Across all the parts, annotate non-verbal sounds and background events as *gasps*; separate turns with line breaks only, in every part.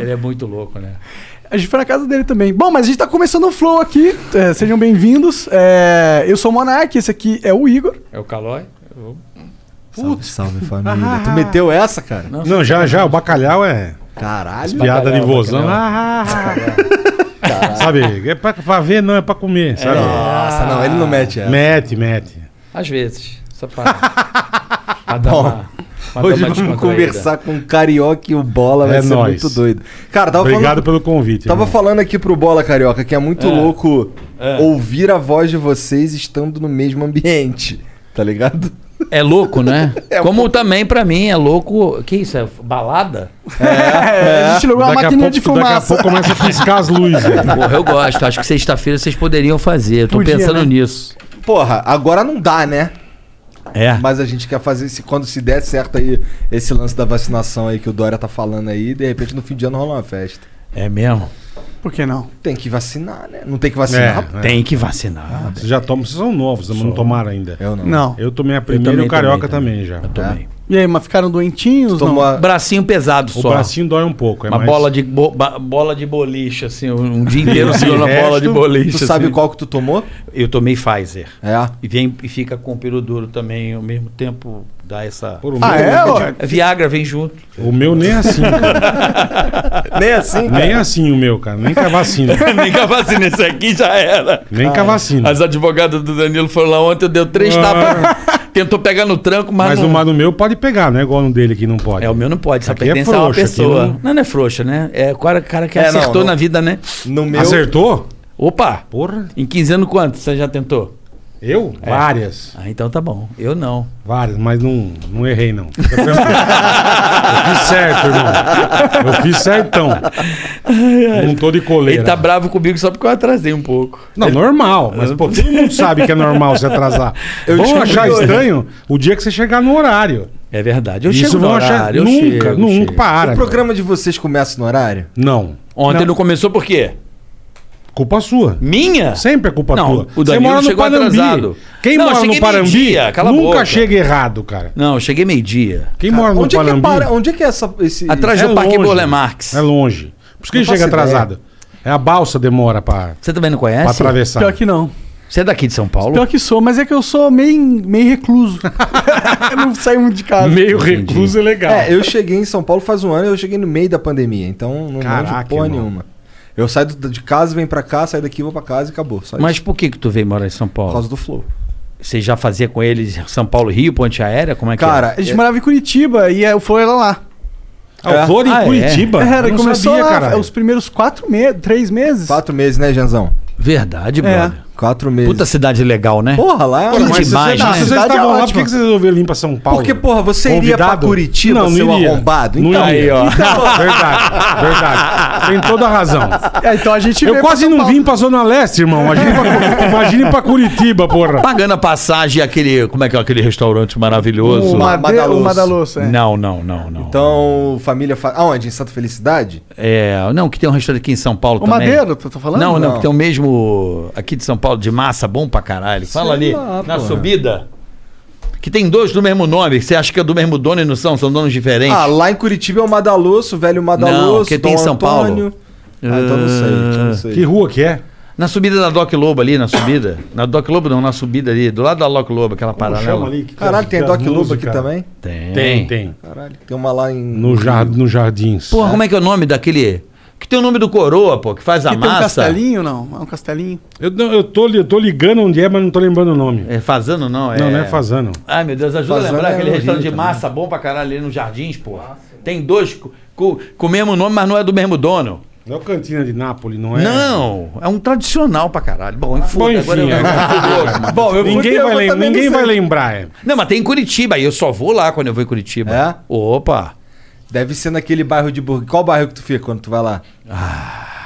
Ele é muito louco, né?
A gente foi na casa dele também. Bom, mas a gente tá começando o Flow aqui. É, sejam bem-vindos. É, eu sou o Monark, esse aqui é o Igor.
É o Calói. Eu-
Salve, salve família.
Ah.
*laughs*
Tu meteu essa, cara?
Não, já, já, o bacalhau é
Caralho.
piada de vozão.
bacalhau.
Ah, ah, ah. sabe, é pra, pra ver, não, é pra comer, sabe?
Nossa, não, ele não mete essa.
Mete, mete.
Às vezes. Só pra, pra dar
Bom,
uma, pra
Hoje
dar uma
vamos
descontraída.
conversar com o Carioca e o Bola, vai
É
ser
nóis.
muito doido. Cara, tava
Obrigado
falando...
pelo convite.
Tava
irmão.
falando aqui pro Bola Carioca que é muito
É.
louco
É.
ouvir a voz de vocês estando no mesmo ambiente, tá ligado?
É louco, né?
É um
Como também pra mim é louco. Que isso? É balada?
É, a gente ligou uma
Daqui a
maquininha
pouco-
de
Daqui a
fumaça.
pouco começa a piscar as luzes.
Porra, eu gosto. Acho que sexta-feira vocês poderiam fazer. Eu tô
Podia,
pensando
né?
nisso.
Porra, agora não dá, né?
É.
Mas a gente quer fazer, se, quando se der certo aí, esse lance da vacinação aí que o Dória tá falando aí, de repente no fim de ano rola uma festa.
É mesmo?
Por que não?
Tem que vacinar, né? Não tem que vacinar?
É. Ah,
Tem que vacinar.
Vocês já tomam, vocês são novos, mas não tomaram ainda.
Eu
Não.
Eu tomei a primeira e o carioca também, já.
Eu também.
E aí, mas ficaram doentinhos?
Tomou
não?
a-
Bracinho pesado
O
só.
bracinho dói um pouco. É
Uma
mais-
bola, de bo- ba- bola de boliche, assim, um um dia inteiro
De
segurando a bola
resto,
de boliche.
Tu sabe
assim.
qual que tu tomou?
Eu tomei Pfizer.
É.
E, vem, e fica com o pelo duro também, ao mesmo tempo dá essa.
Por um
Ah,
meu-
é? ó?
A Viagra vem *laughs* junto.
O meu nem é assim, cara.
Nem assim,
Nem é assim o meu, cara. Nem com a vacina.
Nem com a vacina, isso assim, aqui já era.
Nem com a vacina.
As advogadas do Danilo foram lá ontem, deu três tapas. Tentou pegar no tranco, mas,
Ah. Mas
não.
o mar do meu pode pegar, não é igual no dele que não pode.
É, o meu não pode, só
Aqui é
pertence a uma
frouxo, aqui
pessoa.
não-
Não... não é frouxa, né? É o cara, cara que
É, não,
acertou
não.
na vida, né?
No meu.
Acertou?
Opa!
Porra.
Em 15 anos quanto você já tentou?
Eu? Várias.
Ah, então tá bom. Eu não.
Várias, mas não, não errei, não. Fica tranquilo. Eu fiz certo, irmão. Eu fiz certão. Não tô de coleira.
Ele tá bravo comigo só porque eu atrasei um pouco.
Não, normal. Mas, pô, todo mundo sabe que é normal se atrasar.
Eu
vão
descobri
achar
hoje.
estranho o dia que você chegar no horário.
É verdade. Eu
Isso
chego no
vão
horário, eu
Nunca,
chego,
nunca.
chego.
Para.
O programa de vocês começa no horário?
meu. Não.
Ontem não. começou por quê?
Culpa sua.
Minha?
Sempre é culpa
Não,
tua.
o Danilo chegou atrasado.
Quem
Não, eu
mora
cheguei
no Parambi
meio-dia, cala a boca.
nunca chega errado, cara.
Não, eu cheguei meio-dia.
Quem
Cara,
mora no
onde, é que
Parambi...
para, onde é que é essa, esse.
Atrás
É
do Parque
longe.
Bolé Marx.
É longe. Por isso que
Não
ele chega
faço ideia.
atrasado. É a balsa demora pra,
Você também não
pra
conhece?
atravessar.
Pior que não.
Tá
Você é daqui de São Paulo?
Pior que sou, mas é que eu sou meio, meio
*laughs*
recluso. eu não saio muito de casa.
Meio
Entendi.
recluso é legal.
É, eu cheguei em São Paulo faz um ano e eu cheguei no meio da pandemia. Então não manjo
Caraca,
porra
irmão.
nenhuma. Eu saio do- de casa, venho pra cá, saio daqui, vou pra casa e acabou. Só
Mas
isso.
por que que tu veio morar em São
Por
Paulo?
causa do flow.
Você já fazia com eles São Paulo Rio, Ponte Aérea? Como é que
Cara,
é?
A gente
é-
morava em Curitiba e eu fui lá lá.
Ah, o Flor em
Ah, é?
Curitiba.
Era,
Eu não
começou
sabia,
lá, é
caralho.
os primeiros quatro meses, três meses.
Quatro meses, né, Janzão?
Verdade, brother.
Quatro meses.
Puta cidade legal, né?
é. porra, lá. é
Porra,
Mas
Mas-
se
demais,
vocês-
né?
se vocês
Cidade
estavam
é
lá, por
ótima.
que que vocês resolveram vir pra São Paulo?
Porque, porra, você iria pra Curitiba, seu arrombado?
Não
Então-
iria.
Aí, ó.
Verdade, verdade. Tem toda a razão.
É, então a gente
Eu
veio pra
quase
São
não
Paulo.
vim pra Zona Leste, irmão.
*laughs*
Imagine pra, imagine pra Curitiba, porra.
Pagando a passagem e aquele. Como é que é aquele restaurante maravilhoso?
O
Ma-
Made- o
Madalosso.
Madalosso, é.
Não, não, não, não.
Então, família. Fa... Aonde? Em Santa Felicidade?
É, não, que tem um restaurante aqui em São Paulo
O
também.
Madeiro, tu tá falando?
Não, não,
Não.
que tem o mesmo aqui de São Paulo, de massa, bom pra caralho. Fala ali,
lá,
na
porra.
subida. Que tem dois do mesmo nome, que você acha que é do mesmo dono e não são, são donos diferentes.
Ah, lá em Curitiba é o Madalosso, velho Madalosso.
Não, que tem em São Paulo.
Ah, então não sei, então não sei.
Que rua que é?
Na subida da Doc Lobo ali, na subida. na Doc Lobo não, na subida ali, do lado da Doc Lobo, aquela paralela.
Que
Caralho, tem a
das
Doc Luba aqui
músicas?
também?
Tem.
Tem, tem.
Caralho, tem uma lá em.
No,
*laughs*
jar, no Jardins.
Porra, como é que é o nome daquele... Que tem o nome do Coroa, pô, que faz a
Que tem um
massa.
castelinho, não? É um castelinho.
Eu, não- eu, tô, li- eu tô ligando onde é, mas não tô lembrando o nome.
É Fazano não, é...
Não, não é Fazano.
Ai, meu Deus, ajuda a
Fazano
lembrar
é
aquele
no
restaurante
Rio
de
também.
massa bom pra caralho ali nos jardins, pô. Tem dois co- co- com o mesmo nome, mas não é do mesmo dono.
Não é o Cantina de Nápoles, não é?
Não, é um tradicional pra caralho. Bom, enfim,
Bom,
agora
enfim,
eu-
é.
Ah, Bom, eu
*laughs* ninguém
fui-
vai,
eu
lem-
também
ninguém
não
vai
sei.
lembrar. é.
Não, mas tem em Curitiba, e eu só vou lá quando eu vou em Curitiba.
É?
Opa!
Deve ser naquele bairro de Burg. Qual bairro que tu fica quando tu vai lá?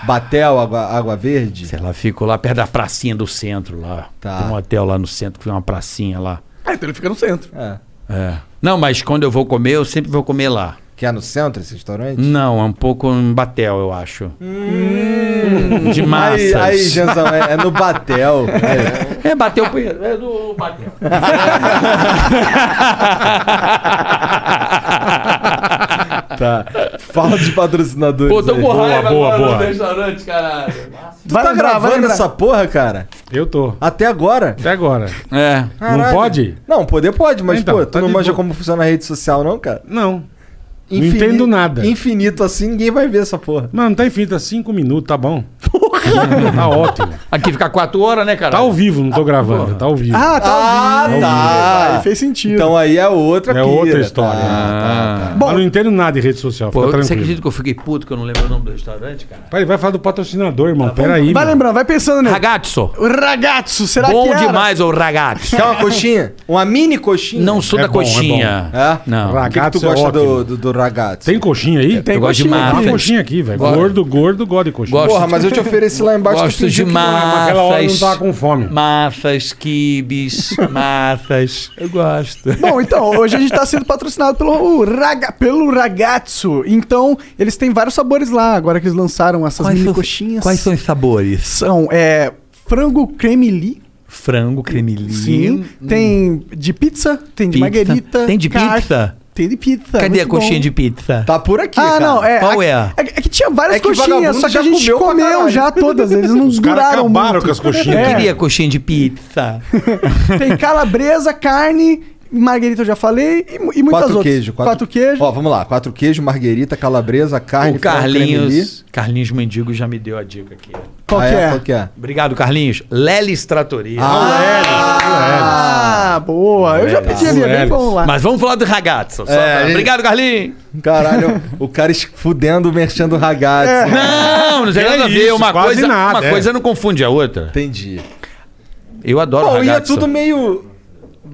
Batel, Água, Água Verde?
Ah. Sei lá, fico lá perto da pracinha do centro lá.
Tá.
Tem um hotel lá no centro, que tem uma pracinha lá.
Ah, então ele fica no centro.
É.
É. Não, mas quando eu vou comer, eu sempre vou comer lá.
Que é no centro esse restaurante?
Não, é um pouco um batel, eu acho. Hum, de massas.
Aí, Hum. aí Janzão, é, é no Batel.
*laughs*
É.
É, bateu o punheta. É do
*laughs*
bateu.
Tá. Fala dos patrocinadores.
Pô, tô
aí.
com raiva
boa,
agora
boa.
no restaurante, caralho.
Tu tá gravando essa porra, cara?
Eu tô.
Até agora?
Até agora.
É.
Caralho.
Não pode?
Não, poder pode, mas,
Então,
pô, tu
tá
não
de
manja
boa.
como funciona a rede social, não, cara?
Não. Não entendo nada.
Infinito assim, ninguém vai ver essa porra.
Mano, tá infinito, tá cinco minutos, tá bom. Tá ótimo.
Aqui fica quatro horas, né,
Tá
cara?
ao vivo, não tô gravando, tá ao vivo.
Ah, tá.
Ah,
ouvindo.
tá.
Aí fez sentido.
Então aí é outra
é
pira,
outra
tá?
história.
Ah.
Mas não entendo nada de rede social,
Pô,
fica
você
tranquilo.
acredita que eu fiquei puto que eu não lembro o nome do restaurante, cara?
Peraí, vai falar do patrocinador, irmão.
Tá
Peraí.
vai
mano.
lembrando, vai pensando nele.
Ragazzo.
O ragazzo, será que
Bom
era?
demais, ô ragazzo.
Quer uma coxinha? Uma mini coxinha?
Não sou
É
da
bom, é
coxinha.
bom. É?
Não.
O que, que tu
Ragazzo é
gosta do,
ótimo.
do, do ragazzo?
Tem coxinha aí?
Tem
Eu gosto de
coxinha,
massa.
tem
Tem
velho.
coxinha aqui, velho.
Gosto.
Gordo, gordo, gosta de coxinha.
Gosto.
Porra, mas eu te ofereci lá embaixo. tu
Gosto de
fingiu que não era.
Mas aquela hora eu não
Massas.
tava com fome.
Massas, quibes,
*laughs*
massas. Eu gosto.
Bom, então, hoje a gente tá sendo patrocinado pelo, raga, pelo Ragazzo. Então, eles têm vários sabores lá, agora que eles lançaram essas mini coxinhas.
os sabores?
São, é, frango cremeli.
Frango, cremelinho.
Sim. Tem de pizza, tem de
Hum. Pizza.
margarita.
Tem de
car-
pizza?
Tem de
Tá
pizza. é
Cadê a
muito
coxinha
bom.
de pizza?
Tá por aqui,
ah,
cara.
não, é.
Qual
a-
é a?
É, que tinha várias
É que
coxinhas,
vagabundo
só que
já
a gente
comeu pra
comeu
caralho.
já todas, eles não
Os caras
duraram
acabaram
muito.
com as coxinhas.
Eu
É.
queria coxinha de pizza.
Tem calabresa, carne, margarita eu já falei e, mu- e muitas
Quatro
outras.
queijo.
Quatro queijo.
Ó, vamos lá. Quatro queijo, marguerita, calabresa, carne,
o
frango, cremelie.
Carlinhos. Carlinhos Mendigo já me deu a dica aqui.
qual
Ah,
que é?
Qual que é?
Obrigado, Carlinhos. Lelis Tratoria.
Ah.
Ah, boa. Eu já
Lelis.
pedi ali, é bem
Lelis.
bom lá.
Mas vamos falar do ragazzo. só
É,
pra-
a gente-
Obrigado, Carlinhos.
Caralho, o cara es- fudendo o merchan do ragazzo.
É.
Não, não tem
É. Que
nada a ver.
isso,
Uma,
quase
coisa,
nada,
uma
é.
coisa não confunde a outra.
Entendi.
Eu adoro
Bom, e é
ragazzo.
tudo meio...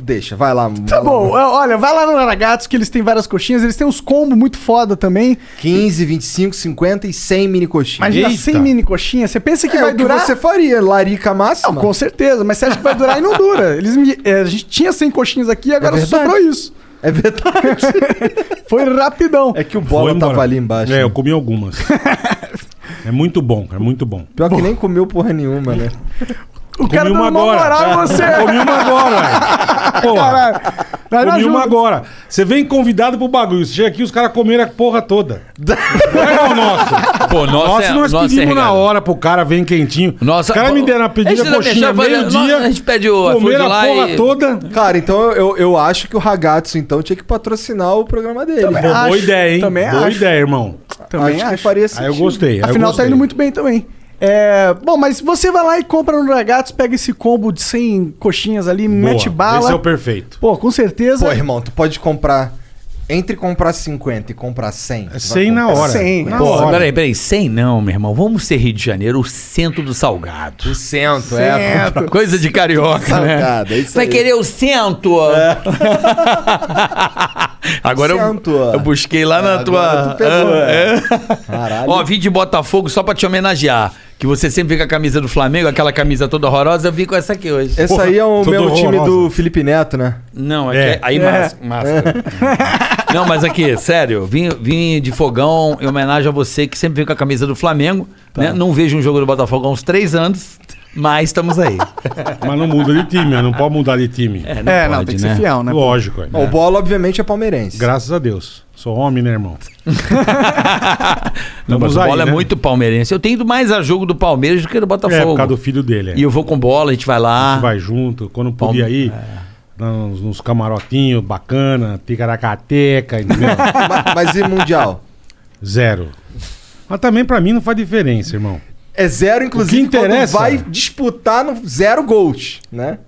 Deixa, vai lá.
Tá bom, ó, olha, vai lá no Ragazzo que eles têm várias coxinhas, eles têm uns combos muito foda também.
15, 25, 50 e 100 mini coxinhas.
Imagina
Eita.
100 mini coxinhas, você pensa que
é
vai
o que
durar...
você faria, larica máxima.
Não, com certeza, mas você acha que vai durar e não dura. Eles me- é, a gente tinha 100 coxinhas aqui agora
verdade.
sobrou isso.
É
*laughs*
verdade.
Foi rapidão.
É que o
Vou
bola
embora.
tava ali embaixo.
É, eu comi algumas. é muito bom, cara, muito bom.
Pior que nem comeu porra nenhuma, né?
o
Comi
cara dando
uma
uma
agora. É,
moral em você.
*laughs* Comi uma agora. Porra.
Vai, não
Comi uma
ajuda.
agora. Você vem convidado pro bagulho. Você chega aqui, os caras comeram a porra toda. Não é o nosso.
Pô, nossa,
Nossa,
é-
nós
nossa é
pedimos na
regado.
hora pro cara, vem quentinho.
Nossa,
os caras me deram
a
a
gente
pedida
não
coxinha
deixava fazer-
meio-dia.
nós- a gente pede o
Comeram
iFood
a
lá
porra
e-
toda.
Cara, então eu, eu acho que o Ragazzo, então, tinha que patrocinar o programa dele.
Pô,
Também.
Boa
Acho,
ideia, hein?
também
Boa
acho.
ideia, irmão.
Também
acho, que
acho.
faria sentido.
Aí eu gostei. aí eu
Afinal, tá
gostei.
indo muito bem também. É, bom, mas você vai lá e compra no Ragazzo, pega esse combo de 100 coxinhas ali,
Boa,
mete bala.
Esse é o perfeito.
Pô, com certeza.
Pô, irmão, tu pode comprar... Entre comprar 50 e comprar 100.
É 100 na hora.
Cem.
Tá
Na
Pô,
hora.
peraí, peraí. 100 não, meu irmão. Vamos ser Rio de Janeiro, o centro do salgado.
O cento, é. comprar
Coisa de carioca, né?
salgado, é isso
Vai
aí. É.
querer o cento? *laughs* agora eu,
Cento.
eu busquei lá na
É, Agora
tua.
tu pegou,
Ah,
é.
é.
Caralho.
Ó, vim de Botafogo só pra te homenagear. Que você sempre fica com a camisa do Flamengo, aquela camisa toda horrorosa, eu vim com essa aqui hoje.
Esse aí é o
Porra,
mesmo
tudo
time do
horrorosa.
Felipe Neto, né?
Não, aqui,
É.
aí mas- máscara. Não, mas aqui, sério, vim, vim de fogão em homenagem a você que sempre vem com a camisa do Flamengo. né? Não vejo um jogo do Botafogo há uns três anos, mas estamos aí.
Mas não muda de time, né? não pode mudar de time.
é, não, tem que ser fiel, né?
Lógico, é.
Ó, O Bola, obviamente, é palmeirense.
Graças a Deus. Sou homem, né, irmão?
Não, mas
Vamos
o
aí,
Bola
né?
é muito palmeirense. Eu tenho ido mais a jogo do Palmeiras do que do
É, por
Botafogo.
causa do filho dele. é.
E eu vou com bola, a gente vai lá.
vai junto, quando
Palme-
podia ir, nos, nos camarotinhos, bacana, picaracateca, *laughs* entendeu?
Ma- Mas e Mundial?
Zero. Mas também pra mim não faz diferença, irmão.
É zero, inclusive,
interessa-
vai disputar no zero gols, né?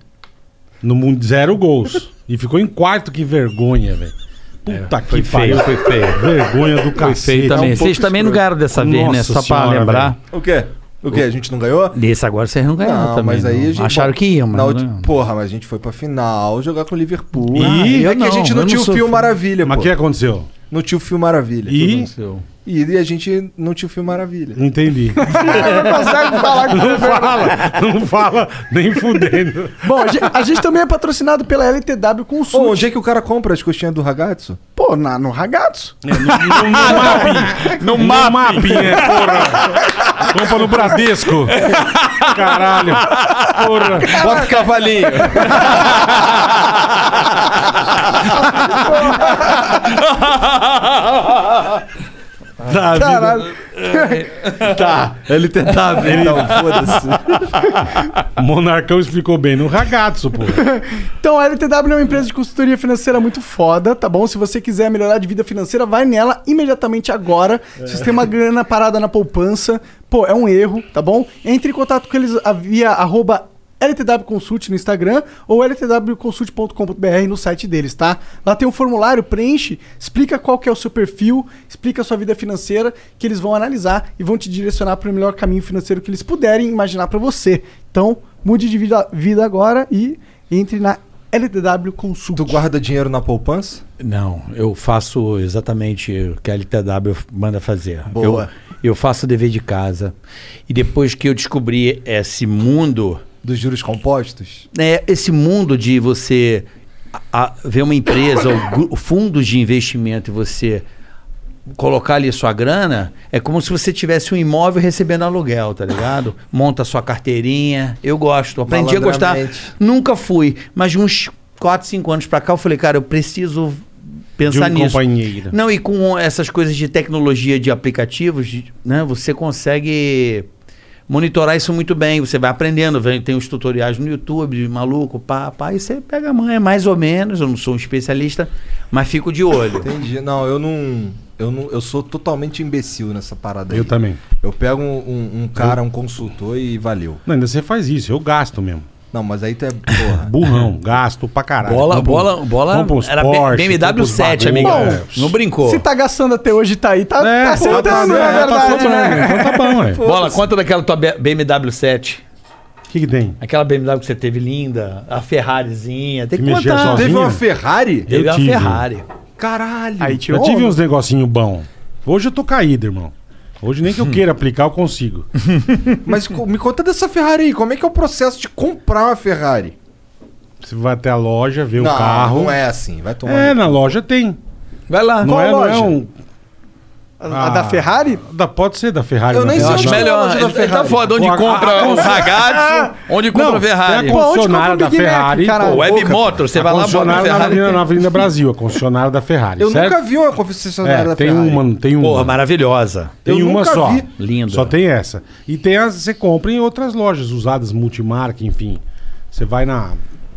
No mundo, zero gols. E ficou em quarto, que vergonha, velho. Puta que
feio,
pariu. Foi feio. Vergonha do
Foi
cacete.
feio Ah, também.
É um pouco
vocês também não
escroto.
ganharam dessa vez, né?
Nossa
Só pra
senhora,
lembrar.
velho.
O quê? O quê? A gente não ganhou?
Desse agora vocês não ganharam também.
mas aí
não.
a gente-
Acharam que iam, mas
Na
não
ulti-
ganharam.
Porra, mas a gente foi pra final jogar com o Liverpool.
E-
é
Eu
que a
não,
gente não
eu
tinha
não
o
sou
Fio
fã.
Maravilha,
Mas o
pô.
que é- aconteceu?
Não tinha o Fio Maravilha.
E.
E a gente não tinha o Fio Maravilha.
Não entendi.
Não é consegue falar
*laughs*
que
Não fala, não fala, nem fudendo.
Bom, a gente, a gente também é patrocinado pela LTW
Ô,
um
Consult.
onde é que o cara compra as coxinhas do ragazzo?
Pô, na, no Ragazzo.
No, *laughs* no, no mapping. No mapping, é, porra. Compra no Bradesco. Caralho. Porra.
Bota cavalinho.
Tá, a vida-
Caralho.
tá. Ele tentava. Ele...
Então, foda-se.
O Monarcão explicou bem. No ragazzo, pô.
Então, a LTW é uma empresa de consultoria financeira muito foda, tá bom? Se você quiser melhorar de vida financeira, vai nela imediatamente agora. Se você tem uma grana parada na poupança, pô, é um erro, tá bom? Entre em contato com eles via arroba LTW Consult no Instagram ou ltwconsult.com.br no site deles, tá? Lá tem um formulário, preenche, explica qual que é o seu perfil, explica a sua vida financeira, que eles vão analisar e vão te direcionar para o melhor caminho financeiro que eles puderem imaginar para você. Então, mude de vida, vida agora e entre na LTW Consult.
Tu guarda dinheiro na poupança?
Não, eu faço exatamente o que a LTW manda fazer.
Boa.
Eu, eu faço o dever de casa. E depois que eu descobri esse mundo,
Dos juros compostos?
né, esse mundo de você a- a- ver uma empresa ou gru- fundos de investimento e você colocar ali sua grana, é como se você tivesse um imóvel recebendo aluguel, tá ligado? Monta sua carteirinha. Eu gosto, aprendi a gostar.
Malandramente.
Nunca fui, mas de uns 4, 5 anos pra cá eu falei, cara, eu preciso pensar
de um
nisso.
companheiro.
É. Não, e com essas coisas de tecnologia de aplicativos, de- né, você consegue monitorar isso muito bem. Você vai aprendendo, vem- tem os tutoriais no YouTube, de maluco, pá, pá, e você pega a manha, mais ou menos. Eu não sou um especialista, mas fico de olho.
Entendi. Não, eu não. Eu, não, eu sou totalmente imbecil nessa parada
Eu
aí.
também.
Eu pego um, um- um cara, um consultor e valeu.
Não, ainda você faz isso. Eu gasto mesmo.
Não, mas aí tu é.
*laughs*
Porra.
Burrão. gasto pra caralho.
bola,
Compro-
bola, bola,
compro uns
era
Porsche, compro
BMW
uns
7,
bagulho.
amigo.
É.
Não brincou.
Se tá gastando até hoje, tá aí, tá, tá
É, pô, tá
acertando,
bom,
na
é, tá
verdade, né?
sobrando, então tá bom, é.
Bola, conta daquela tua B- BMW 7.
O que, que tem?
Aquela BMW que você teve linda, a Ferrarizinha. Tem que
Que mexeu
contar.
sozinha.
Teve,
Teve uma Ferrari?
teve
Eu
uma
tive.
Ferrari.
Caralho!
Aí
Eu
tirou
tive um-
onda.
uns negocinho bom. Hoje eu tô caído, irmão. Hoje nem que
Hum.
eu queira aplicar, eu consigo.
Mas co- me conta dessa Ferrari aí, como é que é o processo de comprar uma Ferrari?
Você vai até a loja, vê o carro.
não é assim, vai tomar.
É,
no-
na loja tem.
Vai lá.
Não
Qual
é, não é
loja?
um.
A, a
Ah.
da Ferrari?
Da, pode ser da Ferrari.
Eu
na
nem sei
Eu
verdade.
acho
Onde
melhor.
é
loja da
Ele, ele tá
Ferrari?
foda. Onde
Pô, a-
compra
a-
o ragazzo,
é.
onde compra
Ah! Não,
o
tem
Ferrari.
a
Pô, onde
concessionária
compra o
da
Big Mac,
Ferrari.
caralho?
pô,
O
é
Web Motor, você
a
vai lá bota o
concessionária na
Ferrari.
Avenida, na Avenida Brasil, a concessionária da Ferrari.
Eu
certo?
nunca vi uma
É,
concessionária da
tem
Ferrari.
uma, tem uma.
Porra, maravilhosa.
Tem
Eu
uma
nunca
só.
vi.
Linda.
Só tem essa. E tem as você compra em outras lojas usadas, multimarca, enfim. Você vai na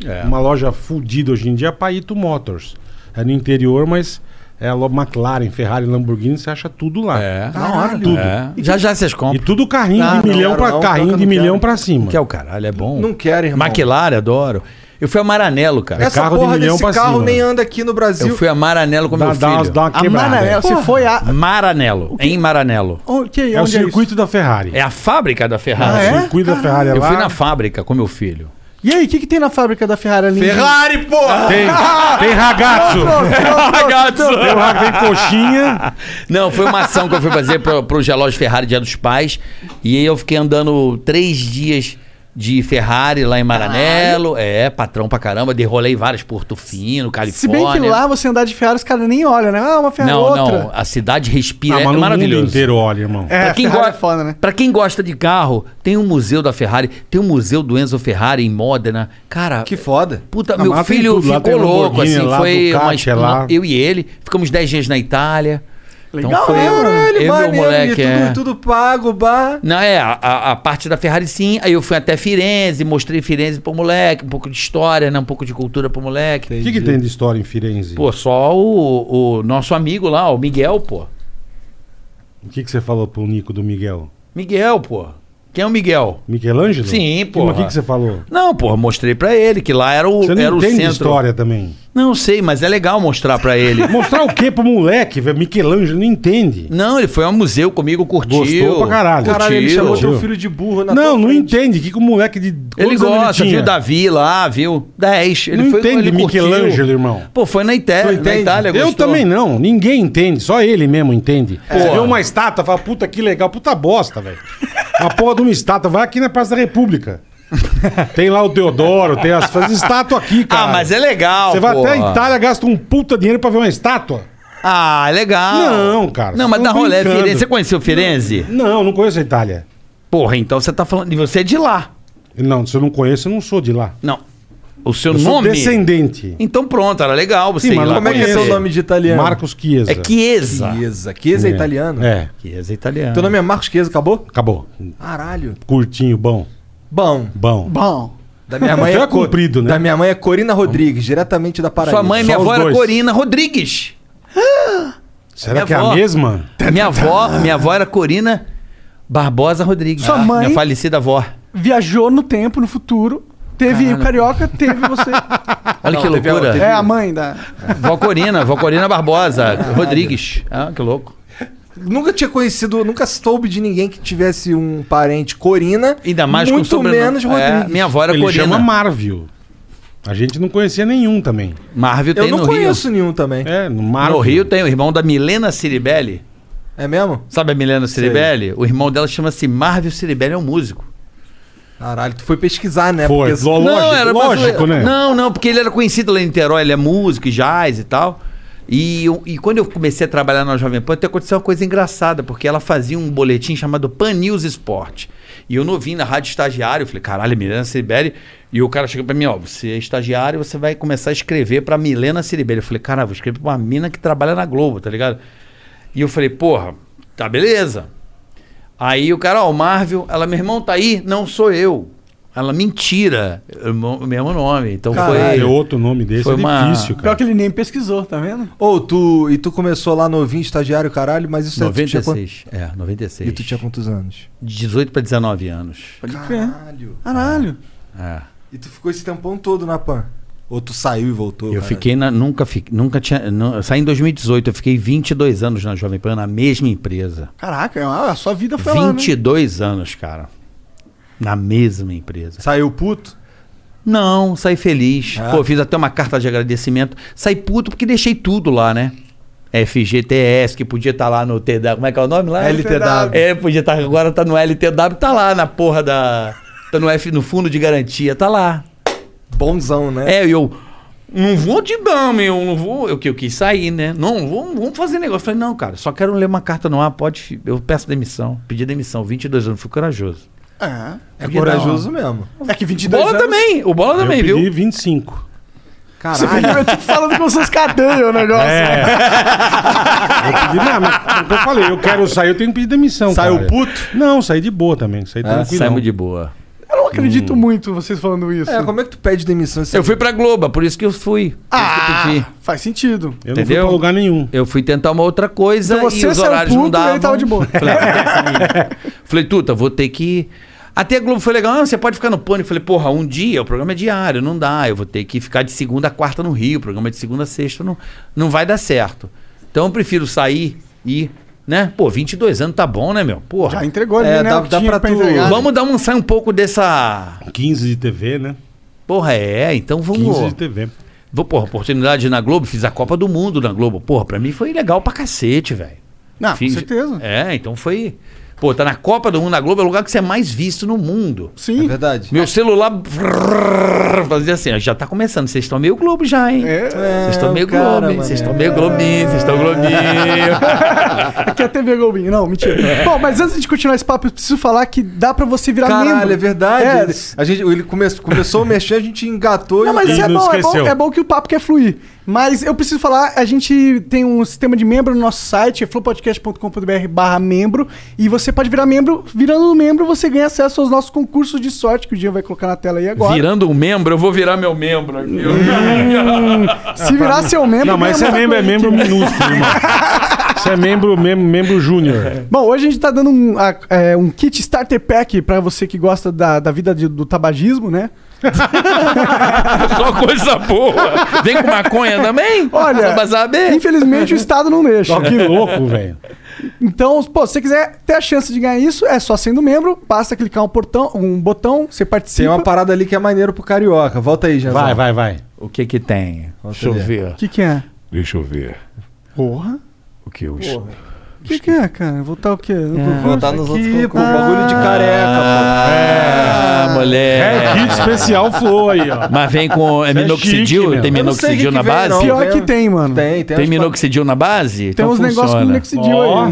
É.
uma loja fudida hoje em dia, Paito Motors. É no interior, mas é a lo- McLaren, Ferrari, Lamborghini, você acha tudo lá.
É.
Caralho.
Tudo.
É. Já já vocês
E
compram.
tudo carrinho
Ah,
de
não
milhão
quero
para
não,
carrinho
tanto
de
não
milhão
quero.
para cima.
Que é o caralho, é bom.
Não quero, irmão.
McLaren, adoro. Eu fui a Maranello, cara.
Essa
é carro de
porra
milhão
desse
pra
carro
cima. né?
nem anda aqui no Brasil.
Eu fui a Maranello com
Dá,
meu
dá,
filho.
umas-
Ah,
dá uma
A
quebrada.
é,
Maranello, se foi a...
Maranello, em Maranello.
Ok,
É o
onde isso?
circuito da Ferrari.
É a fábrica da Ferrari.
Ah, é?
O circuito da Ferrari é
Eu
lá.
fui na fábrica com meu filho.
E aí, o que, que tem na fábrica da Ferrari ali?
Ferrari, porra!
Tem,
*laughs*
tem ragazzo. Tem, ra- tem coxinha.
Não, foi uma ação que eu fui fazer pro, pro Gelógio Ferrari Dia dos Pais. E aí eu fiquei andando três dias de Ferrari lá em Maranello. É, patrão pra caramba. Derrolei várias Porto Fino,
Se
Califórnia.
bem que lá você andar de Ferrari, os caras nem olham, né? Ah, uma Ferrari
Não,
outra.
não. A cidade respira.
é Ah,
é
mas no mundo
maravilhoso.
inteiro, olha, irmão.
É,
Pra quem,
Ferrari
go-
é foda, né?
pra quem gosta de carro, tem um museu da Ferrari, tem um museu do Enzo Ferrari em Modena. Cara,
Que foda.
Puta,
Ah, mas
meu
lá tem
filho
tudo, lá tem
ficou louco,
Lamborghini,
assim,
lá
foi
Ducati,
uma,
é lá.
uma- eu e ele, ficamos 10 dias na Itália. Então
Legal,
foi
né,
eu,
mano?
eu e meu moleque,
tudo,
é.
tudo pago, bah.
Não, é, a- a, a parte da Ferrari sim, aí eu fui até Firenze, mostrei Firenze pro moleque, um pouco de história, né, um pouco de cultura pro moleque.
O que, que tem de história em Firenze?
Pô, só o, o nosso amigo lá, o Miguel, pô.
O que, que você falou pro Nico do Miguel?
Miguel, pô. Quem é o Miguel?
Michelangelo?
Sim,
pô.
porra.
Mas o que, que você falou?
Não, pô, mostrei pra ele que lá era o,
Você não
era o
entende
centro.
história também.
Não sei, mas é legal mostrar pra
*laughs*
ele.
Mostrar o que pro moleque, velho? Michelangelo não entende.
Não, ele foi ao museu comigo, curtiu.
Gostou pra caralho.
Curtiu.
Caralho, ele chamou
Tio.
teu filho de burro na
não,
tua
não
frente.
entende. O que, que o moleque de. quantos
Ele
anos
gosta,
tinha?
viu Davi lá, viu? 10. Ele
Não
foi
entende
ele curtiu.
Michelangelo, irmão.
Pô, foi na Itália, na
entende?
Itália é
Eu
gostou.
também não. Ninguém entende. Só ele mesmo entende. Você
É. Porra.
vê uma estátua, fala, puta que legal, puta bosta, velho. Uma porra de uma estátua. Vai aqui na Praça da República. tem lá o Teodoro, tem as, as estátuas aqui, cara.
Ah, mas é legal,
Você vai
porra.
até a Itália, gasta um puta dinheiro pra ver uma estátua?
Ah, é legal.
Não, cara,
Não, mas
vocês tão
da rolé,
brincando.
Firenze. Você conheceu Firenze?
Não, não conheço a Itália.
Porra, então você tá falando... E você é de lá.
Não, se eu não conheço, eu não sou de lá.
Não. O seu
Eu sou
nome?
descendente.
Então pronto, era legal você
Sim,
ir
mas
lá
Como é que é
conhecer.
seu nome de italiano?
Marcos Chiesa.
É Chiesa.
Chiesa. Chiesa é italiano?
É,
Chiesa italiano.
Teu nome é Marcos Chiesa, acabou?
acabou.
Caralho.
Curtinho, bom.
Bom.
É
Bom.
Bom.
Da
*laughs*
minha mãe
Então é
Co-
comprido, né?
Da minha mãe é Corina Rodrigues, diretamente da Paraíba.
Sua mãe,
é Só
minha
os
avó era
dois.
Corina Rodrigues.
Será
Minha
que é
avó.
a mesma?
Minha avó, minha avó era Corina Barbosa Rodrigues. Ah,
Sua mãe-
Minha falecida avó.
Viajou no tempo, no futuro. Teve o Carioca, teve você.
Olha que
teve a-
loucura.
é a mãe da.
Vó Corina, vó Corina Barbosa Rodrigues. Ah, que louco.
Nunca tinha conhecido, nunca soube de ninguém que tivesse um parente Corina.
Ainda mais
muito
com sobrenome.
menos
É,
Rodrigues.
minha avó era
Ele
Corina.
chama Marvio. A gente não conhecia nenhum também.
Marvel
Eu
tem
não
no Rio.
conheço nenhum também. É,
É,
No
no Marvio.
Rio tem o irmão da Milena Ciribelli. É.
É mesmo?
Sabe a Milena Ciribelli? O irmão dela chama-se Marvel Ciribelli, é um músico.
Caralho, tu foi pesquisar, né?
Foi,
Porque-
lógico,
pra
lógico,
zoeira.
né?
Não, não, porque ele era conhecido lá em Niterói, ele é músico, e jazz e tal. E, eu- e quando eu comecei a trabalhar na Jovem Pan, até aconteceu uma coisa engraçada, porque ela fazia um boletim chamado Pan News Esporte. E eu não vim na rádio estagiário, eu falei, caralho, Milena Ciribelli. E o cara chegou pra mim, ó, você é estagiário, você vai começar a escrever pra Milena Ciribelli. Eu falei, cara, eu vou escrever pra uma mina que trabalha na Globo, tá ligado? E eu falei, porra, tá beleza. Aí o cara, ó, o Marvel, ela, meu irmão, tá aí? Não sou eu. Ela, mentira, é o mo- mesmo nome. Então foi.
Caralho, Ah, outro nome desse
foi
é
uma-
difícil,
Pior
cara.
que ele nem pesquisou, tá vendo?
Ô, tu. E tu começou lá novinho, estagiário, caralho, mas isso é- tu tinha quant-
96. É, 96.
E tu tinha quantos anos?
De 18 pra 19 anos.
Pode crer. Caralho.
É.
E tu ficou esse tempão todo na PAN? Ou tu saiu e voltou?
Eu
cara?
fiquei na. Nunca, fi, nunca tinha. não- eu saí em 2018, eu fiquei 22 anos na Jovem Pan, na mesma empresa.
Caraca, é a sua vida foi lá, né?
22 anos, cara. Na mesma empresa.
Saiu puto?
Não, saí feliz.
Ah.
Pô, fiz até uma carta de agradecimento. Saí puto porque deixei tudo lá, né? FGTS, que podia estar lá no TW. Como é que é o nome lá?
LTW.
É, podia estar. agora tá no LTW, tá lá na porra da. Tá no F no fundo de garantia, tá lá.
Bonzão, né?
É, e eu. Não vou de bom, meu, não vou. Eu que eu quis sair, né? Não, vou, não vamos fazer negócio. Eu falei, não, cara, só quero ler uma carta no ar, pode. fi- Eu peço demissão. Pedi demissão, 22 anos, fui corajoso.
É.
É, corajoso mesmo.
É que
O
22
Bola
anos...
também, o Bola também,
eu
viu?
pedi 25.
Você fica tipo falando com suas cadeias o negócio.
É. eu pedi, não, mas como eu falei, eu quero sair, eu tenho que pedir demissão,
Saiu
cara.
puto?
Não, saí de boa também, saí tranquilo.
É, Ah, Saímos de boa.
Eu não acredito muito vocês falando isso.
É, como é que tu pede demissão?
Eu fui pra Globo, é por isso que eu fui. Por
é
isso que eu pedi.
Ah, Faz sentido.
Eu não fui
Entendeu?
pra lugar nenhum.
Eu fui tentar uma outra coisa
Então
e
você
os
saiu
horários
puto
não
e
davam.
ele tava de boa.
Falei, ah,
*laughs*
falei, Tuta, vou ter que... Até a Globo foi legal. Ah, você pode ficar no pânico. Falei, porra, um dia, o programa é diário, não dá. Eu vou ter que ficar de segunda a quarta no Rio. O programa é de segunda a sexta, não, não vai dar certo. Então eu prefiro sair e... Né? Pô, 22 anos tá bom, né, meu? Porra.
Já entregou ali,
É,
né?
dá-
o que
dá
tinha
pra tu-
entregar.
Vamos dar um, sair um pouco dessa...
15 de TV, né?
Porra, é, então
15
vamos...
de TV.
Vou, porra, oportunidade na Globo, fiz a Copa do Mundo na Globo. Porra, pra mim foi legal pra cacete, velho.
Não,
Fiz-
com certeza.
É, então foi. Pô, tá na Copa do Mundo na Globo, é o lugar que você é mais visto no mundo.
É
Sim.
verdade.
Meu celular brrr, fazia assim, ó, já tá começando, vocês estão meio Globo já, hein?
É.
Vocês estão meio Globo, hein? Vocês estão meio Globinho, vocês estão Globinho.
*laughs* Aqui é a TV Globinho. Não,
*laughs*
mentira. Bom, mas antes de continuar esse papo, eu preciso falar que dá pra você virar
Caralho,
membro.
é verdade.
É.
Ele, a gente, ele come, começou a mexer, a gente engatou
Não, mas
Ele
isso é
não
bom, é bom,
esqueceu.
é bom que o papo quer fluir. Mas eu preciso falar, a gente tem um sistema de membro no nosso site, é flowpodcast.com.br barra membro, e você pode virar membro. Virando membro, você ganha acesso aos nossos concursos de sorte, que o Jean vai colocar na tela aí agora.
Virando um membro, eu vou virar meu membro aqui.
Hum, Se
*laughs*
virar seu membro...
Não, mas
ganha
você é
muita
membro,
coisa,
é membro
gente.
minúsculo, irmão. Você é membro, membro, membro júnior.
*laughs* Bom, hoje a gente tá dando um, a- é, um kit starter pack pra você que gosta da, da vida de- do tabagismo, né?
*laughs* Só coisa boa. Vem com maconha também?
Olha,
Só pra saber.
Infelizmente o Estado não deixa.
Ó, que louco, velho.
Então, pô, se você quiser ter a chance de ganhar isso, é só sendo membro, basta clicar um, portão, um botão, você participa.
Tem
tipo
uma parada ali que é maneiro pro carioca. Volta aí, Janzão.
Vai, vai, vai.
O que que tem?
Deixa
Deixa eu
eu
ver.
O que que é?
Deixa eu ver
Porra.
o que eu
O que que é, cara? Voltar o quê?
Voltar nos outros concursos. Bagulho de careca,
Ah,
É,
moleque.
kit especial flow aí, ó.
Mas vem com é
Isso é chique,
minoxidil?
meu.
tem
Eu não sei o que
minoxidil
que
na
vem,
base?
não.
Pior
Tem-
que tem,
pô.
mano. Tem,
Tem, tem.
Tem
umas
minoxidil na base? Então
uns negócios com
funciona.
minoxidil
Ó,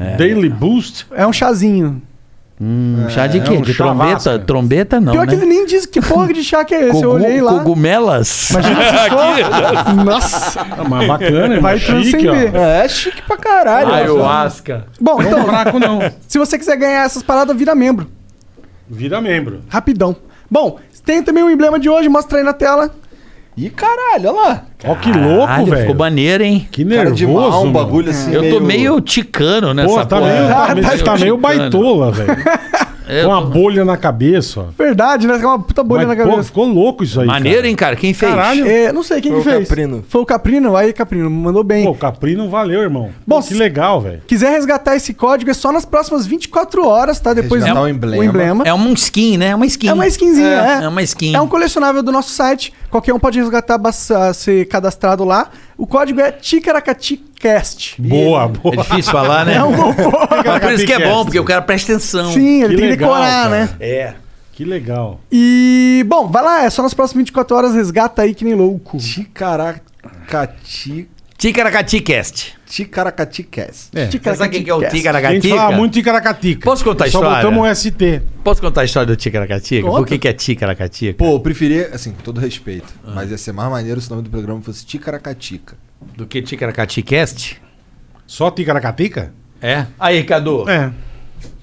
aí.
Daily Boost.
É um chazinho.
Hum, chá de quê?
um
de
chavasca.
trombeta? Trombeta não, né?
Pior que ele nem disse que porra de chá que é esse.
Cogu-
Eu olhei lá.
Cogumelas? *laughs*
Imagina se for. Nossa.
Ah, mas bacana,
Vai
irmão, chique,
transcender.
ó.
É, é chique pra caralho.
Ayahuasca.
Bom,
Não é
então,
fraco, não.
se você quiser ganhar essas paradas, vira membro.
Vira membro.
Rapidão. Bom, tem também o emblema de hoje, mostra aí na tela.
Ih, caralho, olha lá.
Ó, que louco,
Caralho,
velho.
Ficou maneiro, hein?
Que
Cara
nervoso,
de mal, um
mano.
bagulho assim
Eu tô meio ticano nessa
Pô, tá
porra.
meio, tá,
Eu tô
meio- tá meio
ticano.
baitola, velho.
É, eu
Com uma
tô-
bolha na cabeça, ó.
Verdade, né? Com uma puta bolha
Mas,
na
pô,
cabeça.
ficou louco isso aí.
Maneiro,
cara.
hein, cara? Quem fez?
Caralho.
É, não sei quem
Foi
que
o
fez.
Caprino.
Foi o Caprino, aí Caprino, mandou bem.
Pô, o Capri não valeu, irmão.
Bom,
Pô, que legal, velho.
Quiser resgatar esse código, é só nas próximas 24 horas, tá? Depois
Resgatar
É
o emblema.
É uma skin, né? É uma skin.
É uma skinzinha, é.
É, é uma skin.
É um colecionável do nosso site. Qualquer um pode resgatar, basta ser cadastrado lá. O código é TicaracatiCast.
Boa, boa.
É difícil falar, né?
um
Mas por isso que é bom, porque o cara presta atenção.
Sim, ele
Que
tem que
legal,
decorar,
cara.
né?
É.
Que legal.
E, bom, vai lá, é só nas próximas 24 horas, resgata aí que nem louco.
Ticaracati.
Ticaracaticast.
Ticaracaticast.
É.
Você sabe o que é o
TicaracatiCast.
A gente
Ticaracatica?
fala muito ticaracatica.
Posso contar a história?
Só botamos um ST.
Posso contar a história do Ticaracatica?
Conta.
Por que, que é Ticaracatica?
Pô, eu preferia, assim, com todo respeito, mas ia ser mais maneiro se o nome do programa fosse Ticaracatica.
Do que Ticaracaticast?
Só ticaracatica?
É. Aí, Cadu.
É.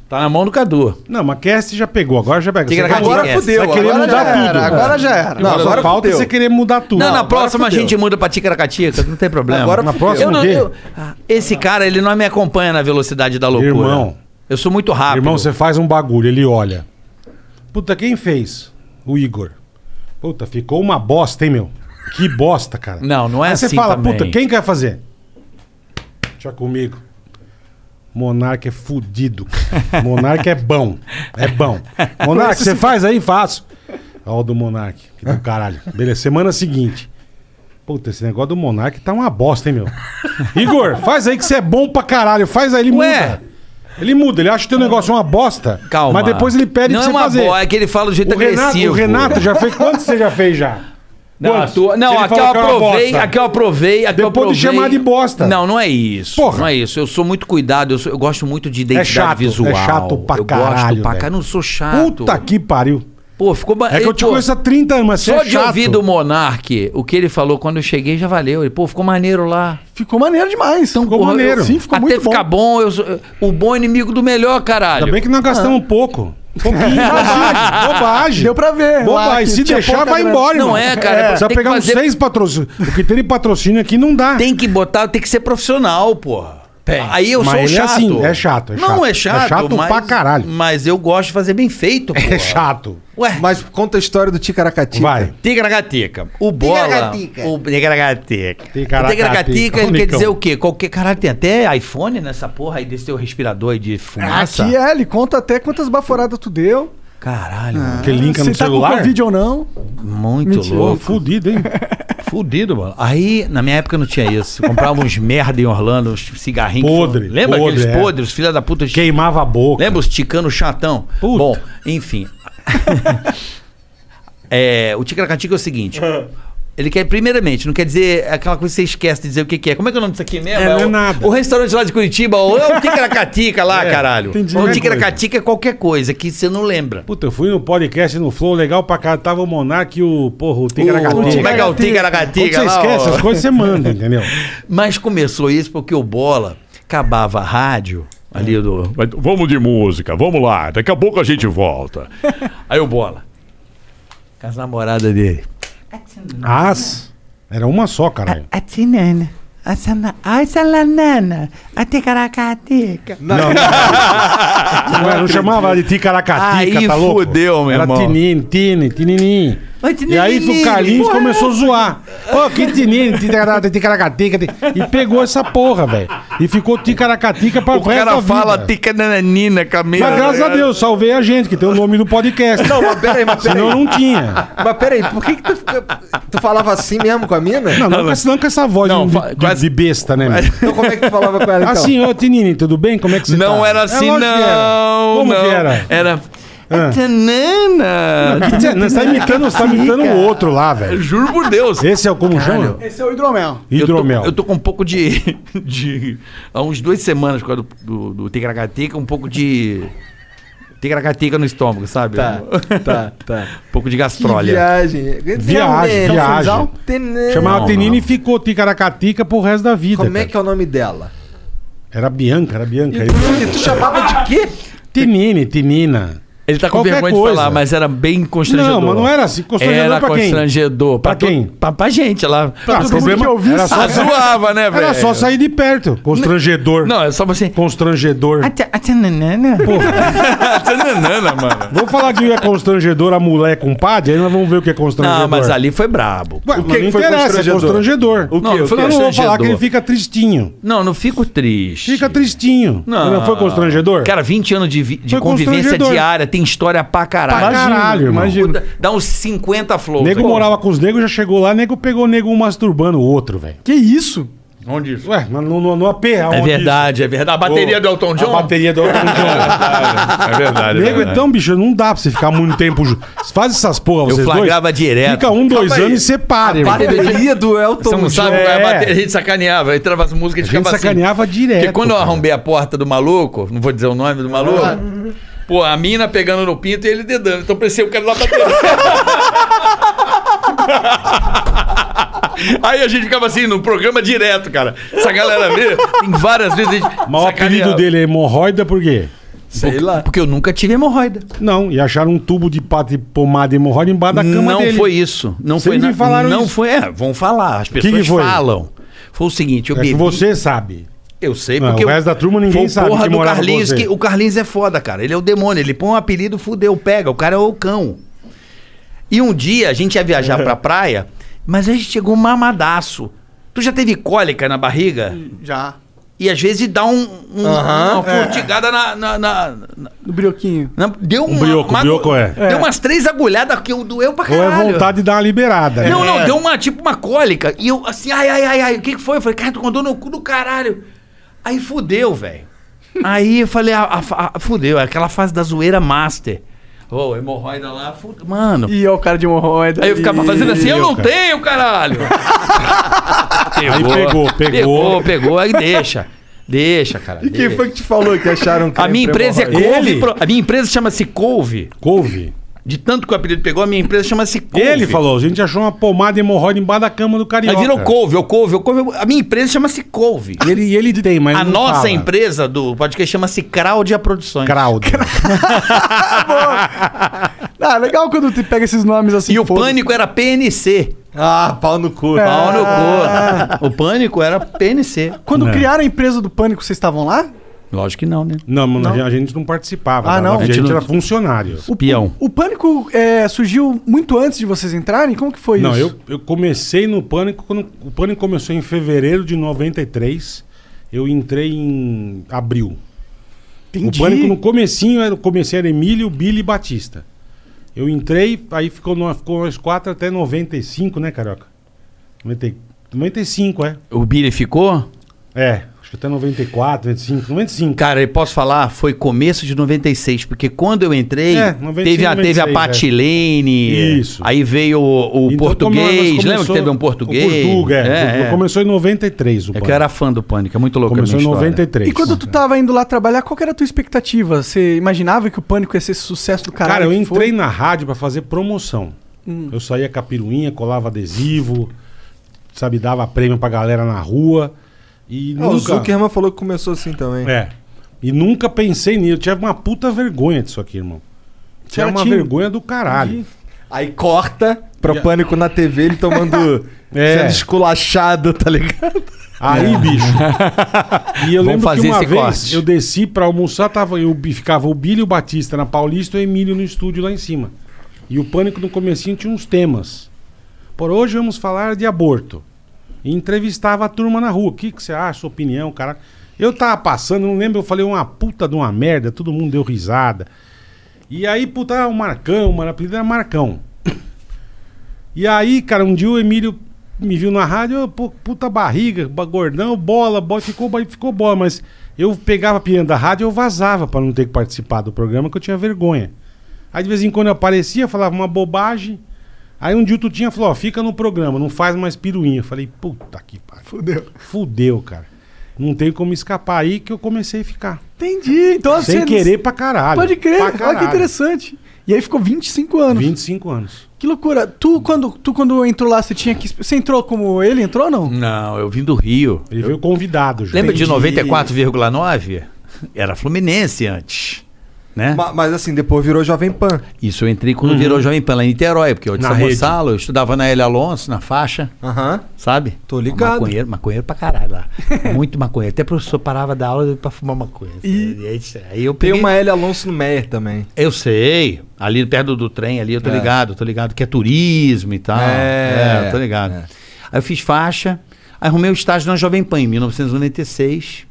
Tá na mão do Cadu.
Não, mas cast já pegou. Agora já pega. Você
Ticaracatica.
agora
Agora fudeu,
Vai querer
agora
mudar
já
tudo.
era, agora já era.
Não,
Não, agora
agora
falta
fudeu.
você querer mudar tudo.
não, na
agora
próxima a
fudeu.
gente muda pra Ticaracatica, não tem problema.
Agora
Na
fudeu.
eu
próxima
não,
o quê?
eu- ah, esse cara, ele não me acompanha na velocidade da loucura.
Irmão.
Eu sou muito rápido.
Irmão, você faz um bagulho, ele olha. Puta, quem fez? O Igor. Puta, ficou uma bosta, hein, meu? Que bosta, cara.
Não, não é
Aí
assim
você fala,
também.
puta, quem quer fazer? Deixa comigo. Monarca é fudido. Monarca é bom.
*laughs*
É bom. Monarca, você faz aí? Faço. Ó, o do Monark. Que do caralho. Beleza, semana seguinte. Puta, esse negócio do Monark tá uma bosta,
*laughs*
hein, meu? Igor, faz aí que você é bom pra caralho. Faz aí, ele
Ué.
muda. Ele muda, ele acha o teu negócio uma bosta.
Calma.
Mas depois ele pede
não
pra
é
você
uma
fazer.
boa, é que ele fala do jeito
o, Renato,
agressivo.
o Renato já fez. Quantos você já fez já?
Não, a
Quantos?
tua- não,
Se ele
a que eu
falar é uma
aprovei,
bosta.
a que eu aprovei, a que eu
Depois
aprovei.
de chamar de bosta.
Não, não é isso.
Porra.
Não é isso. Eu sou muito cuidado, eu, sou- eu gosto muito de identidade
chato,
visual.
é chato pra
eu
caralho,
gosto pra
velho.
caralho, não sou chato.
Puta que pariu.
Pô, ficou ba-
É que
Ei,
eu te
pô,
conheço há 30 anos, mas você
Só
é
de
chato.
ouvir do Monark, o que ele falou quando eu cheguei já valeu. Ele, pô, ficou maneiro lá.
Ficou maneiro demais.
Ficou
porra,
maneiro.
Sim, ficou
Até
muito
ficar
bom.
bom, eu sou- o bom é inimigo do melhor, caralho.
Ainda bem que nós gastamos
Ah.
um pouco. Um pouquinho,
*laughs*
bobagem. bobagem.
Deu pra ver. lá
Bobagem.
que
Se
tinha
deixar,
pouca
vai
grana.
embora,
Não
irmão.
é, cara, é pra-
Precisa
tem que
pegar uns
fazer-
seis patrocínios. O que tem de patrocínio aqui não dá.
Tem que botar, tem que ser profissional, porra. Aí eu
Mas
sou
ele é
chato.
assim, é chato, é chato.
Não é chato,
É chato
mas,
pra caralho.
Mas eu gosto de fazer bem feito, porra.
*laughs* É chato.
Ué,
Mas conta a história do Ticaracatica.
Vai.
Tigragatica. O bola.
Tigragatica.
O Tigragatica.
Ticaracatica.
O Tigragatica ele quer
Unicão.
dizer o quê? Qualquer caralho tem até iPhone nessa porra aí desse teu respirador aí de fumaça.
Aqui é, ele conta até quantas baforadas tu deu.
Caralho, mano.
Que linka
se
no
tá com
celular.
Covid ou não.
muito
Mentira.
Pô,
louco. *laughs*
fudido, hein?
Fudido, mano. Aí, na minha época não tinha isso. Comprava uns merda em Orlando, uns cigarrinhos.
Podre,
Lembra
podre,
aqueles
é.
podres, filha da puta? de-
Queimava a boca.
Lembra os ticano chatão?
Puta.
Bom, enfim. *laughs* é, o Ticaracatica é o
*laughs*
seguinte. Ele quer, primeiramente, não quer dizer aquela coisa que você esquece de dizer o que, que é. Como é que é o nome disso aqui mesmo?
É, não é
o,
nada.
o restaurante lá de Curitiba, ou é o Ticaracatica lá,
*laughs* É,
caralho.
entendi.
O
Qualquer
Ticaracatica é qualquer coisa que você não lembra.
Puta, eu fui no podcast no Flow, legal pra cá. Tava o Monark e o, porra, o
Como
Ticaracatica.
é que é o
Quando
Ticaracatica
você
lá,
esquece,
ó?
as coisas você manda, entendeu?
Mas começou isso porque o Bola acabava a rádio ali do.
Mas vamos de música, vamos lá. Daqui a pouco a gente volta.
Aí o Bola. Com as namoradas dele.
As. Era uma só,
*laughs*
caralho.
A Tinana. A Sana. Ai, Salanana. A Ticaracatica.
Não, não, não, não chamava de ticaracatica,
Aí
tá louco?
fudeu, meu
Era
irmão.
tinine, tine, tininim.
Oi,
E aí é o
tinininini.
Carlinhos começou a zoar. Ô, que tinine, ticaracata- ticaracatica. ti- E pegou essa porra, velho. E ficou ticaracatica pra o
O
resto
cara
da
fala
Ah, vida.
ticananina, camisa.
Mas graças a Deus, salvei a gente, que tem o nome do podcast.
Não, mas peraí, mas peraí.
Senão não tinha.
Mas peraí, por que, que tu, fica- tu falava assim mesmo com a mina?
Não, não, com essa- não com essa voz
Não,
de-
fa-
de,
quase-
de besta, né? meu?
Então como é que tu falava com
Ah,
ela então?
Assim, ô Tinini, tudo bem? Como é que você tá?
Não era
É
assim,
lógico que era.
não.
Como
não.
que era?
Era. é
Ah.
Tanana.
Que tchan- Você tá imitando, você tá imitando o outro lá, velho.
Juro por Deus.
Esse é o como chama?
Esse é o hidromel.
Hidromel.
Eu tô, eu tô com um pouco de. de há uns duas semanas por causa do, do, do Ticaracatica, um pouco de. Ticaracatica no estômago, sabe?
Tá,
*laughs* Um
tá, tá.
pouco de
Que
gastrolha.
viagem.
Viagem,
um
viagem.
Tenente.
Chamava
Não,
a Tenina
não.
e ficou ticaracatica pro resto da vida.
Como é
cara.
que é o nome dela?
Era Bianca, era Bianca. Ele...
E é tu chamava de quê?
Tenine, Tenina.
Ele tá com
Qualquer
vergonha
coisa.
de falar, mas era bem constrangedor.
Não, mas não era assim. Constrangedor
Era
pra quem?
constrangedor.
Pra
to-
quem?
Pra, pra gente lá.
Ah,
Pra-
o problema
que eu vi
era só,
Só zoava, né, velho?
era só sair de perto. Constrangedor.
Não, é só você.
*laughs* Constrangedor.
Acha- acha nanana.
Tananana, mano.
Vamos falar que é constrangedor a mulher com padre? Aí nós vamos ver o que é constrangedor.
Não, mas ali foi brabo.
Ué, o
que
que,
que foi
interessa, é constrangedor.
O
Não,
quê?
não
O
foi
Eu não vou falar que ele
constrangedor.
fica tristinho.
Não, não fico triste.
Fica tristinho.
Não.
Não foi constrangedor?
Cara, 20 anos de, vi- de
Foi
convivência
constrangedor.
diária, tem história pra
pra
caralho.
caralho, irmão.
imagina.
Dá- Dá uns 50
O
flows.
nego
Pô,
morava com os negros, já chegou lá, nego pegou o nego um masturbando o outro, velho.
Que isso?
Onde isso?
Ué, no, no, no AP.
É
aonde
verdade, é verdade. A
isso?
bateria do Elton John?
A bateria do Elton John.
É verdade.
nego, então, bicho, não dá pra você ficar muito tempo junto. Faz essas porra,
Eu
vocês
flagrava
dois.
direto.
Fica um, dois
Calma aí.
anos e separa, irmão.
bateria-
Bateria do Elton
Você não
John.
sabe,
É.
a, bateria, a gente sacaneava, entrava as músicas e
A gente
ficava assim.
sacaneava direto.
Porque quando eu
cara. Ah.
arrombei a porta do maluco, não vou dizer o nome do maluco, pô, a mina pegando no pinto e ele dedando. Então pensei, o cara lá batendo. *laughs* Aí a gente ficava assim, no programa direto, cara. Essa galera vê, tem várias vezes a gente.
Mas o apelido
sacaneava.
dele é hemorroida por quê?
Sei lá. Porque eu nunca tive hemorroida.
Não, e acharam um tubo de pata e pomada hemorroida embaixo da cama
não
dele.
foi isso. Não
Sempre
foi na-
falaram
Não
isso.
foi. É, vão falar. As pessoas
que foi?
falam. Foi o seguinte, eu
É
bebi.
que você sabe.
Eu sei,
Não,
porque.
o resto da turma ninguém
foi o
sabe
Porra
que
do
morava com
Carlinhos,
você.
que o Carlinhos é foda, cara. Ele é o demônio. Ele põe um apelido, fudeu, pega. O cara é o cão. E um dia a gente ia viajar
*laughs*
pra praia, mas aí chegou um mamadaço. Tu já teve cólica na barriga?
Já.
E às vezes dá um, um-
Aham.
uma furtigada na- na- na,
No brioquinho.
não, Deu uma,
brioco,
uma-
brioco é.
Deu umas três agulhadas que eu doeu pra
Ou
caralho.
é vontade de dar uma liberada. né?
Não, não, deu uma, tipo, uma cólica. E eu, assim, ai, ai, ai, ai, o que que foi? Eu falei, cara, tu mandou no cu do caralho. Aí fudeu,
*laughs*
velho. Aí eu falei, ah, ah, fa- ah, fudeu, é aquela fase da zoeira master. Ô, hemorroida lá, fudeu. Mano.
E é o cara de hemorroida.
Aí eu ficava fazendo assim, eu não
cara.
tenho,
*laughs*
caralho.
pegou, pegou.
Pegou, pegou, aí deixa. Deixa, cara.
E quem
deixa.
foi que te falou que acharam que
A minha empresa é
hemorroida?
couve.
Ele?
Pro- A minha empresa chama-se couve.
Couve.
De tanto que o apelido pegou, a minha empresa chama-se Couve.
Ele falou, a gente achou uma pomada hemorroida embaixo da cama do
Aí
carioca.
virou couve, eu couve, eu couve. A minha empresa chama-se Couve.
E Ele, e ele tem, mas
a
ele não
nossa
fala.
empresa do podcast chama-se Craudia Produções. *laughs*
Crowd.
Ah, legal quando tu pega esses nomes assim.
E o
foda-se.
pânico era PNC.
Ah, pau no cu.
Pau no cu. O pânico era PNC.
Quando
Não.
criaram a empresa do pânico, vocês estavam lá?
Lógico que não, né?
Não, mas a gente não participava.
Ah,
cara.
não?
A gente,
A gente não-
era funcionário.
O,
Peão.
O, o pânico é, surgiu muito antes de vocês entrarem? Como que foi
Não,
isso?
eu, eu comecei no Pânico quando o Pânico começou em fevereiro de 93. Eu entrei em abril.
Entendi.
O Pânico no comecinho, era, o comecinho era Emílio, Billy e Batista. Eu entrei, aí ficou nós, ficou nós quatro até 95, né, Carioca? 90, 95, é.
O Billy ficou?
É, acho que até 94, 95, 95.
Cara, eu posso falar, foi começo de 96, porque quando eu entrei,
É, 95,
teve, a, teve a
96,
Patilene,
é. Isso.
aí veio o, o
Então, como nós
português,
começou-
lembra que teve um português?
O Portuga, é.
é, é.
Começou em 93 o
É
Pânico.
que eu era fã do Pânico, é muito louco
Começou
a
em
minha história.
93.
E quando tu tava indo lá trabalhar, qual que era a tua expectativa? Você imaginava que o pânico ia ser esse sucesso do caralho?
Cara, eu
que
entrei
foi? Hum.
na rádio pra fazer promoção. Eu saía com a piruinha, colava adesivo, sabe, dava prêmio pra galera na rua. E
Ah,
O
nunca.
Zuckerman falou que começou assim também.
É. E nunca pensei nisso. Eu tinha uma puta vergonha disso aqui, irmão. Tinha
Era
uma
tímido.
vergonha do caralho.
Aí corta pra pânico na TV, ele *laughs* tomando.
É.
sendo esculachado, tá ligado?
Aí,
*laughs*
bicho. E eu
É. Vamos
lembro que
fazer
uma
esse
vez
corte.
eu desci pra almoçar, tava, eu, ficava o Billy, o Batista na Paulista e o Emílio no estúdio lá em cima. E o Pânico no comecinho tinha uns temas. Por hoje vamos falar de aborto. E entrevistava a turma na rua. O que, que você acha, sua opinião, cara? Eu tava passando, não lembro, eu falei uma puta de uma merda, todo mundo deu risada. E aí, puta, ah, o Marcão, mano, o apelido era Marcão. E aí, cara, um dia o Emílio me viu na rádio, eu, pô, puta barriga, ba- gordão, bola, bola, ficou, ba- ficou bola, mas eu pegava a piranha da rádio e eu vazava pra não ter que participar do programa, que eu tinha vergonha. Aí de vez em quando eu aparecia, falava uma bobagem. Aí um dia tu tinha falou, ó, fica no programa, não faz mais piruinha. Eu falei, puta que pariu. Fudeu. Fudeu, cara. Não tem como escapar aí que eu comecei a ficar.
Entendi. Então
sem
você-
querer pra caralho.
Pode crer,
Pra
olha que
caralho.
interessante. E aí ficou 25 anos.
25 anos.
Que loucura. Tu quando, tu, quando entrou lá, você tinha que. Você entrou como ele entrou ou não?
Não, eu vim do Rio.
Ele veio convidado já.
Lembra de
Entendi.
94,9? Era Fluminense antes. Né?
Ma- Mas assim, depois virou Jovem Pan.
Isso eu entrei quando virou Jovem Pan lá em Niterói, porque eu de
Na
São
rede.
Gonçalo, eu estudava na L. Alonso, na faixa,
Aham.
sabe?
Tô ligado.
Maconheiro, maconheiro pra caralho lá. Muito maconheiro. Até o professor parava da aula pra fumar maconha. E aí, aí eu
Tem
peguei...
uma L. Alonso no Meyer também.
Eu sei, ali perto do trem ali, eu tô
É.
ligado, tô ligado, que é turismo e tal. É,
É,
eu tô ligado.
é.
Aí eu fiz faixa, aí arrumei o estágio na Jovem Pan em 1996.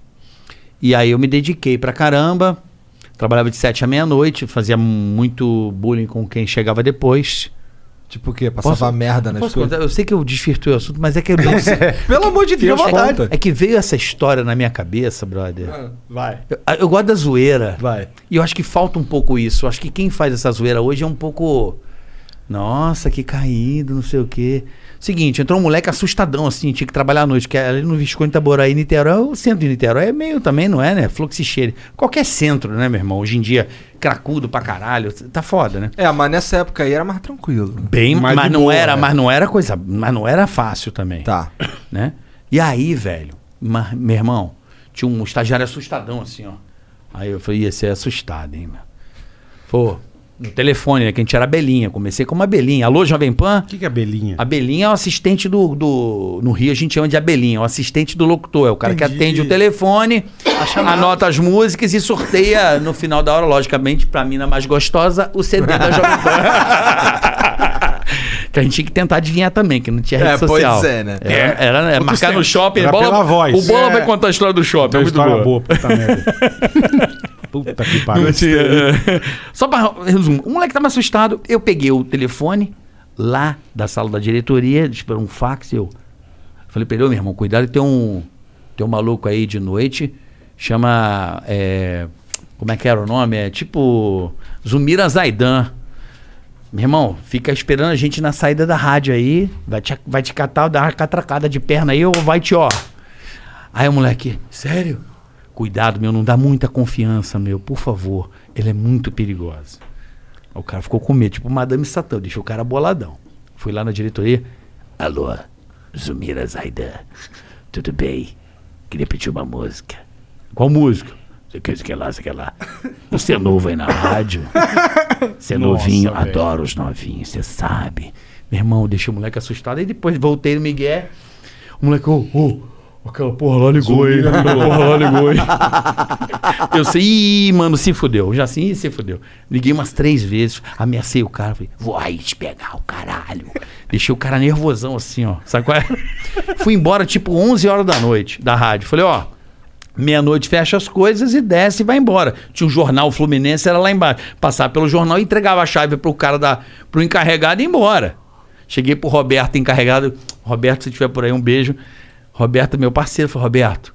E aí eu me dediquei pra caramba. Trabalhava de sete à meia-noite, fazia muito bullying com quem chegava depois.
Tipo o quê? Passava
Posso-
merda Tá na
Posso
escola.
contar? Eu sei que eu desvirtuei o assunto, mas é que eu não
*laughs*
sei.
Pelo amor de Deus,
vontade.
conta.
É que veio essa história na minha cabeça, brother.
Ah. Vai.
Eu, eu gosto da zoeira.
Vai.
E eu acho que falta um pouco isso. Eu acho que quem faz essa zoeira hoje é um pouco. Nossa, que caído, não sei o quê. Seguinte, entrou um moleque assustadão, assim, tinha que trabalhar à noite, que ali no Visconde Taboraí, Niterói, o centro de Niterói é meio também, não é, né? Fluxo e cheiro. Qualquer centro, né, meu irmão? Hoje em dia, cracudo pra caralho, tá foda, né?
É, mas nessa época aí era mais tranquilo.
Bem,
Mais
mas
de
não
boa,
era,
né?
mas não era coisa, mas não era fácil também
Tá.
né? E aí, velho, ma- meu irmão, tinha um estagiário assustadão assim, ó. Aí eu falei, ia ser assustado, hein, meu. Pô, no telefone, né? Que a gente era Belinha. Comecei com uma Belinha. Alô, Jovem Pan?
O que, que é Belinha?
A Belinha é o assistente do, do. No Rio a gente chama de Abelinha, é o assistente do locutor. É o cara que
Entendi.
atende o telefone, anota as músicas e sorteia no final da hora, logicamente, pra mina mais gostosa, o CD da Jovem
*laughs*
Pan. que a gente tinha que tentar adivinhar também, que não tinha rede
É, pois
social.
é, né?
Era, era, era marcar no
tempos.
shopping.
Era
bola,
pela voz.
O Bola
É.
vai contar a história do shopping.
Tem
É
uma
muito
história
boa.
boa. puta merda. *laughs* puta que pariu.
Não tinha. *laughs* Só pra resumo, o moleque tava assustado. Eu peguei o telefone lá da sala da diretoria, esperou um fax. Eu falei pra ele, "Ô, meu irmão, cuidado, tem um, tem um maluco aí de noite, chama. é, como é que era o nome? É tipo. Zumira Zaidan. Meu irmão, fica esperando a gente na saída da rádio aí. Vai te, vai te catar, dar uma catracada de perna aí ou vai te, ó. Aí o moleque, sério? Cuidado, meu, não dá muita confiança, meu, por favor. Ele é muito perigoso. Aí o cara ficou com medo, tipo Madame Satã, deixou o cara boladão. Fui lá na diretoria. Alô, Zumira Zaidan, tudo bem? Queria pedir uma música. Qual música? Você quer, você quer lá, você quer lá. Você é novo aí na rádio. Você é
Nossa,
novinho,
velho.
adoro os novinhos, você sabe. Meu irmão, deixei o moleque assustado. Aí depois voltei no Miguel. O moleque, ô, ô, aquela porra lá ligou, hein? *laughs* Aquela porra lá ligou, hein? Eu sei, "Ih, mano, se fudeu. Já assim, "Ih, se fudeu. Liguei umas três vezes, ameacei o cara, falei, vou aí te pegar o caralho. Deixei o cara nervosão assim, ó. Sabe qual é? *laughs* Fui embora tipo 11 horas da noite da rádio. Falei, ó, meia-noite fecha as coisas e desce e vai embora. Tinha um jornal Fluminense, era lá embaixo. Passava pelo jornal e entregava a chave pro cara da, pro encarregado e ia embora. Cheguei pro Roberto, encarregado. Roberto, se tiver por aí, um beijo. Roberto, meu parceiro, falou, Roberto,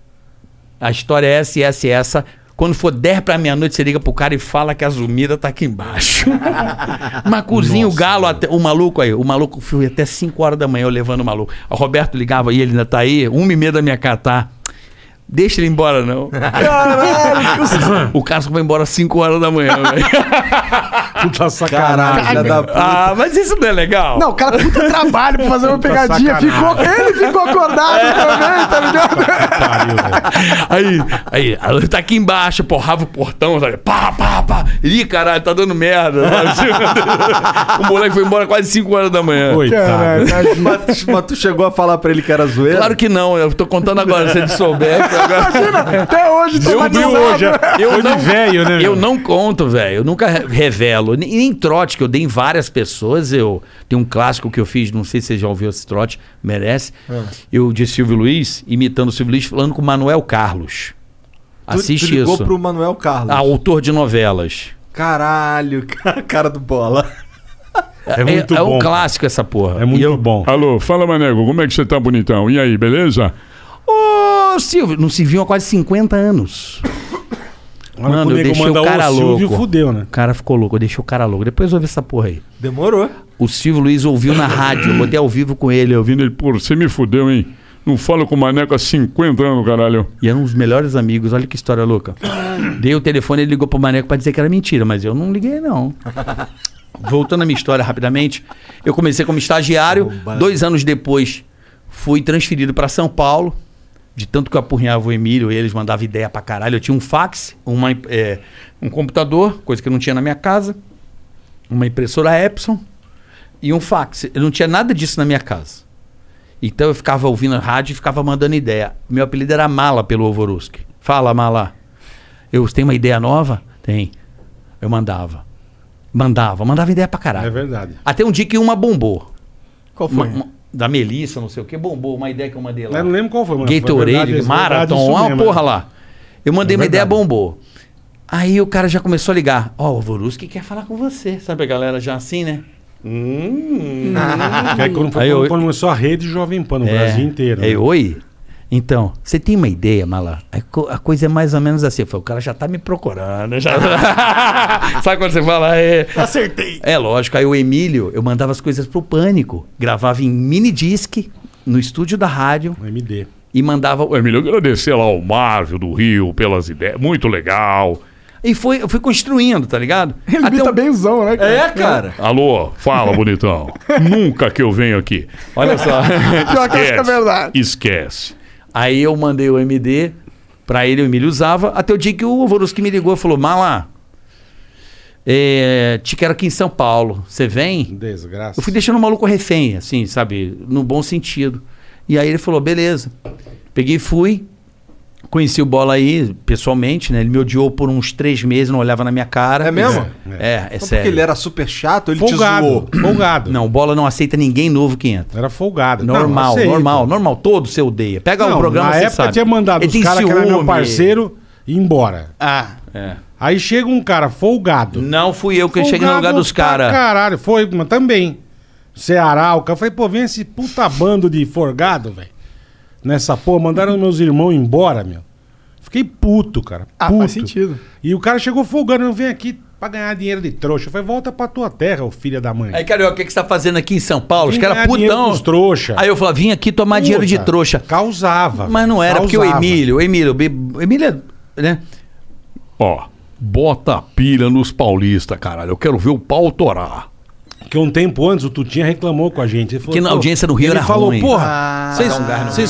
a história é essa e essa e essa. Quando for 10 pra meia-noite, você liga pro cara e fala que a Zumira tá aqui embaixo. *laughs* Macuzinho o Galo, até, o maluco aí, o maluco foi até 5 horas da manhã eu levando o maluco. O Roberto ligava e ele ainda tá aí, uma e meia da minha catar. Deixa ele embora, *laughs* não. *laughs* o cara só foi embora 5 horas da manhã, velho.
Puta sacanagem.
Caralho, filha da puta.
Ah, mas isso não é legal.
Não, o cara puta trabalho pra
*laughs*
fazer uma
Puta
pegadinha. Ficou,
Tá sacanagem. É.
ele ficou acordado também, tá ligado?
*laughs* Pariu, velho.
Aí, aí, ela tá aqui embaixo, porrava o portão, sabe? Pá, pá, pá. Ih, caralho, tá dando merda. *laughs* sabe? o moleque foi embora quase 5 horas da manhã.
Coitado.
Caralho, tadinho.
Mas, tu- mas tu chegou a falar pra ele que era zoeira?
Claro que não, eu tô contando agora, se ele souber. Agora...
Até hoje tô
Deu
batizado.
deu hoje. é.
Eu
Foi de
não-
velho, né?
Eu
meu?
não conto, velho. Eu nunca re- revelo. Nem- Nem trote que eu dei em várias pessoas. Eu tem um clássico que eu fiz, não sei se você já ouviu esse trote, merece.
É.
Eu de Silvio Luiz, imitando o Silvio Luiz, falando com o Manuel Carlos.
Tu-
Assiste
tu ligou
isso.
pro Manuel Carlos.
Ah, autor de novelas.
Caralho, cara, *laughs* cara do bola.
É muito
é,
bom.
um clássico essa porra.
É muito
E eu-
bom.
Alô, fala, Manego, como é que você tá bonitão? E aí, beleza?
Ô, Silvio, não se viu há quase 50
*coughs*
anos.
Agora,
Mano,
quando
eu
nego
deixei
manda
o cara
Silvio
louco.
fudeu, né?
O cara ficou louco, eu deixei o cara louco. Depois ouve essa porra aí.
Demorou.
É O Silvio Luiz ouviu na rádio, eu botei ao vivo com ele, eu ouvi
Vindo ele, pô, você me fudeu, hein? Não falo com o Maneco há 50 anos, caralho.
E eram os melhores amigos, olha que história louca. Dei o telefone, ele ligou pro Maneco pra dizer que era mentira, mas eu não liguei, não. Voltando à minha história rapidamente, eu comecei como estagiário, dois anos depois fui transferido pra São Paulo. De tanto que eu apurrinhava o Emílio, eles mandavam ideia pra caralho. Eu tinha um fax, uma, imp- é, um computador, coisa que eu não tinha na minha casa, uma impressora Epson e um fax. Eu não tinha nada disso na minha casa. Então eu ficava ouvindo a rádio e ficava mandando ideia. Meu apelido era Mala pelo Ovorusk. Fala, Mala. Eu tenho uma ideia nova? Tem. Eu mandava. Mandava, mandava ideia pra caralho.
É verdade.
Até um dia que uma bombou.
é-
Qual
Uma-
foi?
uma- da Melissa, não sei o que, bombou uma ideia que eu mandei lá.
Eu não lembro qual foi, é mano.
Gatorade, Marathon, uma
né?
porra lá. Eu mandei
É
uma ideia,
verdade.
bombou. Aí o cara já começou a ligar. Ó, o Voruski quer falar com você. Sabe a galera já assim, né?
Que Hum. aí quando, foi,
Aí
quando-
eu-
quando começou a rede Jovem Pan no Brasil inteiro.
É,
né?
oi? Então, você tem uma ideia, Mala? A co- A coisa é mais ou menos assim. Eu falei, o cara já tá me procurando. já-
*laughs*
Sabe quando você fala? É...
Acertei.
é lógico. Aí o Emílio, eu mandava as coisas pro Pânico. Gravava em mini disc no estúdio da rádio
Um MD.
e mandava.
Ô, Emílio, eu agradecer lá ao Marvel do Rio pelas ideias. Muito legal.
E foi, eu fui construindo, tá ligado?
Ele
Até
imita
um-
bemzão, né? cara?
É, cara.
Alô,
*laughs*
fala, bonitão. Nunca que eu venho aqui.
Olha só.
Pior que eu acho que é verdade.
Esquece.
Aí eu mandei o MD pra ele, o Emílio usava, até o dia que o Voruski me ligou e falou: Mala, é, te quero aqui em São Paulo, você vem?
Desgraça.
Eu fui deixando o maluco refém, assim, sabe? No bom sentido. E aí ele falou: beleza. Peguei e fui. Conheci o Bola aí pessoalmente, né? Ele me odiou por uns três meses, não olhava na minha cara.
É mesmo?
É, é,
Então,
sério.
Porque ele era super chato, ele te zoou.
Folgado. Folgado.
Não, o Bola não aceita ninguém novo que entra.
Era folgado.
Normal,
Não, é aceito.
normal, normal. Todo você odeia. Pega o
Não,
um programa,
na
você
época
sabe.
tinha mandado
Ele
os
tem
caras que eram meu
ciúme.
parceiro ir embora.
Ah,
Aí chega um cara folgado.
Não fui eu que
Folgado
cheguei no lugar dos
pra
caras.
Caralho, foi, mas também. Ceará, o cara. Falei, pô, vem esse puta bando de forgado, velho. Nessa porra, mandaram meus irmãos embora, meu. Fiquei puto, cara. Puto.
ah faz sentido.
E o cara chegou folgando, eu vim aqui pra ganhar dinheiro de trouxa. Eu falei, volta pra tua terra, ô filha da mãe.
Aí, Carioca, o que que você tá fazendo aqui em São Paulo? Os
Vim
caras
ganhar dinheiro
putão.
com os trouxa.
Aí eu falava, vim aqui tomar dinheiro de
Puta,
trouxa.
Causava.
Mas não era, porque o
causava.
Emílio, o Emílio, o Be- o Emílio, é, né?
Ó, bota a pilha nos paulistas, caralho. Eu quero ver o pau torar.
Porque um tempo antes o Tutinha reclamou com a gente. Ele falou,
Que na
"Pô",
audiência no Rio
ele
era
falou,
ruim. Ah,
porra, vocês...
um
vocês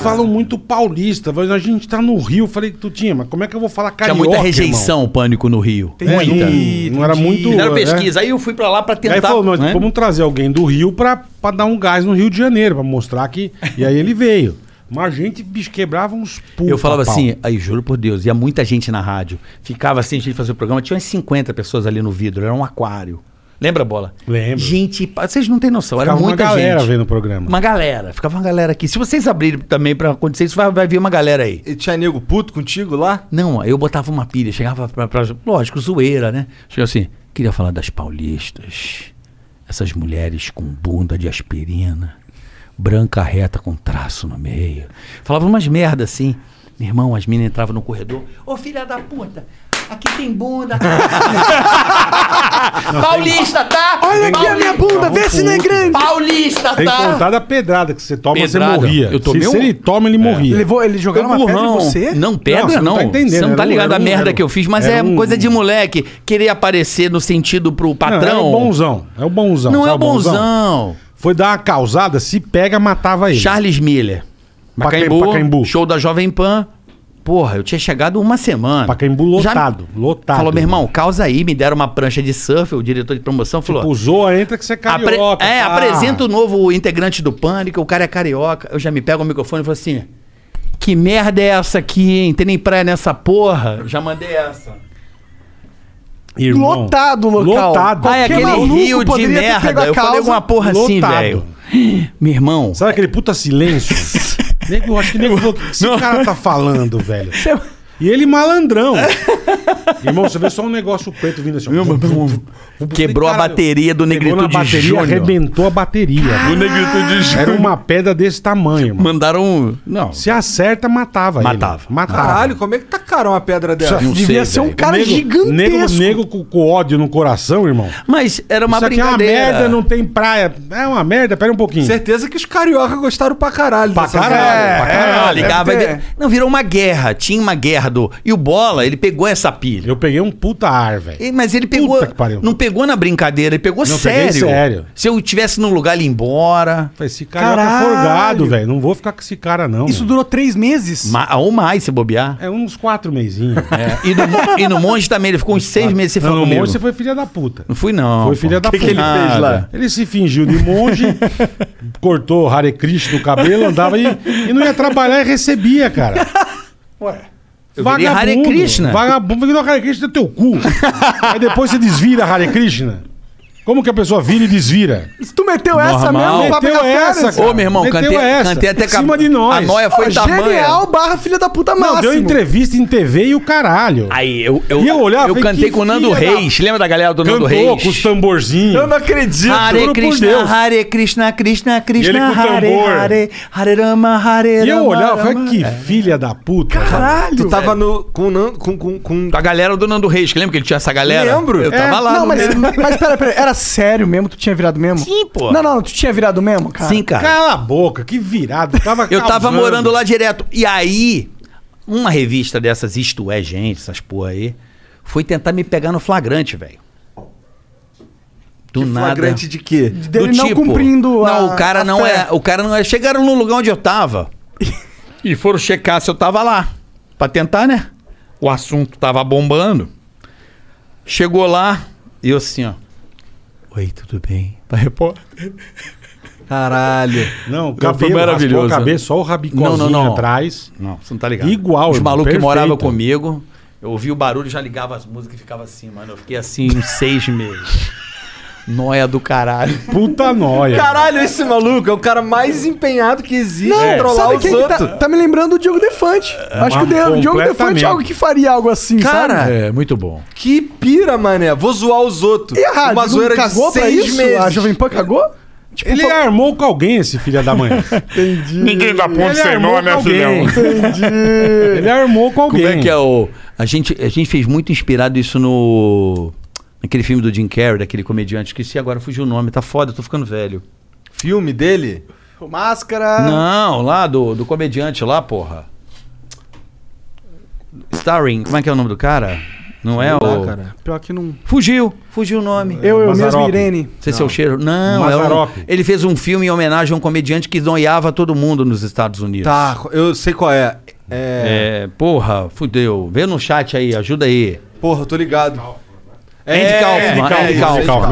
falam muito paulista. mas A gente tá no Rio. Eu Falei, Tutinha, mas como é que eu vou falar
Tinha
carioca,
muita rejeição o pânico no Rio.
Irmão? É,
muita.
não- Não era muito...
Fizeram
né?
pesquisa, aí eu fui pra lá pra tentar...
Aí falou, "Nós
né?
vamos trazer alguém do Rio pra, pra dar um gás no Rio de Janeiro, pra mostrar que... E aí ele veio. Mas a gente, bicho, quebrava uns puta
Eu falava
pau.
assim, aí juro por Deus, ia muita gente na rádio. Ficava assim, a gente fazia o programa, tinha umas 50 pessoas ali no vidro, era um aquário. Lembra, Bola?
Lembro.
Gente, pa- vocês não têm noção,
Ficava
era
uma
muita
galera
gente.
vendo o programa.
Uma galera, ficava uma galera aqui. Se vocês abrirem também pra acontecer isso, vai, vai vir uma galera aí.
E tinha nego puto contigo lá?
Não, eu botava uma pilha, chegava pra, pra- Lógico, zoeira, né? Chegava assim, queria falar das paulistas, essas mulheres com bunda de aspirina, branca reta com traço no meio. Falava umas merda assim. Meu irmão, as minas entravam no corredor. Ô filha da puta, aqui tem
*laughs*
bunda. Paulista, tá?
Olha aqui a minha bunda, vê se não é grande.
Paulista,
Tem que
tá?
contar da pedrada que você toma,
Pedrada.
você morria.
Eu tomei
se,
um-
se ele toma, ele morria.
Levou, ele jogou uma pedra em você?
Não,
Não, você
pedra não. Você
não tá
não tá,
entendendo, era um-
ligado
era
à
um-
merda
era
que eu fiz, mas
era
é
um-
coisa de moleque. Querer aparecer no sentido pro
Não,
patrão.
é o bonzão. É o bonzão.
Não é
sabe
o bonzão.
Foi dar uma causada, se pega, matava ele.
Charles Miller. Pacaembu,
Pacaembu.
show da Jovem Pan. Porra, eu tinha chegado uma semana.
Pacaembu
Já-
lotado, lotado.
Falou, meu irmão, causa aí. Me deram uma prancha de surf, o diretor de promoção falou...
Usou, entra que você é
Apre-
carioca.
é,
pá.
apresenta o novo integrante do Pânico, o cara é carioca. Eu já me pego o microfone e falo assim: Que merda é essa aqui, hein? Tem nem praia nessa porra? Já mandei essa.
Irmão,
Lotado o local.
Lotado.
Qualquer
Ah, é aquele
maluco
rio de
poderia ter pego
merda.
a
Eu falei
causa.
alguma porra assim,
Lotado.
velho. Meu irmão.
Sabe aquele
*laughs*
puta silêncio? nego, acho que nego falou, o que esse cara tá falando, velho? E
*laughs*
ele malandrão. Irmão, você vê só um negócio preto vindo assim. ó.
Quebrou a
Caralho.
bateria do
Pegou na
Negritude
bateria,
Júnior.
arrebentou a bateria.
O negrito de Ju-
Era uma pedra desse tamanho, mano.
Mandaram. um- Não.
Se acerta, matava ele.
Matava.
Matava.
Caralho, como é que tacaram uma pedra dessa?
Não sei,
Devia ser um
velho.
cara
nego,
gigantesco.
Nego, nego com, com ódio no coração, irmão.
Mas era uma
Isso aqui é uma
brincadeira.
merda, não tem praia. É uma merda, pera um pouquinho.
Certeza que os carioca gostaram pra caralho
Pra
dessa
caralho,
zoada.
pra
É,
caralho.
ligava.
deve
e-
ter.
Não, virou uma guerra. Tinha uma guerra do. E o Bola, ele pegou essa pilha.
Eu peguei um puta ar, velho.
E- Mas ele
Puta
pegou.
que pariu.
Não pegou na brincadeira, ele pegou
Não, peguei
sério.
sério.
Se eu tivesse num lugar, ele ia embora.
Falei, esse cara tá
Caralho.
forgado, velho. Não vou ficar com esse cara, não.
Isso
mano.
durou três meses?
Ma ah, ou mais, se bobear.
É uns quatro
*laughs*
meizinhos.
E, no, mon- e no monte também, ele ficou uns seis meses sem falar
É. Não,
É comigo.
monge você foi filha da puta.
Não fui, não.
Foi
pô.
filha da
Que que
puta. Ah,
ele fez lá?
Ele se fingiu de
*laughs*
monge, cortou o Hare Krishna do cabelo, andava e, e não ia trabalhar e
*laughs*
recebia, cara. Ué.
Eu virei Hare Krishna.
Vagabundo, virou Hare Krishna do
*laughs*
teu cu. Aí depois você desvira Hare Krishna. Como que a pessoa vira e desvira?
Se tu meteu essa
Normal.
mesmo pra
Meteu
pegar
essa,
férias?
Ô, meu irmão,
Meteu
cantei,
essa.
cantei até
Em cima de nós.
A noia
Ó,
foi tamanha.
Genial barra filha da puta máximo.
Não, deu entrevista em TV e o caralho.
Aí eu, eu,
E eu olhava, falei,
cantei
que
com o Nando
filha da-
Reis. Lembra da galera do Nando
Cantou
Reis?
com os tamborzinhos.
Eu não acredito.
Hare
juro por
Krishna,
Deus.
Hare Krishna, Krishna,
ele
Krishna,
com o
Hare,
tambor.
Hare, Hare Rama, Hare Rama.
E eu olhava e falava,
Rama.
que filha da puta.
Caralho.
Tu tava no, com, o Nan- com, com, com...
A galera do Nando Reis, que lembra que ele tinha essa galera?
Lembro.
Eu tava
É.
lá.
Não,
no
mas,
meio.
*laughs* mas pera, pera, era sério mesmo? Tu tinha virado mesmo?
Sim, pô.
Não, não, tu tinha virado mesmo, cara?
Sim, cara.
Cala a boca, que virado. Tava
*laughs* Eu tava
causando.
morando lá direto. E aí, uma revista dessas, isto é, gente, essas porra aí, foi tentar me pegar no flagrante, velho. Do nada.
Flagrante de quê?
Do tipo,
Dele não cumprindo a-
Não, o cara
a
não
fé.
é. O cara não é. Chegaram no lugar onde eu
*laughs*
tava. e foram checar se eu tava lá. Pra tentar, né? O assunto tava bombando. Chegou lá, e eu assim, ó. Oi, tudo bem? Pra repórter.
Caralho.
Não, o
Não, foi
cabelo, maravilhoso.
maravilhoso.
o cabelo, só o rabicozinho
Não, não, não.
atrás.
Não, você não tá ligado.
Igual,
Os
irmão,
malucos que
perfeito.
moravam comigo, eu ouvia o barulho, já ligava as músicas e ficava assim, mano. Eu fiquei assim
*laughs*
uns seis meses. Noia do caralho.
Puta nóia.
Caralho, esse maluco é o cara mais empenhado que existe
Não,
em trollar
sabe
É. os
quem que tá,
outros.
tá me lembrando do Diogo Defante. Acho que o,
mas
Diogo- o Diogo
completamente.
Defante é algo que faria algo assim, sabe?
Cara,
É, muito bom.
que pira, mané. Vou zoar os outros.
E a rádio,
Uma
não
zoeira de
cagou pra
seis
isso?
meses.
A Jovem Pan cagou? Tipo,
Ele
fa-
armou com alguém, esse filho da
*laughs*
mãe.
Ninguém dá ponto
Ele
sem
armou
nó,
com
né, filhão?
alguém. *laughs* Ele armou com alguém.
Como é que é o. A gente, a gente fez muito inspirado isso no. Naquele filme do Jim Carrey, daquele comediante. Esqueci agora, fugiu o nome. Tá foda, eu tô ficando velho.
Filme dele?
Ah.
Máscara.
Não, lá do, do comediante lá, porra. Starring, como é que é o nome do cara? Não
Tá,
é o.
Pior que não.
Fugiu, fugiu o nome.
Eu, eu
Mazzaropi.
mesmo, Irene.
Não sei se é o cheiro. Não, é um,
Mazzaropi.
ele fez um filme em homenagem a um comediante que noiava todo mundo nos Estados Unidos.
Tá, eu sei qual é. É.
É, porra, fudeu. Vê no chat aí, ajuda aí.
Porra, eu tô ligado.
Andy Kaufman, Andy Kaufman.
Kaufman, É, Andy Kaufman,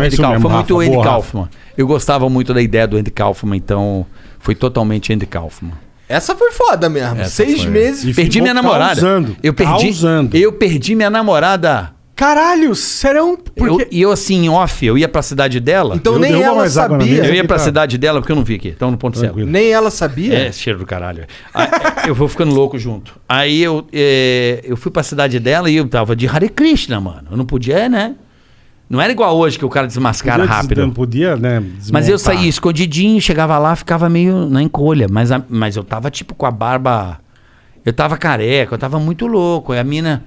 é
Andy
isso mesmo,
Kaufman. Foi
Rafa,
muito Andy
boa, Rafa.
Kaufman. Eu gostava muito da ideia do Andy Kaufman, então foi totalmente Andy Kaufman.
Essa foi foda mesmo.
Essa
seis
foi.
meses.
E
perdi
ficou
minha namorada.
causando,
eu perdi.
causando.
Eu perdi minha namorada.
Caralho, serão.
Eu-
Porque.
e eu assim, em off, eu ia pra cidade dela.
Então
Eu
nem
derrubo
ela
mais água na
sabia.
eu
mesa.
ia pra
tá.
cidade dela, porque eu não vi aqui. Então no ponto certo.
Tranquilo.
Nem ela sabia.
É, cheiro do caralho. Ah, eu vou ficando louco junto. Aí eu, é, eu fui pra cidade dela e eu tava de Hare Krishna, mano. Eu não podia, né? Não era igual hoje que o cara desmascara
Podia des-
rápido.
Podia, né?
Mas eu
desmontar.
saía escondidinho, chegava lá, ficava meio na encolha. Mas, a- mas eu tava tipo com a barba. Eu tava careca, eu tava muito louco. Aí a mina.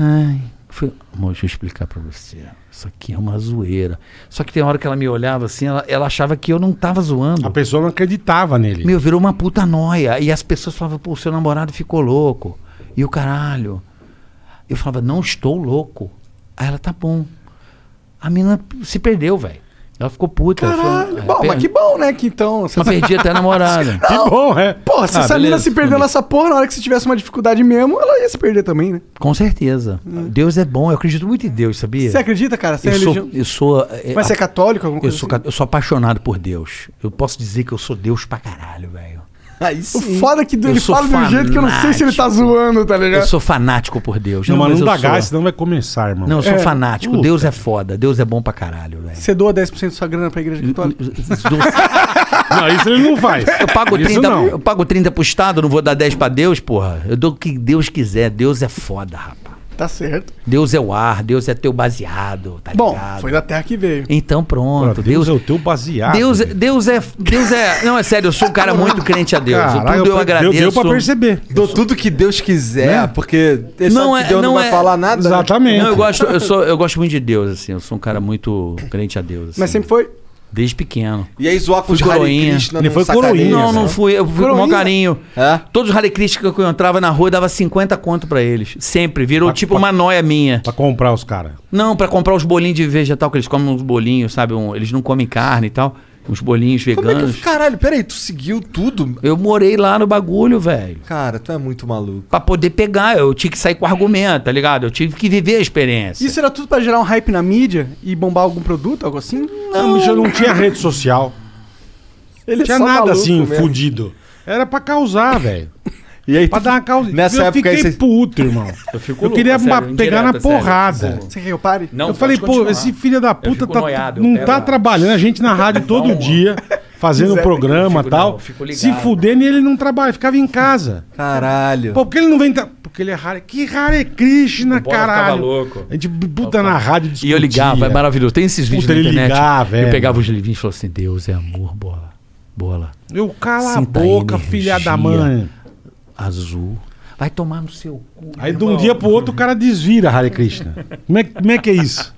Ai. Fui, amor, deixa eu explicar pra você. Isso aqui é uma zoeira. Só que tem hora que ela me olhava assim, ela, ela achava que eu não tava zoando.
A pessoa não acreditava nele.
Meu, virou uma puta noia. E as pessoas falavam, pô, seu namorado ficou louco. E o caralho. Eu falava, não estou louco. Aí ela, tá bom. A mina se perdeu, velho.
Ela ficou puta. ela falou-
Caralho.
é,
Bom, mas
per-
que bom, né? Que então. Você
Mas perdi até a
*laughs*
namorada.
Que bom, é.
Porra, se
Ah,
essa mina
beleza,
se perdeu
tudo
nessa porra, na hora que você tivesse uma dificuldade mesmo, ela ia se perder também, né?
Com certeza. Deus é bom, eu acredito muito em Deus, sabia?
Hum. Você acredita, cara? Você é
eu,
religião.
sou, eu sou. é,
Mas você é
a-
católico? Alguma
eu,
coisa
sou
assim?
ca- eu sou apaixonado por Deus. Eu posso dizer que eu sou Deus pra caralho, velho.
Aí
O foda é que
Eu
ele
sou
fala de um jeito que eu não sei se ele tá
fanático.
zoando, tá
Eu
ligado?
sou fanático por Deus.
Não, mas não
eu
dá
sou-
gás,
né?
senão vai começar, irmão. É.
Não, eu sou fanático.
Puta.
Deus é foda. Deus é bom pra caralho, velho.
Você doa 10% da sua grana pra igreja católica?
Não, isso ele não faz.
*laughs* Eu pago,
Isso
30,
não.
eu pago 30 pro Estado, não vou dar 10 pra Deus, porra. Eu dou o que Deus quiser. Deus é foda, rapaz.
Tá certo.
Deus é o ar, Deus é teu baseado, tá
Bom,
ligado?
foi da terra que veio.
Então pronto,
Pô,
Deus,
é o teu baseado.
Deus,
velho.
Deus é, Deus é. *laughs* Não, é sério, eu sou um cara muito crente a Deus.
Caralho,
Tudo eu
deu-
agradeço.
Deu pra perceber.
Dou tudo que Deus quiser, porque ele
Não
sabe
é-
que Deus não,
não
vai
é-
falar nada. né?
Exatamente.
Não, eu gosto, eu, sou, eu gosto muito de Deus, assim. Eu sou um cara muito crente a Deus. assim.
Mas sempre foi.
Desde pequeno.
E aí zoar com
Fui
os Hare
coroinha.
Krishna
Ele
não
foi
sacaneia,
coroinha,
né?
Não, não fui. Eu fui com o maior
Coroinha.
carinho.
É?
Todos os Hare Krishna que eu entrava na rua, eu dava 50 conto pra eles. Sempre. Virou
Pra-
tipo
pra-
uma noia minha.
Pra comprar os caras.
Não, pra comprar os bolinhos de vegetal, que eles comem uns bolinhos, sabe? Um- eles não comem carne e tal. Uns bolinhos
Como é que...
veganos.
Caralho, peraí, tu seguiu tudo?
Eu morei lá no bagulho, velho.
Cara, tu é muito maluco.
Pra poder pegar, eu tinha que sair com argumento, tá ligado? Eu tive que viver a experiência.
Isso era tudo pra gerar um hype na mídia e bombar algum produto, algo assim?
Não, bicho, eu não tinha rede social.
Ele
Não
é
tinha
só
nada
maluco
assim,
mesmo.
fudido. Era pra causar, velho.
E aí,
Pra
tu-
dar uma causa.
Nessa
eu
época
fiquei
aí você- *laughs*
puto, irmão. Eu,
louco, é
queria
sério,
ma-
indireto,
pegar na
sério,
porrada.
sério.
Você quer que eu pare?
Não,
eu
pode
falei, pô,
continuar.
esse filho da puta
fico
tá,
noiado, eu
não
pego
tá
lá.
trabalhando. A gente na rádio todo dia, fazendo programa
eu
e
fico-
tal.
não, eu fico ligado.
se fudendo e ele não trabalha, ficava em casa.
Caralho.
Pô, por que ele não vem. tra- Porque ele é Hare. Que Hare Krishna, caralho. A gente puta na rádio
E eu ligava, é
discutia.
maravilhoso. Tem esses vídeos
Puta,
na
ele
internet.
ligava, é,
eu pegava
mano.
os livrinhos e falava assim: Deus é amor, bola. Bola
Eu cala a
Sinta a
boca,
energia.
filha da mãe.
azul. Vai tomar no seu cu.
Aí de um dia pro outro o cara desvira Hare Krishna. Como é, como é que é isso?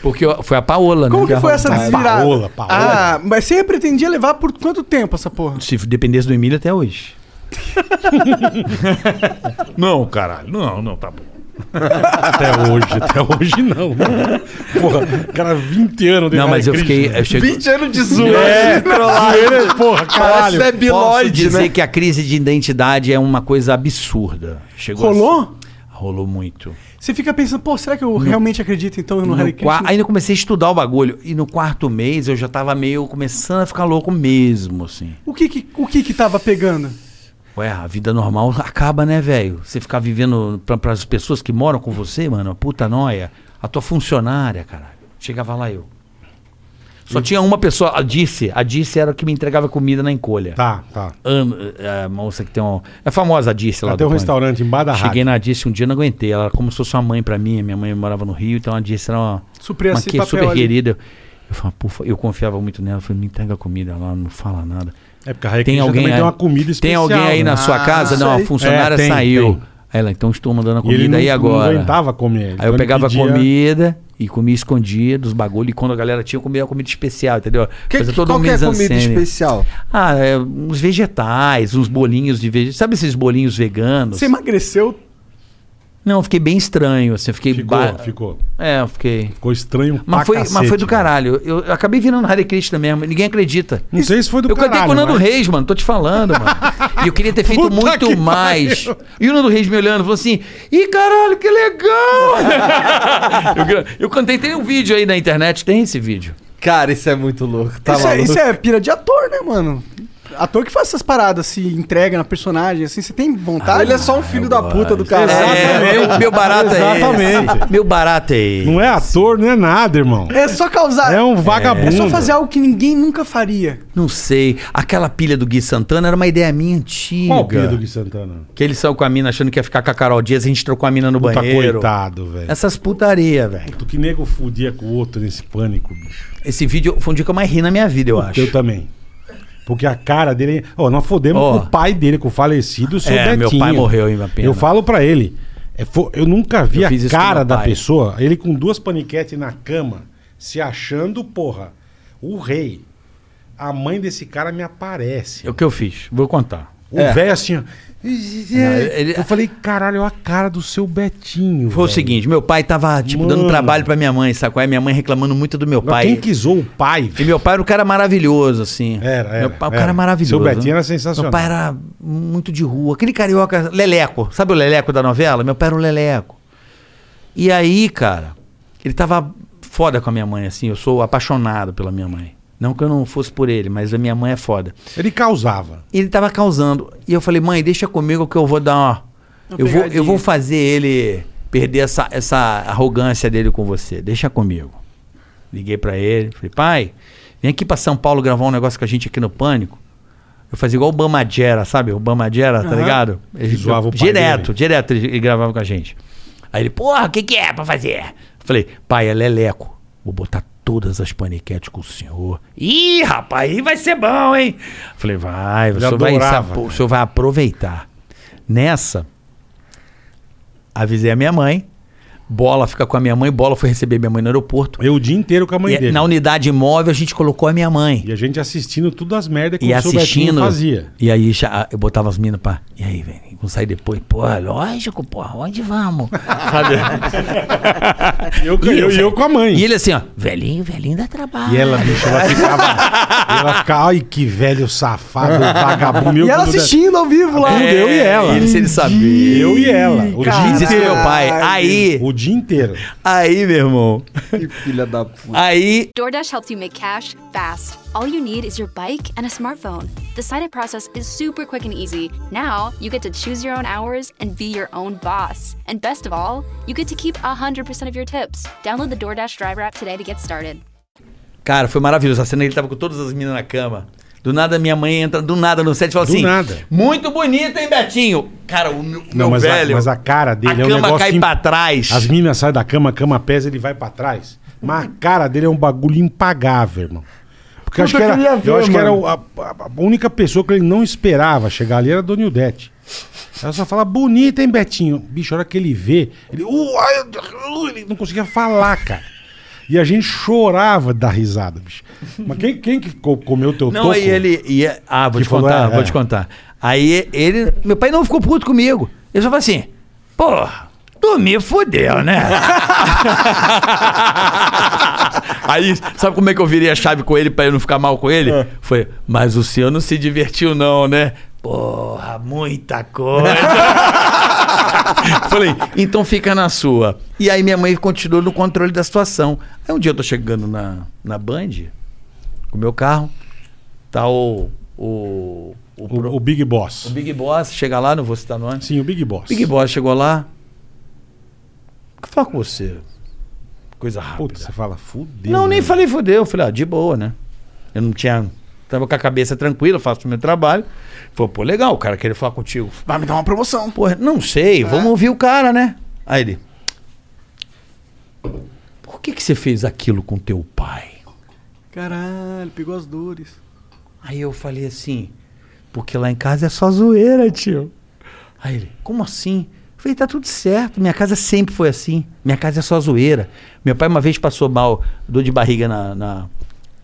Porque eu- foi a Paola,
Como
né?
que foi essa
Ah,
desvirada?
Paola, Paola.
Ah, mas você pretendia levar por quanto tempo essa porra?
Se dependesse do Emílio até hoje.
Não, caralho. Não, não, tá bom.
Até hoje, até hoje não. Porra, cara, 20 anos de
Não, mas eu
Hare
fiquei.
Krishna.
Eu chego,
20 anos de zoeira.
É,
de trollagem.
zoeira, porra, caralho.
Parece
posso
debilóide,
dizer
né?
que a crise de identidade é uma coisa absurda. Chegou
Rolou?
assim- Rolou muito.
Você fica pensando, pô, será que eu realmente acredito então no,
No
Hare
qua-
Krishna?
Aí eu comecei a estudar o bagulho. E no quarto mês eu já tava meio começando a ficar louco mesmo, assim.
O que que, o que que tava pegando?
Ué, a vida normal acaba, né, velho? Você ficar vivendo para as pessoas que moram com você, mano, a puta noia. A tua funcionária, caralho. Chegava lá eu. Só tinha uma pessoa, a Disse. A Disse era a que me entregava comida na encolha.
Tá, tá.
Amo, é, a moça que tem um. É famosa a Disse lá
Até um
Pânico.
restaurante embaixo da
Cheguei
rádio.
na Disse um dia não aguentei. Ela era como se fosse uma mãe pra mim. Minha mãe morava no Rio, então a Disse era uma,
Suprir
uma
esse
que,
papel
super
ali.
querida. Eu, eu falava, "Pô, eu confiava muito nela. Eu falei, me entrega a comida. Ela não fala nada.
É porque a Hare
Tem
Krishna
alguém
também
aí,
tem uma comida
Tem
especial.
alguém aí na
né?
Ah,
sua casa? Não, a funcionária
É, tem,
saiu.
tem.
Aí ela, então estou mandando a
E ele
comida
não,
aí
não
agora.
aguentava comer.
Aí eu
Ele
pegava a
pedia-
comida e comia escondia dos bagulhos. E quando a galera tinha, eu comia a comida especial, entendeu?
Que,
Fazia
que,
todo um
qual que é a comida
mise-en-scène.
especial?
Ah, é, uns vegetais, uns bolinhos de vegetais. Sabe esses bolinhos veganos?
Você emagreceu?
Não, eu fiquei bem estranho, assim. Eu fiquei...
Ficou,
ba-
ficou.
É, eu fiquei...
Ficou estranho pra
Mas foi,
cacete,
mas foi do
velho.
caralho. Eu, eu acabei virando Hare Krishna mesmo. Ninguém acredita.
Não sei se foi do
eu
caralho.
cantei com o Nando
mas-
Reis, mano. Tô te falando,
*laughs*
mano. E eu queria ter feito
Puta que
muito mais. E o Nando Reis me olhando, falou assim: Ih, caralho, que
*laughs*
legal! eu, gra- eu cantei, tem um vídeo aí na internet, tem esse vídeo.
Cara, isso é muito louco. Tá
isso, é,
maluco?
isso é pira de ator, né, mano? Ator que faz essas paradas, se entrega na personagem, assim, você tem vontade?
Ele é só um filho da puta do
É,
caralho.
meu, meu barato é
Exatamente.
esse. Meu barato é esse.
Não é ator, não é nada, irmão.
É só causar.
É um vagabundo.
É só fazer algo que ninguém nunca faria.
Não sei. Aquela pilha do Gui Santana era uma ideia minha antiga.
Qual o Pedro Gui Santana?
Que ele saiu com a mina achando que ia ficar com a Carol Dias, a gente trocou a mina no
Puta
banheiro.
Tá coitado, velho.
Essas putaria, velho.
Tu que nego fudia com o outro nesse pânico, bicho.
Esse vídeo foi um dia que eu mais ri na minha vida, eu acho.
Eu também. Porque a cara dele. é- Ó, nós fodemos
Ó.
com o pai dele, com o falecido, o seu
É, meu
Betinho.
pai morreu, hein, uma pena.
Eu falo pra ele. é, fo- eu nunca vi
Eu
a
fiz isso com
cara
meu
da
pai.
pessoa, ele com duas paniquetes na cama, se achando, porra, o rei. A mãe desse cara me aparece.
É O que eu fiz? Vou contar.
O velho assim, ó.
ele-
Eu falei, caralho, olha a cara do seu Betinho.
Foi o
velho.
seguinte, meu pai tava, tipo,
Mano.
dando trabalho pra minha mãe, sacou? Aí minha mãe reclamando muito do meu
Mas Quem
pai.
quisou o pai?
E meu pai era um cara maravilhoso, assim.
Era, era,
Meu pai, um
era.
cara maravilhoso.
Seu Betinho era
Meu
sensacional.
pai era muito de rua. Aquele carioca, Leleco. Sabe o Leleco da novela? Meu pai era o Leleco. E aí, cara, ele tava foda com a minha mãe, assim. Eu sou apaixonado pela minha mãe. Não que eu não fosse por ele, mas a minha mãe é foda.
Ele causava.
E ele tava causando. E eu falei, mãe, deixa comigo que eu vou dar uma. eu, vou, eu vou fazer ele perder essa, essa arrogância dele com você. Deixa comigo. Liguei pra ele, falei, pai, vem aqui pra São Paulo gravar um negócio com a gente aqui no Pânico. Eu fazia igual o Bamajera, sabe? O Bamajera, tá ligado? Ele
zoava o pai
direto,
dele.
direto ele, ele gravava com a gente. Aí ele, porra, o que, que é pra fazer? Eu Falei, pai, é Leleco. Vou botar todas as paniquetes com o senhor. Ih, rapaz, aí vai ser bom, hein? Eu Falei, vai, o
Ele
senhor vai,
adorava,
sapo-
cara.
o senhor vai aproveitar. Nessa, avisei a minha mãe. Bola fica com a minha mãe, bola foi receber minha mãe no aeroporto.
Eu o dia inteiro com a mãe
E é
dele.
na unidade móvel a gente colocou a minha mãe.
E a gente assistindo tudo as merdas que
E
o seu Betinho
assistindo.
fazia.
E aí já- eu botava as minas pra. E aí, velho? Vamos sair depois? Porra, lógico, porra, onde vamos? Sabe?
E eu,
E eu-
eu- eu com a mãe.
e ele assim, ó, velhinho, velhinho dá trabalho.
E ela, bicho, ela
*laughs*
ficava. ela ficava, ai que velho safado, vagabundo.
E ela
Meu Deus,
assistindo ao vivo lá.
É,
eu e ela.
Ele, se ele sabia.
Eu e ela. O dia
Diz isso é
inteiro.
meu pai. Aí,
O dia inteiro.
aí, meu
*laughs*
irmão.
Que filha da puta.
Aí
DoorDash helps you make cash fast. All you need is your bike and a smartphone. The sign up process is super quick and easy. Now you get to choose your own hours and be your own boss. And best of all, you get to keep 100% of your tips. Download the DoorDash driver app today to get started.
Cara, foi maravilhoso. A cena ele tava com todas as meninas na cama. Do nada minha mãe entra, do nada no set e fala
Do
assim:
nada.
Muito bonito, hein, Betinho? Cara, o meu,
Não,
meu
mas,
velho.
a, mas a cara dele
a
é um
cama
negócio.
cai
imp-
pra trás.
As meninas saem da cama, a cama pesa, ele vai pra trás. Mas a cara dele é um bagulho impagável, irmão. Porque eu acho que
Puta, eu
era,
queria
eu
ver,
acho que era
mano.
o- a, a- a única pessoa que ele não esperava chegar ali era a Dona Ildete. Ela só fala, bonita, hein, Betinho? Bicho, a hora que ele vê, ele, "Uh, ai, uh", ele não conseguia falar, cara. E a gente chorava da risada, bicho. Mas quem, quem que co- comeu teu
Não,
toco?
aí ele. E, é- ah, vou
Que
te
falou,
contar,
é,
vou
é.
te contar. Aí ele. Meu pai não ficou puto comigo. Ele só falou assim: Porra, tu me fudeu, né? *laughs* Aí, sabe como é que eu virei a chave com ele pra eu não ficar mal com ele?
É.
Foi, mas o senhor não se divertiu, não, né? Porra, muita coisa. *laughs* Falei, então fica na sua. E aí minha mãe continuou no controle da situação. Aí um dia eu tô chegando na, na Band, com o meu carro, tá o. O, o, pro-
O, o Big Boss.
o Big Boss chega lá, não vou citar nome.
Sim, o Big Boss.
Big Boss chegou lá. O que falar com você? Coisa rápida.
Puta, você fala, fudeu.
não,
né?
nem falei fudeu. Eu Falei, ah, de boa, né? Eu não tinha. Tava com a cabeça tranquila, faço o meu trabalho. Falei, pô, legal, o cara queria falar contigo.
Vai me dar uma promoção. É.
Porra, não sei, vamos ouvir o cara, né? Aí ele. Por que, que você fez aquilo com teu pai?
Caralho, pegou as dores.
Aí eu falei assim, porque lá em casa é só zoeira, tio. Aí ele, como assim? Eu falei, tá tudo certo, minha casa sempre foi assim. Minha casa é só zoeira. Meu pai uma vez passou mal, dor de barriga na, na-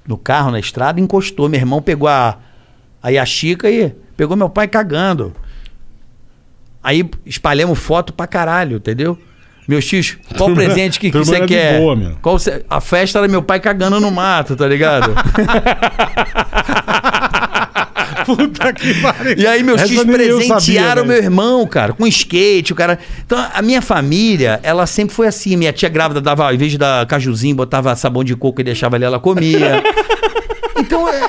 no carro, na estrada, encostou. Meu irmão pegou a, a Yashica e pegou meu pai cagando. Aí espalhamos foto pra caralho, entendeu? Meus tios,
*laughs*
qual
Turma-
presente que que
turma
você
era de
quer?
boa, meu.
Qual você- a festa era meu pai cagando no mato, tá ligado?
Puta que pariu.
E aí meus
Essa
tios
nem eu
presentearam
sabia,
meu
velho.
irmão, cara, com skate, o cara. Então a minha família, ela sempre foi assim. Minha tia grávida dava, ao invés de dar cajuzinho, botava sabão de coco e deixava ali, ela
*laughs*
comia. Então, é-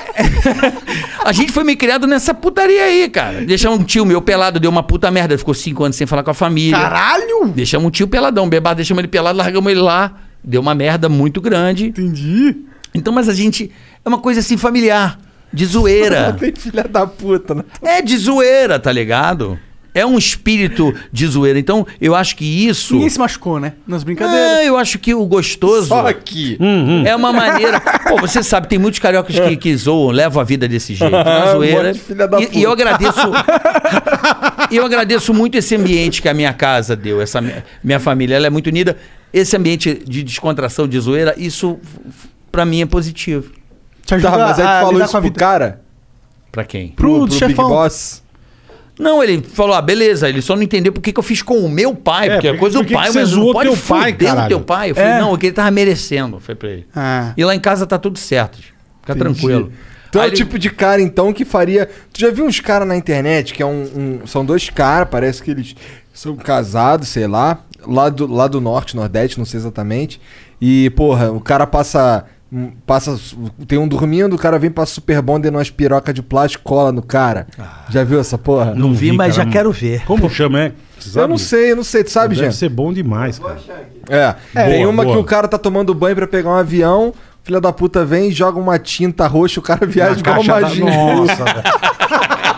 a gente foi me criado nessa putaria aí, cara. Deixamos um tio meu pelado, deu uma puta merda. Ele ficou cinco anos sem falar com a família.
Caralho!
Deixamos um tio peladão, bebado, deixamos ele pelado, largamos ele lá. Deu uma merda muito grande.
Entendi.
Então, mas a gente. É uma coisa assim familiar, de
É. *laughs*
zoeira.
Tem filha da puta, né?
É de zoeira, tá ligado? É um espírito de zoeira. Então, eu acho que isso.
Ninguém se machucou, né?
Não,
Nas
É.
brincadeiras.
eu acho que o gostoso
é Só aqui.
Hum.
Uhum.
é uma maneira. Pô, você sabe, tem muitos cariocas que, que zoam, levam a vida desse jeito. Na
Um
zoeira.
monte de filha da
E-
puta.
e eu agradeço.
*laughs*
E eu agradeço muito esse ambiente que a minha casa deu, essa mi- minha família, ela é muito unida. Esse ambiente de descontração, de zoeira, isso f- f- pra mim é positivo.
Te
Tá, mas aí tu
a
Ah,
falou
lidar
isso pro cara?
Pra quem?
Pro,
Big
chefão.
Boss?
Não, ele falou, ah, beleza, ele só não entendeu por que, que eu fiz com o meu pai,
É,
porque é
por que-
coisa
por
do
que que
pai,
você
mas
zoou
não pode
teu pai,
fuder
caralho?
o teu pai. Eu falei,
É.
não, é que ele tava merecendo, foi pra ele.
Ah.
E lá em casa tá tudo certo, fica tranquilo.
Então
Aí
é o
ele-
tipo de cara, então, que faria. Tu já viu uns caras na internet que é um. um- são dois caras, parece que eles são casados, sei lá. Lá do, lá do norte, nordeste, não sei exatamente. E, porra, o cara passa. hum, passa Tem um dormindo, o cara vem, passa super bonder numa piroca de plástico, cola no cara. Já viu essa porra?
Ah. Não
vi, mas já quero ver.
Como chama, é? Você
Eu não
sabe?
sei, eu não sei, tu sabe,
Deve
gente?
ser bom demais, cara.
É. tem
Boa,
uma
boa.
que o cara tá tomando banho pra pegar um avião, filha da puta vem, joga uma tinta roxa, o cara *laughs* viaja
Na
igual
caixa
uma
da-
gin.
Nossa, velho.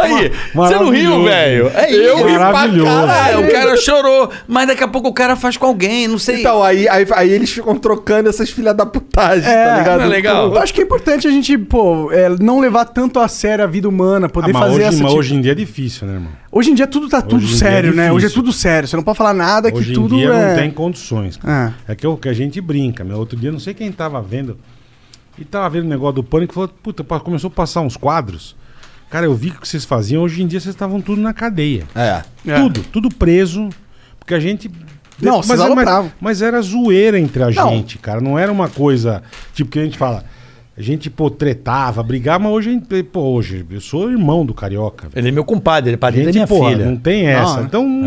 Aí, você não
maravilhoso.
riu, velho? É
Eu
isso.
ri pra Maravilhoso.
caralho. O cara chorou, mas daqui a pouco o cara faz com alguém, não sei.
Então, aí, aí, aí eles ficam trocando essas filha da putagem, tá ligado?
não é legal?
Eu acho que é importante a gente, pô, é, não levar tanto a sério a vida humana,
Ah,
poder
mas
fazer
hoje,
essa.
mas
tipo-
hoje em dia é difícil, né, irmão?
Hoje em dia tudo tá tudo
em dia é
sério, né?
difícil.
Hoje é tudo sério. Você não pode falar nada que
Hoje em
tudo
dia
é.
não tem condições. cara. É, que, o que a gente brinca, meu. Outro dia, não sei quem tava vendo. E tava vendo o negócio do pânico e falou, puta, pa- começou a passar uns quadros. Cara, eu vi o que vocês faziam. Hoje em dia vocês estavam tudo na cadeia.
É.
É.
Tudo, tudo preso. Porque a gente.
Não, vocês alopravam.
mas, mas era zoeira entre a
Não.
gente, cara. Não era uma coisa. Tipo, que a gente fala. A gente, pô, tretava, brigava, mas hoje, a gente- pô, hoje eu sou irmão do carioca. velho.
Ele é meu compadre, ele é padrinho
Gente,
da minha
porra,
filha.
Não tem essa.
Não, né?
então.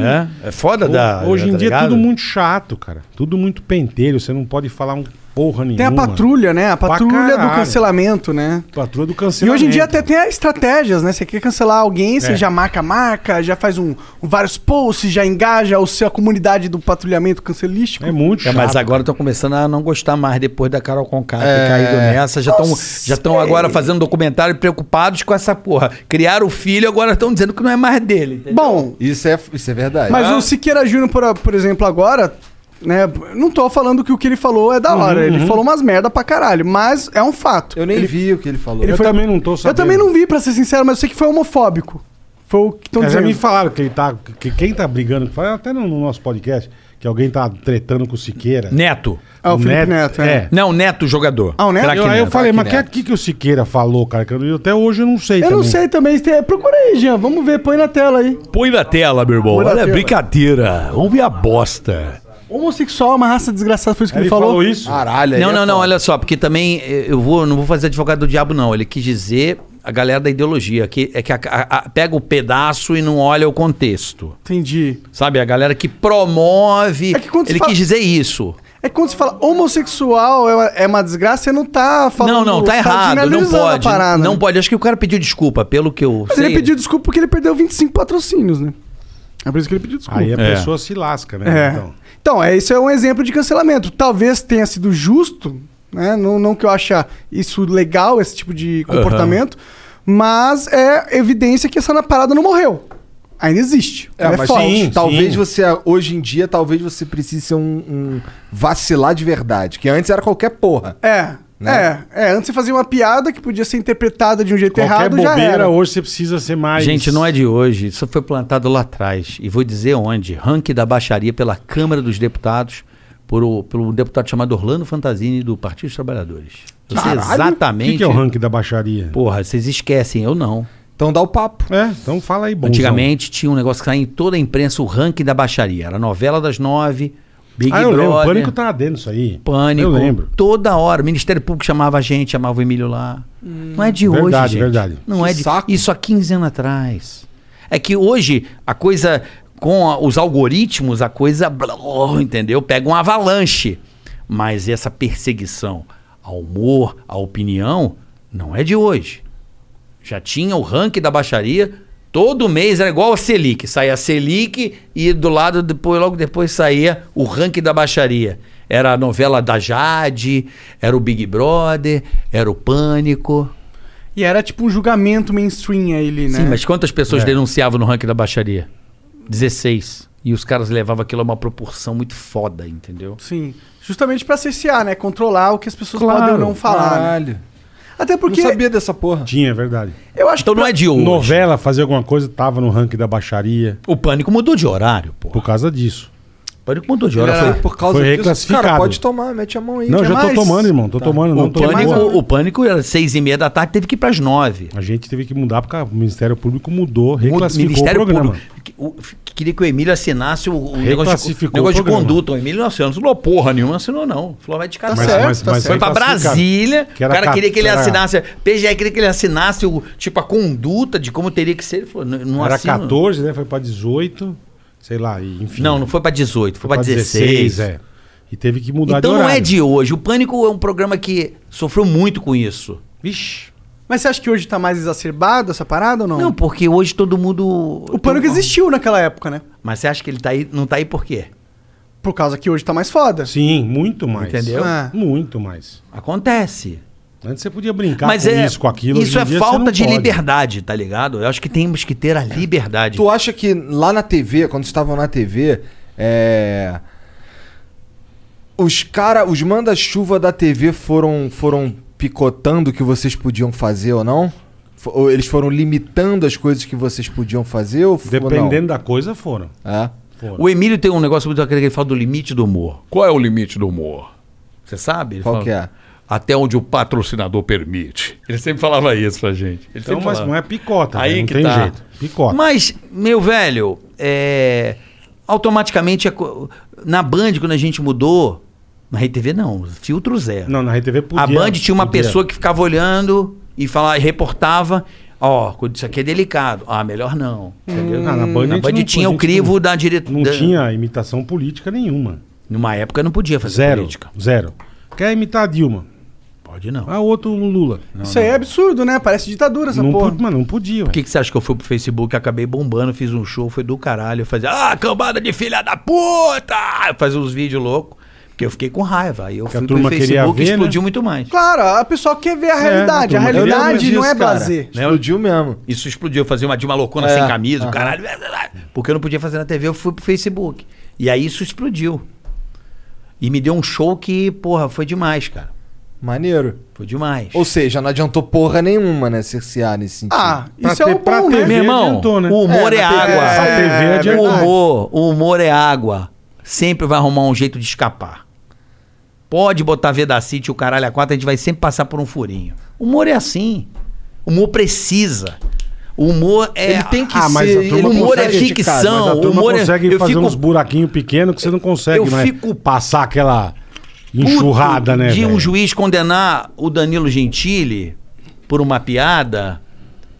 É, é foda
ho-
da.
hoje em
tá
dia é
ligado?
tudo muito chato, cara. Tudo muito pentelho. Você não pode falar um porra nenhuma.
Tem a patrulha, né? A
Pra
patrulha do
caralho.
cancelamento, né?
Patrulha do
E
cancelamento.
hoje em dia até tem as estratégias, né? Você quer cancelar alguém, você
É.
já marca a marca, já faz um, vários posts, já engaja o seu, a comunidade do patrulhamento cancelístico.
É muito
É,
chato.
mas agora estão começando a não gostar mais depois da Carol Conká ter
É.
caído nessa. Já estão já estão agora fazendo documentário preocupados com essa porra. Criaram o filho, agora estão dizendo que não é mais dele. entendeu?
Bom,
Isso é, isso é verdade.
mas o Siqueira Júnior, por, por exemplo, agora, né? Não tô falando que o que ele falou é da
Uhum,
hora. ele falou umas merda pra caralho, mas é um fato.
eu nem vi o que ele falou.
Eu também não tô
Eu
sabendo.
também não vi, pra ser sincero, mas eu sei que foi homofóbico. Foi o que estão
Mas É, já
dizendo.
me falaram que ele tá. Que quem tá brigando, que fala até no, no nosso podcast, que alguém tá tretando com o Siqueira.
Neto.
Ah, o Felipe Neto, é.
é.
Não, Neto jogador.
Ah, o Neto?
Craque
Eu, aí eu
Neto.
falei, mas
Neto.
que aqui que o Siqueira falou, cara, que eu, até hoje eu não sei.
Eu não
também.
sei também. se tem- Procura aí, Jean. Vamos ver, põe na tela aí.
Põe na tela, meu irmão.
Põe na
Olha,
tela.
brincadeira. Vamos ver a bosta.
Homossexual é uma raça desgraçada, foi isso que
Ele
ele,
falou, isso?
Caralho, aí
Não,
é
não, não,
foda.
olha só, porque também eh, eu vou, não vou fazer advogado do diabo, não. Ele quis dizer a galera da ideologia, que é que a- a- a- pega o pedaço e não olha o contexto.
Entendi.
Sabe? A galera que promove.
É que quando se
ele
fala-
quis dizer isso.
É que quando você fala homossexual é uma, é uma desgraça, você não tá falando.
não, não, tá
você
errado. Não
generalizando a
pode.
parada,
não
né?
pode. Acho que o cara pediu desculpa, pelo que eu.
Mas
sei.
ele pediu desculpa porque ele perdeu 25 patrocínios, né? É por isso que ele pediu desculpa.
Aí a
É.
pessoa se lasca, né?
É.
Então.
Então, é, isso é um exemplo de cancelamento. Talvez tenha sido justo, né? Não, não que eu ache isso legal, esse tipo de comportamento, mas é evidência que essa na- parada não morreu. Ainda existe.
É,
Ela
mas
forte.
sim.
talvez você, hoje em dia, talvez você precise ser um, um vacilar de verdade. Que antes era qualquer porra.
É.
Né?
É, é, antes você fazia uma piada que podia ser interpretada de um jeito
Qualquer
errado, já
bobeira
era.
hoje você precisa ser mais.
Gente, não é de hoje. Isso foi plantado lá atrás. E vou dizer onde. Ranking da baixaria pela Câmara dos Deputados, por o, pelo deputado chamado Orlando Fantasini, do Partido dos Trabalhadores. Eu sei
O
exatamente.
que, que é o ranking da baixaria?
Porra, vocês esquecem, eu não.
Então dá o papo.
É, então fala aí, bom.
Antigamente tinha um negócio que saía em toda a imprensa, o ranking da baixaria. Era novela das nove, Big
Ah, eu
Brother.
lembro. O pânico tá dentro disso aí.
Pânico.
Eu lembro.
Toda hora. O Ministério Público chamava a gente, chamava o Emílio lá. não é de
Verdade,
hoje, gente.
verdade.
Não
Que
é de...
saco.
Isso há 15 anos atrás. É que hoje a coisa, com a- os algoritmos, a coisa, blá, entendeu? Pega um avalanche. Mas essa perseguição ao humor, à opinião, não é de hoje. Já tinha o ranking da baixaria. Todo mês era igual a Selic. Saía a Selic e do lado, depois, logo depois saía o ranking da baixaria. Era a novela da Jade, era o Big Brother, era o Pânico.
E era tipo um julgamento mainstream aí, ele, né?
Sim, mas quantas
É.
pessoas denunciavam no ranking da baixaria? 16. E os caras levavam aquilo a uma proporção muito foda, entendeu?
Sim. Justamente pra cessear, né? Controlar o que as pessoas
Claro,
podem ou não falar. né?
Caralho.
Até porque
Não sabia dessa porra.
Tinha, é verdade.
eu acho
Então
que
não é de hoje.
Novela, fazer alguma coisa, tava no ranking da baixaria.
O pânico mudou de horário, pô.
Por causa disso.
Pode ir com o motor de hora.
Cara,
foi-
por causa
Foi
disso.
reclassificado.
Cara, pode tomar, mete a mão aí.
Não, eu
Quer
já tô
mais?
tomando, irmão. Tô tomando, não
O
tô
pânico,
tomando.
o pânico era seis e meia da tarde, teve que ir pras nove.
A gente teve que mudar porque o Ministério Público mudou,
Muda-
reclassificou o
Ministério
programa.
Público. que- o- f- que Queria que o Emílio assinasse o, o negócio, de,
Reclassificou
o negócio de
o programa.
conduta. O Emílio não assinou, não assinou porra nenhuma, não assinou não. Falou, vai de cada
Tá
um.
certo, tá certo.
Foi pra
reclassificado.
Brasília,
assim, Que
o
era
cara
ca-
queria que ele
era-
assinasse, PGE queria que ele assinasse o, tipo a conduta de como teria que ser. Ele falou, "Não- não
Era
assino."
14, né? Foi pra 18, sei lá, e enfim.
Não, não foi pra 18, foi pra
Pra
16.
é. E teve que mudar
Então
de
não
horário.
é de hoje. O Pânico é um programa que sofreu muito com isso.
Vixe.
Mas você acha que hoje tá mais exacerbado essa parada ou não?
Não, porque hoje todo mundo.
O pânico existiu naquela época, né?
Mas você acha que ele tá aí, não tá aí por quê?
Por causa que hoje tá mais foda.
Sim, muito mais.
Entendeu?
É.
Muito mais.
Acontece.
Antes você podia brincar
Mas
com
é,
isso, com aquilo.
isso
hoje em
é
dia você
falta
não
de
pode. É.
liberdade, tá ligado? Eu acho que temos que ter a liberdade.
Tu acha que lá na TV, quando estavam na TV, é... os cara, os manda-chuva da TV foram foram picotando o que vocês podiam fazer ou não? Fo- Ou eles foram limitando as coisas que vocês podiam fazer ou f- ou não?
Dependendo da coisa, foram.
É.
Foram.
O Emílio tem um negócio muito aquele que ele fala do limite do humor.
Qual é o limite do humor?
Você sabe? Ele
Qual
fala-
que é?
Até onde o patrocinador permite. Ele sempre falava isso pra gente. Ele tá
Então,
sempre
mas
falava.
não é picota.
Aí
né? não
que
tem
tá.
jeito. Picota.
Mas, meu velho, é, automaticamente é co- na Band, quando a gente mudou, na RedeTV não, filtro zero.
Não, na RTV podia.
a Band tinha uma
podia.
pessoa que ficava olhando e falava, e reportava, ó, isso aqui é delicado. Ah, melhor não. Entendeu?
Ah, na Band, a
na
gente
Band
não-
tinha
a
o
gente
crivo
não-
da diretora.
Não tinha imitação política nenhuma.
Numa época não podia fazer
Zero.
política.
Zero. Quer imitar a Dilma?
Pode não.
Ah, outro Lula.
Isso aí é absurdo, né? Parece ditadura essa
Não,
porra.
pu- mano, não podia.
Por que, que você acha que eu fui pro Facebook, acabei bombando, fiz um show, foi do caralho. Eu fazia, ah, cambada de filha da puta! Eu fazia uns vídeos loucos, porque eu fiquei com raiva. Aí eu
Que a
fui
turma
pro
queria
Facebook e
ver, né?
explodiu muito mais.
Claro, a pessoa quer ver a realidade. a
É, não, eu lembro
realidade não é
disso, cara.
prazer.
Explodiu mesmo.
Isso explodiu, eu fazia uma Dilma loucona
É,
sem camisa, o
aham.
caralho. Porque eu não podia fazer na TV, eu fui pro Facebook. E aí isso explodiu. E me deu um show que, porra, foi demais, cara.
Maneiro.
Foi demais.
Ou seja, não adiantou porra nenhuma, né, cercear nesse sentido.
Ah,
Pra
isso é
ter-
o
pra
bom,
ter-
né?
Meu irmão,
adiantou, né?
o humor é,
É, na TV
água.
Essa TV
O
é
adiantou.
verdade.
humor, o humor é água. Sempre vai arrumar um jeito de escapar. Pode botar Vedacite e o caralho a quatro, a gente vai sempre passar por um furinho. O humor é assim. O humor precisa. O humor é.
Ele tem que
Ah, mas a
ser.
turma
ele
humor
consegue,
é
cara,
ficção.
Mas a
o
turma
humor é-
consegue
eu
fazer
fico-
uns buraquinhos pequenos que você não consegue
Eu
mais
fico
passar aquela
Puto
enxurrada, né?
De um
velho?
juiz condenar o Danilo Gentili por uma piada.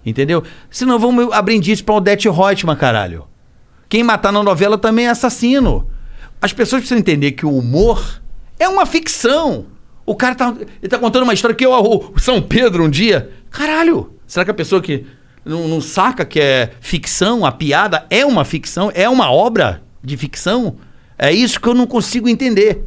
Entendeu? Senão vamos abrir indício pra Odete Reutemann, caralho. Quem matar na novela também é assassino. As pessoas precisam entender que o humor é uma ficção. O cara tá, ele tá contando uma história que eu, o São Pedro um dia. Caralho, será que a pessoa que não, não saca que é ficção, a piada é uma ficção, é uma obra de ficção? É isso que eu não consigo entender.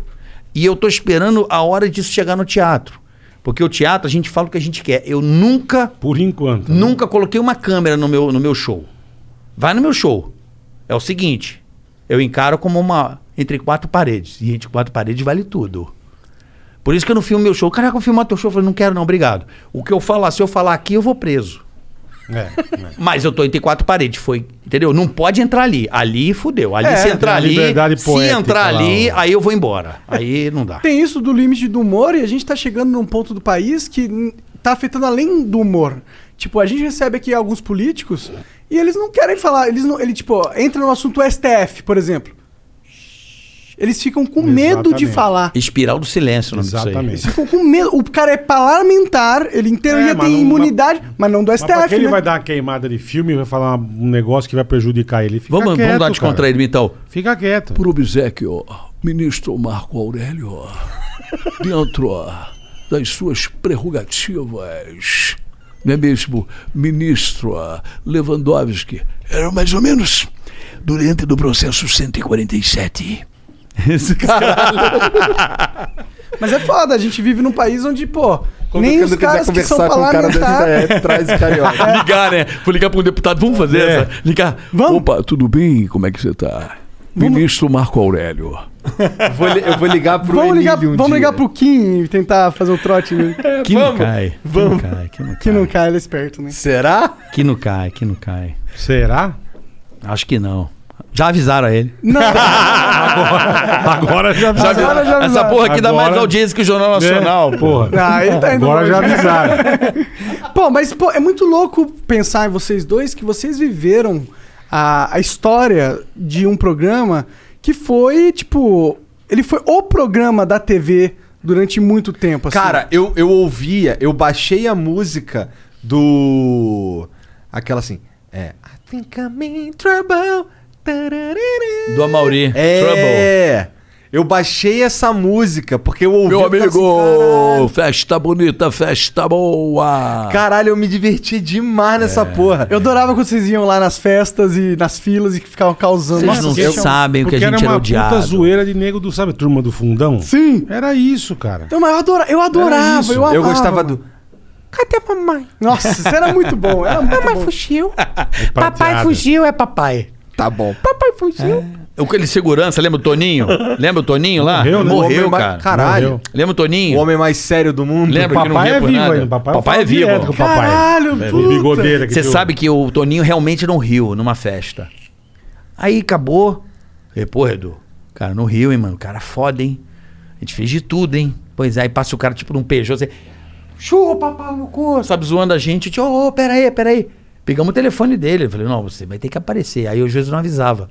E eu tô esperando a hora disso chegar no teatro. Porque o teatro, a gente fala o que a gente quer. Eu nunca
Por enquanto. né?
Nunca coloquei uma câmera no meu, no meu show. Vai no meu show. É o seguinte, eu encaro como uma entre quatro paredes. E entre quatro paredes vale tudo. Por isso que eu não filmo meu show. Caraca, eu filmar teu show, eu falei, não quero não, obrigado. O que eu falar, se eu falar aqui, eu vou preso. *laughs*
É, né?
Mas eu tô entre quatro paredes, foi, entendeu? Não pode entrar ali. Ali fudeu. Ali
É,
se entrar
tem a
ali,
liberdade
se
poética
entrar
lá,
ali,
ó.
aí eu vou embora. Aí não dá.
Tem isso do limite do humor e a gente tá chegando num ponto do país que hum, tá afetando além do humor. Tipo, a gente recebe aqui alguns políticos e eles não querem falar, eles não, ele tipo, entra no assunto STF, por exemplo. Eles ficam com medo de
Exatamente.
falar.
Espiral do silêncio, não
Exatamente.
Ficam com medo. O cara é parlamentar, ele
É,
inteiro ia
mas
ter
não-
imunidade, mas, não do
Mas pra que
STF,
ele
né?
vai dar uma queimada de filme e vai falar um negócio que vai prejudicar ele? Fica
Vamos,
quieto,
vamos dar
cara.
descontraído então.
Fica quieto.
Por obsequio, ministro Marco Aurélio, dentro das suas prerrogativas, não é mesmo, ministro Lewandowski, era mais ou menos durante do processo 147.
Esse cara
Mas é foda, a gente vive num país onde, pô,
Quando
nem
eu
os
quiser
caras que são
conversar com o cara é, da
parlamentares.
STF, traz o carioca.
ligar, né? Vou ligar pra um deputado, vamos fazer essa. Ligar.
Vamos,
Opa, tudo bem? Como é que você tá? Ministro Marco Aurélio.
Eu vou li- eu vou ligar pro
vamos ligar,
Emílio um
vamos
dia.
ligar pro Kim e tentar fazer o trote nele.
Que não cai. Vamos. Que não cai, que não
Que
cai.
não cai, ele é esperto, né?
Será?
Que não cai, que não cai.
Será?
Acho que não. Já avisaram a ele.
Não,
Agora já
Já
sabe.
avisaram, já
Essa
avisaram.
porra aqui dá mais
Agora-
audiência que o Jornal Nacional.
É, porra.
Ah, aí tá indo
Agora
longe.
já avisaram.
Pô, mas pô, é muito louco pensar em vocês dois que vocês viveram a, a história de um programa que foi, tipo. Ele foi o programa da TV durante muito tempo. assim.
Cara, eu, eu ouvia, eu baixei a música do. Aquela assim. É. I think I'm in trouble. tararara.
Do Amauri. Trouble.
É. Eu baixei essa música porque eu ouvi.
Meu
eu tava
amigo,
assim,
festa bonita, festa boa.
caralho, caralho, eu me diverti demais
É.
nessa porra.
Eu adorava quando vocês iam lá nas festas e nas filas e que ficavam causando.
Vocês não
Nossa, eu-
sabem o que a
Porque
gente
era
era,
uma puta
odiado.
zoeira de nego do, sabe, turma do fundão?
Sim.
Era isso, cara.
Então, mas eu adorava, eu
Era
adorava,
isso.
eu amava.
Eu gostava do.
Cadê a mamãe?
Nossa, isso era muito bom. Era muito
Mamãe
bom.
*laughs*
fugiu.
É Prateada.
Papai fugiu é papai.
Tá bom.
Papai fugiu.
O que ele segurança, lembra o Toninho? lembra o Toninho lá?
Morreu, né?
O homem mais-
cara.
Caralho.
Morreu.
Lembra o
O
Toninho?
homem mais sério do mundo.
Lembra? Porque não
Papai
ria
é
por
vivo
nada.
ainda. Papai, eu
Papai
falo
é vivo.
direto com o papai. É,
Caralho,
O
puta.
bigodeira que
Você
deu.
sabe que o Toninho realmente não riu numa festa. Aí acabou. E, pô, Edu, cara, não riu, hein, mano? O cara é foda, hein? A gente fez de tudo, hein? Pois é, aí passa o cara tipo num Peugeot, você. Chupa, pau no cu, sabe, zoando a gente. Eu, tipo, Ô, ô, peraí, peraí. Pegamos o telefone dele. Eu falei, não, você vai ter que aparecer. Aí o juiz não avisava.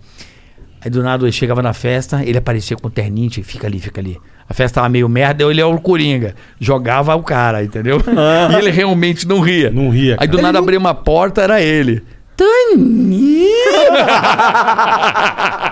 Aí do nada ele chegava na festa, ele aparecia com o terninho, tipo, fica ali, fica ali. A festa tava meio merda, eu ele é o Coringa. Jogava o cara,
*laughs*
entendeu? e ele realmente não ria.
Ah. Não ria,
Aí do
cara.
nada abria uma porta, era ele. Toninho!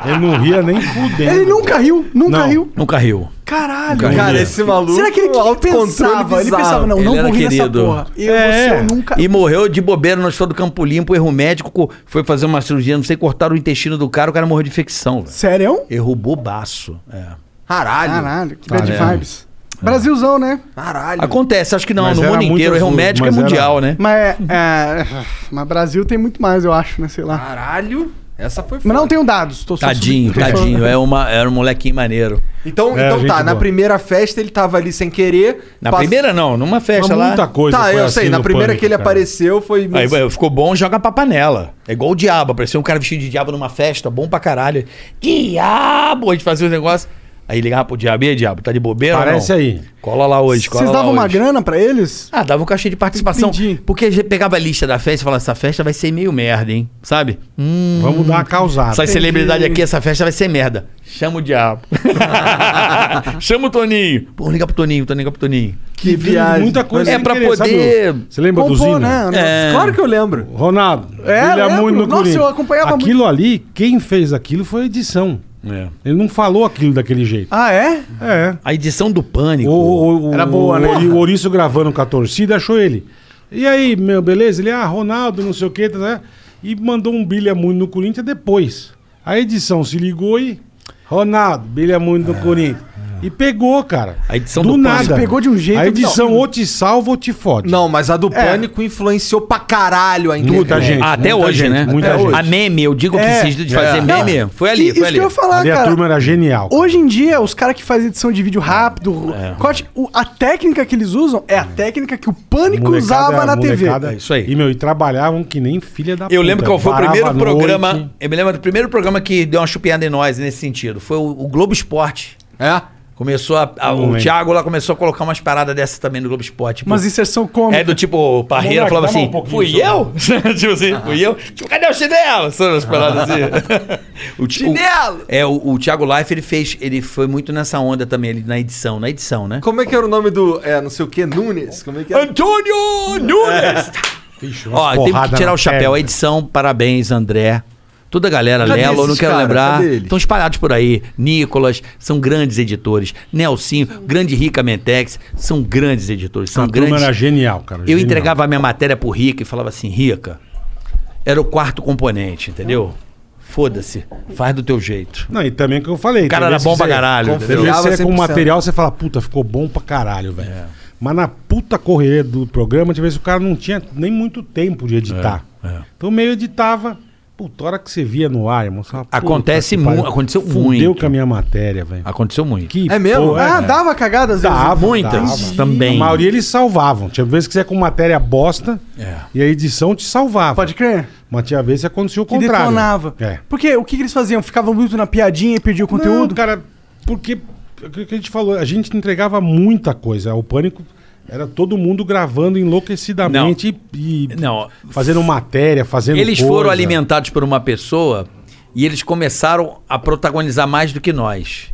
Ele não ria nem fudendo.
Ele nunca riu, nunca
Não.
riu.
Nunca riu.
Caralho.
Cara, esse maluco.
Será que ele que
autocontrole
pensava? Ele
bizarro.
pensava, não,
Ele
não
era
vou rir nessa
querido.
porra. Eu,
É.
você, eu nunca...
E morreu de bobeira no hospital do Campo Limpo, erro médico, co- foi fazer uma cirurgia, não sei, cortaram o intestino do cara, o cara morreu de infecção, velho.
Sério?
Errou bobaço. É.
Caralho.
Caralho, que bad
Caralho.
vibes.
É.
Brasilzão, né?
Caralho.
Acontece, acho que não,
Mas
no
era
mundo
muito
inteiro, erro
azul,
médico é
mas era-
mundial, né?
Mas, é, mas Brasil tem muito mais, eu acho, né? Sei lá.
Caralho. Essa foi
Mas não tenho dados, tô só
Tadinho,
subindo-
tadinho, é uma, era um molequinho maneiro.
Então,
É,
então
gente
tá, na
boa.
primeira festa ele tava ali sem querer.
Na
passa-
primeira não, numa festa
Mas
lá.
muita coisa.
Tá,
foi
eu
assim
sei. Na
no
primeira
Pânico,
que ele
cara.
apareceu foi.
Aí, ué, ficou bom, joga pra panela. É igual o diabo, apareceu um cara vestido de diabo numa festa, bom pra caralho. Diabo! A gente fazia os negócios. Aí ligava pro diabo, e aí, diabo, tá de bobeira? ou
Parece
não?
aí.
Cola lá hoje, cola
Vocês
lá
davam uma
hoje.
grana pra eles?
Ah, dava um cachê de participação.
Entendi.
Porque a gente pegava a lista da festa e falava, essa festa vai ser meio merda, hein? Sabe? Hum,
Vamos dar uma
Ah,
causada.
essa celebridade aqui, essa festa vai ser merda. Chama o
*laughs*
diabo. Chama o Toninho. Pô, liga pro Toninho, Toninho, liga pro Toninho.
que viagem.
Muita coisa
É
sem
pra
querer, sabe
poder
o- Você lembra do
Compor,
Zina?
né?
É.
Claro que eu lembro.
Ronaldo,
É,
ele é
lembro.
muito no
Nossa, eu
Corinthians.
acompanhava muito.
Aquilo ali, quem fez aquilo foi a edição.
É.
Ele não falou aquilo daquele jeito.
Ah, é?
É.
A edição do Pânico.
O, o- o-
Era boa, né?
o- O Ouriço gravando com a torcida achou ele. E aí, meu, beleza? Ele, ah, Ronaldo, não sei o quê. tá, tá. E mandou um bilha muito no Corinthians depois. A edição se ligou e. Ronaldo, bilha muito no Corinthians. E pegou, cara.
A edição
do,
do Pânico.
nada.
Pegou de um jeito
A
que-
edição ou te salva ou te fode.
Não, mas a do Pânico influenciou pra caralho a internet.
Muita gente.
Ah, até
muita
hoje,
gente,
né?
Muita
Até
gente.
hoje. A meme, eu digo que
É.
preciso de fazer
É.
meme. foi ali,
E-
foi
isso
ali.
que eu ia falar,
Ali
cara.
a turma era genial.
Hoje em dia, os caras que fazem edição de vídeo rápido,
É.
corte, o- a técnica que eles usam é a técnica que o pânico
Molecada-
usava na TV.
molecada-
É isso aí.
E, meu, e trabalhavam que nem filha da
Eu lembro
puta.
qual foi o
Varava
primeiro
a noite.
programa. Eu me lembro do primeiro programa que deu uma chupiada em nós nesse sentido. Foi o, o Globo Esporte.
É?
Começou a, a-
Não
o
lembro.
Thiago lá começou a colocar umas paradas dessa também no Globo Esporte. Tipo,
Umas inserção
então,
cômica.
é do tipo, o Parreira
Moleque,
falava
dá mais
assim,
um pouquinho,
fui
seu
eu? *laughs* tipo assim, fui eu? Tipo, cadê o chinelo? São umas paradas
*laughs*
assim. o, ti- o- é, o, o Thiago Life, ele fez, ele foi muito nessa onda também, ele, na edição, na edição, né?
Como é que era o nome do. É, não sei o que, Nunes? Como é que era?
Antônio
É.
Nunes!
Vixe, uma
Ó, teve
porrada
que tirar
na
o chapéu. A
perna.
edição, parabéns, André. Toda a galera,
Cadê
Lelo,
esses
não quero
cara?
lembrar.
Cadê eles?
Estão espalhados por aí. Nicolas, são grandes editores. Nelsinho, grande Rica Mentex, são grandes editores. São
A turma
grandes.
era genial, cara.
Eu
genial.
entregava a minha matéria pro Rica e falava assim, Rica, era o quarto componente, entendeu? Foda-se, faz do teu jeito.
Não, e também é o que eu falei.
O cara
tem
era
vezes
bom
que
pra
você-
caralho,
Tem
entendeu? É.
vezes que você com
100%.
material, você fala, puta, ficou bom pra caralho, velho. Mas na puta correria do programa, tinha vezes que o cara não tinha nem muito tempo de editar.
É,
Então meio editava. Puta, a hora que você via no ar, irmão. você fala, puta
Acontece
que
mu-
pariu.
aconteceu
Fudeu
muito.
com a minha matéria, velho.
Aconteceu muito.
Que
É mesmo?
porra,
Ah,
é.
dava cagada às vezes?
Dava,
muitas
dava.
também.
A maioria eles salvavam. Tinha vezes que você é com matéria bosta
É.
e a edição te salvava.
Pode crer?
Mas tinha vezes que acontecia o
Que
contrário.
detonava.
É.
Porque o que, que eles faziam? Ficavam muito na piadinha e perdiam o
Conteúdo,
conteúdo?
cara, porque o que que a gente falou, a gente entregava muita coisa. O pânico era todo mundo gravando enlouquecidamente e, e
Não.
fazendo matéria, fazendo
Eles foram
coisa.
alimentados por uma pessoa e eles começaram a protagonizar mais do que nós.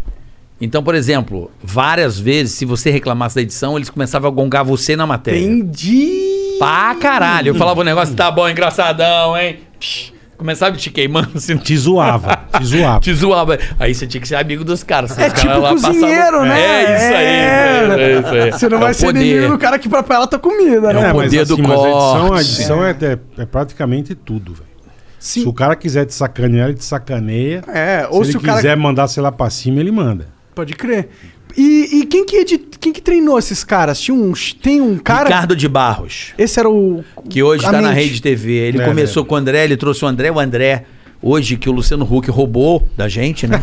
Então, por exemplo, várias vezes, se você reclamasse da edição, eles começavam a gongar você na matéria.
Entendi.
Pá caralho. Eu falava o negócio, tá bom, engraçadão, hein? Psh, Começava te queimando, *laughs* assim,
Te zoava, te zoava.
*laughs* te zoava. Aí você tinha que ser amigo dos caras. senão
É
os caras
tipo
lá passavam-
cozinheiro, né?
É isso aí.
É.
É, isso aí.
Você não
É
vai
o
ser
poder.
inimigo do cara que prepara a tua comida,
É
né?
um
mas assim,
poder do
mas
corte.
A edição, a edição é, é- é praticamente tudo, velho. Se
Sim.
o cara quiser te sacanear, ele te sacaneia.
É, ou
se,
se
ele
o cara-
quiser mandar, sei lá, pra cima, ele manda.
Pode crer. E, e quem, que edit- quem que treinou esses caras? Tinha um, tem um cara.
Ricardo de Barros,
Esse era o.
que hoje
a
está na
mente.
Rede TV. Ele
É,
começou com o André, ele trouxe o André. O André, hoje que o Luciano Huck roubou da gente,
*laughs*
né?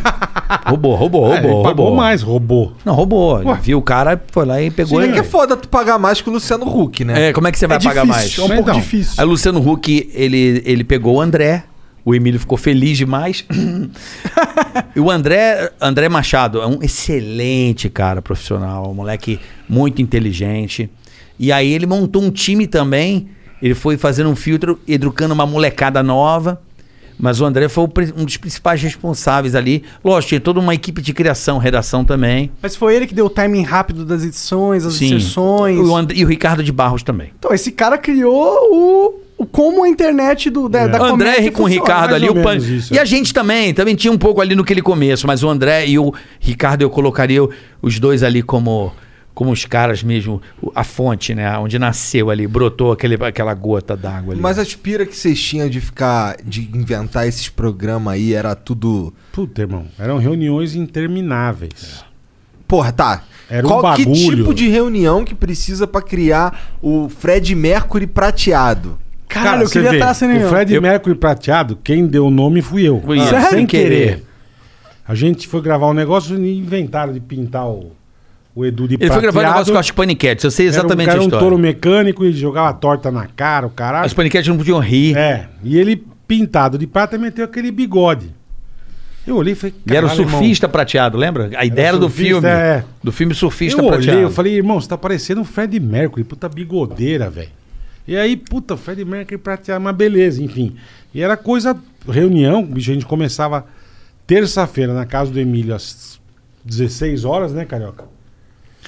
roubou, roubou, roubou,
É, ele
roubou.
pagou mais, roubou.
Não, roubou. Ele Viu o cara, foi lá e pegou.
Se bem
ele.
que é foda tu pagar mais que o Luciano Huck, né?
É, como é que você vai
É
pagar
difícil,
mais?
É um pouco
Então,
difícil.
Aí o Luciano Huck, ele, ele pegou o André. O Emílio ficou feliz *laughs* demais. e o André, André Machado é um excelente cara profissional, um moleque muito inteligente. E aí ele montou um time também. Ele foi fazendo um filtro, educando uma molecada nova. Mas o André foi o pri- um dos principais responsáveis ali. Lógico, tinha toda uma equipe de criação, redação também.
Mas foi ele que deu o timing rápido das edições, as
Sim.
inserções.
O And- e o Ricardo de Barros também.
Então, esse cara criou o, o como a internet do, da,
Tá
da
André com o
funciona,
Ricardo
mais
ali,
ou
o
menos.
pan...
isso,
E
é.
a gente também, também tinha um pouco ali no aquele começo, mas o André e o Ricardo eu colocaria o- os dois ali como como os caras mesmo, o- a fonte, né, onde nasceu ali, brotou aquele, aquela gota d'água ali.
Mas as pira que vocês tinham de ficar, de inventar esses programas aí, era tudo.
Puta, irmão. Eram reuniões intermináveis.
Porra, tá.
Era um
Que
bagulho.
tipo de reunião que precisa pra criar o Fred Mercury prateado?
Caralho, eu
você
queria
vê,
estar assim mesmo.
O Fred Mercury prateado, quem deu o nome fui eu.
Fui eu,
Sem
sem
querer.
querer.
A gente foi gravar um negócio e inventaram de pintar o, o Edu de
Ele foi gravar um negócio com as
Era
paniquetes, eu sei
um
exatamente
cara,
a história. Ah,
um touro mecânico e jogava torta na cara, o caralho.
As paniquetes não podiam rir.
É, e ele pintado de prata meteu aquele bigode. Eu olhei e falei.
Ele era o
"Caralho, irmão."
surfista prateado, lembra? A ideia era, do
surfista,
filme.
é.
Do filme Surfista
Eu
Prateado.
olhei, eu falei, irmão, você tá parecendo o Fred Mercury, puta bigodeira, velho. E aí, puta, Fred Mercury prateado, mas beleza, enfim. E era coisa, reunião, bicho, a gente começava terça-feira na casa do Emílio às 16 horas, né, Carioca?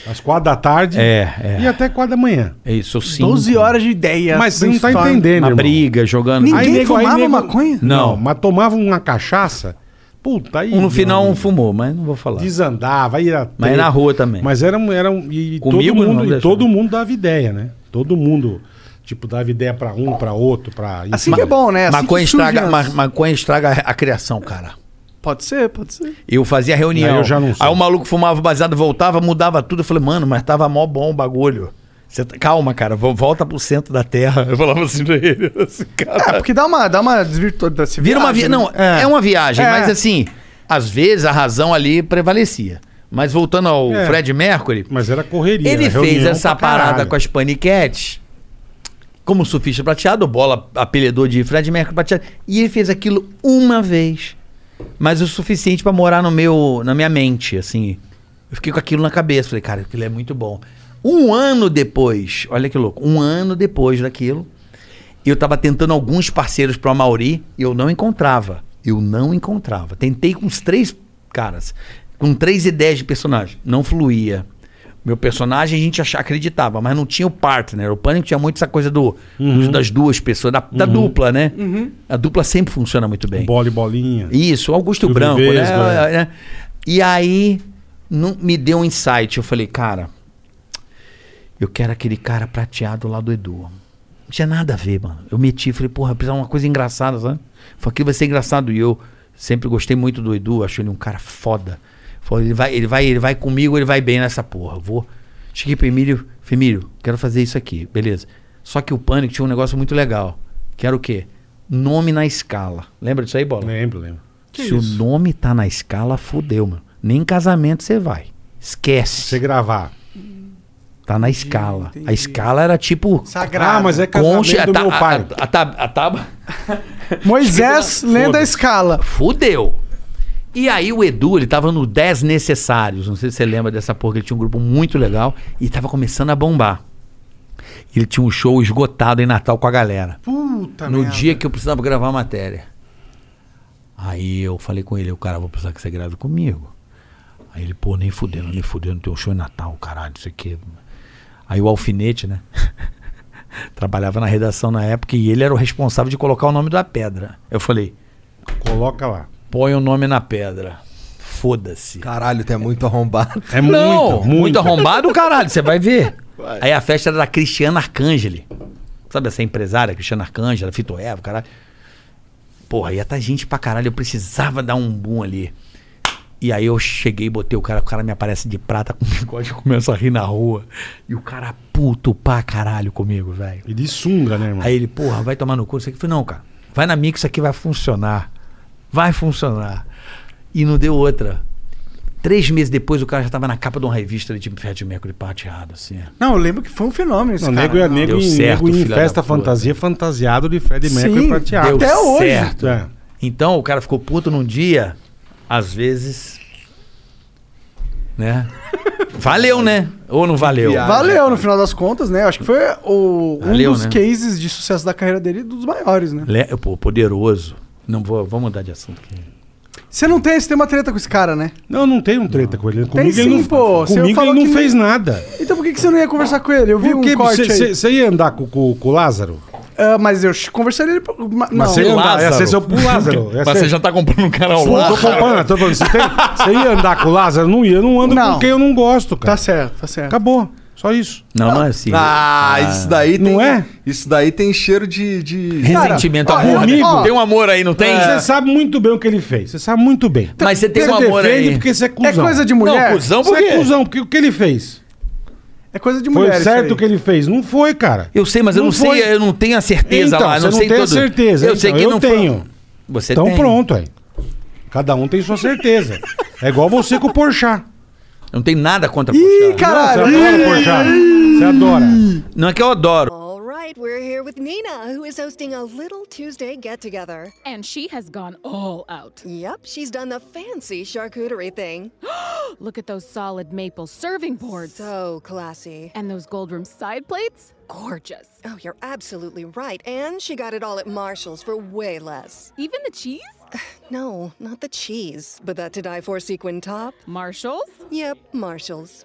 Às quatro da tarde.
É, é.
E até quatro da manhã.
É Isso, eu sim.
12 horas de ideia.
Mas você não tá
brainstorm.
entendendo,
Uma
irmão.
briga, jogando.
Ninguém fumava maconha?
Não.
Não.
mas tomava uma cachaça. Puta, aí...
Um no final
meu
um fumou, mas não vou falar.
desandava, aí era
Mas
treta.
na rua também.
Mas era, um- era um- e, e
Comigo
todo
não,
mundo, e
deixa.
todo mundo dava ideia, né? Todo mundo tipo dava ideia pra um, pra outro, para
Assim que é bom, né? Assim
maconha,
que surge
estraga,
as-
ma- maconha estraga a criação, cara.
Pode ser, pode ser.
Eu fazia reunião.
Aí eu já não sei.
Aí o maluco fumava baseado, voltava, mudava tudo. Eu falei, mano, mas tava mó bom o bagulho. Você tá- calma, cara, vo- volta pro centro da terra. Eu falava assim pra ele. *laughs* assim,
É,
cara.
porque dá uma, dá uma desvirtuada da né?
Vira uma viagem. Não, é. uma viagem,
É.
mas assim, às vezes a razão ali prevalecia. Mas voltando ao
É.
Fred Mercury,
Mas era correria,
ele
era
fez
reunião
essa
pra caralho.
parada com as paniquetes. Como surfista prateado, bola apelidou de Fred Mercury prateado. E ele fez aquilo uma vez. Mas o suficiente pra morar no meu, na minha mente, assim. Eu fiquei com aquilo na cabeça. Falei, cara, aquilo é muito bom. Um ano depois, olha que louco. Um ano depois daquilo, eu tava tentando alguns parceiros pro Amauri e eu não encontrava. Eu não encontrava. Tentei com os três caras, com três ideias de personagem. Não fluía. Meu personagem a gente achava, acreditava, mas não tinha o partner. né? O pânico tinha muito essa coisa do, dos- das duas pessoas, da, da dupla, né? A dupla sempre funciona muito bem.
bola e bolinha.
Isso, Augusto
Silvio
Branco, né?
Vesga.
É, é. E aí não, me deu um insight. Eu falei, cara, eu quero aquele cara prateado lá do Edu. Não tinha nada a ver, mano. Eu meti, falei, porra, precisa de uma coisa engraçada, sabe? Falei, aquilo vai ser engraçado. E eu sempre gostei muito do Edu, acho ele um cara foda. Falei, ele vai, ele vai, ele vai comigo, ele vai bem nessa porra. Eu vou. Cheguei pro Emílio, falei, Emílio, quero fazer isso aqui, beleza. Só que o Pânico tinha um negócio muito legal. Que era o quê? Nome na escala. Lembra disso aí, Bola?
Lembro, lembro.
Se o nome tá na escala, fudeu, mano. Nem casamento você vai. Esquece.
Você gravar.
Tá Tá na escala. A
entendi.
escala era tipo.
Sagrado.
Ah, mas é casamento
Concha, tá, ah, a,
do
ta-
meu
a-
pai.
a- a tab- a tábua. *laughs*
Moisés, lenda a escala.
Fudeu. E aí o Edu, ele tava no 10 Necessários. Não sei se você lembra dessa porra, que ele tinha um grupo muito legal e tava começando a bombar. Ele tinha um show esgotado em Natal com a galera.
Puta
no
merda.
dia que eu precisava gravar a matéria. Aí eu falei com ele, o cara, vou precisar que você grave comigo. Aí ele, pô, nem fudendo, nem fudendo, tem um show em Natal, caralho, isso aqui. Aí o alfinete, né? *laughs* Trabalhava na redação na época e ele era o responsável de colocar o nome da pedra. Eu falei,
Coloca lá.
põe o nome na pedra. Foda-se.
Caralho, tu é muito arrombado.
É
Não,
muito,
muito, arrombado, caralho, você vai ver. Aí a festa era da Cristiana Arcangeli. Sabe essa empresária, Cristiana Arcangeli, Fito Eva, caralho. Porra, ia tá gente pra caralho, eu precisava dar um boom ali. E aí eu cheguei, botei o cara, o cara me aparece de prata *laughs* com bigode, começa a rir na rua. E o cara puto pra caralho comigo, velho.
E de sunga, né, irmão?
Aí ele, porra, vai tomar no curso aqui. Eu falei, não, cara, vai na mix, isso aqui vai funcionar. Vai funcionar. E não deu outra. Três meses depois, o cara já tava na capa de uma revista de Fred Mercury prateado, assim. ó.
Não, eu lembro que foi um fenômeno esse
Não,
cara.
nego, é nego,
Deu
em,
certo,
nego em
filha da
festa
puta.
fantasia fantasiado de Fred Mercury
Sim,
pra teatro.
deu
Até hoje.
certo.
É.
Então, o cara ficou puto num dia, às vezes. Né? Valeu, né? Ou não valeu?
Valeu, no final das contas, né? Acho que foi o,
Valeu,
um dos
né?
cases de sucesso da carreira dele, dos maiores, né?
Le- Pô, poderoso. Não vou, vamos mudar de assunto aqui.
Você não tem, você tem uma treta com esse cara, né?
Não, não tem um treta com ele. Comigo ele
sim,
não,
pô. Você
Comigo ele
falou
não
que
fez
nem-
nada.
Então por que, que você não ia conversar com ele? Eu vi
Porque
um corte aí.
você ia andar com, com- com o Lázaro?
Ah, mas eu ch- conversaria... ele- ma- Não,
Mas você ia andar. Ia
Lázaro.
ser seu pro Lázaro. Ia
Mas
ser-
você já tá comprando um cara ao
Pô,
lado.
tô comprando, tô falando. Você, tem- você ia andar com o Lázaro? Não ia. Eu não ando
Não.
com quem eu não gosto, cara.
tá certo, tá certo.
Acabou. Só isso.
Não, não é assim.
Ah, isso daí
Não
tem-
é?
Isso daí tem cheiro de. de...
Ressentimento,
Cara, ó,
amor. né?
comigo-
Tem um amor aí, não tem?
Você sabe muito bem o que ele fez. Você sabe muito bem.
Mas você tem um
Você
amor
defende
aí.
porque você é cuzão.
É coisa de
Não,
mulher?
cuzão, por
Você é
quê?
cuzão, porque o que ele fez?
É coisa de
Foi
mulher isso
certo
aí.
o que ele fez? Não foi, cara.
Eu sei, mas eu
Não
não,
foi.
sei, eu não tenho a certeza
Então,
lá.
você
Não
não
sei
tem a
todo.
certeza,
Eu sei
então,
que
eu
não
tenho.
Você
então
tem.
pronto, aí. Cada um tem sua certeza. É igual você com o Porchat.
Eu não tenho nada contra
Ih,
Porchat.
caralho!
Você adora o Porchat. né? Você adora.
Não é que eu adoro.
All right, we're here with Nina, who is hosting a little Tuesday get together.
And she has gone all out.
Yep, she's done the fancy charcuterie thing. *gasps*
Look at those solid maple serving boards.
So classy.
And those gold room side plates? Gorgeous.
Oh, you're absolutely right. And she got it all at Marshall's for way less.
Even the cheese?
*sighs* No, not the cheese, but that to die for sequin top.
Marshall's?
Yep, Marshall's.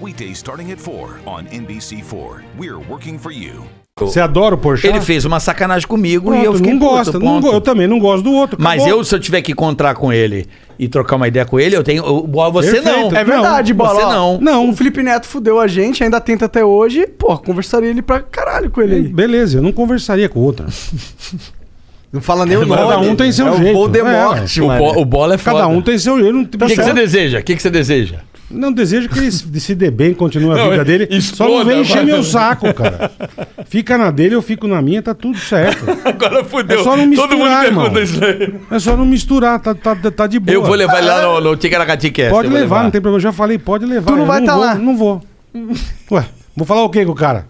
Weekdays starting at 4 on NBC4. We're working for you.
Você adora o Porchat?
Ele fez uma sacanagem comigo
Pronto,
e eu fiquei
não
puto,
gosta. não
ponto.
go- eu também não gosto do outro.
Mas
acabou.
eu, se eu tiver que encontrar com ele e trocar uma ideia com ele, eu tenho. eu- boa, você não.
Perfeito.
É verdade,
Não,
bola.
você
ó.
não.
Não.
O Felipe Neto fudeu a gente, ainda tenta até hoje. Pô, conversaria ele pra caralho com ele aí.
Beleza, eu não conversaria com o outro.
É, Não fala nem o nome.
Cada um tem seu
é
jeito.
O Voldemort,
O,
mano.
bo- o bola é foda.
Cada um tem seu jeito. Não, tem-
O que, que você deseja? O que, que você deseja?
Não, desejo que ele se se dê bem, continue a
Não,
vida dele. Só não
exploda,
vem encher
vai.
meu saco, cara. Fica na dele, eu fico na minha, tá tudo certo.
Agora fudeu.
É só não
Todo mundo
misturar,
pergunta
irmão.
isso aí.
É só não misturar, tá, tá, tá de boa.
Eu vou levar ele lá no, no Ticaracatiquest.
Pode
eu vou
levar, não tem problema. Eu já falei, pode levar.
Tu não
Eu
vai tá
vou,
lá.
Não vou. Ué, vou falar o que com o cara?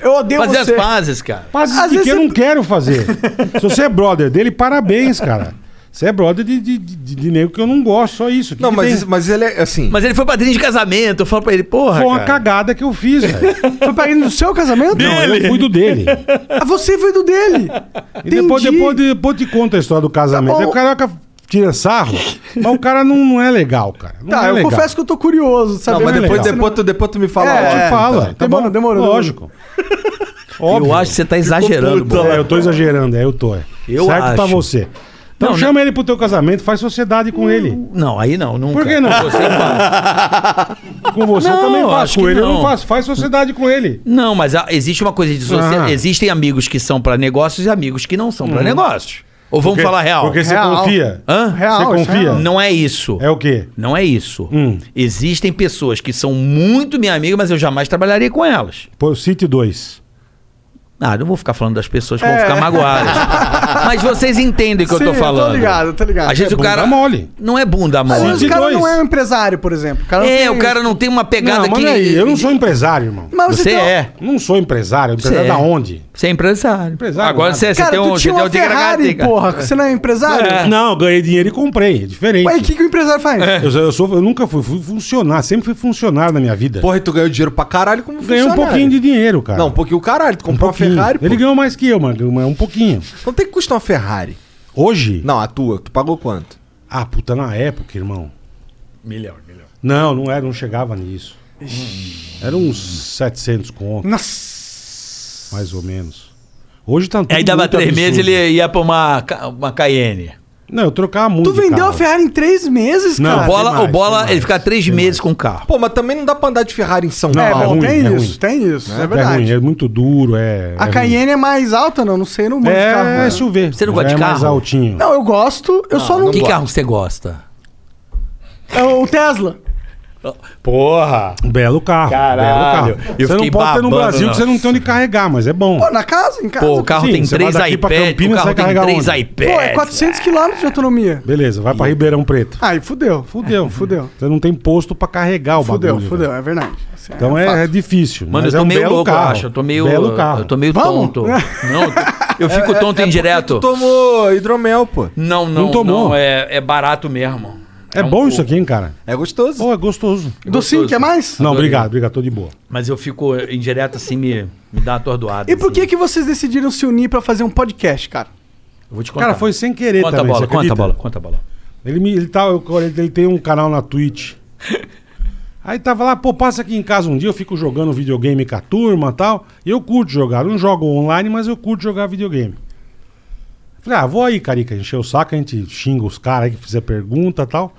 Eu odeio
Fazer
você.
as pazes, cara.
Pazes
Às
de
vezes
que eu
você-
não quero fazer. *laughs* Se você é brother dele, parabéns, cara. Você é brother de, de, de, de nego que eu não gosto, só isso. Que
Não,
que
mas,
tem?
isso- mas ele é assim.
Mas ele foi padrinho de casamento. Eu falo pra ele, porra.
Foi uma
Ah, cara.
cagada que eu fiz, velho.
*laughs*
Foi pra ele no seu casamento?
Não, eu fui do dele.
Ah, você foi do dele. Tá,
E depois,
Entendi.
depois, depois te conta a história do casamento.
Tá bom.
Aí o caraca tira sarro, mas o cara não, não é legal, cara. Não
Tá,
é
eu
legal.
confesso que eu tô curioso,
Não,
sabe?
é
mas depois,
legal.
depois, tu, depois tu me fala.
É,
ótimo,
Te fala.
então.
tá
Demorou,
bom?
demorou, demorou.
Lógico.
Eu acho que você tá exagerando,
É,
bola.
eu tô exagerando, é, eu tô. É.
Eu
certo tá
acho.
você. Então chama ele pro teu casamento, faz sociedade
Hum.
com ele.
Não, aí não, nunca.
Por que não? Você *laughs* com você eu
Não,
também faço.
acho
Com
que
ele eu não
não.
faço. Faz sociedade com ele.
Não, mas ah, existe uma coisa de sociedade.
Ah.
Existem amigos que são pra negócios e amigos que não são pra
Uhum.
negócios. Ou vamos
Porque-
falar real?
porque você Real. confia.
Hã?
Real, Você isso é confia? real.
Não é isso.
É o Hum. quê?
Não é isso. Existem pessoas que são muito minha amiga, mas eu jamais trabalharia com elas.
Pô, cite dois.
Ah, não vou ficar falando das pessoas que vão
É.
ficar magoadas.
*laughs*
mas vocês entendem o que
Sim,
eu tô falando.
Tô ligado, tô ligado.
Às vezes
É
o cara. Não é bunda
Às
mole.
vezes o cara não é um empresário, por exemplo. O cara não
É,
tem-
o cara não tem uma pegada
Não, mas
que.
aí, eu não sou empresário, irmão.
Mas então, você Você tem-
é.
Não sou empresário. Empresário
Você
da
é.
onde?
Você é empresário. Agora
nada.
você, você
Cara,
tem
tu
um. Você
tinha
tem
uma
um
Ferrari,
tigra-gatega.
porra. Você não é empresário?
É. Não, ganhei dinheiro e comprei. É diferente. É.
Ué, e o que, que o empresário faz?
É.
Eu, eu sou, eu nunca fui, fui funcionário, sempre fui funcionário na minha vida.
Porra, e tu ganhou dinheiro pra caralho como
ganhei um
funcionário.
pouquinho de dinheiro, cara.
Não, um pouquinho caralho. Tu comprou uma
pouquinho.
Ferrari, pô.
Ele ganhou mais que eu, mano. mas Um pouquinho.
Quanto tem que custar uma Ferrari?
Hoje?
Não, a tua. Tu pagou quanto?
Ah, puta, na época, irmão.
Milhão, milhão.
Não, não era, não chegava nisso. Era uns 700 conto. Nossa! Mais ou menos. Hoje tá tudo
Aí dava
muito
três
absurdo. Ah,
meses ele ia pra uma, ca- uma Cayenne.
Não, eu trocava muito.
Tu
de
vendeu
carro.
a Ferrari em três meses,
Não,
cara.
o bola,
demais,
o bola
demais,
ele fica três meses com o carro.
Pô, mas também não dá pra andar de Ferrari em São
Não,
Paulo.
é ruim,
tem
é
isso,
ruim.
tem isso, é,
É,
verdade.
ruim, é muito duro, é.
A
é
Cayenne é mais alta, não? Não sei, não
ruim.
mando de carro.
É Ah,
né?
SUV.
Você não gosta
já
de
é mais
carro?
altinho.
Não, eu gosto, eu só não.
Que
gosto.
carro você gosta?
É o Tesla.
Porra!
Belo carro.
Caralho.
Belo carro.
Eu
você não
fiquei
pode ter no
babando,
Brasil que
não.
você não tem onde carregar, mas é bom.
Pô, na casa, em casa.
Pô, o carro
Sim,
tem
você vai
três
daqui pra
iPads, o
Campinas,
carro
você
tem
carrega
três
onde?
iPads.
Pô, é 400 quilômetros de autonomia.
Beleza, vai pra Ribeirão Preto.
Aí, fudeu.
Fudeu.
Fudeu.
Você não tem posto pra carregar o
Fudeu,
um bagulho. né?
fudeu, é verdade.
velho. Então é, é difícil.
Mano, eu
mas
tô
é um
meio
belo
louco, eu
carro.
acho. Eu tô meio,
Belo carro.
Eu tô meio
Vamos? É.
tonto. Não, eu tô- eu fico tonto indireto.
Tu tomou hidromel, pô.
Não, não,
Não
não.
tomou?
é, é barato mesmo.
É,
um
bom isso
pouco.
aqui, hein, cara?
É gostoso.
Pô, é gostoso.
Docinho, quer mais?
Não,
Adorei.
obrigado, obrigado. Tô de boa.
Mas eu fico indireto assim, me, me dá uma atordoada.
E por
assim.
que que vocês decidiram se unir pra fazer um podcast, cara?
Eu vou te contar.
Cara, foi sem querer
Conta a
também.
bola,
você
conta a
acredita?
bola, conta a bola.
Ele, me, ele, tá, eu- ele, ele tem um canal na Twitch. Aí tava lá, pô, passa aqui em casa um dia, eu fico jogando videogame com a turma e tal. E eu curto jogar. Eu Não jogo online, mas eu curto jogar videogame. Falei, ah, vou aí, Carica, encher o saco, a gente xinga os caras aí que fizer pergunta e tal.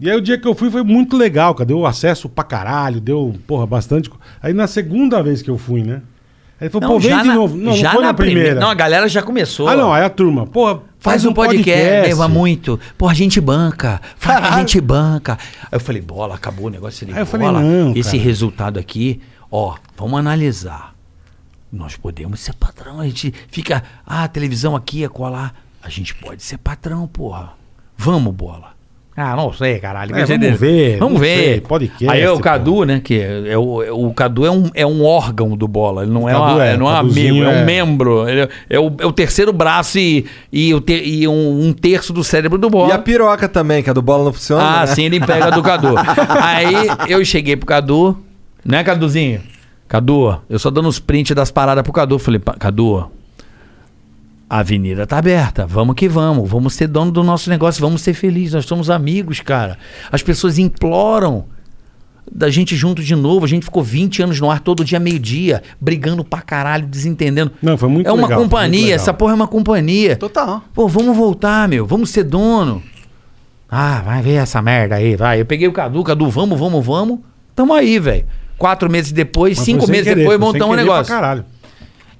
E aí o dia que eu fui foi muito legal, cara. Deu acesso pra caralho, deu, porra, bastante. co- Aí na segunda vez que eu fui, né? Aí ele falou, pô, vem
já
de
na-
novo. Não,
já
não foi na, primeira.
Não, a galera já começou.
Ah, não, aí a turma, porra,
Faz, um, podcast, leva muito. Pô, a gente banca. Faz a gente banca. Aí eu falei, bola, acabou o negócio. Ele,
Aí eu falei,
bola,
não,
esse
cara.
resultado aqui, ó, vamos analisar. Nós podemos ser patrão. A gente fica, ah, a televisão aqui, é colar. A gente pode ser patrão, porra. Vamos, bola. Ah, não sei, caralho.
É,
Mas
vamos
ele-
ver,
Vamos
não sei,
ver.
podcast,
Aí é o
pô.
Cadu, né? Que é, é o, é o Cadu é um, é um órgão do bola. Ele não é,
Cadu
uma,
é,
não é um
Caduzinho
amigo, é
é-
um membro membro. Ele é- é, o, é o terceiro braço e, e, o te- e um, um terço do cérebro do
E a
bola.
piroca também, que a do bola não funciona.
ah,
né?
sim, ele pega do Cadu. Aí eu cheguei pro Cadu, né, Caduzinho? Cadu, eu só dando os prints das paradas pro Cadu. Falei, "Pa- Cadu, a avenida tá aberta, vamos que vamos, vamos ser dono do nosso negócio, vamos ser felizes, nós somos amigos, cara. As pessoas imploram da gente junto de novo, a gente ficou 20 anos no ar todo dia, meio-dia, brigando pra caralho, desentendendo.
Não, foi muito
É uma
legal, foi muito
companhia,
legal.
essa porra é uma companhia.
Total.
Pô, vamos voltar, meu, vamos ser dono. Ah, vai ver essa merda aí, vai. Eu peguei o Cadu, Cadu, vamos, vamos, vamos. Tamo aí, velho. Quatro meses depois,
Mas
cinco
foi sem
meses
querer,
depois,
foi sem
montamos um
querer pra
negócio.
caralho.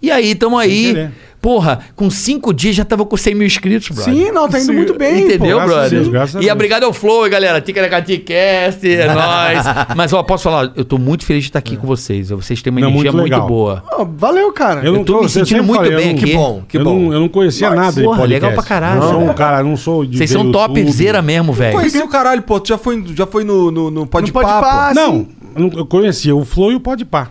E aí, tamo aí.
querer.
Porra, com cinco dias já tava com 100 mil inscritos, brother.
Sim, não, tá indo
Sim.
muito bem,
Entendeu,
pô, graças a
brother?
Deus, graças a
e
Deus.
obrigado ao Flow, hein, galera. Ticaracati-cast,
*laughs*
é nóis. Mas, ó, posso falar, eu tô muito feliz de estar aqui com vocês. Vocês têm uma
É. Não,
energia
muito
muito,
legal.
boa.
Ó, valeu, cara.
Eu tô me
conheço, eu
sentindo
sempre
muito
eu
bem
não-
aqui. Que
bom, que
eu
bom.
Não, eu não conhecia
Nossa,
nada de
porra,
podcast.
legal pra caralho.
Não sou
É.
um cara, não sou de
Vocês
ver
são
YouTube.
topzera mesmo,
é.
velho.
Conheci o caralho, pô. Tu já foi, já foi no, no, no Pode
Pode
Papo?
Pá.
Não,
assim.
eu não- eu conhecia o Flow e o Podpah.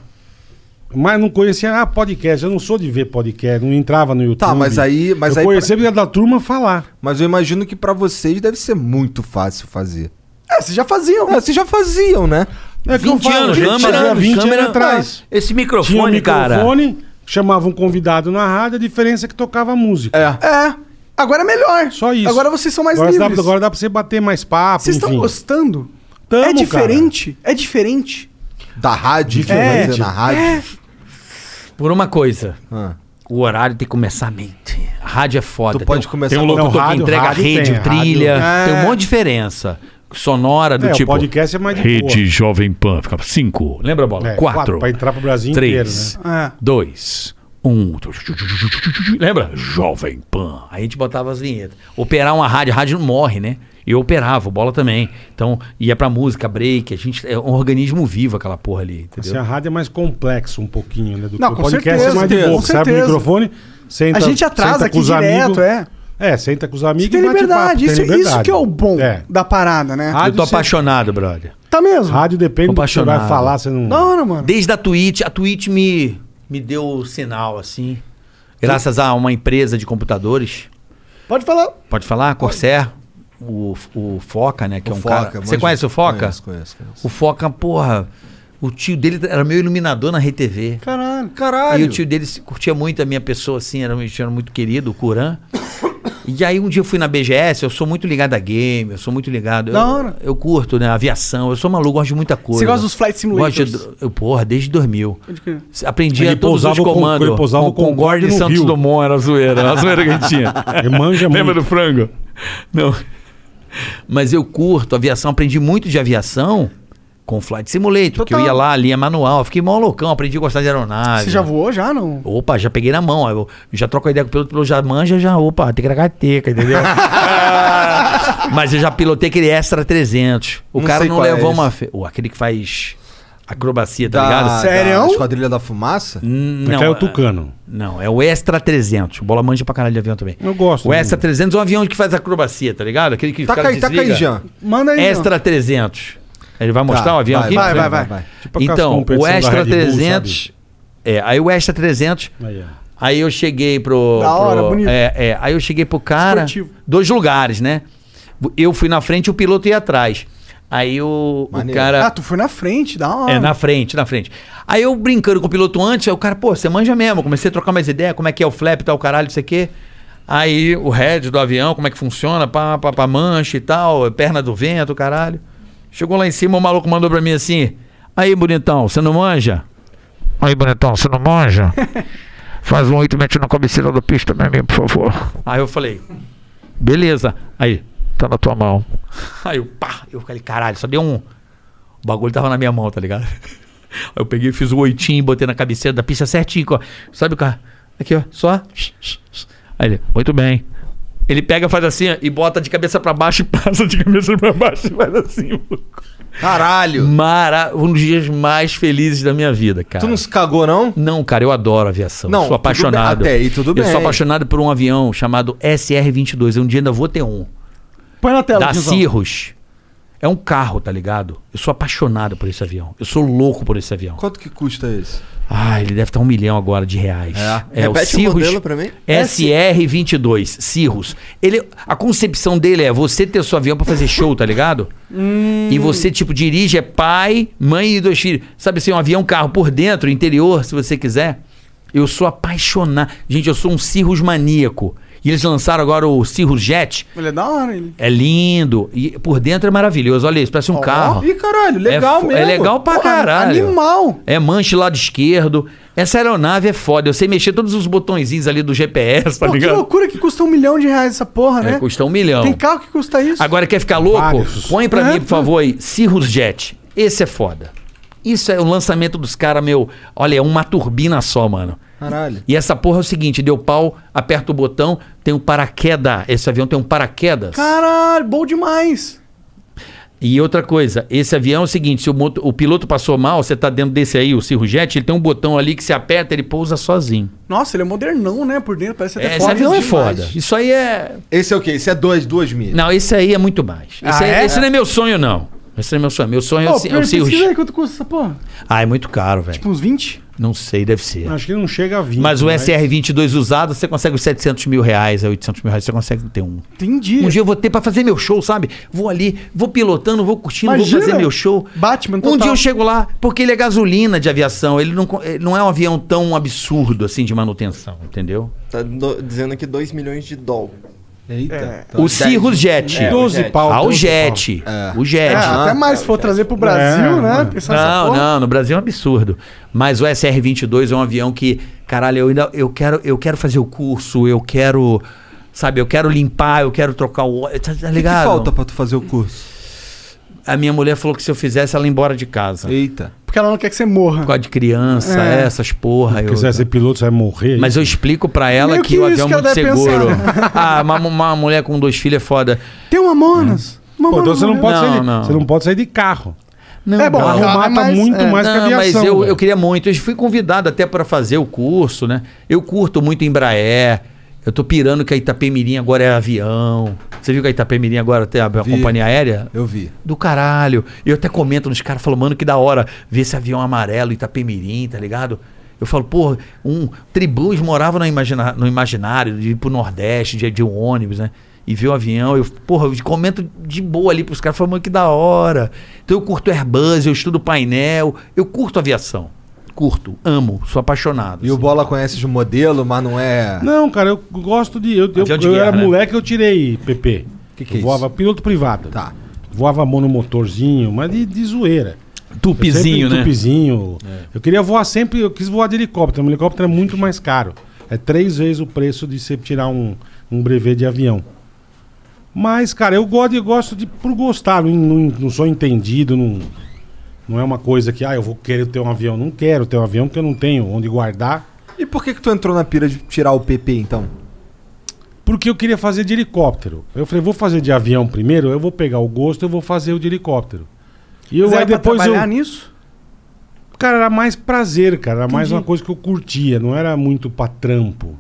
Mas não conhecia ah, podcast. Eu não sou de ver podcast, não entrava no YouTube.
Tá, mas aí- mas
eu
aí-
conhecia porque era da turma falar.
Mas eu imagino que pra vocês deve ser muito fácil fazer.
É, vocês já faziam.
Ah, vocês já faziam, né?
É que eu
20
falo,
anos,
gente, fazia
câmera,
20
câmera tá.
anos atrás.
Esse
Tinha um
microfone, cara.
microfone, chamava um convidado na rádio, a diferença é que tocava música.
É.
É. Agora é melhor.
Só isso.
Agora vocês são mais
agora
livres.
Dá, agora dá pra você bater mais papo,
Vocês estão
enfim.
gostando?
Tamo,
é
cara.
diferente? É diferente?
Da rádio, que
É,
fazer na rádio.
Por uma coisa.
Ah.
É.
O horário tem que começar a mente. A Rádio é foda.
Ah, Tu pode
tem, um-
começar
tem um
com-
locutor
Não, rádio-
que entrega
rádio
rede,
tem,
trilha.
rádio-
Tem um
É.
monte de diferença. Sonora do
É, o
tipo.
podcast é mais de
Rede
boa.
Jovem Pan, ficava cinco. Lembra a bola?
É,
quatro.
quatro, pra entrar pro Brasil
três,
inteiro, né? É.
Dois. Um. Lembra? Jovem Pan.
Aí a gente botava as vinhetas. Operar uma rádio, a rádio não morre, né? Eu operava, o bola também. Então, ia pra música, break, a gente. É um organismo vivo aquela porra ali, entendeu?
Assim, a rádio é mais complexo um pouquinho, né? Do
Não,
que o
com
podcast
certeza,
é mais de
com
boa. Você abre o
certeza.
microfone, senta
A gente atrasa
senta
aqui direto, é.
É, senta com os amigos
Você tem
e bate papo,
liberdade.
tem
Isso, isso
liberdade.
que é o bom
É.
da parada, né?
eu tô apaixonado, brother.
Tá mesmo?
Rádio depende do que você
Apaixonado.
vai falar, você não...
Da hora,
Tá.
mano.
Desde a Twitch, a Twitch me, me deu o sinal, assim. Graças a uma empresa de computadores.
Pode falar.
Pode falar? Corsair. O, o Foca, né? Que
O
é um
Foca,
cara.
manjo.
Você conhece o Foca?
Conheço, conheço, conheço.
O Foca, porra. O tio dele era meu iluminador na RTV.
Caralho.
E o tio dele se- curtia muito a minha pessoa, assim, era um era muito querido, o Curan. E aí um dia eu fui na BGS, eu sou muito ligado a game, eu sou muito ligado.
Da
eu,
hora.
eu curto, né? Aviação, eu sou maluco, gosto de muita coisa.
Você gosta dos flight simulators?
Gosto de, eu, porra, desde 2000. Aprendi
Ele
a todos os
pousava o Con-
comandos.
ele pousava o Concorde
Concorde e
no
Santos
Rio.
Dumont era a zoeira. *laughs* Era a
*laughs*
zoeira que a gente tinha.
é.
Ele manja
Lembra
muito.
do frango?
Não. Mas eu curto aviação, aprendi muito de aviação com Flight Simulator, porque eu ia lá, lia manual, fiquei mó loucão, aprendi a gostar de aeronave.
Você já voou já, não?
Opa, já peguei na mão. aí Eu já troco a ideia com o piloto, o piloto já manja, já, opa, tem teca, entendeu? Ah, Mas eu já pilotei aquele Extra 300. O
Não
cara
sei
não
qual é
levou
esse.
uma. Fe... O, aquele que faz acrobacia, tá
Da,
ligado?
Da Esquadrilha da Fumaça?
Não,
Aquele é o Tucano.
Não, é o Extra 300. O Bola manja pra caralho de avião também.
Eu gosto.
O Extra 300 é um avião que faz acrobacia, tá ligado? Aquele que o
Taca
cara
aí, taca
desliga.
aí, Jean.
Manda aí.
Extra 300. Ele vai mostrar
Tá,
o avião
vai,
aqui?
vai, vai, vai.
Tipo aquelas
Então, o
competição da
Extra
Red Bull,
300. é, aí o Extra 300.
Aí, ó.
Aí eu cheguei pro.
Da hora,
pro-
bonito.
É, é, aí eu cheguei pro cara.
Esportivo.
Dois lugares, né? Eu fui na frente e o piloto ia atrás. Aí o, o
Maneiro.
cara.
Ah, tu foi na frente, da hora.
É, na frente, na frente. Aí eu brincando com o piloto antes, aí o cara, pô, você manja mesmo. Comecei a trocar mais ideia, como é que é o flap e tal, caralho, isso aqui. Aí o head do avião, como é que funciona, pá, pá, pá, mancha e tal, é perna do vento, caralho. Chegou lá em cima, o maluco mandou pra mim assim, aí, bonitão, você não manja?
Aí, bonitão, você não manja? Faz um 8 mete na cabeceira da pista, meu amigo, por favor.
Aí eu falei, beleza. Aí,
Tá na tua mão.
Aí eu, pá, eu falei, caralho, só deu um. O bagulho tava na minha mão, tá ligado? *laughs* Aí eu peguei, fiz o oitinho, botei na cabeceira da pista certinho, ó. Sabe o cara? Aqui, ó, só. Aí ele, muito bem. Ele pega, faz assim, ó, e bota de cabeça pra baixo e *laughs* passa de cabeça pra baixo e faz assim, *laughs* maluco.
Caralho!
Mara, um dos dias mais felizes da minha vida, cara.
Tu não se cagou, não?
Não, cara, eu adoro aviação.
Não,
sou
tudo bem,
apaixonado.
até aí tudo
Eu
bem.
sou apaixonado por um avião chamado SR-22. Eu um dia ainda vou ter um
Põe na tela,
da
Guizão.
Cirrus. É um carro, tá ligado? Eu sou apaixonado por esse avião. Eu sou louco por esse avião.
Quanto que custa esse?
Ah, ele deve estar um milhão agora de reais.
É? Repete o modelo pra mim.
SR-22, Cirrus. Ele, a concepção dele é você ter seu avião pra fazer show, tá ligado?
Hum.
E você, tipo, dirige, é pai, mãe e dois filhos. Sabe assim, um avião carro por dentro, interior, se você quiser. Eu sou apaixonado. Gente, eu sou um Cirrus maníaco. E eles lançaram agora o Cirrus Jet.
Ele é da hora, ele.
É lindo. E por dentro é maravilhoso. Olha isso, parece um carro.
Ih, caralho, legal
é, fo-
mesmo.
É legal pra
Porra,
caralho.
Animal.
É manche lado esquerdo. Essa aeronave é foda. Eu sei mexer todos os botõezinhos ali do GPS, tá
Pô, que
ligado?
loucura que custa um milhão de reais essa porra,
É,
né?
custa um milhão.
Tem carro que custa isso.
Agora quer ficar louco?
Vários.
Põe pra
É,
mim, por favor, aí. Cirrus Jet. Esse é foda. Isso é o lançamento dos caras, meu. Olha, é uma turbina só, mano.
Caralho.
E essa porra é o seguinte: deu pau, aperta o botão, tem um paraquedas. Esse avião tem um paraquedas.
Caralho, bom demais.
E outra coisa, esse avião é o seguinte: se o, moto- o piloto passou mal, você tá dentro desse aí, o Cirrujet, ele tem um botão ali que se aperta, ele pousa sozinho.
Nossa, ele é modernão, né? Por dentro parece até
É, esse
foda
avião é
demais.
foda. Isso aí é.
Esse é o quê? Esse é dois, duas mil.
Não, esse aí é muito mais. Esse,
Ah,
aí-
é?
esse não é meu sonho, não. Esse não é meu sonho. Meu sonho é
Pô,
o, Ci- é o
pesquisa aí
Cirrujet.
quanto custa essa porra.
Ah, é muito caro, velho.
Tipo uns 20?
Não sei, deve ser.
Acho que não chega a 20.
Mas o
né?
SR-22 usado, você consegue os 700 mil reais, a 800 mil reais, você consegue ter um.
Entendi.
Um dia eu vou ter pra fazer meu show, sabe? Vou ali, vou pilotando, vou curtindo,
Imagina.
vou fazer meu show.
Batman total.
Um dia eu chego lá, porque ele é gasolina de aviação, ele não, co- ele não é um avião tão absurdo assim de manutenção, entendeu?
Tá do- dizendo aqui 2 milhões de dólares.
Eita.
O Cirrus Jet.
É, o Jet.
Ah, o
12
Jet. O Jet.
É, até mais se for trazer pro Brasil,
É,
né?
mano.
Pensar nessa
Não,
porra.
não, no Brasil é um absurdo. Mas o SR-22 é um avião que, caralho, eu ainda eu quero, eu quero fazer o curso, eu quero, sabe, eu quero limpar, eu quero trocar o óleo, tá, tá
O que, que
ligado?
falta pra tu fazer o curso?
A minha mulher falou que se eu fizesse, ela ia embora de casa.
Eita.
Porque ela não quer que você morra.
Por causa de criança,
É.
essas porra.
Se
eu-
quiser ser piloto, você vai morrer.
Mas eu explico pra ela
Meio
que,
que
o
isso
avião é
que
muito
ela deve
seguro. *laughs* ah, uma, uma mulher com dois filhos é foda.
Tem uma
É.
Monas. Uma
Pô, então você não, pode
Não,
sair de,
não.
você não pode sair de carro.
Não,
é bom,
não.
arrumar tá muito
é.
mais que
Não,
aviação.
Mas eu,
velho.
eu queria muito. Eu fui convidado até para fazer o curso, né? Eu curto muito Embraer. Eu tô pirando que a Itapemirim agora é avião. Você viu que a Itapemirim agora tem a, a companhia aérea?
Eu vi.
Do caralho. E eu até comento nos caras, falo, mano, que da hora ver esse avião amarelo Itapemirim, tá ligado? Eu falo, porra, um tribus morava no, imagina- no imaginário de ir pro Nordeste, de, de um ônibus, né? E ver o avião, eu, porra, eu comento de boa ali pros caras, falo, mano, que da hora. Então eu curto Airbus, eu estudo painel, eu curto aviação. Curto, amo, sou apaixonado.
E o Bola conhece de modelo, mas não é.
Não, cara, eu gosto de. Eu, eu,
Avião de
eu
guerra,
era
né?
moleque, eu tirei PP. Que
que é
voava piloto privado. Tá. Voava monomotorzinho, mas de, de zoeira.
Tupizinho,
Eu
né?
Tupizinho. Eu queria voar sempre, eu quis voar de helicóptero. Um helicóptero é muito mais caro. É três vezes o preço de você tirar um, um brevet de avião. Mas, cara, eu gosto, eu gosto de por gostar. Não, não- não sou entendido, não, não é uma coisa que, ah, eu vou querer ter um avião. Não quero ter um avião porque eu não tenho onde guardar.
E por que, que tu entrou na pira de tirar o PP então?
Porque eu queria fazer de helicóptero. Eu falei, vou fazer de avião primeiro, eu vou pegar o gosto, eu vou fazer o de helicóptero. E eu
Mas
aí
era pra
depois eu.
trabalhar nisso?
Cara, era mais prazer, cara. Era mais
Entendi.
uma coisa que eu curtia, não era muito pra trampo.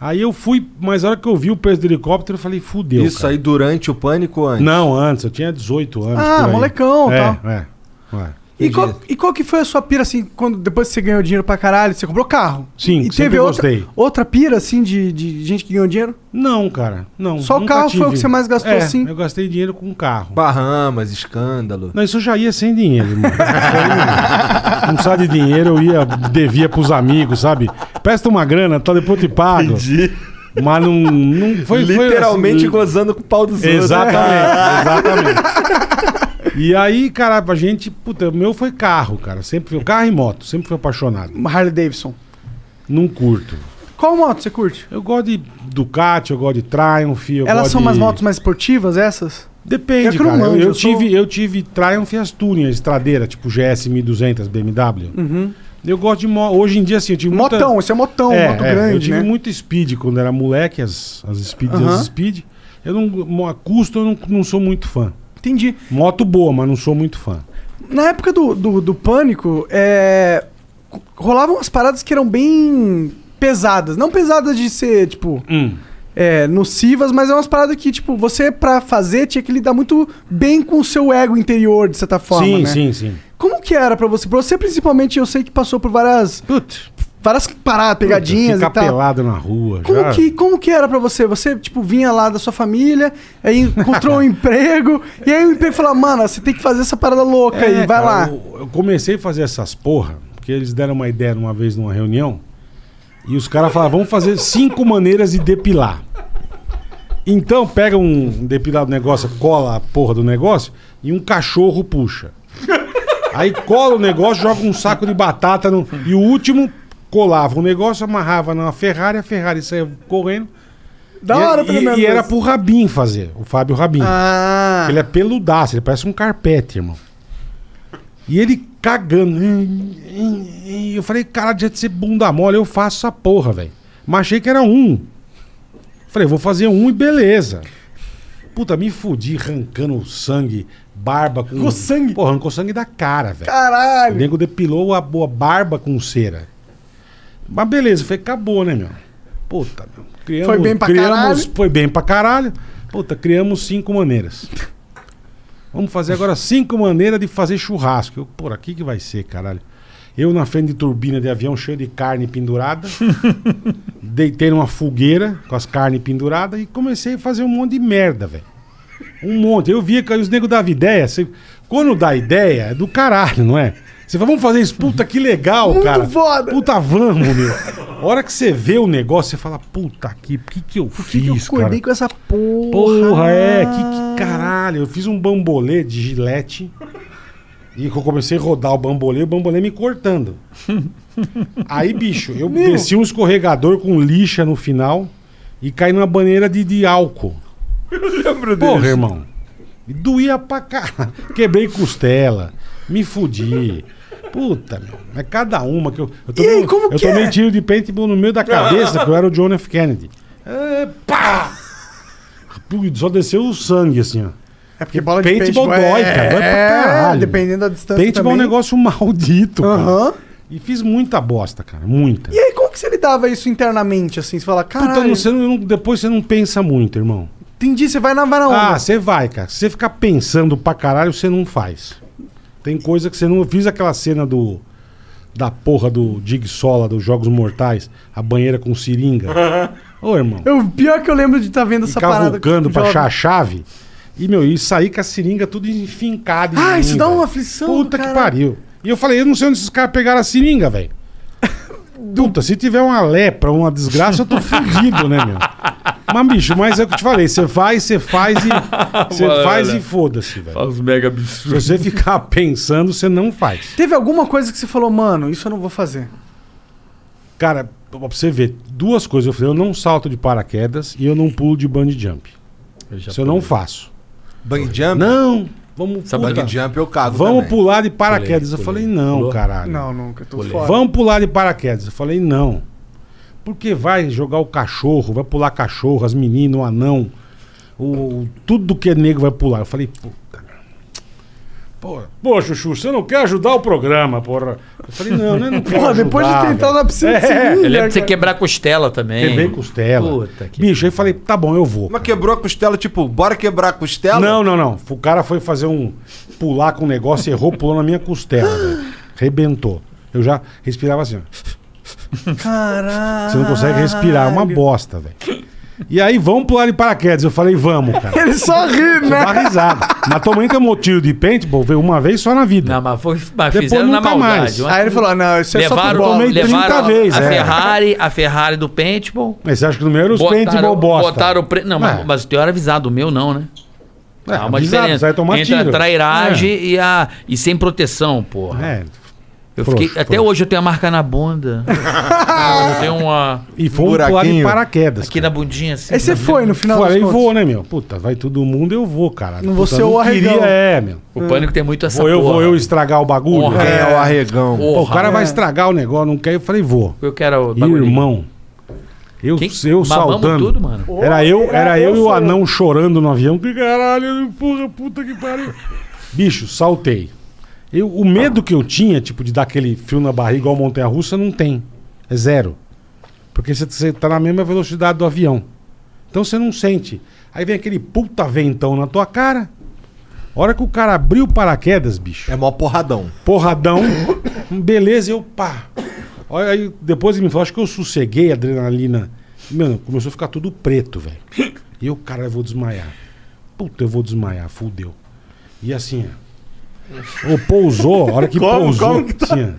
Aí eu fui, mas a hora que eu vi o preço do helicóptero, eu falei, fudeu.
Isso aí durante o pânico ou antes?
Não, antes, eu tinha 18 anos.
Ah,
por aí.
molecão,
é,
tá.
É, é.
E qual, e qual que foi a sua pira, assim, quando depois que você ganhou dinheiro pra caralho, você comprou carro?
Sim,
e
sempre
teve outra,
gostei.
outra pira, assim, de, de gente que ganhou dinheiro?
Não, cara, não.
Só o
nunca
carro foi o
tive.
que você mais gastou,
É,
assim?
Eu gastei dinheiro com carro.
Bahamas, escândalo.
Não, isso eu já ia sem dinheiro, irmão. Isso aí, Não precisava de dinheiro, eu ia, devia pros amigos, sabe? Presta uma grana, tá, depois eu te pago. Entendi. Mas não, não foi. foi
Literalmente
assim,
gozando com o pau dos outros.
Exatamente, exatamente. E aí, cara, a gente, puta, o meu foi carro, cara. Sempre foi carro e moto, sempre fui apaixonado.
Harley Davidson.
Não curto.
Qual moto você curte?
Eu gosto de Ducati, eu gosto de Triumph. Eu
Elas
gosto
são
de...
umas motos mais esportivas, essas?
Depende,
É que eu não
cara. Eu,
manjo,
eu
eu sou-
tive, eu tive Triumph e Asturia, estradeira, tipo GS 1200 BMW.
Uhum.
Eu gosto de mo... Hoje em dia, assim, eu tive muita-
Motão, isso é motão, moto grande,
Eu tive
né?
muito speed quando era moleque, as, as speed
Aham.
as speed. Eu não, mo- a custo eu não, não sou muito fã.
Entendi.
Moto boa, mas não sou muito fã.
Na época do, do, do pânico, é, co- rolavam umas paradas que eram bem pesadas. Não pesadas de ser, tipo,
Hum.
é, nocivas, mas é umas paradas que, tipo, você pra fazer tinha que lidar muito bem com o seu ego interior, de certa forma.
sim,
né?
sim, sim.
Como que era pra você? Pra você, principalmente, eu sei que passou por várias. Várias paradas, pegadinhas
Ficar
e tal.
pelado na rua.
Como,
já...
que, como que era pra você? Você, tipo, vinha lá da sua família, aí encontrou
*laughs*
um emprego, e aí o emprego falou, mano, você tem que fazer essa parada louca aí,
É,
vai
cara,
lá.
Eu, eu comecei a fazer essas porra, porque eles deram uma ideia uma vez numa reunião, e os caras falaram, vamos fazer cinco maneiras de depilar. Então pega um depilado negócio, cola a porra do negócio, e um cachorro puxa. Aí cola o negócio, joga um saco de batata no- e o último colava o negócio, amarrava numa Ferrari, a Ferrari saia correndo.
Da
e,
hora, pelo
e,
menos.
E era pro Rabin fazer, o Fábio Rabin.
Ah.
Ele é peludaço, ele parece um carpete, irmão. E ele cagando. E eu falei, cara, de ser bunda mole, eu faço essa porra, velho. Mas achei que era um. Falei, vou fazer um e beleza. Puta, me fudi arrancando o sangue, barba com.
Arrancou sangue?
Porra, arrancou sangue da cara, velho. O
Caralho!
nego depilou a boa barba com cera. Mas beleza, foi acabou, né, meu? Puta, meu.
Foi bem pra caralho.
Foi bem pra caralho. Puta, criamos cinco maneiras. Vamos fazer agora cinco maneiras de fazer churrasco. Eu, por aqui que vai ser, caralho. Eu na frente de turbina de avião cheio de carne pendurada. deitei numa fogueira com as carnes penduradas e comecei a fazer um monte de merda, velho. Um monte. Eu via que os negros davam ideia. Você, quando dá ideia, é do caralho, não é? Você fala, vamos fazer isso. Puta, que legal,
Muito
cara.
foda.
Puta, vamos, meu. A hora que você vê o negócio, você fala, puta que, o que, que eu fiz,
Eu
cara?
acordei com essa porra.
Porra, é, que, que caralho. Eu fiz um bambolê de gilete. E eu comecei a rodar o bambolê, o bambolê me cortando. Aí, bicho, eu
Meu.
desci um escorregador com lixa no final e caí numa banheira de, de álcool.
Eu lembro
Porra, irmão. E doía pra cá. Quebrei costela, me fudi. Puta, meu. É cada uma que eu. Eu tomei, um- eu
que
tomei
é?
tiro de paintball no meio da cabeça, porque eu era o John F. Kennedy. É, pá! Putz, Só desceu o sangue, assim, ó.
É porque bola
de
paintball
dói,
é-
cara. Dói pra
é,
caralho.
dependendo da distância
Paintball é um
também.
negócio Uhum. maldito, cara.
Aham.
E fiz muita bosta, cara. Muita.
E aí, como que você lidava isso internamente, assim? Você fala,
Puta,
caralho,
não- você não- depois você não pensa muito, irmão.
entendi, você vai na vara onda.
Ah, você vai, cara. Se você ficar pensando pra caralho, você não faz. Tem coisa que você não. Eu fiz aquela cena do. Da porra do Digsola dos Jogos Mortais, a banheira
*laughs*
com seringa. Ô, irmão.
Eu, pior que eu lembro de estar vendo
E
essa parada.
cavucando pra
jovem.
achar a chave. E, meu, e sair com a seringa tudo enfincada. em
Ah,
mim,
isso dá
velho.
uma aflição.
Puta
cara.
que pariu. E eu falei, eu não sei onde esses caras pegaram a seringa, velho. Puta, se tiver uma lepra, uma desgraça, eu tô fudido, né, meu? Mas, bicho, mas é o que eu te falei. Você faz, você faz e. Você
Mano,
faz
olha.
e foda-se, velho.
Faz mega
Se
absurdo.
você ficar pensando, você não faz.
Teve alguma coisa que você falou, mano, isso eu não vou fazer.
Cara, pra você ver, duas coisas. Eu falei, eu não salto de paraquedas e eu não pulo de bungee jump. Isso eu não faço.
Bungee jump?
Não. Vamos
Essa bungee jump eu cago
Vamos
também.
pular de paraquedas.
Pulei,
eu falei,
pulei.
não,
Pulou?
caralho.
Não, nunca, tô
Pulei.
fora.
Vamos pular de paraquedas. Eu falei, não. Porque vai jogar o cachorro, vai pular cachorro, as meninas, o anão, o, tudo que é negro vai pular. Eu falei, puta. Porra. Pô, Chuchu, você não quer ajudar o programa, porra. Eu falei, não,
*laughs*
né? Não quero
Porra, depois de
ajudar,
ter entrado
velho.
na piscina de
É,
seringa,
Eu lembro de você
cara.
quebrar costela também.
Quebrei costela. Bicho, aí falei, tá bom, eu vou.
Mas quebrou a costela, tipo, bora quebrar a costela?
Não, não, não. O cara foi fazer um. pular com um negócio, errou, pulou na minha costela, velho. Rebentou. Eu já respirava assim, ó.
Caralho.
Você não consegue respirar, é uma bosta, velho. E aí, vamos pular de paraquedas. Eu falei, vamos,
*laughs*
cara.
*laughs*
Ele só ri, né?
Dá risada. Mas também que eu tiro de paintball, veio uma vez só na vida. Não,
mas, foi, Mas fizeram na maldade.
Aí ele falou, não, isso é só
levaram,
futebol.
Tomei levaram
30 vezes,
a
é.
Ferrari, a Ferrari do paintball.
Mas você acha que no meu era os paintball bosta?
Botaram o pre... Não, mas,
É.
mas o teu era avisado, o meu não, né?
É,
Há uma
avisado,
diferença.
você vai tomar
Entre
tiro.
a trairagem e, a... e sem proteção, porra.
É.
Eu
Frouxo,
fiquei... Até hoje eu tenho a marca na
*laughs*
bunda. eu tenho uma...
E foi um pular de paraquedas.
Aqui na bundinha, assim.
Aí você
foi
no
final Falei, vou, né, meu? Puta, vai todo mundo, eu vou, caralho.
Não vou
Puta,
ser o
queria,
arregão.
É, meu.
O pânico tem muito essa
Vou eu, vou
porra.
eu estragar o bagulho?
Porra, é.
Pô, o
Porra,
cara
é.
vai estragar o negócio, não quer. Eu falei, vou.
Eu quero o bagulho.
Irmão. Eu, eu
Mamamos
saltando.
tudo, mano.
Era eu, era eu e o
sou-
anão chorando no avião. Que caralho, porra, puta que pariu. Bicho, saltei. Eu, o medo que eu tinha, tipo, de dar aquele fio na barriga igual montanha russa, não tem. É zero. Porque você- você tá na mesma velocidade do avião. Então você não sente. Aí vem aquele puta ventão na tua cara. A hora que o cara abriu o paraquedas, bicho. É mó porradão. Porradão. Beleza, eu pá. Olha aí, depois ele me falou, acho que eu sosseguei a adrenalina. Mano, começou a ficar tudo preto, velho. E eu, cara, eu vou desmaiar. Puta, eu vou desmaiar, fudeu. E assim, ó. Ô, pousou, a hora que
Como-
pousou.
como que tá?
assim,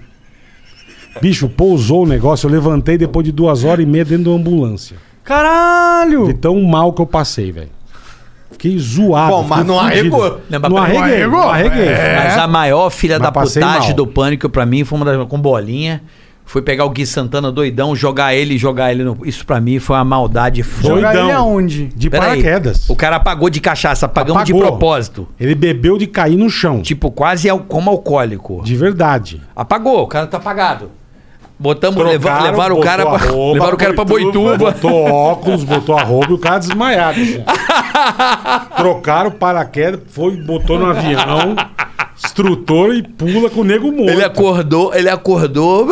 ó. Bicho, pousou o negócio, eu levantei depois de duas horas e meia dentro de uma ambulância.
Caralho!
De tão mal que eu passei, velho. Fiquei zoado.
Bom, mas
fiquei
não
fudido.
arregou.
Não,
mas peraí, É.
arreguei. Não arreguei.
Mas a maior filha
É. Mas
da
passei
putagem
mal.
do pânico pra mim foi uma das com bolinha. Foi pegar o Gui Santana doidão, jogar ele, jogar ele no. Isso pra mim foi uma maldade foda.
Jogar ele
aonde?
De
Peraí,
paraquedas.
O cara apagou de cachaça, apagamos de
Apagou.
propósito.
Ele bebeu de cair no chão.
Tipo, quase al- como alcoólico.
De verdade.
Apagou, o cara tá apagado. Botamos, leva-
Trocaram,
levaram o
botou
cara,
a
pra, *laughs*
roupa,
levaram o cara pra boituva.
Botou óculos, botou a roupa e o cara desmaiado.
*laughs*
assim. Trocaram o paraquedas, foi, botou no avião, instrutor e pula com o nego morto.
Ele é acordou, ele acordou. No,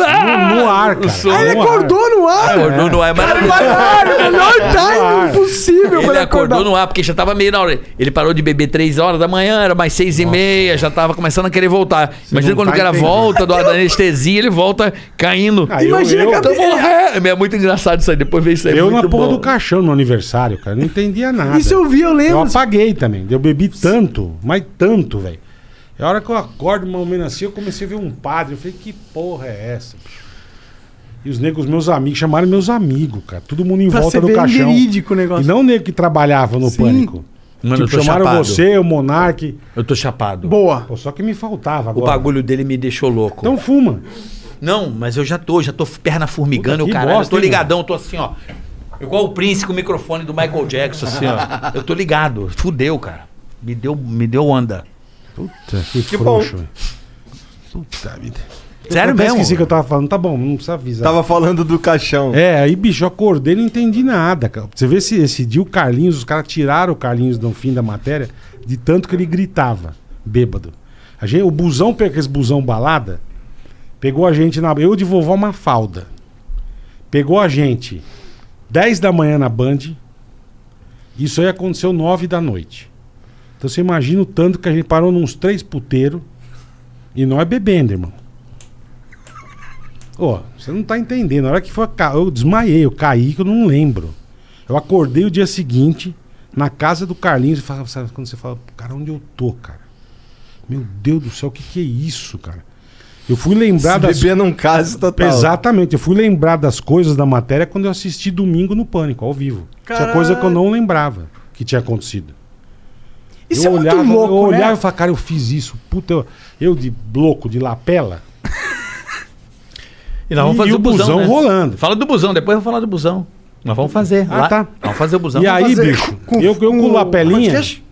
*laughs*
no ar, cara.
Ah, ele
No ar.
acordou no ar?
*laughs*
Acordou no ar, é maravilhoso.
Caralho, melhor time possível pra
Ele
ele
acordou
acordar.
no ar, porque já tava meio na hora. Ele parou de beber 3 horas da manhã, era mais 6 e meia, já tava começando a querer voltar. Imagina
não
quando
tá
o cara
entendendo.
volta do, da anestesia, ele volta caindo.
Ah, eu- Imagina eu- que a-
Tô morrendo. É muito engraçado isso aí, depois vê isso aí. é
eu
muito
na porra
bom.
do caixão no aniversário, cara. Não entendia nada.
Isso eu vi, eu lembro.
assim,
Eu apaguei também. Eu bebi tanto, mas tanto, velho. E a hora que eu acordo, mais ou menos assim, eu comecei a ver um padre. Eu falei, que porra é essa, é bicho? E os negros, meus amigos, chamaram meus amigos, cara. Todo mundo em
Pra
volta
você
do
ver
caixão.
verídico o negócio.
E não o nego que trabalhava no pânico. Tipo,
Mano, eu tô
chamaram
chapado.
você, o Monark.
Eu tô chapado.
Boa.
Pô, só que me faltava
O
agora.
bagulho dele me deixou louco.
Não fuma.
Não, mas eu já tô, já tô perna formigando,
Puta,
eu
que
caralho.
bosta,
eu tô
hein,
ligadão, eu tô assim, ó. Igual o Prince com o microfone do Michael Jackson, assim,
*laughs*
ó. Eu tô ligado. Fudeu, cara. Me deu, me deu onda. Tá.
Puta, que,
Tipo,
Que
frouxo.
bom.
velho. Puta vida.
Sério
eu até
mesmo?
esqueci que eu tava falando. Tá bom, não precisa avisar.
Tava falando do caixão.
É, aí, bicho, eu acordei e não entendi nada, cara. Você vê se esse dia o Carlinhos, os caras tiraram o Carlinhos no fim da matéria, de tanto que ele gritava, bêbado. A gente, o busão, pe- aquele busão balada, pegou a gente na. Eu de vovó Mafalda. Pegou a gente 10 da manhã na Band. Isso aí aconteceu 9 da noite. Então você imagina o tanto que a gente parou nos três puteiros e nós bebendo, irmão. Ô, você não tá entendendo. Na hora que foi. ca- Eu desmaiei, eu caí, que eu não lembro. Eu acordei o dia seguinte, na casa do Carlinhos, e falava, sabe quando você fala, cara, onde eu tô, cara? Meu Deus do céu, o que, que é isso, cara? Eu fui lembrar
Se beber num caso total.
Exatamente, eu fui lembrar das coisas da matéria quando eu assisti domingo no Pânico, ao vivo. Tinha
Caralho.
coisa que eu não lembrava que tinha acontecido.
Isso
eu
é muito
olhava,
louco,
eu olhava
né?
e falava, cara, eu fiz isso. Puta, eu, eu de louco, de lapela.
E nós vamos
E-
fazer
e
o busão, né?
rolando.
Fala do busão, depois eu vou falar do busão. Nós vamos fazer.
Ah,
lá.
tá.
Vamos fazer o busão.
E
Vamos
aí,
fazer.
bicho, eu, eu com
com
lapelinha.
podcast?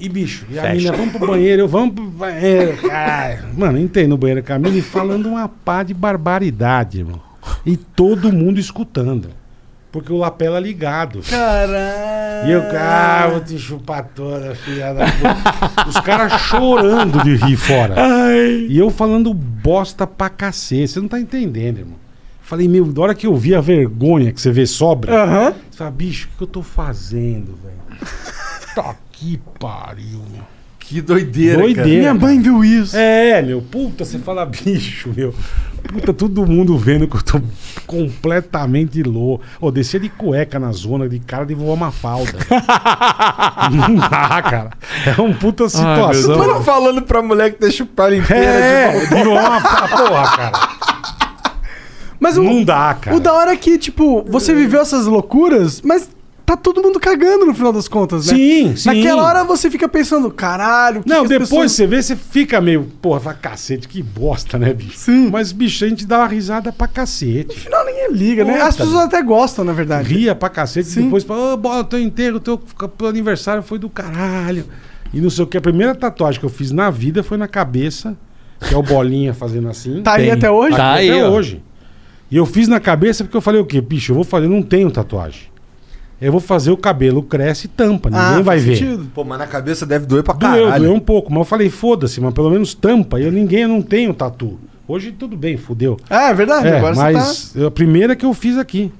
E bicho, e a
Fecha.
mina, vamos pro banheiro, eu vamos pro banheiro. Caralho. Mano, entrei no banheiro com a mina e falando uma pá de barbaridade, irmão. E todo mundo escutando. Porque o lapela ligado.
Caralho.
E eu, ah, vou te chupar toda, filha da puta. Os caras chorando de rir fora. E eu falando bosta pra cacete. Você não tá entendendo, irmão. Falei, meu, da hora que eu vi a vergonha que você vê sobra,
Aham.
você fala, bicho, o que eu tô fazendo, velho? Tá que pariu, meu.
Que doideira,
Doideira.
Minha mãe viu isso.
É, meu, puta, você fala *laughs* bicho, meu. Puta, todo mundo vendo que eu tô completamente louco. Ô, descia de cueca na zona, de cara de voar
*laughs*
uma falda. Não dá, cara. É uma puta situação.
Tu não falando pra mulher que deixa o pau inteiro.
É, de voar uma falda, porra, cara.
Mas o,
Não dá, cara.
o da hora é que, tipo, você viveu essas loucuras, mas tá todo mundo cagando no final das contas, né?
Sim, sim.
Naquela hora você fica pensando, caralho, o que
Não,
que as
depois
pessoas-
você vê, você fica meio, porra, fala, cacete, que bosta, né, bicho? Sim. Mas, bicho, a gente dá uma risada pra cacete.
No final ninguém liga, né? As
Puta.
pessoas até gostam, na verdade.
Ria pra cacete, depois fala, ô, bola, teu inteiro, teu teu aniversário foi do caralho. E não sei o que. A primeira tatuagem que eu fiz na vida foi na cabeça, que é o bolinha fazendo assim.
Tá aí
Tem.
até hoje?
Tá
Tá
aí
aí,
até
ó.
hoje. E eu fiz na cabeça porque eu falei o quê? Bicho, eu vou fazer, eu não tenho tatuagem. Eu vou fazer o cabelo cresce e tampa,
Ah,
ninguém vai
faz
ver.
sentido. Pô, mas na cabeça deve doer pra
Doeu,
caralho.
doeu um pouco, mas eu falei, foda-se, mas pelo menos tampa. Eu ninguém, eu não tenho tatu. Hoje tudo bem, fudeu.
É, é verdade.
É,
agora você
mas a primeira que eu fiz aqui.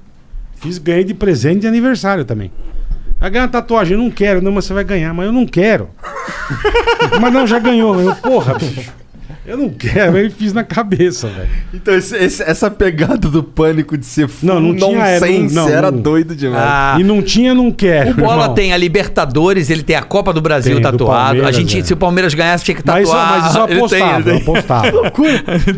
Fiz, ganhei de presente de aniversário também. Vai ganhar uma tatuagem, eu não quero, não, mas você vai ganhar, mas eu não quero. *laughs* mas não, já ganhou. Eu, porra, bicho. Eu não quero, eu fiz na cabeça, velho.
Então, esse- esse- essa pegada do pânico de ser
Não, não tinha, era-
nonsense
não,
era
não.
doido demais.
Ah.
E não tinha, não quero.
O Bola
irmão.
tem a Libertadores, ele tem a Copa do Brasil
Tem, do
tatuado. a
Palmeiras,
gente,
é.
se o Palmeiras ganhasse, tinha que
Mas, isso-
tatuar.
mas isso eu
Ele tem,
apostava,
ele
eu
tem.
*laughs* apostava.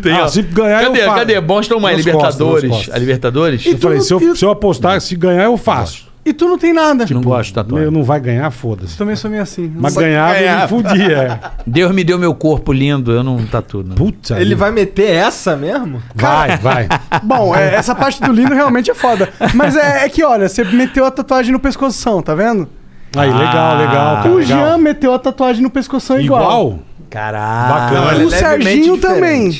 *laughs* Tem,
Ah,
ó.
se ganhar, eu
cadê,
faço.
cadê? Mostra uma aí,
Nas costas, nas
Libertadores.
costas.
a Libertadores?
Eu falei, se eu, se eu apostar, se ganhar, eu faço.
tá... E tu não tem nada.
não gosto de tatuagem.
Tipo, Eu não vai ganhar, foda-se.
Também sou meio assim.
*laughs* Mas ganhava, ele fudia.
Deus me deu meu corpo lindo, eu não tatuo. Não.
*laughs* Puta.
Ele
vida.
vai meter essa mesmo?
Vai, vai.
Bom, é, essa parte do lindo realmente é foda. Mas é, é que, olha, você meteu a tatuagem no pescoção, tá vendo?
Aí, legal, legal. Cara,
o
Ah, legal.
Jean meteu a tatuagem no pescoção igual.
é Igual? Ah,
Caralho.
Bacana.
O Serginho
diferente.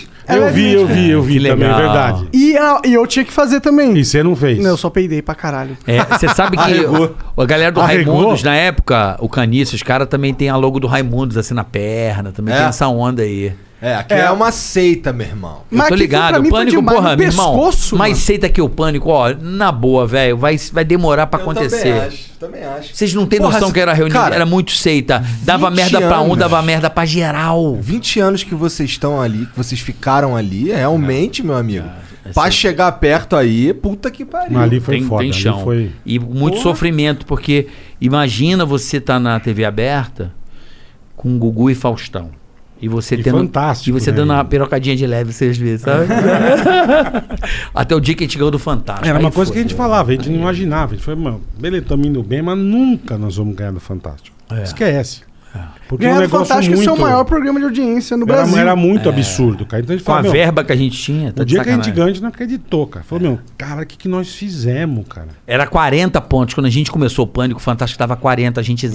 também. É
eu vi, eu
levemente
vi, eu vi
Que
também, é
legal.
verdade.
E, a- e eu tinha que fazer também.
E você não fez.
Não, eu só peidei pra caralho.
É, Você sabe que
Arregou.
o- a galera do
Arregou?
Raimundos, na época, o Caniço, os caras também tem a logo do Raimundos assim na perna, também
É.
tem essa onda aí.
É, aqui é. uma seita, meu irmão.
Eu tô
aqui foi-
ligado,
pra
o
mim foi
pânico,
demais,
porra,
no
meu irmão.
pescoço,
mais
mano.
seita que o pânico, ó, na boa, velho, vai, vai demorar pra
Também
acontecer.
acho, também acho.
Vocês não têm
Porra,
noção
cê-
que era reunião,
cara,
era muito seita. Dava
20
merda pra um,
anos.
dava merda pra geral.
20 anos que vocês estão ali, que vocês ficaram ali, realmente, meu amigo. pra chegar perto aí, puta que pariu.
Mas ali foi
tem,
foda.
tem
ali
chão.
foi...
E muito
Porra.
sofrimento, porque imagina você tá na TV aberta com Gugu e Faustão. E você
E
tendo.
fantástico,
E você
né?
dando uma pirocadinha de leve vocês vezes,
*laughs*
sabe? Até o dia que a gente ganhou do Fantástico.
Era
Aí
uma coisa que a gente
foi.
falava, a gente não imaginava. A gente falou, mano, beleza, estamos indo bem, mas nunca nós vamos ganhar do Fantástico.
É.
Esquece. Porque
Ganhar
é um
do
negócio
Fantástico
muito...
esse é o maior programa de audiência no
era,
Brasil.
era muito
É.
absurdo, cara. Então a gente
Com
fala,
a
meu,
verba que a gente tinha. tá
o
de
dia que a gente
sacanagem.
ganha, a gente não acreditou, cara. Falou, meu, cara, o que, que nós fizemos, cara?
Era 40 pontos. Quando a gente começou o pânico, o Fantástico tava 40. A gente.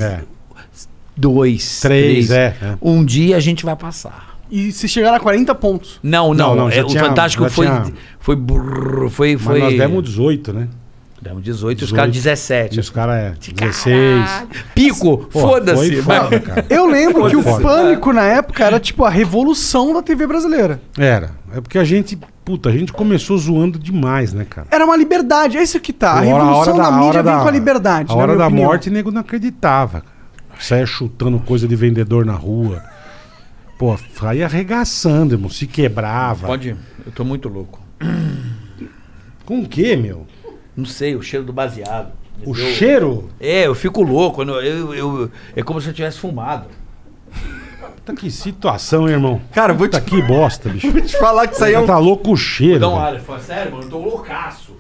Dois.
É. Três, é, é.
Um dia a gente vai passar.
E se chegar a 40 pontos.
Não,
Não,
não.
não, já
é, o
tinha-
Fantástico
já
foi,
tinha-
foi. brrr, Foi.
Mas
Foi.
nós demos 18, né?
Demos 18 e os caras 17.
E os caras é 16.
Pico,
Pô,
foda-se.
foi foda,
vai.
cara.
Eu lembro que o
Foda.
Pânico na época era tipo a revolução da TV brasileira.
Era. É porque a gente, puta, a gente começou zoando demais, né, cara?
Era uma liberdade, é isso que tá. A revolução da, mídia vem com a liberdade.
A
na
hora
minha
da
opinião.
morte, nego não acreditava. cara. Saia chutando coisa de vendedor na rua. Pô, saía arregaçando, irmão. Se quebrava.
Pode ir. Eu tô muito louco.
Com o quê, meu?
Não sei, o cheiro do baseado.
O cheiro?
É, eu fico louco. quando Eu, eu, eu- é como se eu tivesse fumado.
Puta, que situação, hein, irmão.
Cara, vou
Puta, que bosta, bicho.
Vou te falar que isso aí é um,
Tá louco o cheiro.
Não,
velho.
Então, olha, fala, sério, mano, eu tô loucaço.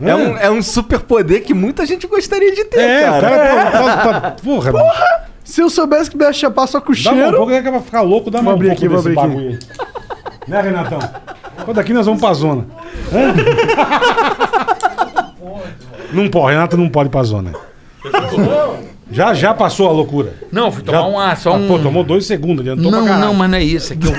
é um, é um superpoder que muita gente gostaria de ter,
É,
cara.
o cara tá, tá, tá- porra, bicho.
Se eu soubesse que eu ia chapar só com o
Dá
cheiro.
uma um pouco, daqui vai ficar louco, dá
Vou
mais um
abrir
pouco
aqui, vou
desse bagulho
abrir
aí. Né, Renatão? Pô, daqui nós vamos pra zona. Hã? *laughs* Não pode, Renato não pode ir pra zona. Já, já passou a loucura.
Não, fui
Já-
tomar um ar, só
Ah,
um.
Pô, tomou dois segundos, adiantou pra
não,
caralho.
não, mas não é isso. É que
*laughs*
eu,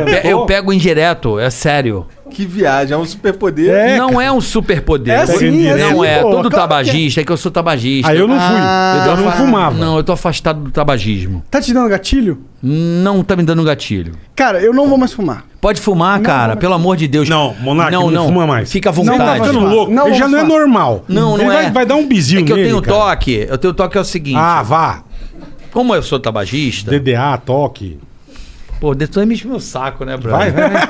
eu, pe-
Adiantou?
eu pego indireto, é sério.
Que viagem, é um superpoder.
É,
não
cara.
é um superpoder.
É sim, é
não
sim,
é.
pô,
Todo
claro
tabagista, é que eu sou tabagista.
Aí eu não fui,
tô
eu não
afa-
fumava.
Ah, tá. Não, eu tô afastado do tabagismo.
Tá te dando gatilho?
Não tá me dando gatilho.
Cara, eu não vou mais fumar.
Pode fumar, cara, pelo amor de Deus.
Não, Monark, não, fuma mais.
Fica à
Não, tá
vontade.
ficando louco.
Não
ele já
vamos
não é
falar.
normal.
Não,
ele
não
vai,
é.
vai dar um bizinho
É que eu
nele,
tenho
cara.
toque. Eu tenho toque é o seguinte.
Ah, vá.
Como eu sou tabagista,
DDA, toque.
pô, depois me enche meu saco, né, brother?
Vai, vai, vai.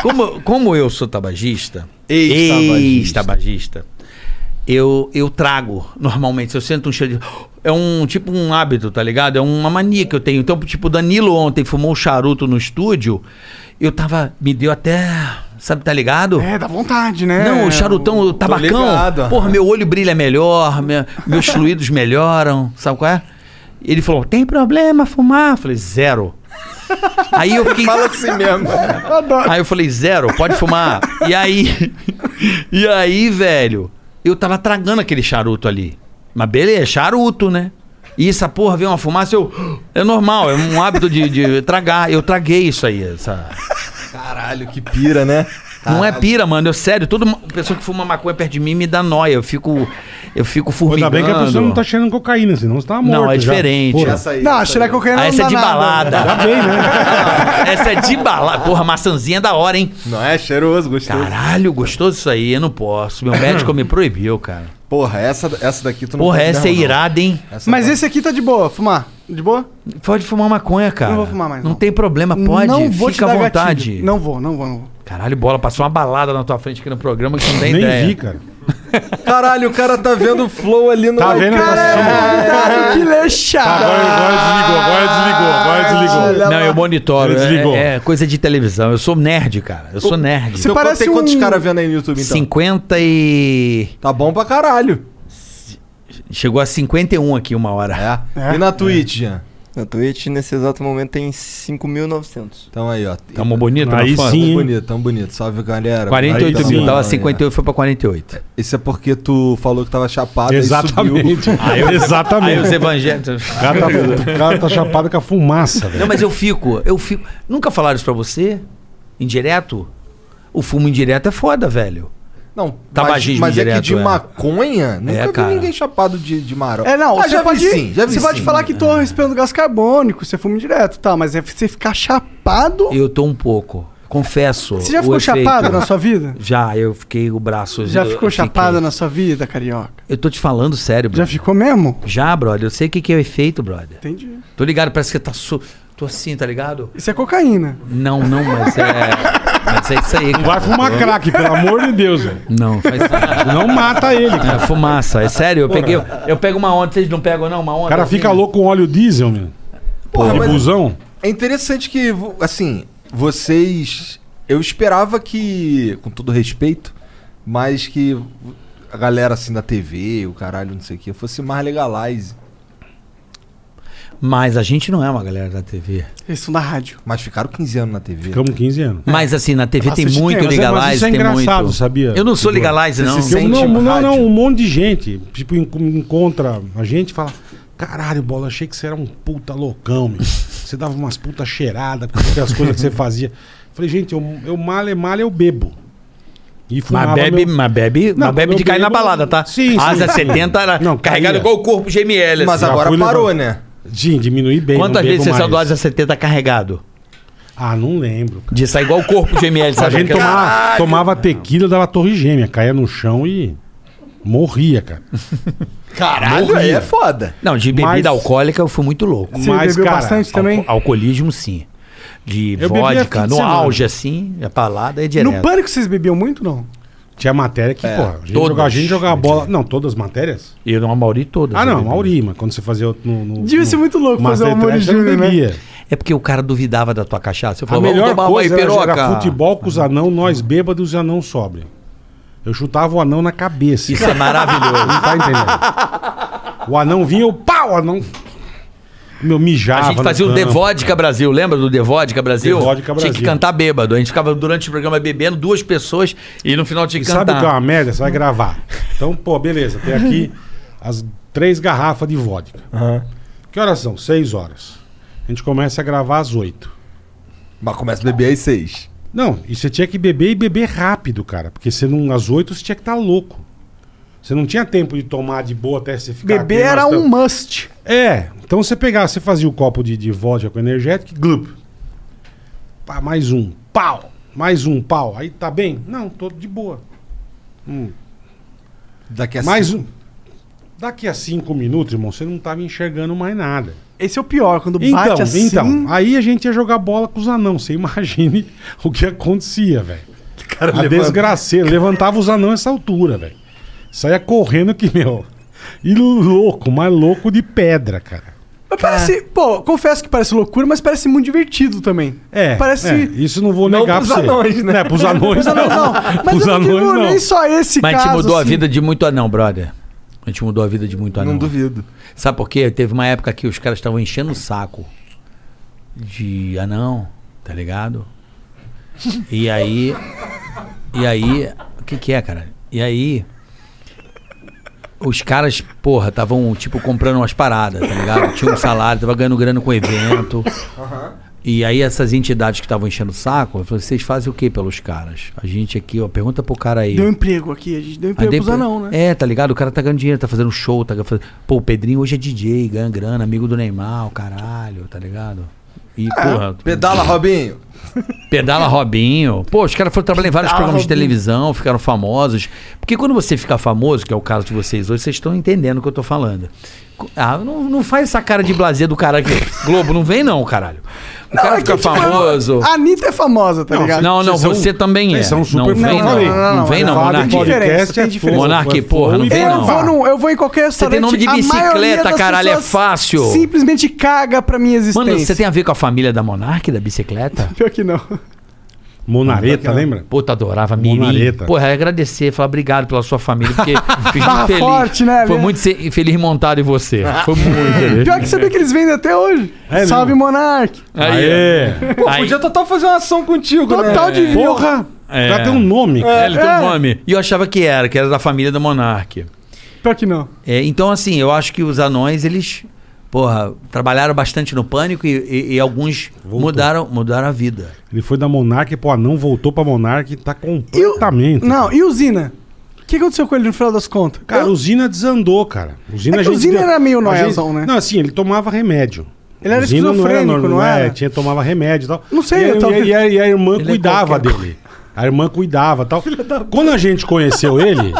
Como, como eu sou tabagista,
Ex-tabagista.
ex-tabagista, eu, eu trago normalmente. Se eu sinto um cheiro de. É um tipo um hábito, tá ligado? É uma mania que eu tenho. Então, tipo, o Danilo ontem fumou um charuto no estúdio. Eu tava. Me deu até. Sabe, tá ligado?
É, dá vontade, né?
Não, o charutão, o tabacão.
ligado.
Porra, meu olho brilha melhor, minha- meus fluidos melhoram, sabe qual é? Ele falou: tem problema fumar? Eu falei: zero. Aí eu fiquei.
Fala assim mesmo.
Aí eu falei, zero, pode fumar. e aí. *laughs* E aí, velho, eu tava tragando aquele charuto ali. Mas beleza, charuto, né? E essa porra veio uma fumaça, eu. É normal, é um hábito de, de tragar. Eu traguei isso aí. Essa...
Caralho, que pira, né?
Não é pira, mano. Eu sério, toda ma- pessoa que fuma maconha perto de mim me dá nóia. Eu fico. Eu fico
Ainda
formigando.
bem que a pessoa não tá cheirando cocaína, senão você tá morto.
Não, é
já.
diferente.
Porra,
Essa aí.
Não,
essa
cheirar
aí.
cocaína
Ah,
não
essa é
dá
de
nada.
balada.
Tá bem, né?
*laughs* Essa é de balada. Porra, maçãzinha da hora, hein?
Não é cheiroso, gostoso.
Caralho, gostoso isso aí. Eu não posso. Meu médico me proibiu, cara.
Porra, essa, essa daqui tu não
Porra,
pode
essa é
mesmo, não.
irada, hein?
Essa
Mas
não.
esse aqui tá de boa, fumar. De boa?
Pode fumar maconha, cara.
Não vou fumar mais,
Não
não.
tem problema, pode.
Não vou
Fica
te dar
à
gatilho.
vontade.
Não vou, não vou, não vou.
Caralho, bola, passou uma balada na tua frente aqui no programa que tu não tem
Nem
é ideia.
vi, cara.
Caralho, o cara tá vendo o flow ali no.
Tá vendo? Tá
Cara, que leixado.
Agora, agora desligou, agora desligou, agora desligou.
Não, eu monitoro.
Ele desligou.
É, é coisa de televisão. Eu sou nerd, cara. Eu sou nerd.
Você
parece
parece tem quantos
um-
caras vendo aí no YouTube então?
50 e.
Tá bom pra caralho.
Chegou a 51 aqui uma hora.
É. E na Twitch, Jean?
Na Twitch, nesse exato momento, tem 5.900.
Então aí, ó.
Tamo bonito, Tá na
Aí
foto?
Tão
sim. hein?
É um bonito, tão bonito. Salve, galera.
48
Aí,
Aí
mil.
sim.
Tava
aí, ó.
58, foi pra 48.
Isso é porque tu falou que tava chapado e
Exatamente.
subiu.
Aí os
Exatamente.
evangélicos.
O cara, tá, o cara tá chapado com a fumaça,
Não,
velho.
mas eu fico, eu fico. Nunca falaram isso pra você? Indireto? O fumo indireto é foda, velho.
*laughs* Não,
Tabagismo
mas, mas é que
direto,
de
é.
maconha, nunca vi
cara.
ninguém chapado de, de maró.
É, não,
Ah,
você
já vi
pode,
sim, já vi
você pode
sim.
falar que tô respirando gás carbônico, você fuma direto, tá, mas é você ficar chapado.
Eu tô um pouco. Confesso.
Você já
o
ficou
efeito-
chapado na sua vida?
Já, eu fiquei o braço.
Já
eu
ficou
fiquei.
chapado na sua vida, carioca?
Eu tô te falando sério,
Já
brother.
ficou mesmo?
Já, brother. Eu sei o que, que é o efeito, brother.
Entendi.
Tô ligado, parece que tá. Su... Tô assim, tá ligado?
Isso é cocaína.
Não, não, mas é. mas é isso aí.
Não vai fumar crack, pelo amor de Deus, velho.
Não, faz
Não mata ele, cara.
É fumaça, é sério, eu peguei. Eu pego uma onda, vocês não pegam, não? Uma onda.
O cara fica
assim?
louco com óleo diesel, meu.
Porra,
de
mas-
busão.
É interessante que, vo- assim, vocês. Eu esperava que, com todo respeito, mas que a galera assim da TV, o caralho, não sei o que, fosse mais legalize.
Mas a gente não é uma galera da TV.
Isso na rádio.
Mas ficaram 15 anos na TV.
Ficamos 15 anos.
Mas assim, na TV tem
Nossa,
muito
É. mas é- mas
legalize,
isso é
tem
engraçado,
muito.
sabia?
Eu não sou
Tipo,
legalize, assim, não.
Eu- não, não, não, um monte de gente. Tipo, en- encontra a gente e fala: Caralho, bola, achei que você era um puta loucão, meu. Você dava umas puta cheirada, porque as coisas que você fazia. Falei, gente, eu, eu mal é mal, eu bebo. E
Mas bebe, mas bebe,
Não,
mas bebe
eu
de cair na
bebo-
balada, tá?
Sim, sim,
Asa
sim.
70 era
*laughs* Não,
carregado
caía.
igual o corpo GML.
Mas agora parou,
né?
Sim, diminui bem. não
assim. Quantas
bebo
vezes você saiu
mais.
do Asa 70 carregado?
Ah, não lembro. Cara.
De sair igual o corpo GML,
*laughs* A
sabe?
gente
Aquela-
tomava, tomava tequila, dava torre gêmea, caía no chão e morria, cara.
Caralho,
Morria.
é foda. Não, de bebida
Mas-
alcoólica eu fui muito louco.
Você Mas, bebeu cara, bastante
alco-
também?
Alcoolismo, sim. De
Eu bebia fim
vodka,
de
no
semana.
auge, assim, a palada é direto.
No
Pânico, vocês bebiam muito não?
Tinha matéria que,
É,
porra, a gente,
todas.
jogava, a gente jogava bola. Não, todas as matérias?
Eu não, a Mauri todas.
Ah,
eu
não, a
bebia.
Mauri, mas quando você fazia outro no. no
Devia
no
ser muito louco fazer o
Master
Amaury
Trash, eu não
Júnior, né?
bebia.
É porque o cara duvidava da tua cachaça. Eu
A
falava,
melhor
vamos tomar uma aí,
coisa era jogar
piroca.
futebol com os anão, nós bêbados e anão sobre. Eu chutava o anão na cabeça.
Isso é maravilhoso.
Não tá entendendo. O anão vinha, eu pau, o anão. Meu, mijava.
A gente
Ah, no
fazia o The
campo.
Vodka Brasil, lembra do The Vodka Brasil?
The Vodka
Tinha que
Brasil.
cantar bêbado. A gente ficava durante o programa bebendo, duas pessoas, e no final tinha
E
que cantar.
sabe o que é uma merda? Você vai gravar. Então, pô, beleza. Tem aqui as três garrafas de vodka. Que horas são? Seis horas. A gente começa a gravar às oito.
Mas começa a beber às seis.
Não, e você tinha que beber e beber rápido, cara. Porque você não, às oito você tinha que estar louco. Você não tinha tempo de tomar de boa até você ficar...
Beber
aqui, nós
era um
tamo-
must.
É, então você pegava, você fazia o copo de, de vodka com energético e glup. Pá, mais um, pau, mais um, pau. Aí tá bem? Não, tô de boa. Hum.
Daqui a
mais
cinco-
um. Daqui a cinco minutos, irmão, você não tava enxergando mais nada.
Esse é o pior, quando bate
então,
assim-
Então, aí a gente ia jogar bola com os anãos. Você imagine *laughs* o que acontecia, velho.
cara
A
levanta-
desgraceira. Levantava os anãos essa altura, velho. Saia correndo que, meu... E louco, mas louco de pedra, cara.
Mas parece, pô, confesso que parece loucura, mas parece muito divertido também.
É,
Parece.
é, isso não vou negar
pros
pra você.
anões, né?
Não, é, pros anões,
Pros anões,
*laughs* não.
não. Mas
Pros
eu não digo
anões, não.
nem só esse
Mas
caso.
a gente mudou
assim.
a vida de muito anão, brother. A gente mudou a vida de muito anão. Não duvido. Sabe por quê? Teve uma época que os caras estavam enchendo o saco de anão, tá ligado? E aí. E aí. O que que é, cara? E aí. Os caras, porra, estavam, tipo, comprando umas paradas, tá ligado? Tinha um salário, tava ganhando grana com evento. E aí essas entidades que estavam enchendo o saco, eu falei, vocês fazem o que pelos caras? A gente aqui, ó, pergunta pro cara aí.
Deu emprego aqui, a gente deu
Aí
emprego pros
depois-
anão, né?
Ah, É, tá ligado? O cara tá ganhando dinheiro, tá fazendo show, tá fazendo... Pô, o Pedrinho hoje é DJ, ganha grana, amigo do Neymar, o caralho, tá ligado? E, porra...
Pedala, Robinho.
Pedala Robinho. Pô, os caras foram trabalhar em vários
Pedala
programas de
Robinho.
televisão, ficaram famosos. Porque quando você fica famoso, que é o caso de vocês hoje, vocês estão entendendo o que eu tô falando. Co- Ah, não, não faz essa cara de blazer do caralho aqui. Globo, não vem não, caralho. O
é
cara fica famoso.
A Anitta é famosa, tá ligado?
Não, não, você também é.
vocês são
não
super
vem
famosos.
não.
Não, não,
Não,
não,
vem
não.
não,
Fala de
Monark.
diferença,
é
tem diferença.
Monark, porra, não vem
eu,
não.
Vou num- eu vou em qualquer
Você
restaurante.
tem nome de
a maioria
bicicleta,
das
caralho, é
pessoas
fácil.
Simplesmente caga pra minha existência.
Mano, você tem a ver com a família da Monark, da bicicleta?
Pior que não.
Monareta, lembra?
Puta, adorava Mirim.
Monareta.
Porra, agradecer, falar obrigado pela sua família, porque fiz muito
Barra
feliz.
forte, né,
Foi
velho?
muito se- feliz montado em você. Foi muito feliz.
Pior que sabia que eles vendem até hoje.
É
Salve,
mesmo?
Monark.
Aí,
Aê.
Pô, podia total fazer uma ação contigo, né?
Total de vinho.
É. Porra!
É.
Já tem um nome,
É, ele tem um nome. E eu achava que era, que era da família da Monark.
Pior que não.
É, então, assim, eu acho que os anões, eles, porra, trabalharam bastante no pânico e, e- e alguns mudaram, mudaram a vida.
Ele foi da Monark, pô, não voltou pra Monark e tá completamente.
Não, e usina? O que aconteceu com ele no final das contas?
Cara, a usina desandou, cara. Usina
É
a
que
gente
usina
deu-
era meio
a
noiazão, né?
Não, assim, ele tomava remédio.
Ele era
Usina
esquizofrênico,
normal,
não era?
É, tinha, tomava remédio e tal.
Não sei,
e a,
eu tava-
e a, e a- e a irmã
Ele é
cuidava
qualquer
dele. A irmã cuidava e tal. Quando a gente conheceu ele,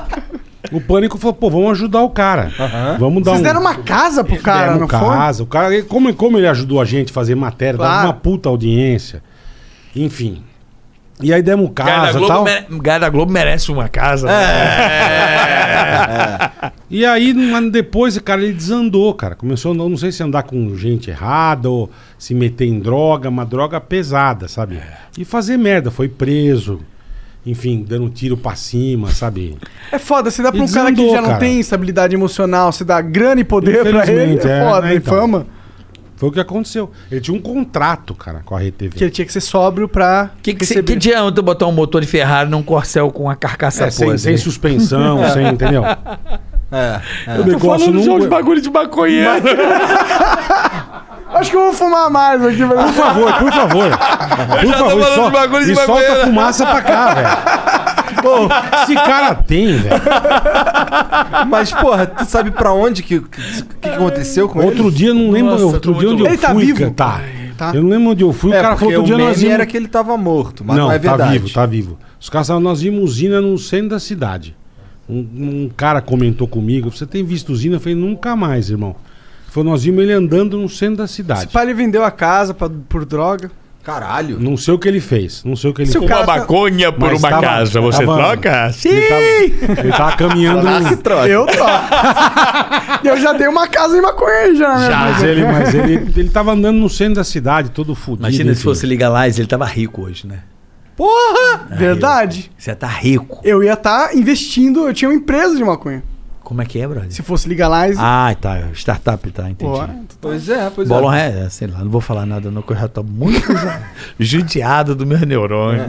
o pânico falou, pô, vamos ajudar o cara. Vamos dar
Vocês
um...
deram uma casa pro cara,
Demos
não
casa. O cara, ele- como, como ele ajudou a gente a fazer matéria, dava
Claro.
uma puta audiência. Enfim. E aí demos
Cara da
casa e
Globo é-
tal.
mere- Cara da Globo merece uma casa. né?
E aí, mas depois, cara, ele desandou, cara. Começou, a não não sei se andar com gente errada ou se meter em droga, uma droga pesada, sabe? E fazer merda, foi preso. Enfim, dando tiro pra cima, sabe?
É foda, se dá pra
E
um cara que
desandou,
já não
cara.
tem estabilidade emocional, se dá grana e poder pra ele,
Infelizmente,
é,
é,
foda,
né,
e
então.
fama.
Foi o que aconteceu. Ele tinha um contrato, cara, com a RTV.
Que ele tinha que ser sóbrio pra.
Que, que, cê- que adianta eu botar um motor de Ferrari num Corcel com uma carcaça assim?
É, sem-
podre?
sem suspensão, sem- entendeu?
É,
Eu tô falando já de bagulho de maconheiro.
Acho que eu vou fumar mais aqui, velho.
Por favor, por favor.
Eu
Por
já tô
favor,
falando
e, sol-
de bagulho de
e solta
maconheiro.
a fumaça pra cá, velho. Pô, esse cara tem, velho.
*laughs* Mas, porra, tu sabe pra onde que, que, que aconteceu com
Outro dia, eu não lembro.
Nossa, tô
outro dia
muito
onde
louco.
eu fui.
Ele tá vivo?
cara, Tá.
Tá.
Eu não lembro onde eu fui.
É,
o cara falou
porque
outro dia
o
nós
meme
vimos...
era que ele tava morto, mas não, é
tá
verdade.
vivo, tá vivo. Os caras estavam, nós vimos usina no centro da cidade. Um, um cara comentou comigo, você tem visto usina? Eu falei, nunca mais, irmão. Ele falou, nós vimos ele andando no centro da cidade.
pai ele vendeu a casa pra- por droga.
Caralho.
Não sei o que ele fez, não sei o que ele
Se o
fez.
cara tá- Uma maconha
por uma casa, você troca?
Sim! Ele tava, ele tava caminhando...
Ah,
no-
que troca. Eu troco. *laughs* eu já dei uma casa em maconha aí já, né?
Ah, Mas ele, mas ele, ele tava andando no centro da cidade, todo fudido.
Imagina se
enfim.
fosse Legalize, ele tava rico hoje, né?
Porra! É, Verdade.
Você tá rico.
Eu ia estar investindo, eu tinha uma empresa de maconha.
Como é que é, brother?
Se fosse legalize.
Ah, tá. Startup, tá, entendi.
Pois é, pois
Bolon
é.
é, sei lá, não vou falar nada, não, que eu já tô muito *laughs* judiado dos meus neurônios.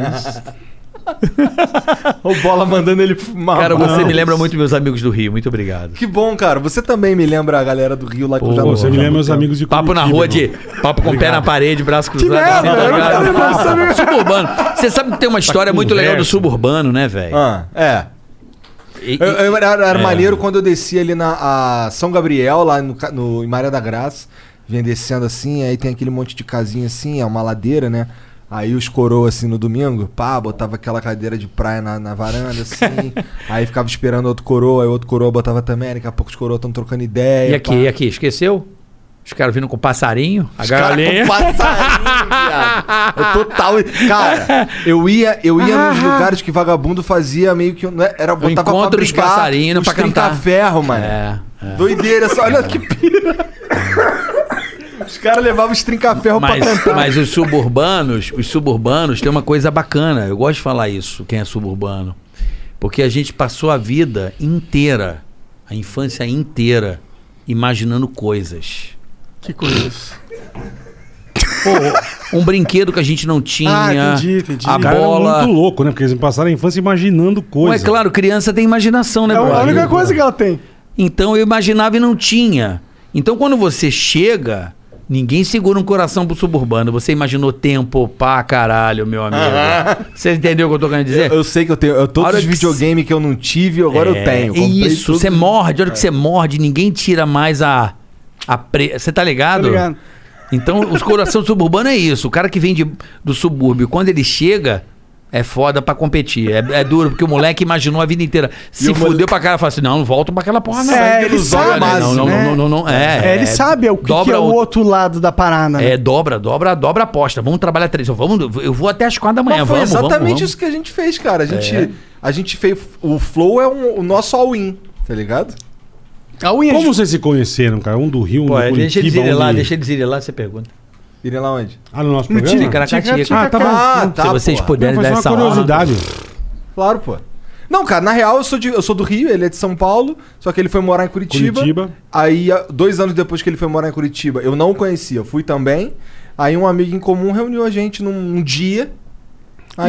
O Bola mandando ele fumar.
Cara, você
Não.
me lembra muito meus amigos do Rio, muito obrigado.
Que bom, cara. Você também me lembra a galera do Rio lá que eu já
Pô, você me lembra
meus amigos de
tá Papo na rua de. Papo com o pé na parede, braço cruzado. assim, tá ligado? Suburbano. Você sabe que tem uma história muito legal do
conversa.
suburbano, né, velho?
Ah, é. Eu, eu era,
É.
era maneiro quando eu descia ali na a São Gabriel, lá no, ca- no- em Maria da Graça. Vinha descendo assim, aí tem aquele monte de casinha assim, é uma ladeira, né? Aí os coroa assim no domingo, pá, botava aquela cadeira de praia na, na
*laughs*
varanda, assim. aí ficava esperando outro coroa, aí outro coroa botava também, daqui a pouco os coroa estão trocando ideia.
E
É,
aqui,
pá.
e aqui, esqueceu? Os caras vindo com passarinho, a
Os caras com
galinha.
passarinho,
*laughs*
viado. Eu total. Cara, eu ia, eu ia nos lugares que vagabundo fazia meio que. Não é, era, botava
Ah, encontro dos
brigar,
passarinhos
os
pra cantar.
ferro, mano.
É,
Doideira, só olha que pira. Os caras levavam os
É
trinca-ferro pra
Mas,
cantar.
mas os suburbanos, os suburbanos têm uma coisa bacana. Eu gosto de falar isso, quem é suburbano. Porque a gente passou a vida inteira, a infância inteira, imaginando coisas.
Que coisas?
um brinquedo que a gente não tinha.
Ah, entendi, entendi.
A
O cara é era
bola.
muito louco, né? Porque eles passaram a infância imaginando
Ué,
coisas.
claro, criança tem imaginação, né,
É a
brother?
única coisa
que ela tem.
Então eu imaginava e não tinha. Então quando você chega, ninguém segura um coração pro suburbano. Você imaginou tempo pra caralho, meu amigo. Você entendeu o que eu tô querendo dizer?
Eu sei que eu tenho. Eu, todos
Olha
os
que-
videogames que eu não tive, agora eu
É,
tenho.
é
Comprei
isso,
tudo. É.
você morde, a hora que você morde, ninguém tira mais a. a pre... Você tá ligado?
Tô ligado.
Então, os coração *laughs* suburbano é isso. O cara que vem de- do subúrbio, quando ele chega, é foda pra competir. É, é duro, porque o moleque imaginou a vida inteira. Se
o
fudeu
mole-
pra cara, fala assim: não, não volto pra aquela porra, não.
É, ele sabe.
Não, não,
né?
não, não, não, não, É,
ele sabe o que, que é o outro lado da parada. né?
É, dobra, dobra, dobra a aposta. Vamos trabalhar três. Vamos, eu vou até as quatro da manhã.
Mas foi
vamos,
exatamente
vamos, vamos.
isso que a gente fez, cara. A gente,
É.
a gente fez. O Flow é um- o nosso all-in, tá ligado?
All-in.
Como vocês se conheciam, cara? Um do Rio, um
Pô,
do Curitiba,
deixa eles irem
um
lá,
de-
deixa eles irem lá, você pergunta.
Irem lá onde?
Ah, no nosso
No
programa?
Ticaracatica.
Ah, tá bom.
Ah, tá,
Se vocês
porra.
puderem
Não,
dar
foi só
essa
uma curiosidade.
Claro, pô. Não, cara, na real eu sou, de- eu sou do Rio, ele é de São Paulo, só que ele foi morar em Curitiba.
Curitiba.
Aí, a- dois anos depois que ele foi morar em Curitiba, eu não o conhecia, eu fui também. Aí um amigo em comum reuniu a gente num, num um dia.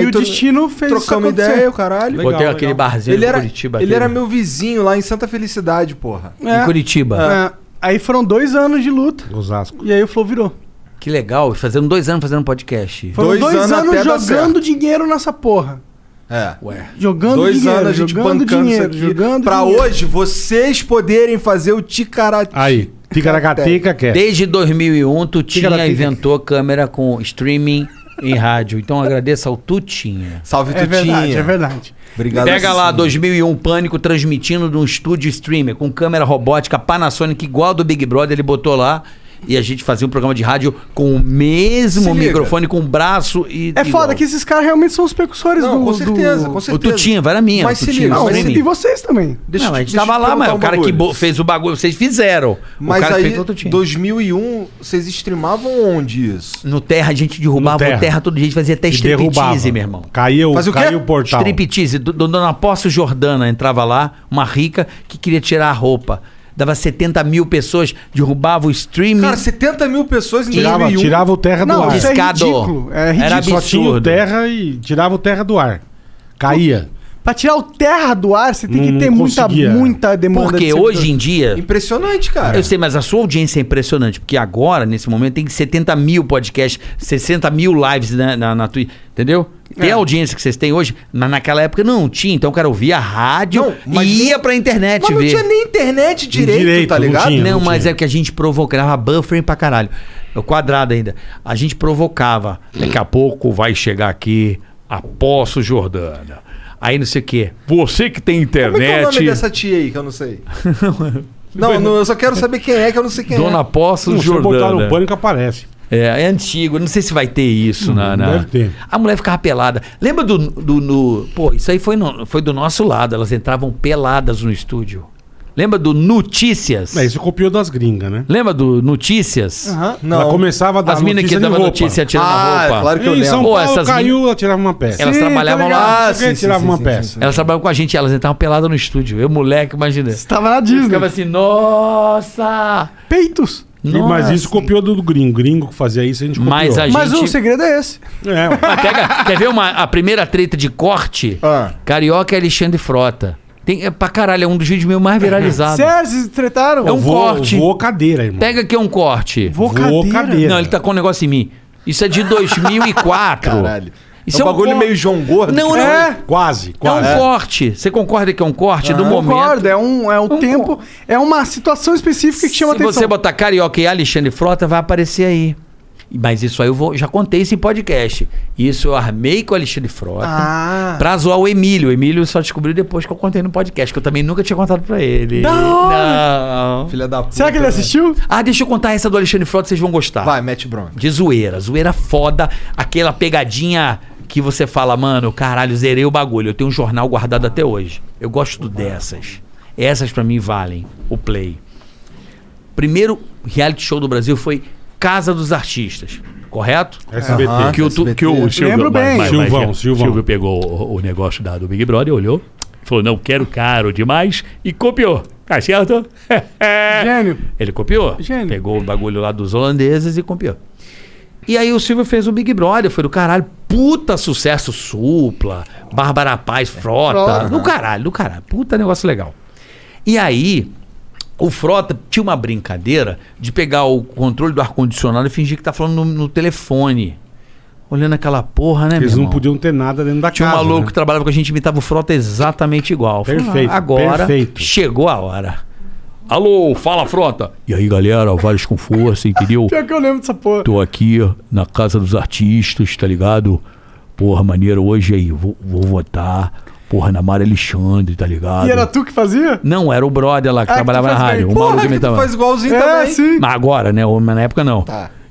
E o destino fez isso
Trocamos
acontecer.
ideia, o caralho.
Legal, Botei aquele legal. barzinho
ele
em
era,
Curitiba,
Ele
aquele.
era meu vizinho lá em Santa Felicidade, porra.
Em Curitiba.
É. Aí foram dois anos de luta.
Osasco.
E aí o Flow virou.
Que legal, fazendo dois anos fazendo podcast.
Foram dois, anos,
até dar
jogando dinheiro nessa porra.
É.
Ué.
Jogando
Dois
dinheiro,
anos a gente
jogando
bancando
dinheiro,
isso aqui.
jogando
pra
dinheiro. Ah,
hoje vocês poderem fazer o ticarati.
Aí, ticaracateca
É.
quer.
Desde 2001, Tutinha
Ticaracatica.
um, inventou câmera com streaming em rádio. Então agradeço ao Tutinha.
Salve,
É verdade, é verdade.
Obrigado.
Pega lá
assim,
Cecília.
2001 Pânico um transmitindo num estúdio streamer com câmera robótica Panasonic igual a do Big Brother, ele botou lá. E a gente fazia um programa de rádio com o mesmo microfone, com o braço e.
É foda que esses caras realmente são os percussores do.
com
do-
certeza, com certeza. O Tutinha, vai na minha,
Mas
o
se
Tutinha,
liga,
não,
não,
pra
esse-
mim.
e vocês também.
não, a gente
deixa eu
tava
te
lá, mas
perguntar
o
um
cara que
bagulho.
bo- fez o bagulho, vocês fizeram.
Mas
o cara que
aí,
fez outro time.
2001, vocês streamavam onde isso?
No Terra a gente derrubava
No Terra.
o Terra todo dia, a gente fazia até
E derrubava.
striptease, meu irmão.
Caiu,
Fazia
caiu o portal.
Striptease. Do- do- Dona Posse Jordana entrava lá, uma rica que queria tirar a roupa. Dava 70 mil pessoas, derrubava o streaming.
Cara, 70 mil um. pessoas em
Tirava,
2001.
tirava o terra do
um. Não,
ar.
isso é Discador. ridículo, é ridículo. Era
Só tinha o
absurdo.
terra e tirava o terra do ar. Caía.
Pra tirar o terra do ar, você tem que
Não
ter muita,
conseguia.
muita demanda.
Porque
de
hoje
servidor.
em dia.
Impressionante, cara.
Eu sei, mas a sua audiência é impressionante, porque agora, nesse momento, tem 70 mil podcasts, 60 mil lives na, na, na Twitch, entendeu? Tem a audiência que vocês têm hoje, mas naquela época não tinha, então o cara ouvia a rádio e ia pra internet
Mas não
ver.
tinha nem internet direito, tá ligado?
Não, mas é que a gente provocava buffering pra caralho. É o quadrado ainda. A gente provocava. Daqui a pouco vai chegar aqui a Poço Jordana. Aí não sei o quê. Você que tem
Como é que é o
internet.
nome dessa tia aí que eu não sei? não, não, eu só quero saber quem é que eu não sei quem é.
Dona Poço
Não, se eu
Jordana.
botar no
pânico aparece.
É, é antigo. Não sei se vai ter isso na, na-
Hum, deve ter.
A mulher ficava pelada. Lembra do. do no- Pô, isso aí foi, no- foi do nosso lado. Elas entravam peladas no estúdio. Lembra do Notícias?
É, isso copiou das gringas, né?
Lembra do Notícias?
Aham. Não. Ela começava a dar
As minas que
notícia de
davam
roupa.
notícia tirando
Ah,
a roupa.
claro que eu Em lembro. São
Pô,
Paulo
essas
caiu,
min-
ela tirava uma peça.
Elas
Sim,
tá
tô
trabalhavam
ligado.
lá.
Ah, sim, tirava sim, uma sim, peça. sim, sim.
Elas trabalhavam com a gente, elas entravam pelada no estúdio. Eu, moleque, imagina. Você
tava na Disney.
Ficava assim, nossa!
Peitos!
E- mas isso copiou do, do gringo. gringo que fazia isso, a gente copiou.
Mas a
Mas
gente-
o segredo é esse.
*laughs*
É,
Mas Ah, pega- quer ver uma, a primeira treta de corte?
Ah.
Carioca e Alexandre Frota. Tem, é pra caralho, é um dos vídeos meus mais
*laughs*
viralizados.
Sério, vocês tretaram?
É um corte.
Voou cadeira, irmão.
Pega aqui um corte.
Voou cadeira? cadeira.
Não, ele tá com um negócio em mim. Isso
*laughs*
é de 2004.
Caralho.
Isso
É um bagulho
cor-
meio João Gordo.
Não, não.
É. Ah,
Quase,
É um corte. Você concorda que é um corte do momento?
Concordo, é um, é um, tempo, é uma situação específica que chama
Se
atenção.
você botar Carioca e Alexandre Frota, vai aparecer aí. Mas isso aí eu vou- já contei isso em podcast. Isso eu armei com o Alexandre Frota
Ah.
pra zoar o Emílio. O Emílio só descobriu depois que eu contei no podcast, que eu também nunca tinha contado pra ele.
Da hora!
Não.
Filha da puta. né?
Será que ele assistiu?
Ah, deixa eu contar essa do Alexandre Frota, vocês vão gostar. Vai,
mete bronca.
De zoeira. Zoeira foda, aquela pegadinha que você fala, mano, caralho, zerei o bagulho. Eu tenho um jornal guardado até hoje. Eu gosto dessas. Essas pra mim valem o play. Primeiro reality show do Brasil foi Casa dos Artistas, correto?
SBT. Aham,
que É, o, tu-
SBT.
que o Silvio,
Lembro bem. Silvão,
Silvio,
Silvão.
Silvio pegou o, o negócio da, do Big Brother, olhou, falou, não quero caro demais e copiou. Tá certo? *laughs*
Gênio.
Ele copiou.
Gênio.
Pegou o bagulho lá dos holandeses e copiou. E aí o Silvio fez o Big Brother, foi do caralho. Puta sucesso, Supla, Bárbara Paz, Frota.
Frota.
Do caralho, do caralho. Puta negócio legal. E aí, o Frota tinha uma brincadeira de pegar o controle do ar-condicionado e fingir que tá falando no, no telefone. Olhando aquela porra, né,
Eles
meu
não
irmão?
podiam ter nada dentro da
Tinha um
casa.
maluco
né?
que trabalhava com a gente, imitava o Frota exatamente igual. Falei,
Perfeito,
"Ah, Agora
perfeito."
chegou a hora. Alô, fala Frota. E aí, galera, vários com força, *laughs* entendeu?
Pior que eu lembro dessa porra.
Tô aqui na Casa dos Artistas, tá ligado? Porra, maneiro, hoje aí, vou, vou votar. Porra, na Mara Alexandre, tá ligado?
E era tu que fazia?
Não, era o brother lá que
Ah, que
trabalhava
tu
na
faz
rádio.
bem.
O
Porra,
maluco
que tu
imitava.
faz Tá. igualzinho É, também. sim.
Mas agora, né? Mas na época não.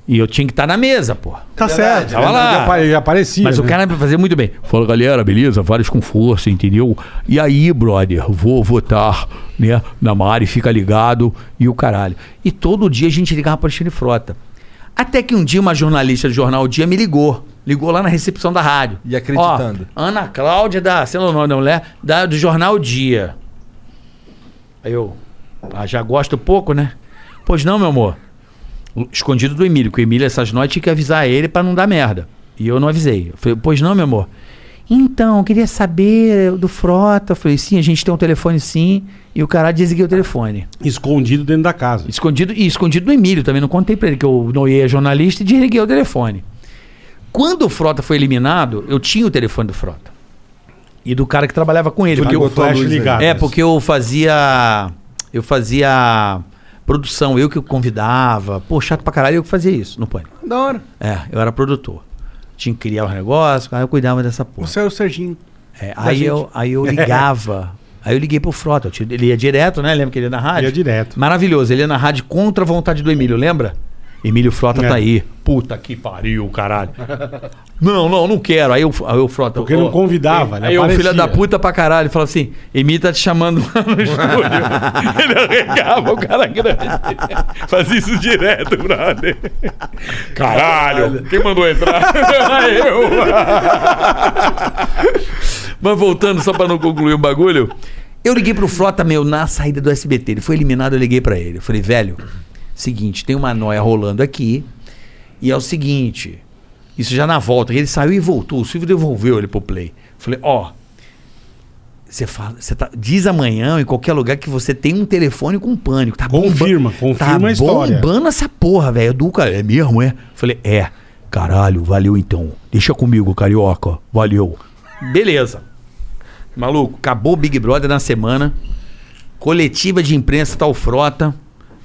E eu tinha que estar na mesa, porra.
Tá certo.
né?
Tava
Ele
lá.
apa- Ele aparecia.
Mas o
né?
cara fazia muito bem. Fala, galera, beleza? Vários com força, entendeu? E aí, brother, vou votar, né? Na Mari, fica ligado e o caralho. E todo dia a gente ligava pra Alexandre Frota. Até que um dia uma jornalista do Jornal O Dia me ligou. Ligou lá na recepção da rádio.
E acreditando.
Ó, Ana Cláudia da, sei lá o nome da mulher, da, do Jornal O Dia. Aí eu, ah, já gosto pouco, né? Pois não, meu amor. Escondido do Emílio, que o Emílio essas noites tinha que avisar ele pra não dar merda. E eu não avisei. Eu falei, pois não, meu amor. Então, eu queria saber do Frota. Eu falei, sim, a gente tem um telefone sim. E o cara desliguei o telefone.
Escondido dentro da casa.
Escondido e escondido do Emílio também. Não contei pra ele que eu noiei a jornalista e desliguei o telefone. Quando o Frota foi eliminado, eu tinha o telefone do Frota. E do cara que trabalhava com ele.
Tu
Porque
ligou
eu,
tua luz aí. ligado.
é, porque eu fazia. Eu fazia produção, eu que convidava. Pô, chato pra caralho, eu que fazia isso no pânico.
Da hora.
É, eu era produtor. Tinha que criar os negócios, aí eu cuidava dessa porra.
Você era o Serginho.
É,
Da
aí,
gente.
eu, aí eu ligava. aí eu liguei pro Frota. eu tinha- Ele ia direto, né? Lembra que ele ia na rádio?
Ia direto.
Maravilhoso. Ele ia na rádio contra a vontade do Emílio, lembra? Emílio Frota
É.
tá aí. Puta que pariu, caralho. Não, não, não quero. Aí eu, aí eu Frota.
Porque não convidava, né?
Aí o
Aparecia.
filho da puta pra caralho fala assim: Emílio tá te chamando lá no estúdio. Ele arregava o cara grande. *laughs* Fazia isso direto, brother. Caralho, quem mandou entrar? Era eu. Mas voltando, só pra não concluir o bagulho, eu liguei pro Frota, meu, na saída do SBT. Ele foi eliminado, eu liguei pra ele. Eu falei, velho, seguinte, tem uma noia rolando aqui. E é o seguinte, isso já na volta, ele saiu e voltou. O Silvio devolveu ele pro play. Eu falei, ó. Você fala, você tá, diz amanhã em qualquer lugar que você tem um telefone com pânico. Tá confirma,
confirma a história.
bombando essa porra, velho. Do cara, é mesmo, é? Eu Falei, é. Caralho, valeu então. Deixa comigo, carioca. Valeu. Beleza. Maluco, acabou o Big Brother na semana. Coletiva de imprensa, tal frota.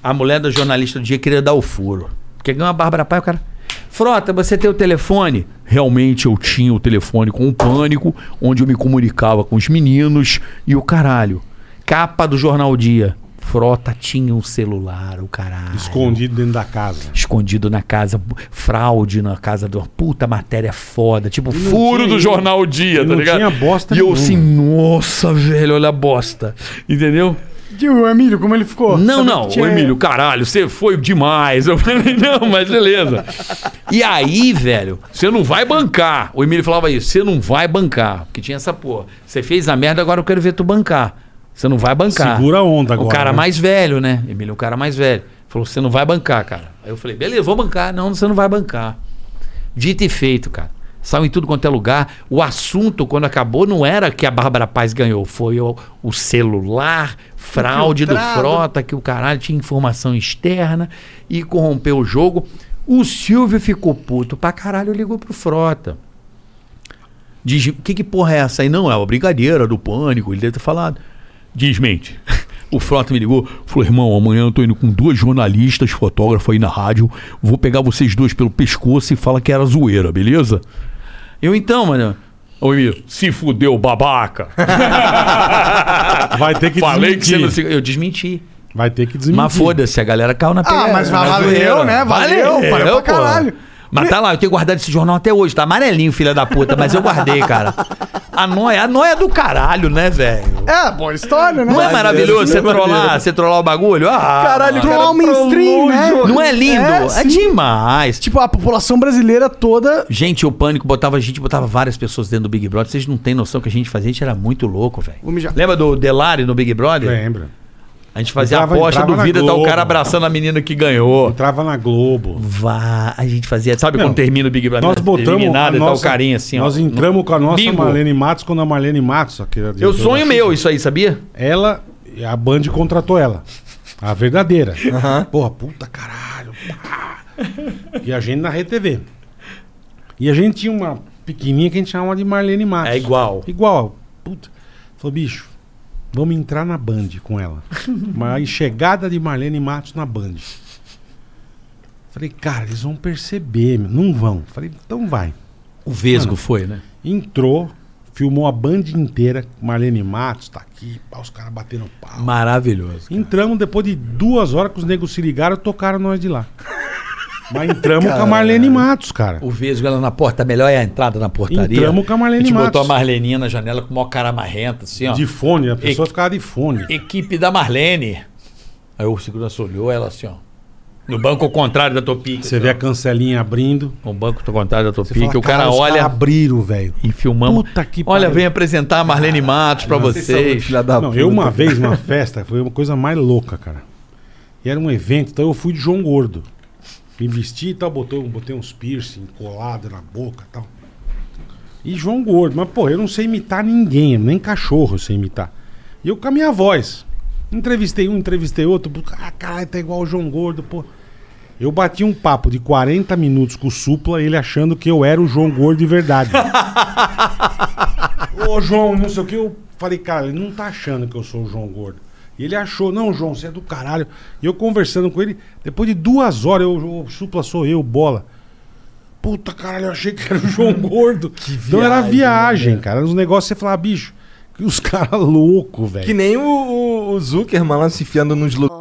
A mulher da jornalista do dia queria dar o furo. Porque ganhou a Bárbara Pai, o cara. Frota, você tem o telefone? Realmente eu tinha o telefone com o pânico, onde eu me comunicava com os meninos e o caralho. Capa do jornal Dia. Frota tinha um celular, o caralho.
Escondido dentro da casa.
Escondido na casa, bu- fraude na casa do. Puta matéria foda. Tipo,
E não
furo
tinha-
do jornal Dia,
e
tá
não
ligado?
tinha bosta
E eu
nenhuma.
assim, nossa, velho, olha a bosta. Entendeu?
Digo, o Emílio, como ele ficou?
Não,
Sabia
não,
que tinha-
ô Emílio, caralho, você foi demais. Eu falei, *laughs* não, mas beleza. E aí, velho, você não vai bancar. O Emílio falava isso, você não vai bancar. Porque tinha essa porra. Você fez a merda, agora eu quero ver tu bancar. Você não vai bancar.
Segura a onda agora,
O cara
né?
mais velho, né? Emílio, é o cara mais velho. Falou, você não vai bancar, cara. Aí eu falei, beleza, vou bancar. Não, você não vai bancar. Dito e feito, cara. Saiu em tudo quanto é lugar. O assunto, quando acabou, não era que a Bárbara Paz ganhou. Foi o, o celular, fraude do
Infiltrado.
Frota, que o caralho tinha informação externa e corrompeu o jogo. O Silvio ficou puto pra caralho, ligou pro Frota. Diz, o que, que porra é essa aí? Não, é uma brincadeira do pânico, ele deve ter falado. Desmente. *laughs* O Frota me ligou, falou, irmão, amanhã eu tô indo com duas jornalistas, fotógrafo aí na rádio, vou pegar vocês dois pelo pescoço e fala que era zoeira, beleza? Eu então, mano... Ô, Emílio, se fudeu, babaca. Vai ter
que
Falei que você não se...
desmentir.
Eu desmenti.
Vai ter que desmentir.
Mas foda-se, a galera caiu na
Ah, mas
na
valeu,
zoeira.
né? Valeu, valeu pra
pô.
caralho.
Mas tá lá, eu tenho guardado esse jornal até hoje, tá amarelinho, filha da puta, mas eu guardei, cara. A noia, a noia é do caralho, né, velho?
É, boa história, né?
Não é maravilhoso você trollar, você trollar o bagulho? Ah,
Caralho,
mano.
troll mainstream, né?
Não é lindo? É,
sim.
demais.
Tipo, a população brasileira toda.
Gente, o pânico botava, a gente botava várias pessoas dentro do Big Brother. Vocês não têm noção que a gente fazia, a gente era muito louco, velho.
Vou mijar.
Lembra do Delari no Big Brother?
Lembra.
A gente fazia
Entrava-
a aposta
entrava
do
na
vida, tá o
Globo.
cara abraçando a menina que ganhou.
Entrava na Globo.
Vá, a gente fazia. Sabe
Não,
quando termina o Big Brother?
Nós botamos a
eliminado e tá o
nossa-
carinha assim, ó.
Nós entramos com a nossa
Bingo.
Marlene Matos quando a Marlene Matos. aquela
Eu
diretora
sonho
da
meu isso aí, sabia?
Ela, a Band contratou ela. A verdadeira. Porra, puta caralho. pá. E a gente na RedeTV. E a gente tinha uma pequenininha que a gente chamava de Marlene Matos.
É igual.
Igual. Puta. Falou, bicho, vamos entrar na Band com ela. Mas chegada de Marlene Matos na Band. Falei, cara, eles vão perceber. meu. Não vão. Falei, então vai.
O Vesgo
Mano,
foi, né?
Entrou, filmou a Band inteira. Marlene Matos tá aqui, pá, os caras batendo pau.
Maravilhoso.
Entramos depois de duas horas que os negros se ligaram, tocaram nós de lá. Mas entramos com a
Caralho.
Marlene Matos, cara.
O Vesgo ela na porta, melhor é a entrada na portaria.
Entramos com a Marlene
A gente botou a
Matos.
Marleninha na janela com o maior cara marrento, assim, ó.
De fone, a pessoa
Equi-
ficava de fone.
Equipe da Marlene. Aí o segurança olhou ela assim, ó. No banco ao contrário da Topic. assim,
Você vê a cancelinha abrindo.
No banco ao contrário da
Fala,
Topic, o cara
os
olha.
caras abriram, velho.
E filmamos.
Puta que
Olha,
pariu.
vem apresentar a Marlene Matos pra
Ah, Vocês são muito
vocês.
filha da Não, eu uma vez numa festa, foi uma coisa mais louca, cara. E era um evento, então eu fui de João Gordo. Me vesti e tal, botou, botei uns piercing colado na boca e tal. E João Gordo, mas porra, eu não sei imitar ninguém, nem cachorro eu sei imitar. E eu com a minha voz. Entrevistei um, entrevistei outro, pô, ah, caralho, tá igual o João Gordo, pô. Eu bati um papo de 40 minutos com o Supla, ele achando que eu era o João Gordo de verdade. Ô, João, não sei o que. Eu falei, cara, ele não tá achando que eu sou o João Gordo. E ele achou, não, João, você é do caralho. E eu conversando com ele, depois de duas horas, eu, o supla sou eu, bola. Puta caralho, eu achei que era o João Gordo. então era
viagem,
viagem, cara. Era uns negócios que você falava, bicho, que os *laughs* caras loucos, velho.
Que nem o, o, o Zuckerman lá se enfiando nos lugares.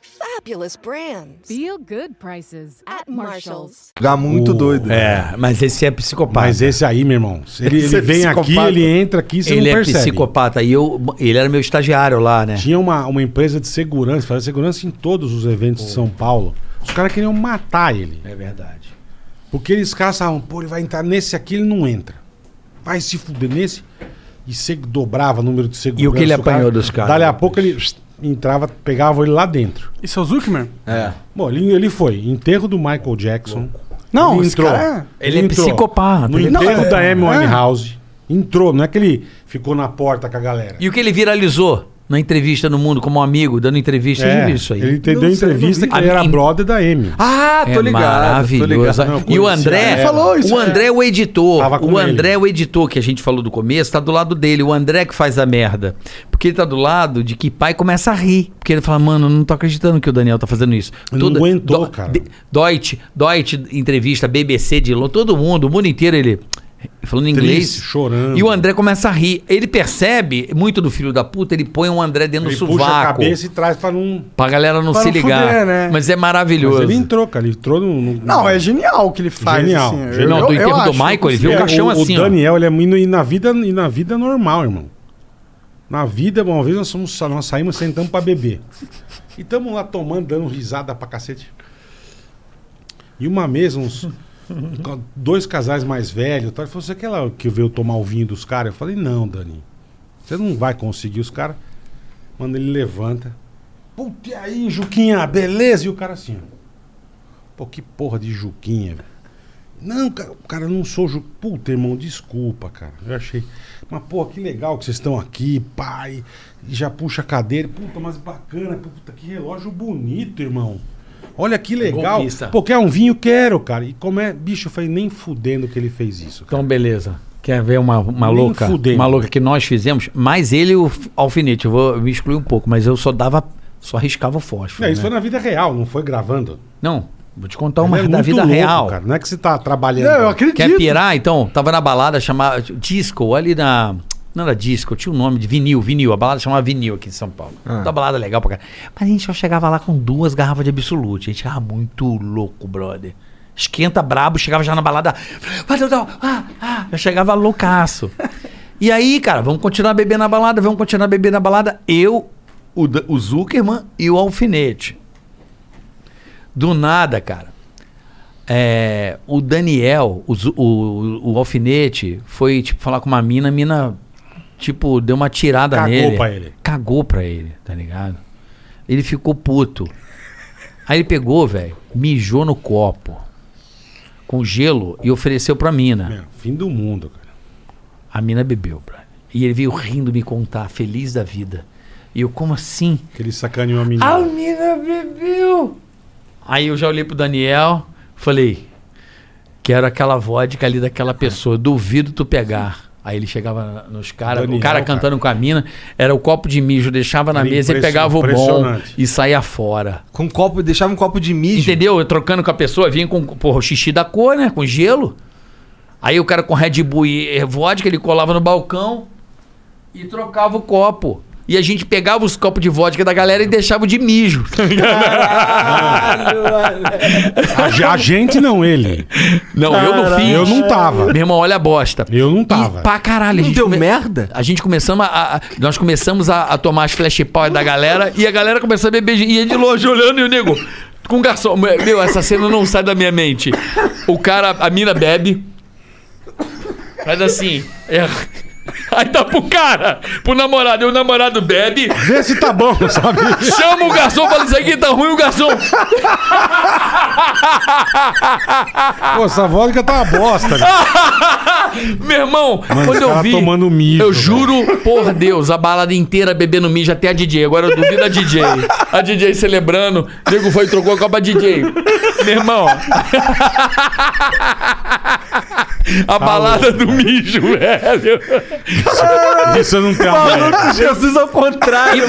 Fabulous brands. Feel good prices at, Marshall's.
Lugar muito
O-
doido.
É, mas esse é psicopata.
Mas esse aí, meu irmão, se ele-
Esse
ele vem aqui,
psicopata.
ele entra aqui, você não
Ele é
percebe.
psicopata. E eu, ele era meu estagiário lá, né?
Tinha uma, uma empresa de segurança, fazia segurança em todos os eventos de São Paulo. Os caras queriam matar ele.
É verdade.
Porque eles caçavam, pô, ele vai entrar nesse aqui, ele não entra. Vai se fuder nesse. E se dobrava o número de segurança.
E o que ele
do cara.
apanhou dos caras?
Dali a pouco ele entrava, pegava ele lá dentro.
Isso é o Zuckerman?
É.
Bom, ele, ele foi. Enterro do Michael Jackson.
Não,
ele
esse cara Ah. é- Ele é
entrou.
psicopata,
No
ele é
enterro
psicopata.
da Amy
É.
Winehouse. Entrou, não é que ele ficou na porta com a galera.
E o que ele viralizou na entrevista no mundo, como um amigo, dando entrevista,
É,
ele viu isso aí.
Ele te- deu entrevista que ele era brother da Amy.
Ah, tô ligado. Maravilhoso. e o André, o
né?
André é o editor. O André é o editor que a gente falou do começo, tá do lado dele. O André que faz a merda. Porque ele tá do lado de que pai começa a rir. Porque ele fala, mano, eu não tô acreditando que o Daniel tá fazendo isso.
Ele não aguentou, cara.
De- Deutsche, Deutsche, entrevista, BBC de Londres, todo mundo, o mundo inteiro, ele falando
Triste,
inglês.
chorando.
E o André começa a rir. Ele percebe, muito do filho da puta, ele põe o André dentro
Ele
do
puxa a
sovaco.
cabeça e traz pra não...
Pra galera não
Pra
se
não
ligar.
fuder, né?
Mas é maravilhoso.
Mas ele entrou, cara. Ele entrou no... no-
Não, é genial o que ele faz.
Genial.
assim. Eu-
Genial.
eu-
do
eu
enterro do
acho, eu
Michael, ele viu
consigo.
o caixão
o,
assim,
O
ó.
Daniel, ele é muito... E na vida, e na vida normal, irmão. Na vida, uma vez nós, somos, nós saímos, sentamos pra beber. E estamos lá tomando, dando risada pra cacete. E uma mesa, uns... *laughs* Dois casais mais velhos, tal, ele falou, você quer lá que veio tomar o vinho dos caras? Eu falei, não, Dani. Você não vai conseguir os caras. Mano, ele levanta. Puta, e aí, Juquinha, beleza? E o cara assim, ó. Pô, que porra de Juquinha, velho. Não, cara, cara, eu não sou Ju... Puta, irmão, desculpa, cara. Eu achei. Mas, pô, que legal que vocês estão aqui, pai. E já puxa a cadeira. Puta, mas bacana. Puta, que relógio bonito, irmão. Olha que legal.
Golpista.
Pô, quer um vinho? Quero, cara. E como é. Bicho, eu falei, nem fudendo que ele fez isso.
Então, beleza. Quer ver uma, uma
Nem
louca?
fudendo.
Uma louca que nós fizemos, mas ele e o f- alfinete, eu vou me excluir um pouco, mas eu só dava, só arriscava o fósforo.
Não, É, isso
né?
foi na vida real, não foi gravando.
Não, vou te contar
Ele
uma
é
da
muito
vida
louco,
real.
cara. Não é que você tá trabalhando.
Quer pirar? Então, tava na balada, chamava disco, ali na... Não era disco, tinha um nome de vinil, vinil. A balada chamava vinil aqui em São Paulo.
Ah.
Uma balada legal pra caralho. Mas a gente só chegava lá com duas garrafas de absolute. A gente era muito louco, brother. Esquenta brabo, chegava já na balada. Vai, Dodô, ah, ah. Eu chegava loucaço. E aí, cara, vamos continuar bebendo na balada, vamos continuar bebendo na balada. Eu, o, D- o Zuckerman e o Alfinete. Do nada, cara. É, o Daniel, o, Zu- o, o alfinete, foi tipo, falar com uma mina, a mina, tipo, deu uma tirada
Cagou
nele.
pra ele.
Cagou pra ele, tá ligado? Ele ficou puto. Aí ele pegou, velho, mijou no copo com gelo e ofereceu pra mina.
fim do mundo, cara.
A mina bebeu, brother. E ele veio rindo me contar, feliz da vida. E eu, como assim?
Que ele sacaneou a menina.
A mina bebeu! Aí eu já olhei pro Daniel, falei, quero aquela vodka ali daquela pessoa, duvido tu pegar. Aí ele chegava nos caras, o
Daniel,
cara
cara.
cantando com a mina, era o copo de mijo, deixava na
Era
mesa e
impression-
pegava o bom
impressionante.
e saía fora.
Com copo, deixava um copo de mijo.
Entendeu? Eu trocando com a pessoa, vinha com porra, o xixi da cor, né? Com gelo. Aí o cara com Red Bull e eh, vodka, ele colava no balcão e trocava o copo. E a gente pegava os copos de vodka da galera e deixava o de mijo.
A, ge- a gente não, ele.
Não, eu não fiz.
Eu não tava.
Meu irmão, olha a bosta.
Eu não tava.
Pra caralho. Não deu merda? A gente começamos a, a- Nós começamos a, a tomar as flashpoints da galera e a galera começou a beber. E ia de longe olhando e o nego... Com um garçom... Meu, essa cena não sai da minha mente. O cara... A mina bebe. Faz assim... é. Aí dá pro cara, pro namorado. E o namorado bebe.
Vê se tá bom, *laughs* sabe?
Chama o garçom, fala isso aqui tá ruim, o garçom.
Pô, essa vodka tá uma bosta. cara.
Meu irmão,
Mano,
Ah, quando
os
eu
cara
vi.
tomando mijo,
eu juro por Deus, a balada inteira bebendo mijo até a DJ. Agora eu duvido a DJ. A DJ celebrando. Diego foi e trocou a copa DJ. Meu irmão.
Tá
A balada do mijo, velho.
Isso eu não tenho
Maluco, Jesus ao contrário.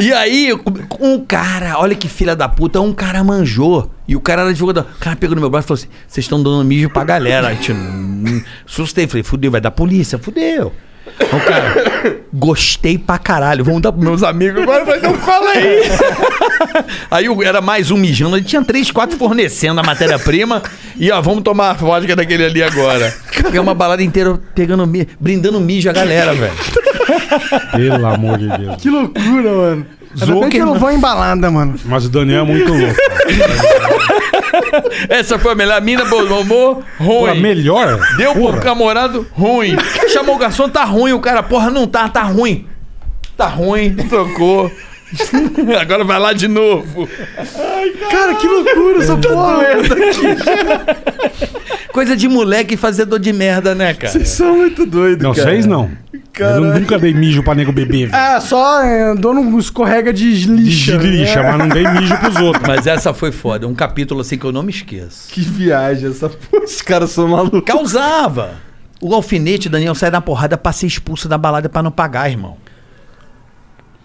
E, e aí, um cara, olha que filha da puta, um cara manjou. E o cara era advogado. O cara pegou no meu braço e falou assim: vocês estão dando mijo pra galera. Aí, tio, hum, Assustei, falei, fudeu, vai dar polícia, fudeu. Então, cara, gostei pra caralho. Vamos dar pros meus amigos agora. Eu falei, então cola aí. *laughs* Aí eu- era mais um mijando. Aí tinha três, quatro fornecendo a matéria-prima. E ó, vamos tomar a vodka daquele ali agora. É uma balada inteira pegando mi- brindando mijo a galera, velho.
Pelo amor de Deus.
Que loucura, mano. Ainda
Zou
bem que
que
eu não
não-
vou em balada, mano.
Mas o Daniel é muito
*laughs*
louco.
Essa foi a melhor. Mina bolomou, ruim.
Pô, a melhor?
Deu
Porra.
pro namorado, ruim. Chamou o garçom, tá ruim. O cara, porra, não tá, tá ruim. Tá ruim,
*laughs*
trocou. Agora vai lá de novo.
Cara, que loucura essa porra.
Coisa de moleque e fazedor de merda, né, cara?
Vocês
são muito doidos,
Não, vocês não. Eu não- nunca dei mijo pra nego beber, velho.
É, só é, dono escorrega de lixa. né?
pros outros.
*laughs*
Mas essa foi foda. Um capítulo assim que eu não me esqueço.
Que viagem essa porra. Os caras são malucos.
Causava. O alfinete, Daniel, sai na porrada pra ser expulso da balada pra não pagar, irmão.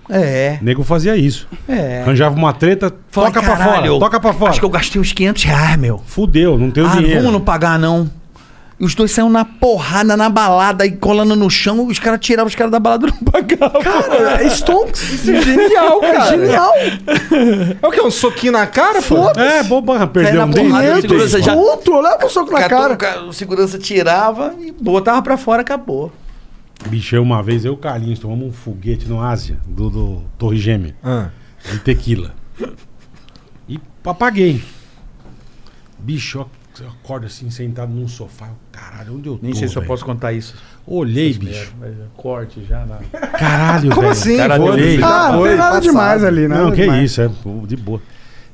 É.
Nego fazia isso.
É.
Arranjava uma treta,
Fala,
toca pra
"Caralho,
fora, toca pra fora.
Acho que eu gastei uns 500 reais, meu.
Fudeu, não tenho
ah,
dinheiro.
vamos não pagar, não. E os dois saíram na porrada, na balada, e colando no chão, os caras tiravam os caras da balada e não pagavam.
Cara, Stonks.
Isso é genial, cara.
É genial.
É o que? Um soquinho na cara,
É, boba, perdeu um dedo.
porrada, o segurança já...
Outro, leva um soco na
Catou
cara.
o ca- é O segurança tirava e botava pra fora, acabou.
Bicho, eu uma vez, eu e o Carlinhos, tomamos um foguete no Ásia, do, do Torre Gêmea,
Ah,
de tequila. E apaguei. Bicho, eu ac- eu acordo assim, sentado num sofá. eu, Caralho, onde eu tô?
Nem sei se eu
velho?
posso contar isso.
Olhei, bicho.
é Corte já na.
Caralho,
Como
velho.
assim?
Cara,
Foda-se,
olhei.
já Ah, foi, não tem nada passado. demais ali,
né?
nada
Não, que
demais.
isso, é pô, de boa.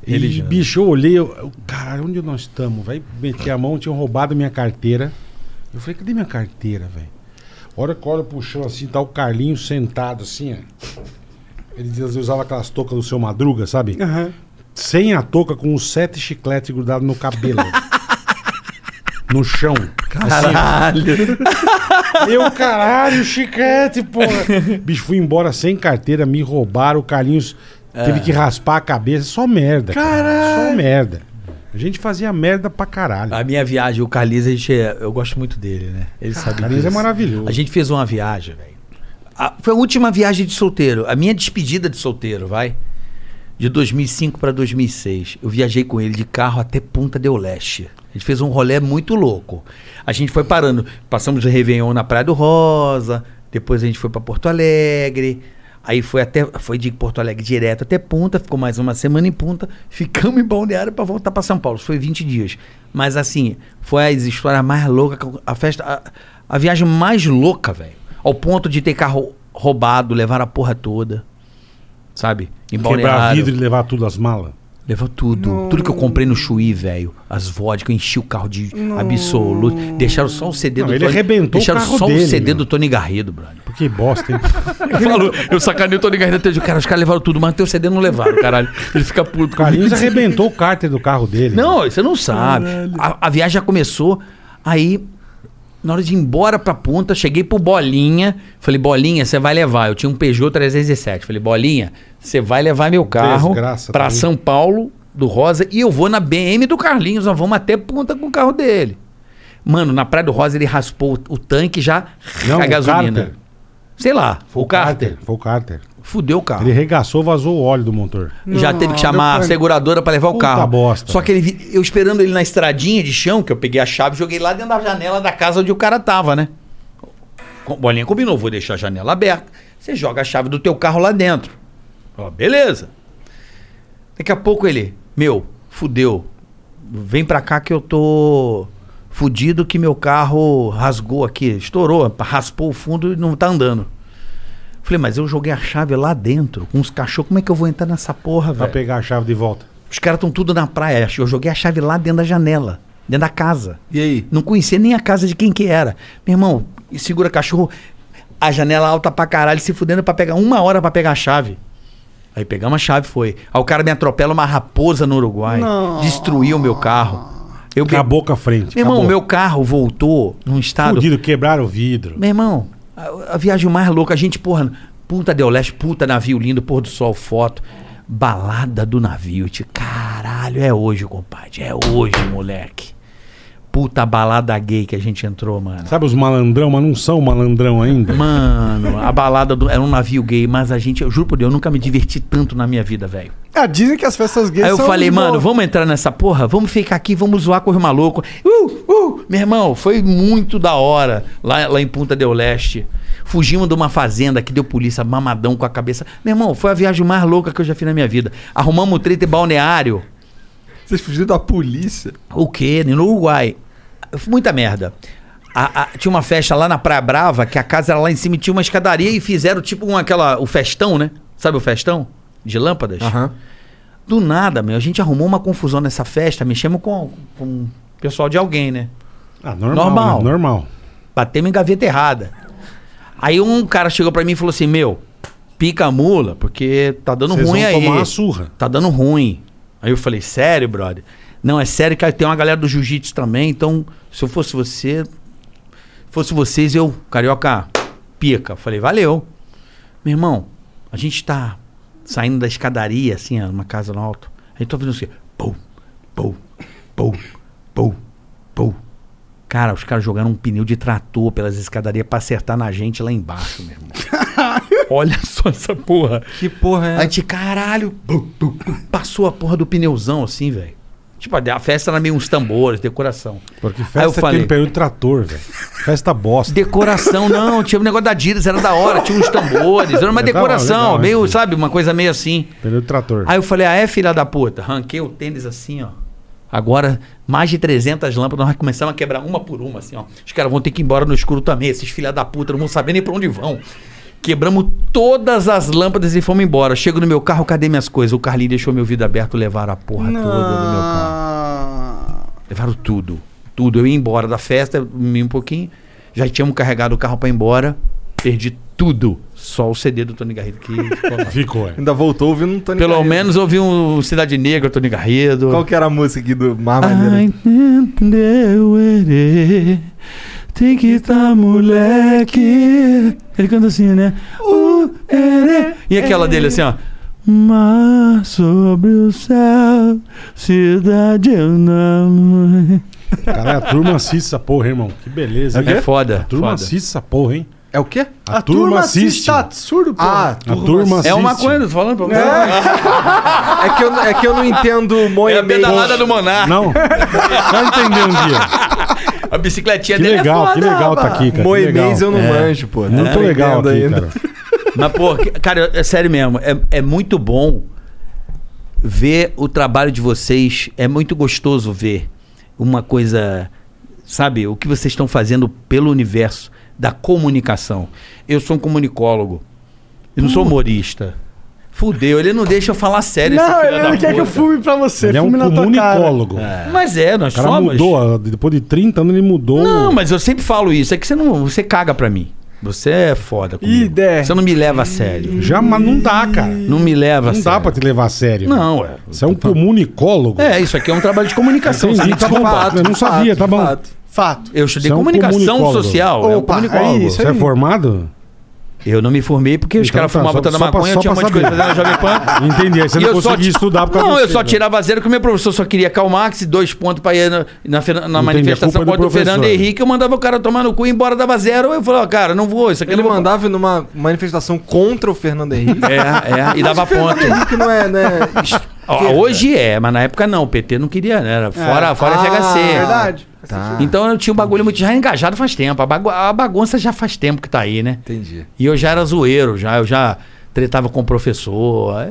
E,
Ele já-
bicho, eu olhei, eu, eu, caralho, onde nós estamos? Vai meter a mão, tinham roubado minha carteira. Eu falei, cadê minha carteira, velho? A Hora que eu olho pro chão assim, tá o Carlinho sentado assim, ó. Ele dizia, ele usava aquelas toucas do seu Madruga, sabe? Sem a touca, com os sete chicletes grudados no cabelo. no chão.
Caralho.
Eu, caralho, chiclete, porra. Bicho, fui embora sem carteira, me roubaram, o Carlinhos teve
É.
que raspar a cabeça. Só merda. cara. Só merda. A gente fazia merda pra caralho.
A minha viagem, o Carlinhos, a gente, é- eu gosto muito dele, né? Ele sabe
Carlinhos
disso.
é maravilhoso.
A gente fez uma viagem, velho. A- Foi a última viagem de solteiro. A minha despedida de solteiro, vai. De 2005 pra 2006. Eu viajei com ele de carro até Punta del Leste. A gente fez um rolê muito louco. A gente foi parando. Passamos o Réveillon na Praia do Rosa. Depois a gente foi pra Porto Alegre. Aí foi até foi de Porto Alegre direto até Punta, ficou mais uma semana em Punta, ficamos em Balneário pra voltar pra São Paulo. Isso Foi 20 dias. Mas assim, foi a história mais louca, que eu- a festa, a, a viagem mais louca, velho. Ao ponto de ter carro roubado, levar a porra toda. Sabe? Em
Quebrar
Balneário.
vidro e levar tudo as malas.
Levou tudo. Tudo que eu comprei no Chuí, velho. As vodka, eu enchi o carro de absoluto. Deixaram só o CD
Não,
do
ele arrebentou o
Deixaram
carro
só
dele,
o CD
meu.
do Tony
*laughs*
Garrido, brother.
Que bosta, hein?
Eu, falo, eu sacanei o Tony Garrido até hoje. Cara, os caras levaram tudo, mas até o CD não levaram, caralho. Ele fica puto.
O
*laughs*
Carlinhos arrebentou o cárter do carro dele.
Não, você não sabe. A, a viagem já começou. Aí, na hora de ir embora pra ponta, cheguei pro Bolinha. Falei, Bolinha, você vai levar. Eu tinha um Peugeot 307. Falei, Bolinha, você vai levar meu carro
Desgraça
pra
também.
São Paulo do Rosa e eu vou na BM do Carlinhos. Nós vamos até ponta com o carro dele. Mano, na Praia do Rosa ele raspou o, o tanque já
Não,
a
o
gasolina.
cárter.
Sei lá, o, cárter.
Foi o cárter.
Fudeu o carro.
Ele regaçou, vazou o óleo do motor.
Já teve que chamar a seguradora pra levar o
Puta
carro.
bosta.
Só que ele, vi- eu esperando ele na estradinha de chão, que eu peguei a chave, joguei lá dentro da janela da casa onde o cara tava, né? Com- Bolinha combinou, vou deixar a janela aberta. Você joga a chave do teu carro lá dentro. Ó, beleza. Daqui a pouco ele, meu, fudeu. Vem pra cá que eu tô fudido que meu carro rasgou aqui, estourou, raspou o fundo e não tá andando. Falei, mas eu joguei a chave lá dentro, com os cachorros, como é que eu vou entrar nessa porra,
Pra
velho?
pegar a chave de volta.
Os caras estão tudo na praia. Eu joguei a chave lá dentro da janela, dentro da casa.
E aí?
Não conhecia nem a casa de quem que era. Meu irmão, e segura cachorro, a janela alta pra caralho, se fudendo pra pegar uma hora pra pegar a chave. Aí pegamos a chave e foi. Aí o cara me atropela uma raposa no Uruguai.
Não.
Destruiu o meu carro. Eu
Acabou com a frente.
Meu irmão,
acabou. Tá
meu carro voltou num estado.
Fudido, quebraram o vidro.
Meu irmão, a, a viagem mais louca, a gente, porra, Punta del Leste, puta navio lindo, pôr do sol, foto. Balada do navio, tipo, caralho, é hoje, compadre, é hoje, moleque. Puta balada gay que a gente entrou, mano.
Sabe os malandrão, mas não são malandrão ainda?
Mano, a balada do, era um navio gay, mas a gente, eu juro por Deus, eu nunca me diverti tanto na minha vida, velho.
Ah, dizem que as festas gays
Aí eu
são
falei,
de
mano,
novo.
vamos entrar nessa porra, vamos ficar aqui, vamos zoar com os malucos. Uh, uh, meu irmão, foi muito da hora lá, lá em Punta del Leste. Fugimos de uma fazenda que deu polícia mamadão com a cabeça. Meu irmão, foi a viagem mais louca que eu já fiz na minha vida. Arrumamos treta em balneário.
Vocês fugiram da polícia?
O quê? No Uruguai. Muita merda. A- a- tinha uma festa lá na Praia Brava, que a casa era lá em cima e tinha uma escadaria e fizeram tipo um, aquela, o festão, né? Sabe o festão? De lâmpadas? Do nada, meu, a gente arrumou uma confusão nessa festa, mexemos com, com o pessoal de alguém, né?
Ah,
normal. Normal.
né? normal.
Batemos em gaveta errada. Aí um cara chegou pra mim e falou assim: Meu, pica a mula, porque tá dando
Vocês
ruim
vão
aí.
tomar uma surra.
Tá dando ruim. Aí eu falei: Sério, brother? Não, é sério que tem uma galera do jiu-jitsu também, então se eu fosse você. Fosse vocês, eu, carioca, pica. Falei: Valeu. Meu irmão, a gente tá saindo da escadaria, assim, ó, numa casa no alto. Aí tô ouvindo assim: Pum, pum, pum, pum, pum. Cara, os caras jogaram um pneu de trator pelas escadarias pra acertar na gente lá
*laughs*
embaixo, meu irmão. Olha só essa porra.
Que porra é
A gente, caralho, bum, bum, bum, passou a porra do pneuzão assim, velho. Tipo, a festa era meio uns tambores, decoração.
Porque
Aí eu
festa
falei-
tem período de trator, velho. Festa bosta.
Decoração, não, tinha um negócio da Adidas, era da hora, tinha uns tambores, era uma
Legal,
decoração,
legal,
meio, sabe, uma coisa meio assim.
Período de trator.
Aí eu falei, ah, é filha da puta, arranquei o tênis assim, ó. Agora, mais de 300 lâmpadas, nós começamos a quebrar uma por uma, assim, ó. Os caras vão ter que ir embora no escuro também, esses filha da puta, não vão saber nem pra onde vão. Quebramos todas as lâmpadas e fomos embora. Chego no meu carro, cadê minhas coisas? O Carlinho deixou meu vidro aberto, levaram a porra toda do meu
Ah.
carro. Levaram tudo, tudo. Eu ia embora da festa, dormi um pouquinho, já tínhamos carregado o carro pra ir embora, perdi tudo. Só o CD do Tony Garrido que ficou lá.
Ficou, é.
Ainda voltou ouvindo um Tony
Pelo
Garrido.
menos ouvi um Cidade Negra, Tony Garrido.
Qual que era a música aqui do Mar
Ai,
Maneiro?
entendeu, erê. Tem que tá moleque. Ele canta assim, né? O erê. E aquela dele assim, ó. Mar sobre o céu, cidade eu não.
Cara, é a turma assiste essa porra, hein, irmão. Que beleza.
É
hein?
o quê? É foda,
A turma
foda.
assiste essa porra, hein?
É o quê?
A, turma, assiste.
Tá absurdo, pô. Ah,
A turma assiste.
É uma coisa, tô falando pra você.
É que, eu, é que eu não entendo Moe
É a pedalada do Monarca. *laughs*
Não. Já entendeu um dia.
A bicicletinha
Que
dele é
legal,
foda,
que legal tá
rapaz.
aqui, cara.
Moi
Que legal.
Mês Ah, eu não
É.
manjo, pô. Não
tá
Muito
tô
legal
entendendo
aqui,
ainda.
cara.
*laughs* Mas, pô, que- cara, é sério mesmo. É, é muito bom ver o trabalho de vocês. É muito gostoso ver uma coisa, sabe? O que vocês estão fazendo pelo universo da comunicação. Eu sou um comunicólogo. Eu não sou humorista. Fudeu, ele não deixa eu falar sério. esse
Não,
filho
ele
da
quer que eu
puta.
fume pra você.
Ele é um
fume na tua cara.
comunicólogo.
Mas é, nós
O cara
somos.
mudou. Depois de 30 anos ele mudou.
Não, mas eu sempre falo isso. É que você não, você caga pra mim. Você é foda comigo.
Ideia.
Você não me leva a sério.
Já, mas não dá, cara.
Não me leva a
Não
sério.
dá pra te levar a sério.
Não, é.
Você é um comunicólogo.
É, isso aqui é um trabalho de comunicação.
Entendi,
sabe?
desculpa, eu não sabia, tá bom.
Fato.
Eu estudei
Você é um
comunicação
comunicólogo.
social. é um
Opa,
comunicólogo.
aí, isso
Você é formado?
Eu não me formei porque os
Então
caras
tá,
fumavam
só-
tanta
só pra-
maconha,
só
eu tinha um
pra
monte de coisa
saber.
na Jovem Pan.
Entendi, aí *laughs* você
E
não
eu só
conseguia
ti-
estudar por causa
Não, eu
disso,
só
né?
tirava zero que o meu professor só queria Karl Marx e dois pontos pra ir na, na, fe- na manifestação
culpa é do
contra o Fernando
professor.
Henrique. Eu mandava o cara tomar no cu e embora dava zero. Eu falava, cara, não vou, isso aqui
Ele
não vou-
mandava numa manifestação contra o
*laughs*
Fernando Henrique.
É, é, e dava
Mas o Fernando
ponto.
Henrique não é, né?
Ó, Hoje é, mas na época não. O PT não queria, né? Era fora, fora FHC.
Verdade.
Tá.
Então eu tinha um bagulho muito já engajado faz tempo. A, bagu- a bagunça já faz tempo que tá aí, né?
Entendi.
E eu já era zoeiro, já, eu já tretava com o professor. É,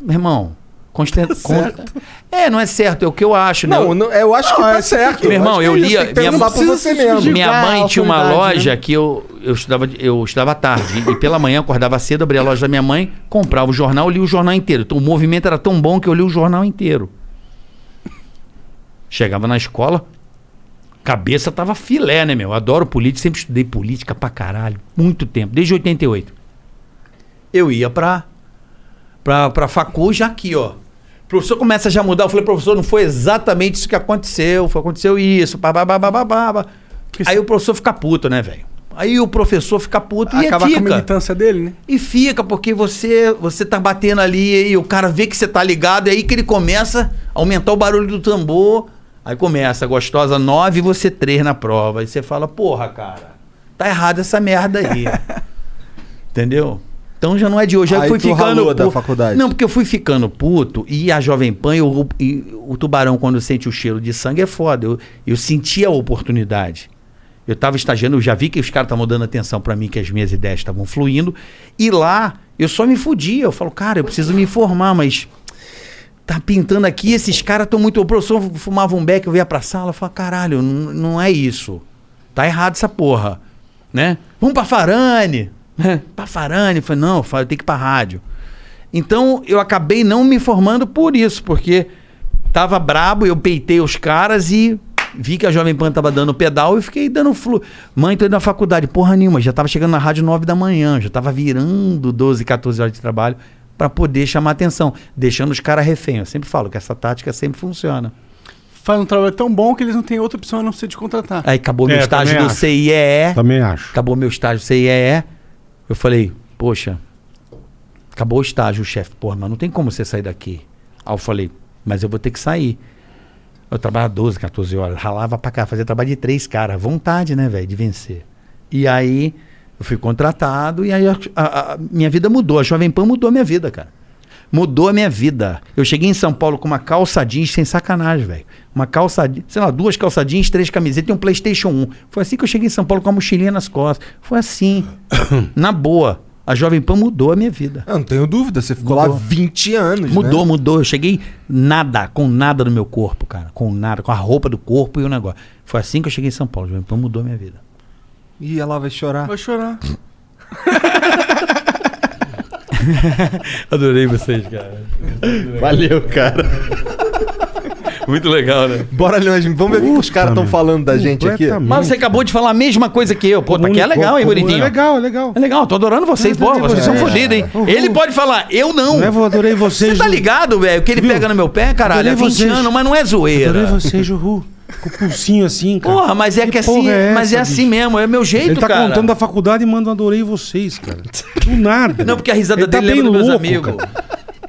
meu irmão, conste- con- É, não é certo, é o que eu acho, né?
Não,
Eu-
não, eu acho que
Não,
tá
é
certo.
Meu irmão,
acho que
eu
é isso,
lia-
Tem que
minha-
pensar
Não
por
precisa
você
se
mesmo.
fingir.
Minha
julgar
mãe
a
tinha uma
autoridade,
loja
né?
que eu, eu, estudava, eu estudava à tarde. e pela manhã eu acordava cedo, abria a loja da minha mãe, comprava o jornal, lia o jornal inteiro. Então, O movimento era tão bom que eu lia o jornal inteiro. Chegava na escola, cabeça tava filé, né, meu? Eu Adoro política, sempre estudei política pra caralho. Muito tempo, desde 88. Eu ia pra, pra, pra facul já aqui, ó. O professor começa já a mudar. Eu falei, professor, não foi exatamente isso que aconteceu. Foi, aconteceu isso, babá. Aí o professor fica puto, né, velho? Aí o professor fica puto e é
Acabar
fica.
com a militância dele, né?
E fica, porque você você tá batendo ali e o cara vê que você tá ligado, e aí que ele começa a aumentar o barulho do tambor. Aí começa, gostosa 9 e você 3 na prova. Aí você fala, porra, cara, tá errado essa merda aí. Entendeu? Então já não é de hoje. Aí,
Aí
eu fui
tu
ficando.
ralou da
pu-
faculdade.
Não, porque eu fui ficando puto e a Jovem Pan, eu- o- e o tubarão, quando sente o cheiro de sangue, é foda. Eu, eu senti a oportunidade. Eu tava estagiando, eu já vi que os caras estavam dando atenção pra mim, que as minhas ideias estavam fluindo. E lá, eu só me fudia. Eu falo, cara, eu preciso me informar, mas tá pintando aqui, esses caras estão muito. O professor fumava um beck, eu ia pra sala, eu falava, caralho, n- não é isso. Tá errado essa porra. Né? Vamos pra Farane. *laughs* Né? Pra Farane. Eu falei, não, eu falei, eu tenho que ir pra rádio. Então eu acabei não me informando por isso, porque tava brabo, eu peitei os caras e vi que a Jovem Pan tava dando pedal e fiquei dando flu. Mãe, tô indo na faculdade, porra nenhuma, já tava chegando na rádio 9 da manhã, já tava virando 12, 14 horas de trabalho pra poder chamar atenção, deixando os caras refém. Eu sempre falo que essa tática sempre funciona.
Faz um trabalho tão bom que eles não têm outra opção a não ser de contratar.
Aí acabou meu
É,
estágio
também
do
acho.
CIEE.
Também acho.
Acabou meu estágio do CIEE. Eu falei, poxa, acabou o estágio, o chefe, porra, mas não tem como você sair daqui. Aí eu falei, mas eu vou ter que sair. Eu trabalhava 12, 14 horas, ralava pra cá, fazia trabalho de três caras, vontade, né, velho, de vencer. E aí eu fui contratado e aí a, a- a minha vida mudou. A Jovem Pan mudou a minha vida, cara. Mudou a minha vida. Eu cheguei em São Paulo com uma calça jeans sem sacanagem, velho. Uma calça, je- sei lá, duas calça jeans, três camisetas e um PlayStation 1. Foi assim que eu cheguei em São Paulo com a mochilinha nas costas. Foi assim. Na boa. A Jovem Pan mudou a minha vida.
Eu não tenho dúvida, você ficou lá 20 anos.
Mudou,
né?
mudou. Eu cheguei nada, com nada no meu corpo, cara. Com nada, com a roupa do corpo e o negócio. Foi assim que eu cheguei em São Paulo. Jovem Pan mudou a minha vida.
Ih, ela vai chorar.
Vai chorar.
Adorei vocês, cara.
Valeu, cara.
Muito legal, né?
Bora, Leandro, vamos ver o que os caras estão falando da gente aqui.
*laughs* Mas você acabou de falar a mesma coisa que eu. Pô, tá aqui é legal, hein, bonitinho?
É legal, é legal.
É legal, tô adorando vocês.
é
Pô, vocês são fodidos, hein? Ele pode falar, eu não.
Não é, eu adorei vocês.
Você tá ligado, velho? O que ele pega no meu pé, caralho, é 20 anos, mas não é zoeira.
Adorei vocês, Juhu. Com o pulsinho assim, cara.
Porra, mas é que assim-
porra
mas é assim mesmo, é meu jeito,
Ele tá
cara.
contando da faculdade e manda um adorei vocês, cara. Do
*laughs*
nada.
Não, porque a risada
Ele tá
dele é
bem
lembra dos meus
louco,
amigos.
cara.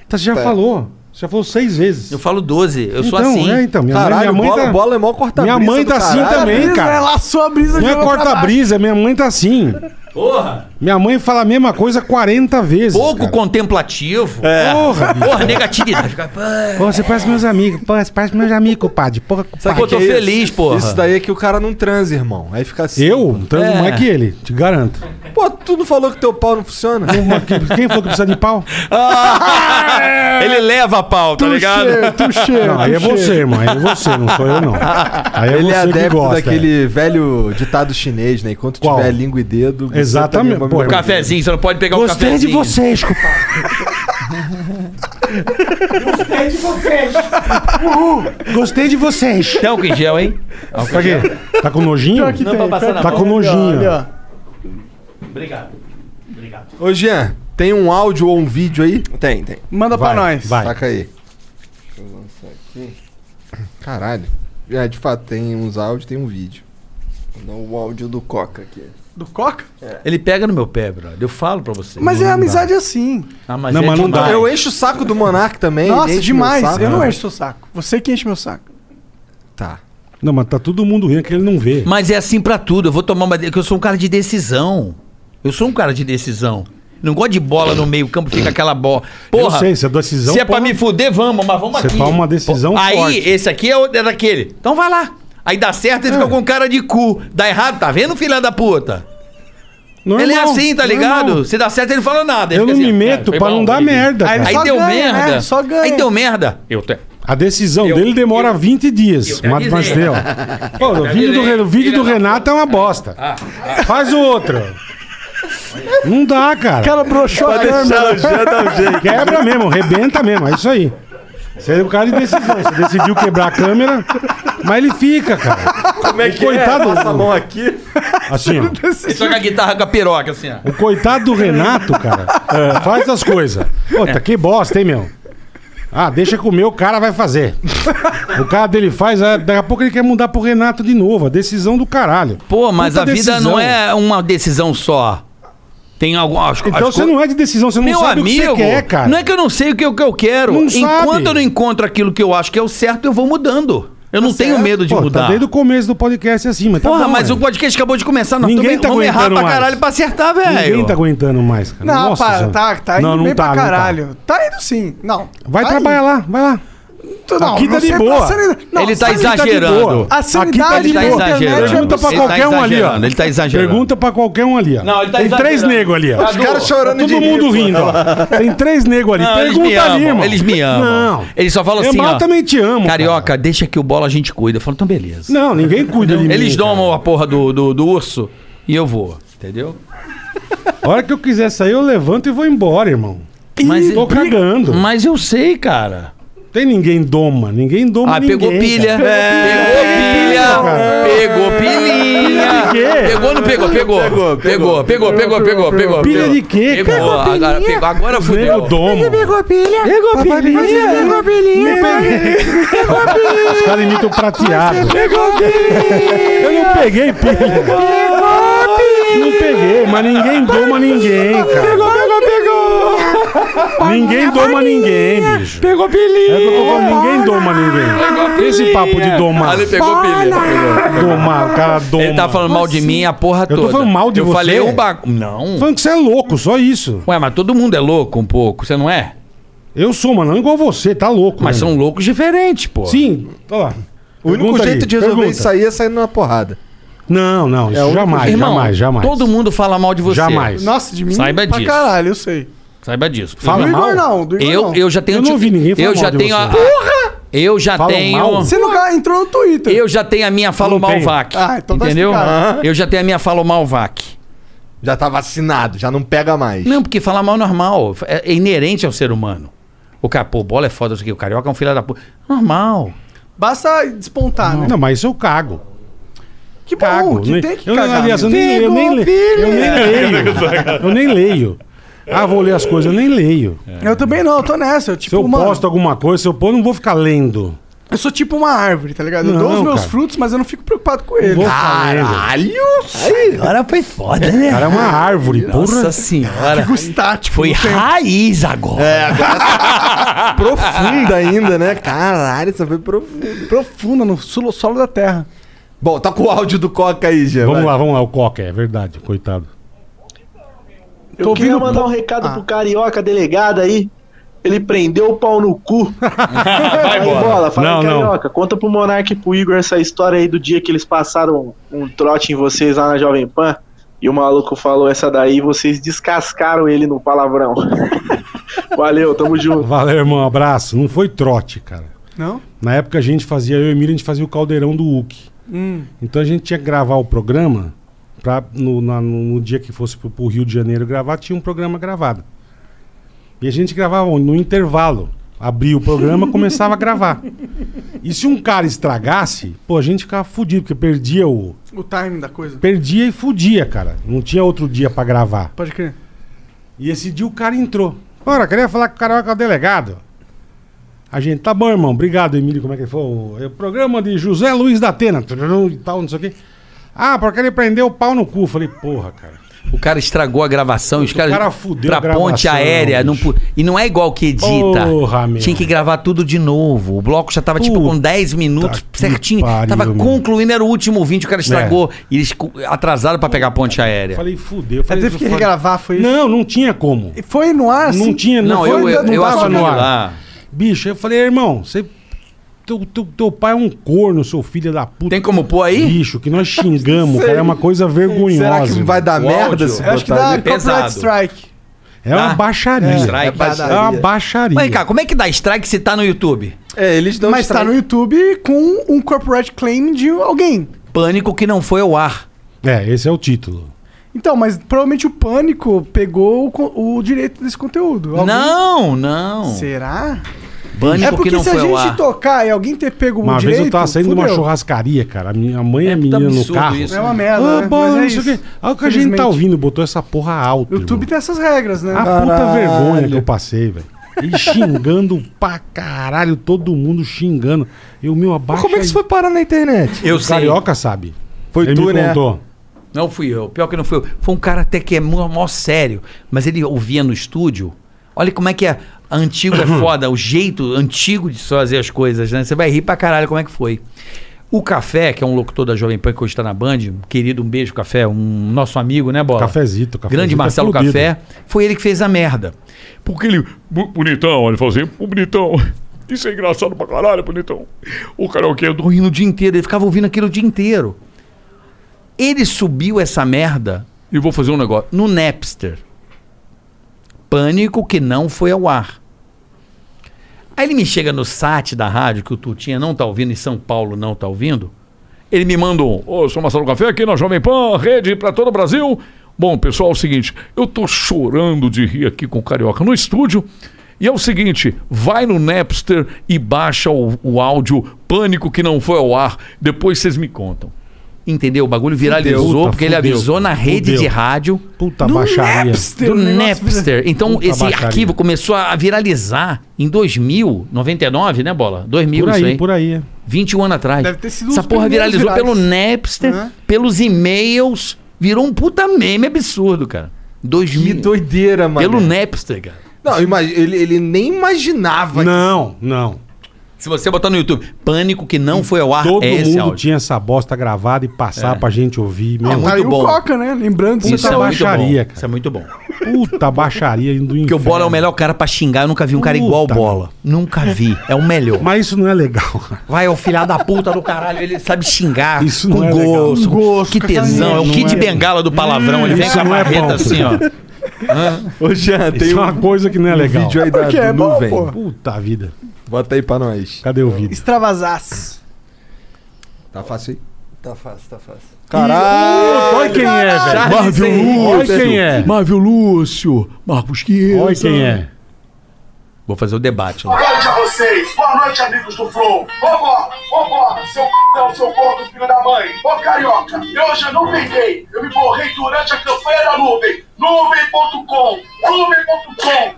Tá, você já falou. Você já falou seis vezes.
Eu falo 12, eu sou
Então,
assim.
é, então, minha mãe- Caralho, minha mãe bola- tá- bola é mó corta-brisa minha mãe tá do assim caralho. também,
Brisa,
cara.
é
né? Laçou a brisa
Não
de
é
novo pra baixo.
corta-brisa, minha mãe tá assim.
Porra!
Minha mãe fala a mesma coisa 40 vezes.
Pouco É. contemplativo.
Porra, bicho.
Porra, negatividade. Fica-
Pô, você parece meus amigos. Pô, você parece meus amigos, compadre. Porra, compadre.
Sabe o que é isso? Isso daí é que o cara não transa, irmão. Aí fica assim.
Eu transo
É.
mais que ele, te garanto.
Pô, tu não falou que teu pau não funciona?
é Quem falou que precisa de pau?
Ele leva a pau, tá ligado?
Não, aí é você, irmão. Aí é você, não sou eu,
*laughs*
não. Aí é
Ele é
você que
adepto
gosta.
daquele velho ditado chinês, né? Enquanto tiver língua e dedo... você tá
Exatamente.
também vai
Pô,
me-
Um cafezinho, você não pode pegar um
Gostei de
cafezinho.
vocês, compadre.
*laughs*
Gostei de vocês.
Gostei de vocês.
Tem álcool em gel, é um hein?
Pra quê? Tá com nojinho?
Pior que Não, tem, pra passar pior na que
Tá
mão.
com nojinho.
Olha, Obrigado. Obrigado.
Ô, Jean, tem um áudio ou um vídeo aí?
Tem, tem.
Manda pra nós.
Tá.
Vai. Saca aí. Deixa eu lançar aqui. Caralho. É, de fato, tem uns áudios, tem um vídeo.
O áudio do Coca aqui.
Do Coca?
Ele pega no meu pé, brother. Eu falo pra você.
Mas é
Não dá.
amizade assim.
Ah, mas
Não,
é
mas não dá.
demais.
Eu encho o saco do Monark também. ele
Nossa,
enche
demais.
meu saco.
Eu não encho seu saco. Você que enche meu saco.
Tá.
Não, mas tá todo mundo rindo que ele não vê.
Mas é assim pra tudo. Eu vou tomar uma. Porque eu sou um cara de decisão. Eu sou um cara de decisão. Não gosto de bola no meio-campo, fica aquela bola. Porra.
eu sei, se é decisão.
Se é pra me fuder, vamos, mas vamos
Você
aqui.
toma uma decisão
Aí,
forte.
esse aqui é, o, é daquele. Então vai lá. Aí dá certo,
É.
ele fica com cara de cu. Dá errado, tá vendo, filha da puta? ele é assim, tá ligado? Se dá certo, ele assim, "É, fala nada.
Eu não me meto
para
pra não dar merda.
Aí,
cara.
deu merda. Aí deu merda. né? Eu te...
A decisão dele demora 20 dias.
te
Mas, mas
avisei. *laughs*
deu. Pô,
Eu
o
te
vídeo do,
avisei.
Re- o vídeo do
Filha da Ah,
Renato é uma bosta. Faz outro. Não dá, cara.
Cara, broxou a
Pode
câmera.
deixar, já dá um jeito. Quebra mesmo, rebenta mesmo, é isso aí. Você é um cara de decisão. Você decidiu quebrar a câmera, mas ele fica, cara.
Como é que
Coitado
é? Passa a
do-
mão aqui.
Assim, ó.
Ele toca a guitarra com a piroca, assim, ó.
O coitado do Renato, cara, faz as coisas. Puta, que bosta, hein, meu? Ah, deixa comer, o cara vai fazer. O cara dele faz, ah, daqui a pouco ele quer mudar pro Renato de novo. A decisão do caralho.
Pô, mas
Puta
a vida
decisão.
não é uma decisão só. Tem algum. as- as
Então
co-
você não é de decisão, você não
Meu
sabe
amigo,
o que você quer, cara.
não é que eu não sei o que eu, que eu quero.
Não sabe.
Enquanto eu não encontro aquilo que eu acho que é o certo, eu vou mudando. Eu não tenho medo de
Tá Pô,
mudar.
Tá desde o começo do podcast assim, mas tá
Porra,
bom,
mas
velho.
o podcast acabou de começar. Nós
Ninguém
também
tá
vamos errar
aguentando
pra
mais.
caralho pra acertar, velho.
Ninguém tá aguentando mais, cara.
Não,
Nossa,
para,
Zé.
tá, tá indo
Não, não
bem
tá,
pra
não tá.
caralho. Tá. indo sim. Não.
Vai
tá
trabalhar
indo.
lá, vai lá.
Tu- não,
Aqui tá
não
de
sei-
boa.
a sanidade- não,
Ele tá
a sanidade-
exagerando.
A sanidade
Aqui tá- ele tá
da internet
exagerando.
é muito
Pergunta pra
Ele tá
qualquer um ali, ó.
exagerando, ele tá exagerando.
Pergunta pra qualquer um ali, ó.
Não, ele tá
Tem três
exagerando.
negros ali, ó.
Os caras chorando
Todo
de rir,
mundo
pô.
rindo, ó. Tem três negros ali.
Não, eles
Pergunta
me amam,
ali, irmão.
Eles me amam.
Não.
Eles só falam
Eu
assim,
mal
ó.
também te amo.
Carioca, deixa que o bola a gente cuida. Eu falo, então beleza.
Não, ninguém cuida de mim.
Eles domam a porra do, do, do urso e eu vou. Entendeu?
A hora que eu quiser sair, eu levanto e vou embora, irmão.
Mas-
tô cagando.
Mas eu sei, cara.
Tem ninguém doma. Ninguém doma
Ah,
ninguém.
pegou pilha. É,
cara. É,
Pegou pilha. Pegou pilinha. Pegou, não pegou? Pegou. Pegou, pegou, pegou, pegou, pegou. pegou
Pilha de quê,
Pegou,
cara?
agora pegou. Agora fudeu.
Domo.
Pegou pilha. Pegou pilha. Pegou pilha.
Os caras imitam prateado.
Pegou pilha.
Eu não peguei pilha. Não peguei, mas ninguém doma ninguém, cara.
Pegou, pegou, pegou.
Ninguém doma ninguém, bicho.
Pegou pilha.
É o que eu tô falando, ninguém doma ninguém. Esse papo de domar.
Ali pegou pilha. Pegou.
Domar, o cara doma.
Ele tá falando mal de mim a porra
Eu
toda.
tô falando mal de
eu
você.
falei o bagulho. Não.
Falando que você é louco, só isso.
Ué, mas todo mundo é louco um pouco, você não é?
Eu sou, mano, não igual você, tá louco.
Mas
mano.
são loucos diferentes, pô.
Sim, olha lá.
O único
Pergunta
jeito
aí,
de resolver
pergunta.
isso aí é saindo na porrada.
Não, não, isso
É o único
jamais,
jeito.
jamais, jamais.
Todo mundo fala mal de você.
Jamais.
Nossa, de mim
Saiba
pra
disso.
caralho, eu sei.
Saiba disso.
do Igor não, do Igor
eu,
não.
eu já tenho.
Eu não ouvi ninguém falar
Eu
mal
já
de
tenho.
você.
A, Eu já
Falam
tenho.
mal? Você nunca entrou no Twitter.
Eu já tenho a minha falo
Não
mal
tenho.
vac.
Ah, então tá
entendeu?
explicado.
Aham. Eu já tenho a minha falo mal vac.
Já tá vacinado, já não pega mais.
Não, porque falar mal é normal. É é inerente ao ser humano. O cara, pô, bola é foda, isso aqui. O carioca é um filho da puta. Normal.
Basta despontar, né?
Não, mas isso eu cago.
Que bom, que
nem-
tem que
eu,
cagar
aliás, eu
mesmo.
nem, eu nem le- eu nem
filha.
leio. eu nem leio. Ah, vou ler as coisas, eu nem leio.
Eu também não, eu tô nessa. Eu, tipo,
Se eu
mano,
posto alguma coisa, se eu pôr, eu não vou ficar lendo.
eu sou tipo uma árvore, tá ligado? Eu
Não,
dou os meus
cara.
frutos, mas eu não fico preocupado com Ah. eles.
vou ficar lendo.
Aí, agora foi foda, né?
Cara, é uma árvore,
Nossa
porra.
senhora.
Fico estático.
Foi
no tempo.
raiz agora.
Profunda ainda, né? Caralho, isso foi profundo.
Profunda, no solo, solo da terra.
Bom, tá com o áudio do Coca aí, Gê.
Vamos
vai.
lá, vamos lá. O Coca, é verdade, coitado.
Eu queria mandar um
Ah.
recado pro carioca delegado aí. Ele prendeu o pau no cu. Vai bola. Fala
Não,
aí,
não.
carioca. Conta pro Monark e pro Igor essa história aí do dia que eles passaram um trote em vocês lá na Jovem Pan. E o maluco falou essa daí e vocês descascaram ele no palavrão. *laughs* Valeu, tamo junto.
Valeu, irmão, abraço. Não foi trote, cara.
Não?
Na época a gente fazia, eu e o Emílio, a gente fazia o caldeirão do Hulk.
Hum.
Então a gente tinha que gravar o programa pra, no, na- no- no dia que fosse pro, pro Rio de Janeiro gravar, tinha um programa gravado. E a gente gravava no intervalo. Abria o programa, começava a gravar. E se um cara estragasse, pô, a gente ficava fudido, porque perdia o.
O time da coisa.
Perdia e fudia, cara. Não tinha outro dia pra gravar.
Pode crer.
E esse dia o cara entrou. Ora, queria falar com o Carioca, o delegado. A gente, tá bom, irmão. Obrigado, Emílio. Como é que ele falou? É o programa de José Luiz da Atena. tudurum, E tal, não sei o quê. Ah, porque ele prendeu o pau no cu. Eu Falei, porra, cara.
O cara estragou a gravação, os caras
cara fudeu
pra
a gravação,
ponte aérea. Não, pu- e não é igual que edita.
Porra, meu.
Tinha que gravar tudo de novo. O bloco já tava tipo com
Puta
10 minutos
que
certinho.
pariu,
tava
meu. É.
concluindo, era o último vídeo, o cara estragou. E eles cu- atrasaram pra pegar a ponte aérea.
Falei, fudeu.
Aí
Falei,
teve que
falei-
regravar, foi isso?
Não, não tinha como.
E Foi no ar,
Não
assim?
tinha, não,
Não,
foi,
eu- eu-
não
eu
tava
assumi
no ar.
lá.
Bicho, eu falei, irmão, você. Teu, teu, teu pai é um corno, seu filho da puta.
Tem como pôr aí?
Bicho, que
*laughs*
nós xingamos,
Sei.
cara. É uma coisa vergonhosa.
Será que vai dar
O
merda
áudio?
se
Eu acho que
botar
dá
ali?
copyright
strike.
É uma
Dá?
baixaria.
É,
É,
strike.
baixaria. é uma baixaria.
Mas, cara, como é que dá strike se tá no YouTube?
É, eles dão
Mas tá no YouTube com um corporate claim de alguém.
Pânico que não foi ao ar.
É, esse é o título.
Então, mas provavelmente o pânico pegou o, co- o direito desse conteúdo. Alguém-
Não, não.
Será?
Pânico
é porque
que não
se
foi
a
ao
gente
ar.
tocar e alguém ter pego
Uma
o
vez
direito,
eu tava saindo de uma
fudeu.
churrascaria, cara. A minha a mãe e a
tá
menina no
absurdo
carro.
isso, né? É uma merda,
Ah,
né?
bola,
Mas é
não sei o quê.
isso.
Aí que a gente tá
Infelizmente.
ouvindo botou essa porra alto. YouTube
tem essas regras, né?
A puta vergonha que eu passei, velho. E xingando pra caralho, todo mundo xingando. E o meu abaixo.
Como é que isso foi parar na internet?
Eu
o
sei.
Carioca sabe.
Foi
Ele
tu,
me
né?
contou.
Não fui eu. Pior que não fui eu. Foi um cara até que é mó, mó sério. Mas ele ouvia no estúdio. Olha como é que é antigo
*clears throat*
é foda, o jeito antigo de se fazer as coisas, né? Você vai rir pra caralho como é que foi. O Café, que é um locutor da Jovem Pan que hoje está na Band, um querido, um beijo, Café, um nosso amigo, né, Bola?
Cafezito, Cafezito
Grande
tá
é
Marcelo
fudido.
Café, foi ele que fez a merda.
Porque ele. bu- Bonitão, ele falou assim, ô bonitão. Isso é engraçado pra caralho, bonitão.
O karaokê, eu tô rindo o dia inteiro. Ele ficava ouvindo aquilo o dia inteiro. Ele subiu essa merda, e vou fazer um negócio, no Napster. Pânico que não foi ao ar. Aí ele me chega no site da rádio, que o Tutinha não tá ouvindo, em São Paulo não tá ouvindo.
Ele me manda um. Ô, eu sou Marcelo Café aqui na Jovem Pan, rede pra todo o Brasil. Bom, pessoal, é o seguinte, eu tô chorando de rir aqui com o Carioca no estúdio. E é o seguinte, vai no Napster e baixa o, o áudio Pânico que não foi ao ar. Depois vocês me contam.
Entendeu? O bagulho viralizou,
Puta,
porque ele
fudeu.
avisou na rede
Fudeu.
de rádio.
Puta
é
baixaria.
Napster, do
o um negócio
Napster.
vira-
Então,
Puta
esse
baixaria.
arquivo começou a viralizar em 2000, 99, né, Bola? 2000,
Por
isso
aí,
aí.
por aí.
21 anos atrás.
Deve ter sido um
Essa
dos
porra
primeiros
viralizou
virais.
pelo Napster,
Uhum.
pelos e-mails. Virou um puta meme absurdo, cara. 2000. Que
doideira, mano.
Pelo Napster, cara.
Não, imagi- ele, ele nem imaginava
Não, não.
Se você botar no YouTube, pânico que não foi ao ar,
Todo
é esse
mundo
áudio.
tinha essa bosta gravada e passar
É.
pra gente ouvir.
É muito
Aí o
bom.
Coca, né? Lembrando
Isso
você
é
tá
muito bom.
baixaria.
Isso é muito bom.
Puta baixaria indo do
Porque o Bola é o melhor cara pra xingar. Eu nunca vi um cara igual o
Puta,
Bola. Nunca vi. É o melhor.
Mas isso não é legal.
*laughs* Vai, é o filho da puta do caralho. Ele sabe xingar.
Isso
com
não é legal.
gosto.
Com gosto,
que
com essa
tesão. É o
merda.
kit
Não é-
bengala do palavrão. Ele vem
Isso
com a
não é bom,
marreta assim, ó.
filho.
Ô, Jean,
Isso
tem
é uma
um-
coisa que não é
um
legal.
vídeo aí da-
Porque
do
é bom,
nuvem.
pô.
Puta vida.
Bota aí pra nós.
Cadê o vídeo?
Extravasasse.
Tá fácil aí?
Tá fácil, tá fácil.
Caralho!
Olha quem é, velho.
Marvel Lúcio.
Olha quem é.
Marvel Lúcio. Marcos Quinhos.
Olha quem é.
Vou fazer o debate lá.
Boa noite a vocês, boa noite amigos do Flow. Vovó, vovó, seu c****, seu gordo, filho da mãe. Ô carioca, eu hoje não peguei, eu me borrei durante a campanha da nuvem. Nuvem.com, nuvem.com,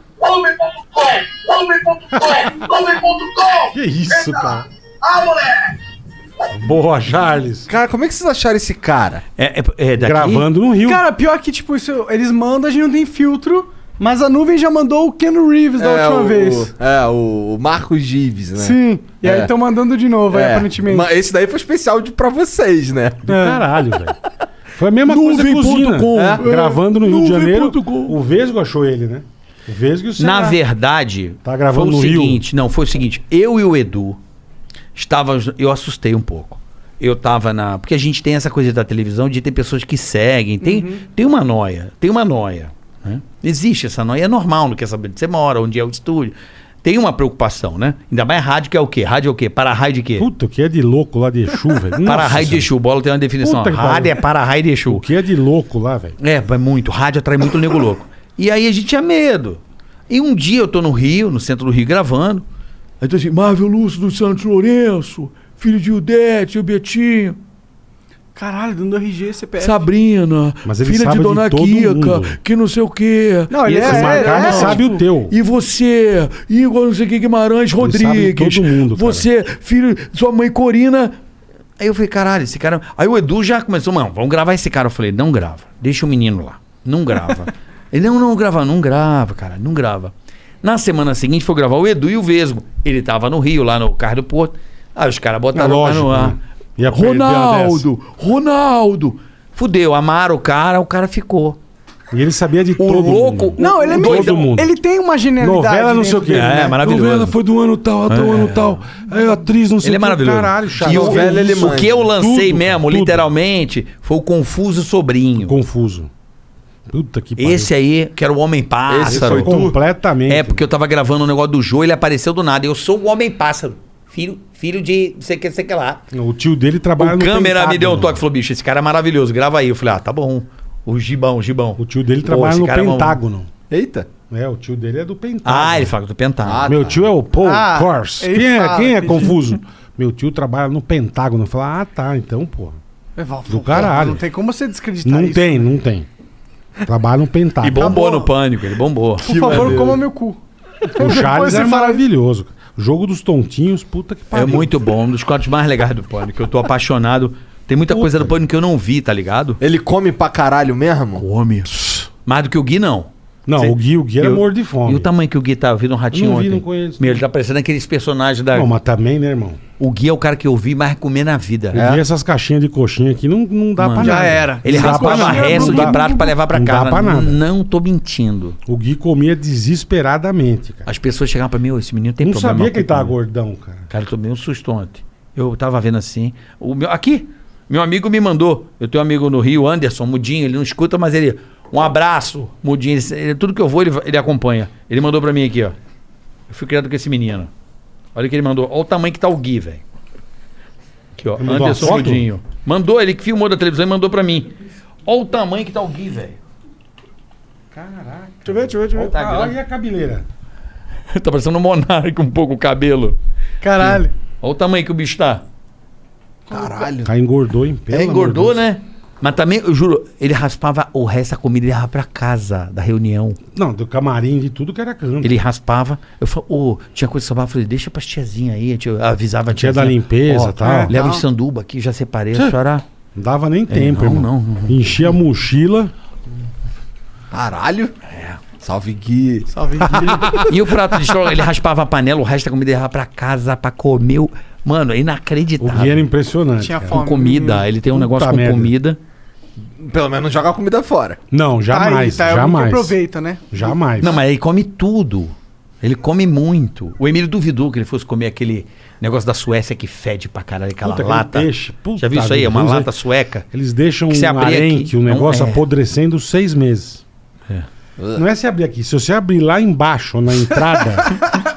nuvem.com, nuvem.com, nuvem.com.
Que isso, cara.
Ah, moleque.
Boa, Charles.
Cara, como é que vocês acharam esse cara?
É, daqui?
Gravando no Rio.
Cara, pior que, tipo, isso, eles mandam, a gente não tem filtro, mas a nuvem já mandou o Ken Reeves da última
o,
vez.
É, o o Marcos Gives, né?
Sim. E aí
É.
estão mandando de novo, aí,
É,
aparentemente. É.
mas Esse daí foi especial de, pra vocês, né?
Do caralho, velho. É. Foi a mesma coisa que
Nuvem
o Zina.
ponto com.
É,
É.
Gravando no Rio de
Nuvem
Janeiro. O Vesgo achou ele, né? O Vesgo e o Ceará.
Na verdade,
Tá gravando
foi o
no Rio.
seguinte, não, foi o seguinte, eu e o Edu estávamos, eu assustei um pouco. Eu tava na, porque a gente tem essa coisa da televisão de ter pessoas que seguem, tem,
Uhum.
tem uma noia, tem uma noia, né? Existe essa noia, é normal, não quer saber onde você mora, onde é o estúdio. Tem uma preocupação, né? Ainda mais rádio que é o quê? Rádio é o quê? Para raio de quê?
Puta, o que é de louco lá de Exu, velho.
Para
Nossa
raio de
senhora.
Exu, bola tem uma definição.
Puta que
Rádio
pariu.
é para raio de Exu.
O que é de louco lá, velho.
É, vai muito. Rádio atrai muito nego louco. E aí a gente tinha medo. E um dia eu tô no Rio, no centro do Rio, gravando. Aí tô assim, Marvel Lúcio do Santos Lourenço, filho de Udete, o Betinho,
Caralho, dando RG, CPF.
Sabrina,
Mas ele
filha
sabe
de
de
Dona
todo
Kika,
mundo.
que não sei o quê.
Não, ele
E
é-
esse
é-
Magal
é,
sabe o teu.
E você, Igor, não sei o que, Guimarães Rodrigues.
sabe todo mundo, cara.
Você, filho, sua mãe Corina.
Aí eu falei, caralho, esse cara. é um-" Aí o Edu já começou, mano, vamos gravar esse cara. Eu falei, não grava, deixa o menino lá. Não
*laughs*
grava. Ele, não, não grava, não grava, cara, não grava. Na semana seguinte foi gravar o Edu e o Vesgo. Ele tava no Rio, lá no Carro do Porto. Aí os caras botaram o cara
lógico,
no ar.
né? Ia perder
Ronaldo, Ronaldo. Fudeu, amaram o cara, o cara ficou.
E ele sabia de todo
louco- é
mundo.
Não, ele é meio.
Todo mundo.
Ele tem uma genialidade.
Novela não sei o
dentro
quê. É,
dele, né?
Novela foi do ano tal, até o ano tal. Aí a atriz não sei
Ele é
o quê.
maravilhoso.
Caralho, Charles.
e o,
Novela ele
o
manja.
que eu lancei
Tudo,
mesmo,
tudo.
literalmente, foi o Confuso Sobrinho.
Confuso. Puta que pariu.
Esse aí, que era o Homem Pássaro.
foi completamente.
É, porque eu tava gravando um negócio do Jô, ele apareceu do nada. Eu sou o Homem Pássaro. Filho, filho de não sei o que, sei o que lá.
O tio dele trabalha
o
no
câmera
Pentágono.
me deu um toque e falou, bicho, esse cara é maravilhoso, grava aí. Eu falei, ah, tá bom. O Gibão, o Gibão.
O tio dele trabalha no Pentágono.
Eita.
É, o tio dele é do Pentágono.
Ah, ele fala do Pentágono.
Meu tio é o Paul
Ah,
Kors.
ele
Quem é,
fala,
quem é
entendi.
confuso? Meu tio trabalha no Pentágono. Fala, ah, tá, então, porra.
É,
Do caralho.
Não tem como você descreditar
Não
isso.
tem, não tem. Trabalha no Pentágono.
E bombou no pânico, ele bombou. É
Por favor, coma meu cu.
O Charles
Depois
é
você fala-
maravilhoso. cara. O jogo dos tontinhos, puta que
É
pariu.
muito bom, um dos quadros mais legais do Pânico. Eu tô apaixonado. Tem muita coisa do Pânico que eu não vi, tá ligado?
Ele come pra caralho mesmo?
Come. Mais do que o Gui, não.
Não, o Gui- o Gui era
eu-
é morto de fome.
E o tamanho que o Gui tá vindo um ratinho
Eu não vi,
ontem?
não conheço.
Meu, ele tá parecendo aqueles personagens da...
Não, mas também, né, irmão?
O Gui é o cara que eu vi mais comer na vida.
Eu vi essas caixinhas de coxinha aqui, não, não dá
É. Mano,
pra
já
nada.
era. Ele raspava resto de prato pra levar pra
não
casa. Hum.
Dá pra nada.
Não tô mentindo.
O Gui comia desesperadamente, cara.
As pessoas chegavam pra mim, "Ô, esse menino tem
não
problema.
sabia que
com
ele tava
comida."
gordão, cara.
Cara, eu tomei um susto ontem. Eu tava vendo assim. O meu, aqui, meu amigo me mandou. Eu tenho um amigo no Rio, Anderson, Mudinho, ele não escuta, mas ele. Um abraço, Mudinho. Ele- ele- tudo que eu vou, ele, ele acompanha. Ele mandou pra mim aqui, ó. Eu fui criado com esse menino. Olha o que ele mandou. Olha o tamanho que tá o Gui, velho. Aqui, ó.
Ele mandou uma
Anderson
foto?
Mudinho. Mandou, ele que filmou da televisão e mandou pra mim. Olha o tamanho que tá o Gui, velho.
Caraca.
Deixa eu ver, deixa eu ver, deixa eu ver.
Tá grande.
Olha a cabeleira.
*laughs* tá parecendo um monarca um pouco o cabelo.
Caralho.
Olha o tamanho que o bicho tá.
Caralho.
Cara, engordou, hein? Pelo
é, engordou,
amor de Deus.
né? Mas também, eu juro, ele raspava o resto da comida, ele levava pra casa, da reunião.
Não, do camarim, de tudo que era canto.
Ele raspava. Eu falava, ô, tinha coisa que sobrava. Eu falei, deixa pras tiazinha aí. a tia- Eu avisava a
Tia
tiazinha.
da limpeza,
"Ó, é,
tal."
Leva
Tal.
o sanduba aqui, já separei.
Tchê.
A senhora...
Não dava nem
É,
tempo,
não,
irmão.
não,
Enchia a mochila.
Caralho.
É.
Salve Gui.
Salve
*laughs* E o prato de estrogonofe, ele raspava a panela, o resto da comida ele levava pra casa, pra comer. o- Mano, é inacreditável.
O Gui era impressionante,
Tinha cara.
Com
fome.
comida, ele tem um
Puta
negócio com
merda.
comida.
Pelo menos jogar comida fora.
Não, jamais.
tá aí, tá, é alguém que
jamais.
aproveita, né?
Jamais.
Não, mas ele come tudo. Ele come muito. O Emílio duvidou que ele fosse comer aquele negócio da Suécia que fede pra caralho, aquela
Puta, aquele
lata.
peixe, puta
Já viu isso aí? É uma
vida.
lata sueca.
Eles deixam
Que se
um
abrir
arém,
aqui,
que o
não
negócio
é.
apodrecendo seis meses. Não é se abrir aqui. Se você abrir lá embaixo, na
*laughs*
entrada,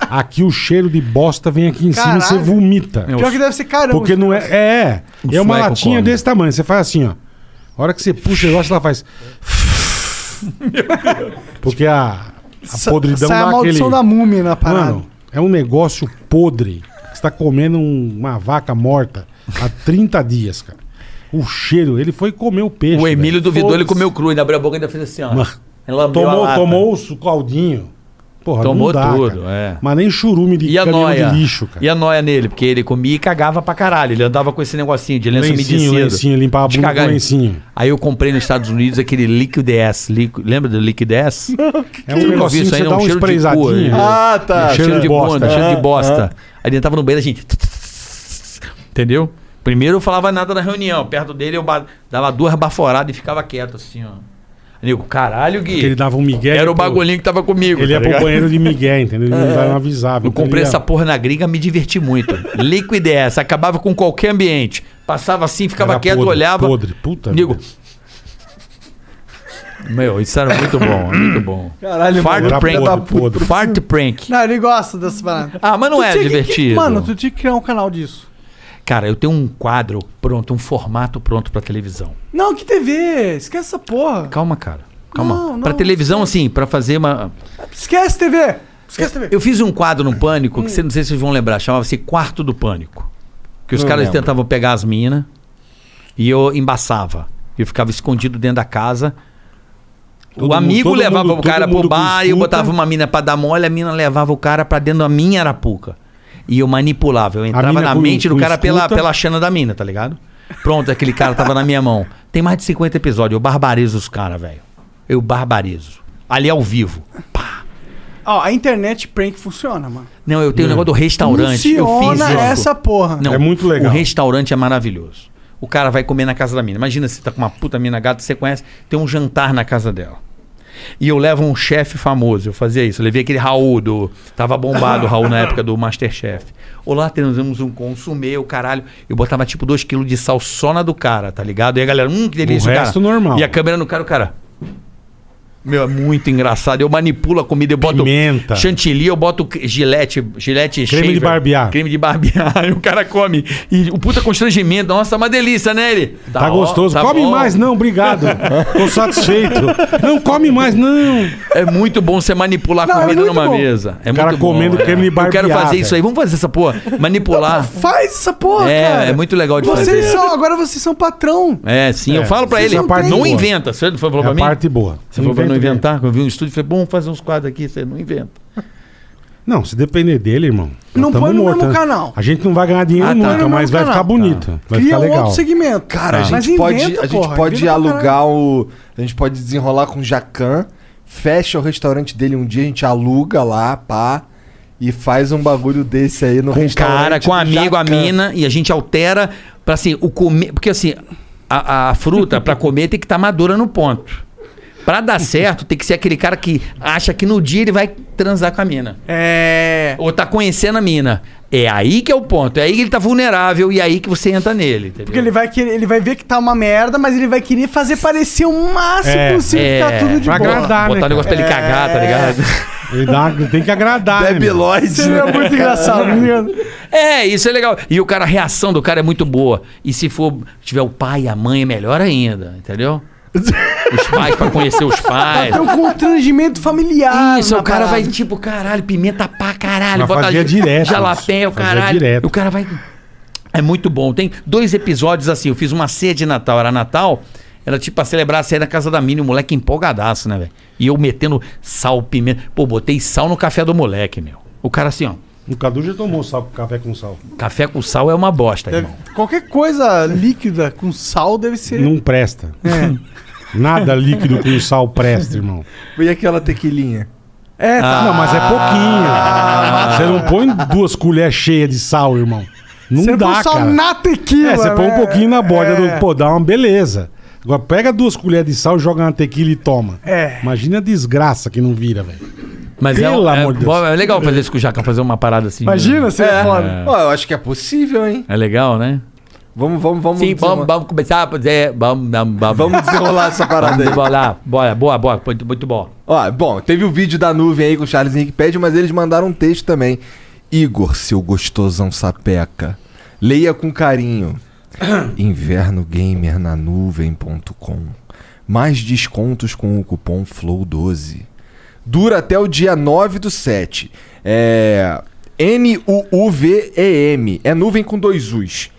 aqui o cheiro de bosta vem aqui em
Caralho.
cima e você
É
vomita.
Pior que deve ser caramba.
Porque não é. É,
O
é, é uma
sueco
latinha
come.
desse tamanho. Você faz assim, ó. A hora que você puxa o negócio, ela
*laughs*
faz. Porque a, a
Sa-
podridão
sai
dá
a maldição
aquele-
da múmia na parada.
Mano, é um negócio podre. Você tá comendo um- uma vaca morta há 30 dias, cara. O cheiro, ele foi comer o peixe.
O Emílio
velho.
duvidou, ele
Foda-se.
comeu cru, ainda abriu a boca e ainda fez assim, ó.
Mano,
Ele lambeu a
Tomou,
lata.
tomou o su- caldinho. Porra,
Tomou
não dá,
tudo,
cara.
é.
Mas nem churume de
E a
caminhão
noia?
de lixo, cara.
E a noia nele, porque ele comia e cagava pra caralho. Ele andava com esse negocinho de lenço
Lencinho,
umedecido.
lencinho, limpava a
De
bunda com
cagar.
lencinho.
Aí eu comprei nos Estados Unidos aquele Liquid S. Liqu- Lembra do
*laughs*
Liquid S?
É um negocinho que você dá um sprayzadinho.
Ah, tá.
Um Cheiro,
Cheiro
de
de
bosta.
bosta.
cheiro
Ah,
de bosta. Aí ele entrava no banheiro, a gente... Entendeu? Primeiro eu falava nada na reunião. Perto dele eu ba- dava duas baforadas e ficava quieto assim, ó. Amigo, caralho, Gui.
Porque ele dava um migué.
Era o
pro-
bagulhinho que tava comigo.
Ele
tá
ia pro
ligado? É.
banheiro de migué, entendeu? Ele não, não avisava.
Eu
então
comprei
ele ia-
essa porra na gringa, me
*laughs*
diverti muito. Liquid essa, acabava com qualquer ambiente. Passava assim, ficava
Era
quieto,
podre,
olhava.
Podre, puta.
Digo.
merda.
Tá Meu, isso era muito bom, muito bom.
Caralho,
Fart
mano,
prank.
era podre,
Fart prank.
Não, ele gosta dessa parada.
Ah, mas não
Tu
é
tinha que-
divertido.
mano, tu tinha que criar um canal disso.
Cara, eu tenho um quadro pronto, um formato pronto pra televisão.
Não, que TV? Esquece essa porra.
Calma, cara. Calma.
Não, não,
pra televisão, assim, pra fazer uma.
Esquece TV. Esquece TV.
Eu fiz um quadro no Pânico, que você não sei se vocês vão lembrar, chamava-se Quarto do Pânico. Que os
Não
caras
lembro.
tentavam pegar as minas e eu embaçava. Eu ficava escondido dentro da casa.
Todo
o
mundo-
amigo
todo
levava
mundo-
o cara
todo mundo
pro bar
que
e eu
escuta.
botava uma mina pra dar mole, a mina levava o cara pra dentro da minha arapuca. E eu manipulava, eu entrava
mina
na
com-
mente do
com
cara pela,
escuta.
pela chana da mina, tá ligado? Pronto, aquele cara tava na minha mão. Tem mais de 50 episódios, eu barbarizo os caras, velho. Eu barbarizo. Ali ao vivo.
Ó, a internet prank funciona, mano.
Não, eu tenho o negócio do restaurante. eu fiz
É. Funciona
isso.
essa porra.
Não,
É muito
O
legal.
restaurante é maravilhoso. O cara vai comer na casa da mina. Imagina você tá com uma puta mina gata, você conhece, tem um jantar na casa dela. E eu levo um chefe famoso, eu fazia isso. Eu levei aquele Raul do. Tava bombado o Raul na época do Masterchef. Olá, temos um consumê, o caralho. Eu botava tipo 2kg de sal só na do cara, tá ligado? E a galera, hum, que delícia,
O
cara.
resto normal.
E a câmera no cara, o cara. Meu, é muito engraçado. Eu manipulo a comida, eu boto
Pimenta.
chantilly, eu boto c- gilete, gilete
Creme de
shaver,
barbear.
Creme de barbear. *laughs* E o cara come. E o puta constrangimento. Nossa, tá uma delícia, né, ele?
Tá, gostoso. come mais, né? não,
*laughs*
obrigado. Tô satisfeito. Não come mais, não.
É muito bom você manipular a
Não, é
comida
muito
numa
bom.
mesa. É
O cara
muito bom,
comendo
é.
creme de
Eu quero
barbear,
fazer isso
velho.
aí. Vamos fazer essa porra. Manipular.
Faz essa porra,
É,
cara.
é muito legal de
vocês
fazer.
São, agora vocês são patrão.
É, sim, eu
É,
falo pra
vocês
ele,
são parte
não
boa.
inventa. Você não falou
É
pra
a
mim?
parte boa.
Você falou
Inventa
pra não
o quê?
inventar? Quando eu vi um estúdio, falei, bom, fazer uns quadros aqui, você não inventa.
Não, se depender dele, irmão. nós
Não
tamo
põe no
morto,
mesmo
né?
canal.
A gente não vai ganhar dinheiro
Ah, tá. Põe
nunca,
no
mas
mesmo
vai
canal.
ficar bonito.
Cria
Vai ficar
um
tá legal.
outro segmento.
Cara, a
Tá. Mas
gente
inventa,
pode, a gente
porra,
pode
inventa pra
alugar o. A gente pode desenrolar com o Jacan, fecha o restaurante dele um dia, a gente aluga lá, pá, e faz um bagulho desse aí no
Com o
restaurante.
cara, com o
do
amigo, a
Jacan.
mina, e a gente altera pra assim, o comer. Porque assim, a, a fruta pra comer tem que estar madura no ponto. Pra dar certo, tem que ser aquele cara que acha que no dia ele vai transar com a mina. É. Ou tá conhecendo a mina. É aí que é o ponto. É aí que ele tá vulnerável e aí que você entra nele. Entendeu?
Porque ele vai, querer, ele vai ver que tá uma merda, mas ele vai querer fazer parecer o máximo
É.
possível que tá tudo de
pra
boa.
agradar, É. Botar um negócio pra ele cagar, tá ligado?
Ele dá- tem que agradar.
É
né, meu?
Seria muito engraçado, tá ligado?
É, isso é legal. E o cara, a reação do cara é muito boa. E se for tiver o pai e a mãe, é melhor ainda, entendeu? Os pais, pra conhecer os
Tá
pais.
Tem um constrangimento familiar.
Isso,
na
o cara vai
parada.
tipo, caralho, pimenta pra caralho.
Mas fazia direto
Jalapé, o
isso. Fazia
caralho.
direto.
O cara vai... É muito bom. Tem dois episódios assim. Eu fiz uma ceia de Natal, era Natal. Era tipo pra celebrar a ceia na casa da Mini, o moleque empolgadaço, né, velho? E eu metendo sal, pimenta. Pô, botei sal no café do moleque, meu. O cara assim, ó.
O Cadu já tomou sal, café com sal.
Café com sal é uma bosta, irmão.
Qualquer coisa líquida com sal deve ser.
Não presta.
É.
*laughs* Nada líquido com sal presta, irmão.
*laughs* E aquela tequilinha?
É, Ah.
tá. Não, mas é pouquinho. Você não põe duas colheres cheias de sal, irmão. Não
Você
dá,
põe sal
cara.
na tequila,
É, você põe um
né?
pouquinho na borda
É.
do... Pô, dá uma beleza. Agora pega duas colheres de sal, joga na tequila e toma.
É.
Imagina a desgraça que não vira, velho.
Mas é,
Pelo
um- é,
amor de
bom,
Deus.
é legal fazer isso com o Jaca, fazer uma parada assim.
Imagina, você
é.
é foda.
Ó, eu acho que é possível, hein?
É legal, né?
Vamos, vamos, vamos.
Sim,
desenrolar.
vamos, vamos começar a fazer. Vamos, vamos, vamos. *laughs*
Vamos desenrolar essa parada
Vamos
aí.
desenrolar. Bora, boa, boa. Muito, muito bom.
Ó, bom, teve o vídeo da nuvem aí com o Charles Henrique Pede, mas eles mandaram um texto também. Igor, seu gostosão sapeca, leia com carinho. InvernogamerNanuvem.com Mais descontos com o cupom FLOW12. Dura até o dia 9 do 7. É... N-U-U-V-E-M. É nuvem com dois U's.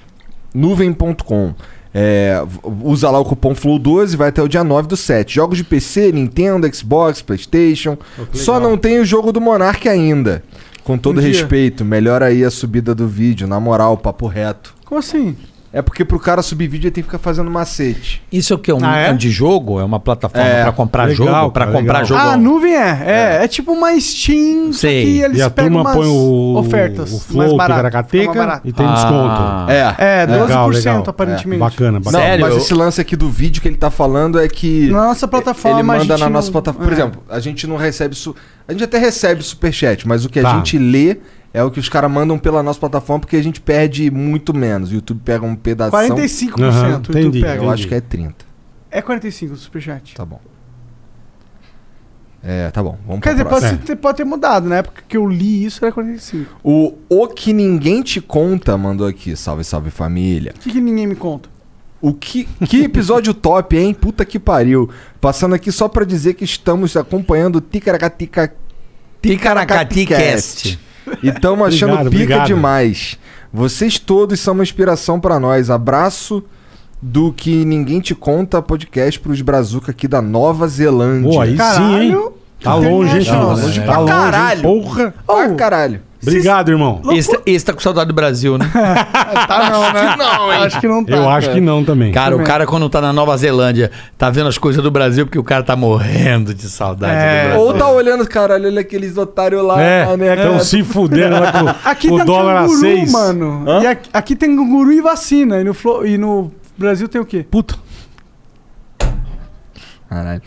Nuvem.com. É, v- usa lá o cupom FLOW12 vai até o dia 9 do 7. Jogos de PC, Nintendo, Xbox, Playstation. Só não tem o jogo do Monark ainda. Com todo
Um dia.
respeito, melhora aí a subida do vídeo. Na moral, papo reto.
Como assim?
É porque pro cara subir vídeo ele tem que ficar fazendo macete.
Isso é o que? Um,
Ah, é?
é de jogo? É uma plataforma
É.
pra comprar
Legal,
jogo? Pra
cara,
comprar
legal.
jogo.
Ah, a nuvem é. É, é tipo uma Steam só
Sei.
que eles
E a
pegam
turma
umas
põe o-
ofertas
o flow,
mais
o
baratas.
picaracateca
fica mais barato.
e tem
Ah.
desconto.
É, 12% aparentemente.
É, Bacana, bacana.
Não,
Sério?
mas esse lance aqui do vídeo que ele tá falando é que.
Na nossa plataforma,
Ele
a
manda
gente
na
não-
nossa plataforma. Por
é.
exemplo, a gente não recebe. Su... A gente até recebe superchat, mas o que a
Tá.
gente lê é o que os caras mandam pela nossa plataforma, porque a gente perde muito menos. O YouTube pega um pedaço.
45%
Aham,
o YouTube
entendi,
pega.
Eu acho que é 30.
É 45 o superchat.
Tá bom. É, tá bom. Vamos
Quer
pra
dizer, pode,
próxima.
ser- pode ter mudado. Na época que eu li isso era 45.
O O Que Ninguém Te Conta mandou aqui. Salve, salve família.
O que, que ninguém me conta?
O que, que episódio *laughs* top, hein? Puta que pariu. Passando aqui só pra dizer que estamos acompanhando o Ticaracatica...
Ticaracaticast.
E estamos Então, achando
Obrigado,
pica
obrigado.
demais. Vocês todos são uma inspiração pra nós. Abraço do que ninguém te conta podcast pros brazuca aqui da Nova
tipo
Zelândia.
Pô, aí sim, hein? Tá longe, hein,
Não,
filho?
né?
longe
Tá
pra
longe,
caralho.
porra.
Ah, caralho.
Obrigado, irmão.
Esse, esse tá com saudade do Brasil, né?
Tá não, né?
Ah, Não, hein?
Acho que não tá.
Eu acho que não também.
Cara, o cara quando tá na Nova Zelândia, tá vendo as coisas do Brasil porque o cara tá morrendo de saudade
É.
do Brasil.
Ou tá olhando, caralho, olha aqueles otários lá.
É,
lá, né,
estão
cara?
se fudendo lá com
Aqui
o
tem um
dólar
canguru,
a seis.
mano. E aqui, aqui tem canguru e vacina. E no, Flo- e no Brasil tem o quê?
Puta.
Caralho.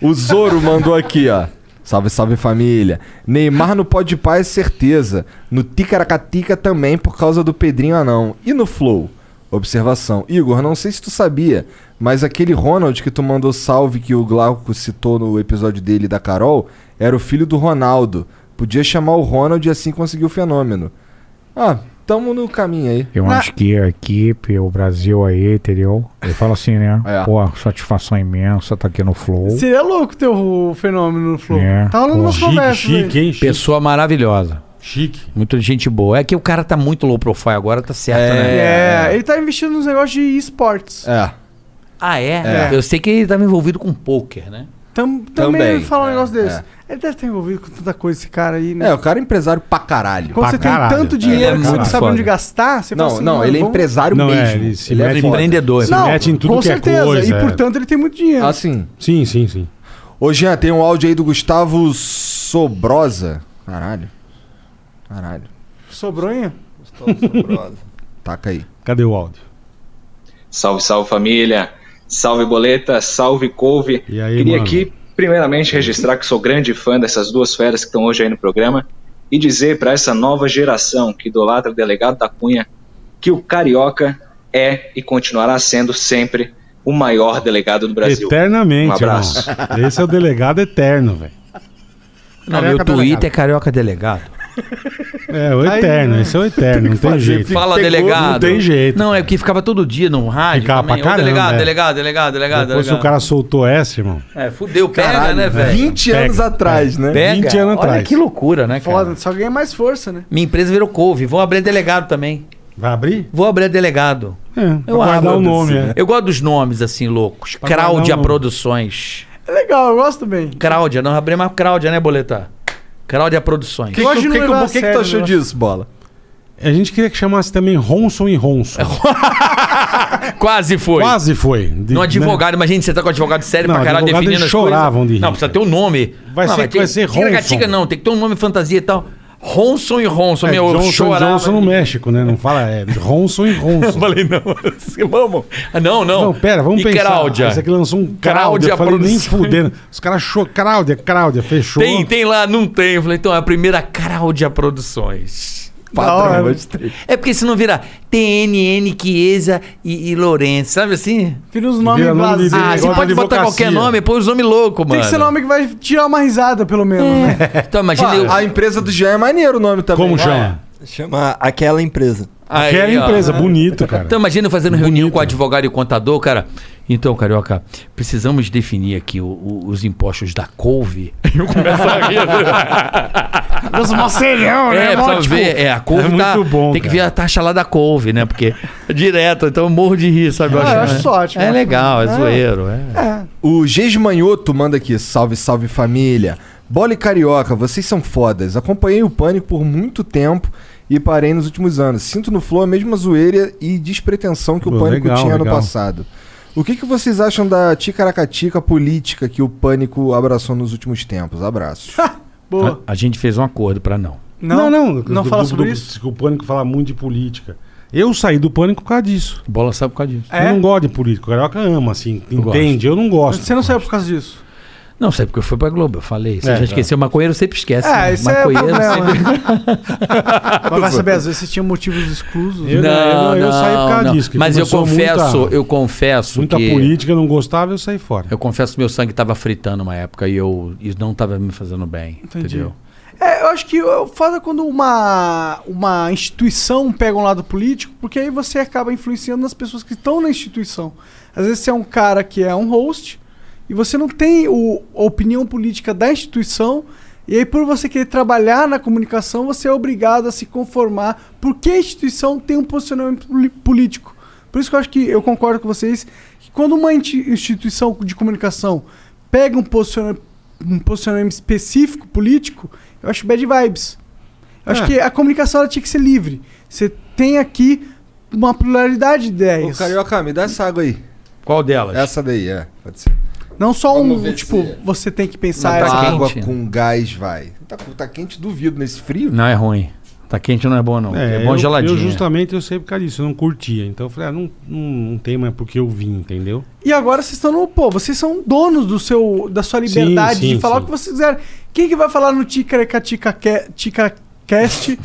O Zoro mandou aqui, ó. Salve, salve família. Neymar no Pode Pá é certeza. No Ticaracatica também por causa do Pedrinho Anão. E no Flow? Observação. Igor, não sei se tu sabia, Mas aquele Ronald que tu mandou salve que o Glauco citou no episódio dele da Carol, era o filho do Ronaldo. Podia chamar o Ronald e assim conseguir o fenômeno. Ah, tamo no caminho aí.
Eu acho que a equipe, o Brasil aí, entendeu? Ele fala assim, né?
É.
Pô, satisfação imensa, tá aqui no Flow.
Seria louco ter o fenômeno no Flow.
É,
Tá rolando
pô.
umas conversas. aí.
Pessoa maravilhosa.
Chique.
Muito gente boa. É que o cara tá muito low profile agora, tá certo, né?
É, ele tá investindo nos negócios de esportes.
É.
Ah,
É.
é? Eu sei que ele tava envolvido com pôquer, né?
Tam- também
Também,
fala um negócio desse.
é.
Ele deve estar envolvido com tanta coisa, esse cara aí, né?
É, o cara é empresário pra caralho.
Quando
pra
você
caralho.
tem tanto dinheiro que você não sabe
foda.
onde gastar, você
Não,
fala assim,
não, ele é
vamos-
empresário
Não, é,
mesmo.
ele se mete em
foda.
empreendedor, Se
Não, com certeza. E portanto ele tem muito dinheiro.
Ah, sim.
Sim, sim, sim.
Ô, Jean, tem um áudio aí do Gustavo Sobrosa. Caralho. Caralho.
Sobronha?
Taca aí.
Cadê o áudio?
Salve, salve família. Salve boleta, salve couve. Queria
mano?
aqui primeiramente registrar que sou grande fã dessas duas feras que estão hoje aí no programa e dizer para essa nova geração que idolatra o delegado da Cunha que o carioca é e continuará sendo sempre o maior delegado do Brasil.
Eternamente,
Um abraço.
irmão. Esse é o delegado eterno, velho.
Não,
Carioca
meu Twitter
delegado.
é carioca delegado.
É,
Tá
o eterno,
né?
esse é o eterno, não tem jeito.
Fala,
Pegou,
delegado.
Não tem jeito.
Não, é porque ficava todo dia no rádio.
Ficava
também.
pra
Ô, delegado,
caramba, é.
delegado, delegado, delegado,
Depois que
delegado.
o cara soltou essa, irmão.
É, fudeu, pega, né, velho?
20 anos
É.
atrás, né?
Pega.
20 anos
Olha
atrás.
que loucura, né, cara?
Foda, só ganha mais força, né?
Minha empresa virou couve. Vou abrir delegado também.
Vai abrir?
Vou abrir delegado.
É, eu guardar o nome, é.
Eu gosto dos nomes, assim, loucos.
Pra guardar o
Cláudia
nome.
Produções.
É legal, eu gosto bem.
Cláudia, não abri mais Cláudia, né, Boleta? Cláudia Produções.
Que que tu- que
é
que tu- que que tu
né?
achou disso, Bola?
é. A gente queria que chamasse também Ronson e
É,
Ronson.
Quase foi.
Quase foi. De-
Não advogado, imagina, você tá com advogado sério
Não,
pra caralho
advogado,
definindo
eles
as coisas.
choravam de rir,
Não, precisa ter um nome.
Vai
não,
ser-
ter,
vai ser
tira
Ronson.
gatinga, não, tem que ter um nome fantasia e tal. Ronson e Ronson,
É,
meu, eu
Johnson e
chorava.
Johnson no México, né? Não fala, é Ronson e Ronson.
*laughs* falei, não, vamos. Ah, Não, não.
Não, pera, vamos
Então, E
pensar.
Cláudia?
Esse aqui lançou um Cláudia, eu
Cláudia
falei, nem
Produções.
fudendo. Os caras achou Cláudia, Cláudia, fechou.
Tem, tem lá, não tem. Eu falei, então é a primeira Cláudia Produções.
Patrão, Da hora.
mas
É porque se não virar TNN, Chiesa e, e Lourenço, sabe assim?
Vira os nomes
Vira nome de-
básicos.
Ah, você
Igual né?
pode
de
botar
advocacia.
qualquer nome, põe os nomes loucos, mano.
Tem que ser nome que vai tirar uma risada, pelo menos, né?
Então, imagina eu-
Ah, A empresa do Jean é maneiro o nome também.
Como
Ah,
chama?
é.
Chama aquela empresa.
Aí, ó.
é bonito, cara.
Então imagina eu fazendo reunião com o advogado e o contador, cara. Então, Carioca, precisamos definir aqui o- o- os impostos da
*laughs*
couve. Eu começo a rir.
Os mocelhão, né?
É,
Mó,
precisa
tipo,
ver. É, a couve
é muito
tá-
bom,
Tem que
cara.
ver a taxa lá da couve, né? Porque é direto, então eu morro de rir, sabe?
Ah, eu acho
né?
isso ótimo,
É
acho
legal, é
bom. É.
zoeiro. É.
O Gesmanhoto manda aqui, salve, salve família. Bola e Carioca, vocês são fodas. Acompanhei o Pânico por muito tempo e parei nos últimos anos. Sinto no flow a mesma zoeira e despretensão que o
Pô,
Pânico
legal,
tinha ano
legal.
passado. O que, que vocês acham da ticaracatica política que o Pânico abraçou nos últimos tempos? Abraços. *laughs*
Boa.
A, a gente fez um acordo pra não.
Não, não.
Não fala sobre
isso? O pânico fala muito de política. Eu saí do pânico por causa disso.
Bola sabe por causa disso.
Eu não gosto de político. O Carioca ama, assim,
gosto.
entende? Eu não gosto.
Você não saiu por causa *laughs* disso?
Não sei porque eu fui pra Globo, eu falei. Você
É,
já
tá.
esqueceu, maconheiro sempre esquece.
É,
né?
isso é
Maconheiro
problema.
sempre-
Mas vai saber, às vezes você tinha motivos exclusos.
Eu não, eu, eu saí por causa
não.
disso. que
Mas eu
começou
confesso,
muita-
eu confesso
Muita
que É
política, eu não gostava, eu saí fora.
eu confesso que meu sangue tava fritando uma época e eu e não tava me fazendo bem,
Entendi.
entendeu?
É, eu acho que o foda é quando uma, uma instituição pega um lado político, porque aí você acaba influenciando as pessoas que estão na instituição. Às vezes você é um cara que é um host e você não tem o, a opinião política da instituição, e aí por você querer trabalhar na comunicação, você é obrigado a se conformar porque a instituição tem um posicionamento poli- político. Por isso que eu acho que eu concordo com vocês que quando uma inti- instituição de comunicação pega um posiciona- um posicionamento, específico político, eu acho bad vibes. Eu acho
É.
que a comunicação ela tinha que ser livre. Você tem aqui uma pluralidade de
Ô,
ideias.
Carioca, me dá essa água aí.
Qual delas?
Essa daí, é. Pode ser.
Não só
Vamos
um,
ver
tipo,
se-
você tem que pensar...
Não, tá
assim,
água
"Gente,
com gás, vai. Tá, tá quente, duvido, nesse frio.
Não é ruim. Tá quente não é bom não. É, bom
eu,
geladinho.
Eu justamente eu sei por causa disso, eu não curtia. Então eu falei, ah, não, não, não tem mais porque eu vim, entendeu?
E agora vocês estão no. Pô, vocês são donos do seu, da sua liberdade
Sim, sim,
de falar
sim.
o que vocês quiserem. Quem que vai falar no ticaracatica que- tica-
*laughs*
*laughs* Cast.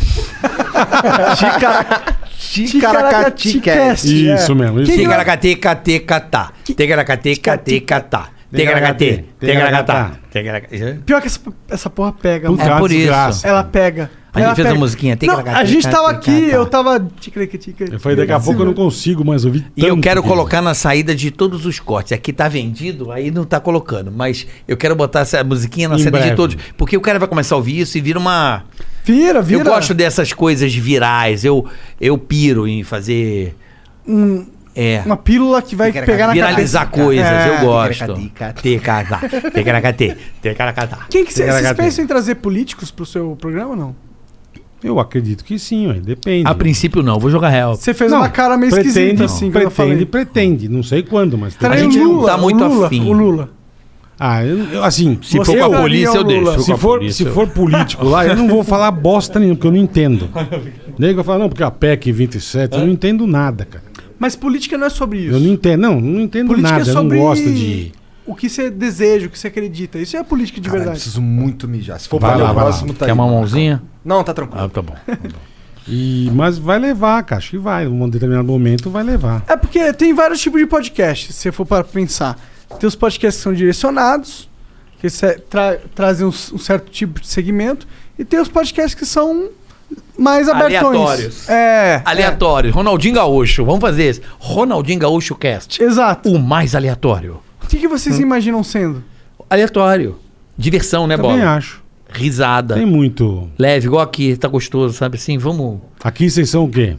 é.
Ticaracati-cast.
É.
Isso mesmo, isso mesmo.
Ticaracati-catecatá. Ticaracati-catecatá. Ticaracati. Ticaracatá. Ticaracatá.
Pior que essa, essa porra pega,
Puta, é uma desgraça.
Ela pega.
A gente
Ela
fez a
pega.
musiquinha, Tá,
Não,
ticaracati,
a gente tava aqui,
ticaracatá.
eu tava. Ticaracatica.
Eu falei, daqui a pouco eu não consigo mais ouvir
E eu
tanto
quero
disso.
colocar na saída de todos os cortes. Aqui tá vendido, aí não tá colocando. Mas eu quero botar essa musiquinha na
Em
saída
breve.
de todos. Porque o cara vai começar a ouvir isso e vira uma.
Vira,
vira. Eu gosto dessas coisas virais. Eu, eu piro em fazer.
Um
Hum,
É.
Uma pílula que vai pegar na
Viralizar
cabeça.
coisas,
É.
eu gosto. Ticaracatá, ticaracatá, ticaracatá.
Quem que cê- vocês
Ticaracatá.
pensam em trazer políticos pro seu programa ou não?
Eu acredito que sim, ué, depende.
A princípio não, vou jogar real.
Você fez uma cara meio esquisita, assim, quando eu
pretende,
falei.
pretende, não sei quando, mas
Trai o Lula,
tá
o Lula, O Lula.
Ah, eu, eu, assim,
Se for com a polícia, eu deixo. Se for
Se
com a
for,
polícia,
se
eu-
for político lá, eu não vou falar bosta nenhuma, porque eu
*laughs*
não entendo. Daí que eu falo, não, porque a PEC 27, eu não entendo nada, cara.
Mas política não é sobre É? isso.
Eu não entendo, não, não entendo
Política
nada,
é sobre
eu não gosto de...
o que você deseja, o que você acredita. Isso é política de verdade.
Preciso muito mijar. Se for
Vai
pra
lá,
o
vai lá.
próximo, tá
Quer
aí.
uma mãozinha?
Não, tá tranquilo.
Ah, tá *laughs* bom.
E, mas vai levar, cara, acho que vai. Em um determinado momento vai levar.
É porque tem vários tipos de podcast, se você for para pensar. Tem os podcasts que são direcionados, que se- tra- trazem um, s- um certo tipo de segmento, e tem os podcasts que são mais abertões.
Aleatórios.
É.
Aleatórios. Ronaldinho Gaúcho. Vamos fazer esse. Ronaldinho Gaúcho Cast.
Exato.
O mais aleatório.
O que, que vocês
Hum.
imaginam sendo?
Aleatório. Diversão, né,
Também
Bola?
acho.
Risada.
Tem muito...
Leve, igual aqui. Tá gostoso, sabe assim? Vamos...
Aqui vocês são o quê?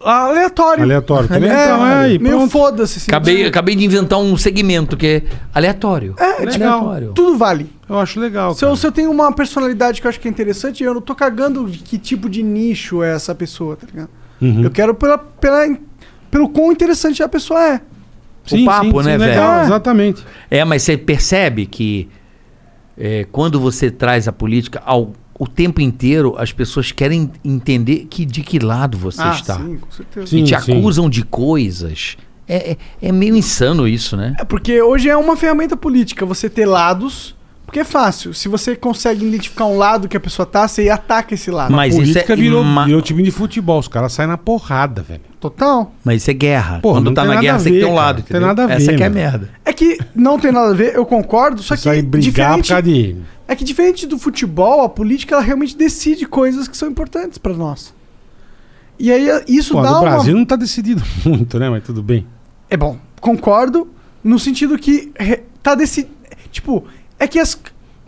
Aleatório.
Aleatório
*laughs*
também?
É,
Então, é, e
meio
pronto.
foda-se. assim.
Acabei, acabei de inventar um segmento que é aleatório.
É,
aleatório.
legal. Tudo vale.
Eu acho legal.
Se eu, se eu tenho uma personalidade que eu acho que é interessante, eu não tô cagando de que tipo de nicho é essa pessoa, tá ligado?
Uhum.
Eu quero pela, pela, in- pelo quão interessante a pessoa é.
O papo, né,
legal, Ah,
velho?
Exatamente.
É, mas você percebe que é, quando você traz a política ao o tempo inteiro, as pessoas querem entender que de que lado você
Ah,
está.
sim, com certeza.
e
Sim,
te
sim.
acusam de coisas. É, é, é meio insano isso, né?
É porque hoje é uma ferramenta política você ter lados, porque é fácil. Se você consegue identificar um lado que a pessoa tá, você ataca esse lado.
Mas isso
Ah, política
é
virou,
ma-
virou time de futebol. Os caras saem na porrada, velho.
Total.
Mas isso é guerra.
Porra, não
quando tá
tem
na
nada
guerra,
a
você tem que ter um
ver, cara.
lado.
Não tem
entendeu?
nada a ver,
Essa que é a
mano.
merda.
É que não tem nada a ver, eu concordo, só que
Saem brigar por
diferente,
causa de...
é que diferente do futebol, a política ela realmente decide coisas que são importantes pra nós. E aí isso
Pô,
dá
no
uma
Brasil não tá decidido *laughs* muito, né? Mas tudo bem.
É bom, concordo, no sentido que re- tá desse. Tipo, é que as.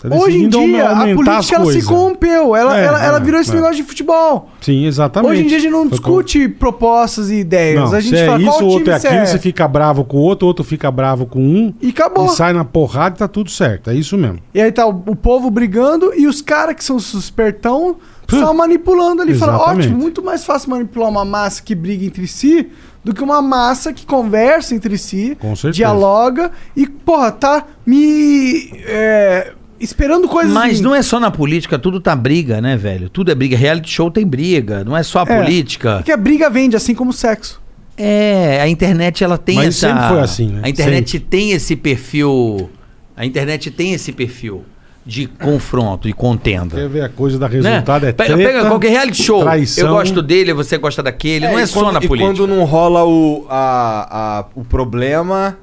Hoje em
Tá decidindo
dia, a
aumentar as
política ela se
coisas.
corrompeu. Ela,
É,
ela, ela
é,
virou esse
é.
negócio de futebol.
Sim, exatamente.
Hoje em dia a gente não
Foi como-
discute propostas e ideias.
Não,
a gente
se é
fala
isso,
qual
o outro
time
é
você
aquilo, você fica bravo com o outro, o outro fica bravo com um.
E acabou.
E sai na porrada e tá tudo certo. É isso mesmo.
Né?
E aí tá o, o povo brigando e os caras que são os espertão só manipulando ali. Fala,
Exatamente.
ótimo, muito mais fácil manipular uma massa que briga entre si do que uma massa que conversa entre si,
Com certeza.
dialoga e, porra, tá me. é, esperando coisas.
Mas
assim
de mim.
não é só na política, tudo tá briga, né, velho? Tudo é briga. Reality show tem briga, não é só a
É.
política.
Porque a briga vende, assim como o sexo.
É, a internet ela tem
Mas
essa.
sempre foi assim, né?
A internet tem esse perfil. A internet tem esse perfil de confronto e contenda.
Quer ver a coisa da resultado é
Né? Pega,
treta,
pega qualquer reality show.
traição.
Eu gosto dele, você gosta daquele. não
e
é só
quando-
na
e
política.
quando não rola o, a- a- o problema,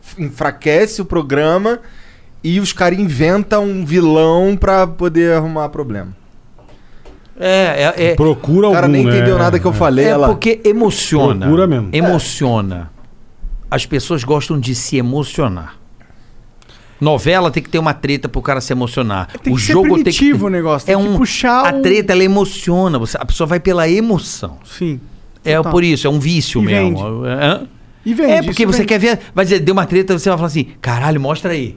f- enfraquece o programa e os caras inventam um vilão pra poder arrumar problema.
É, é, é-
Procura
O cara
algum,
nem entendeu
né?
nada que eu falei.
é
ela...
porque emociona.
Procura mesmo.
Emociona. As pessoas gostam de se emocionar. Novela tem que ter uma treta pro cara se emocionar.
Tem
o
que
jogo
ser
tem que
primitivo o negócio.
é
tem que
um
puxar
a
o-
treta ela emociona, você, a pessoa vai pela emoção.
Sim.
É
Total.
por isso, é um vício
E
mesmo. Hã?
E vende.
É porque
isso
você
vende.
quer ver, vai dizer, deu uma treta, você vai falar assim: "Caralho, mostra aí".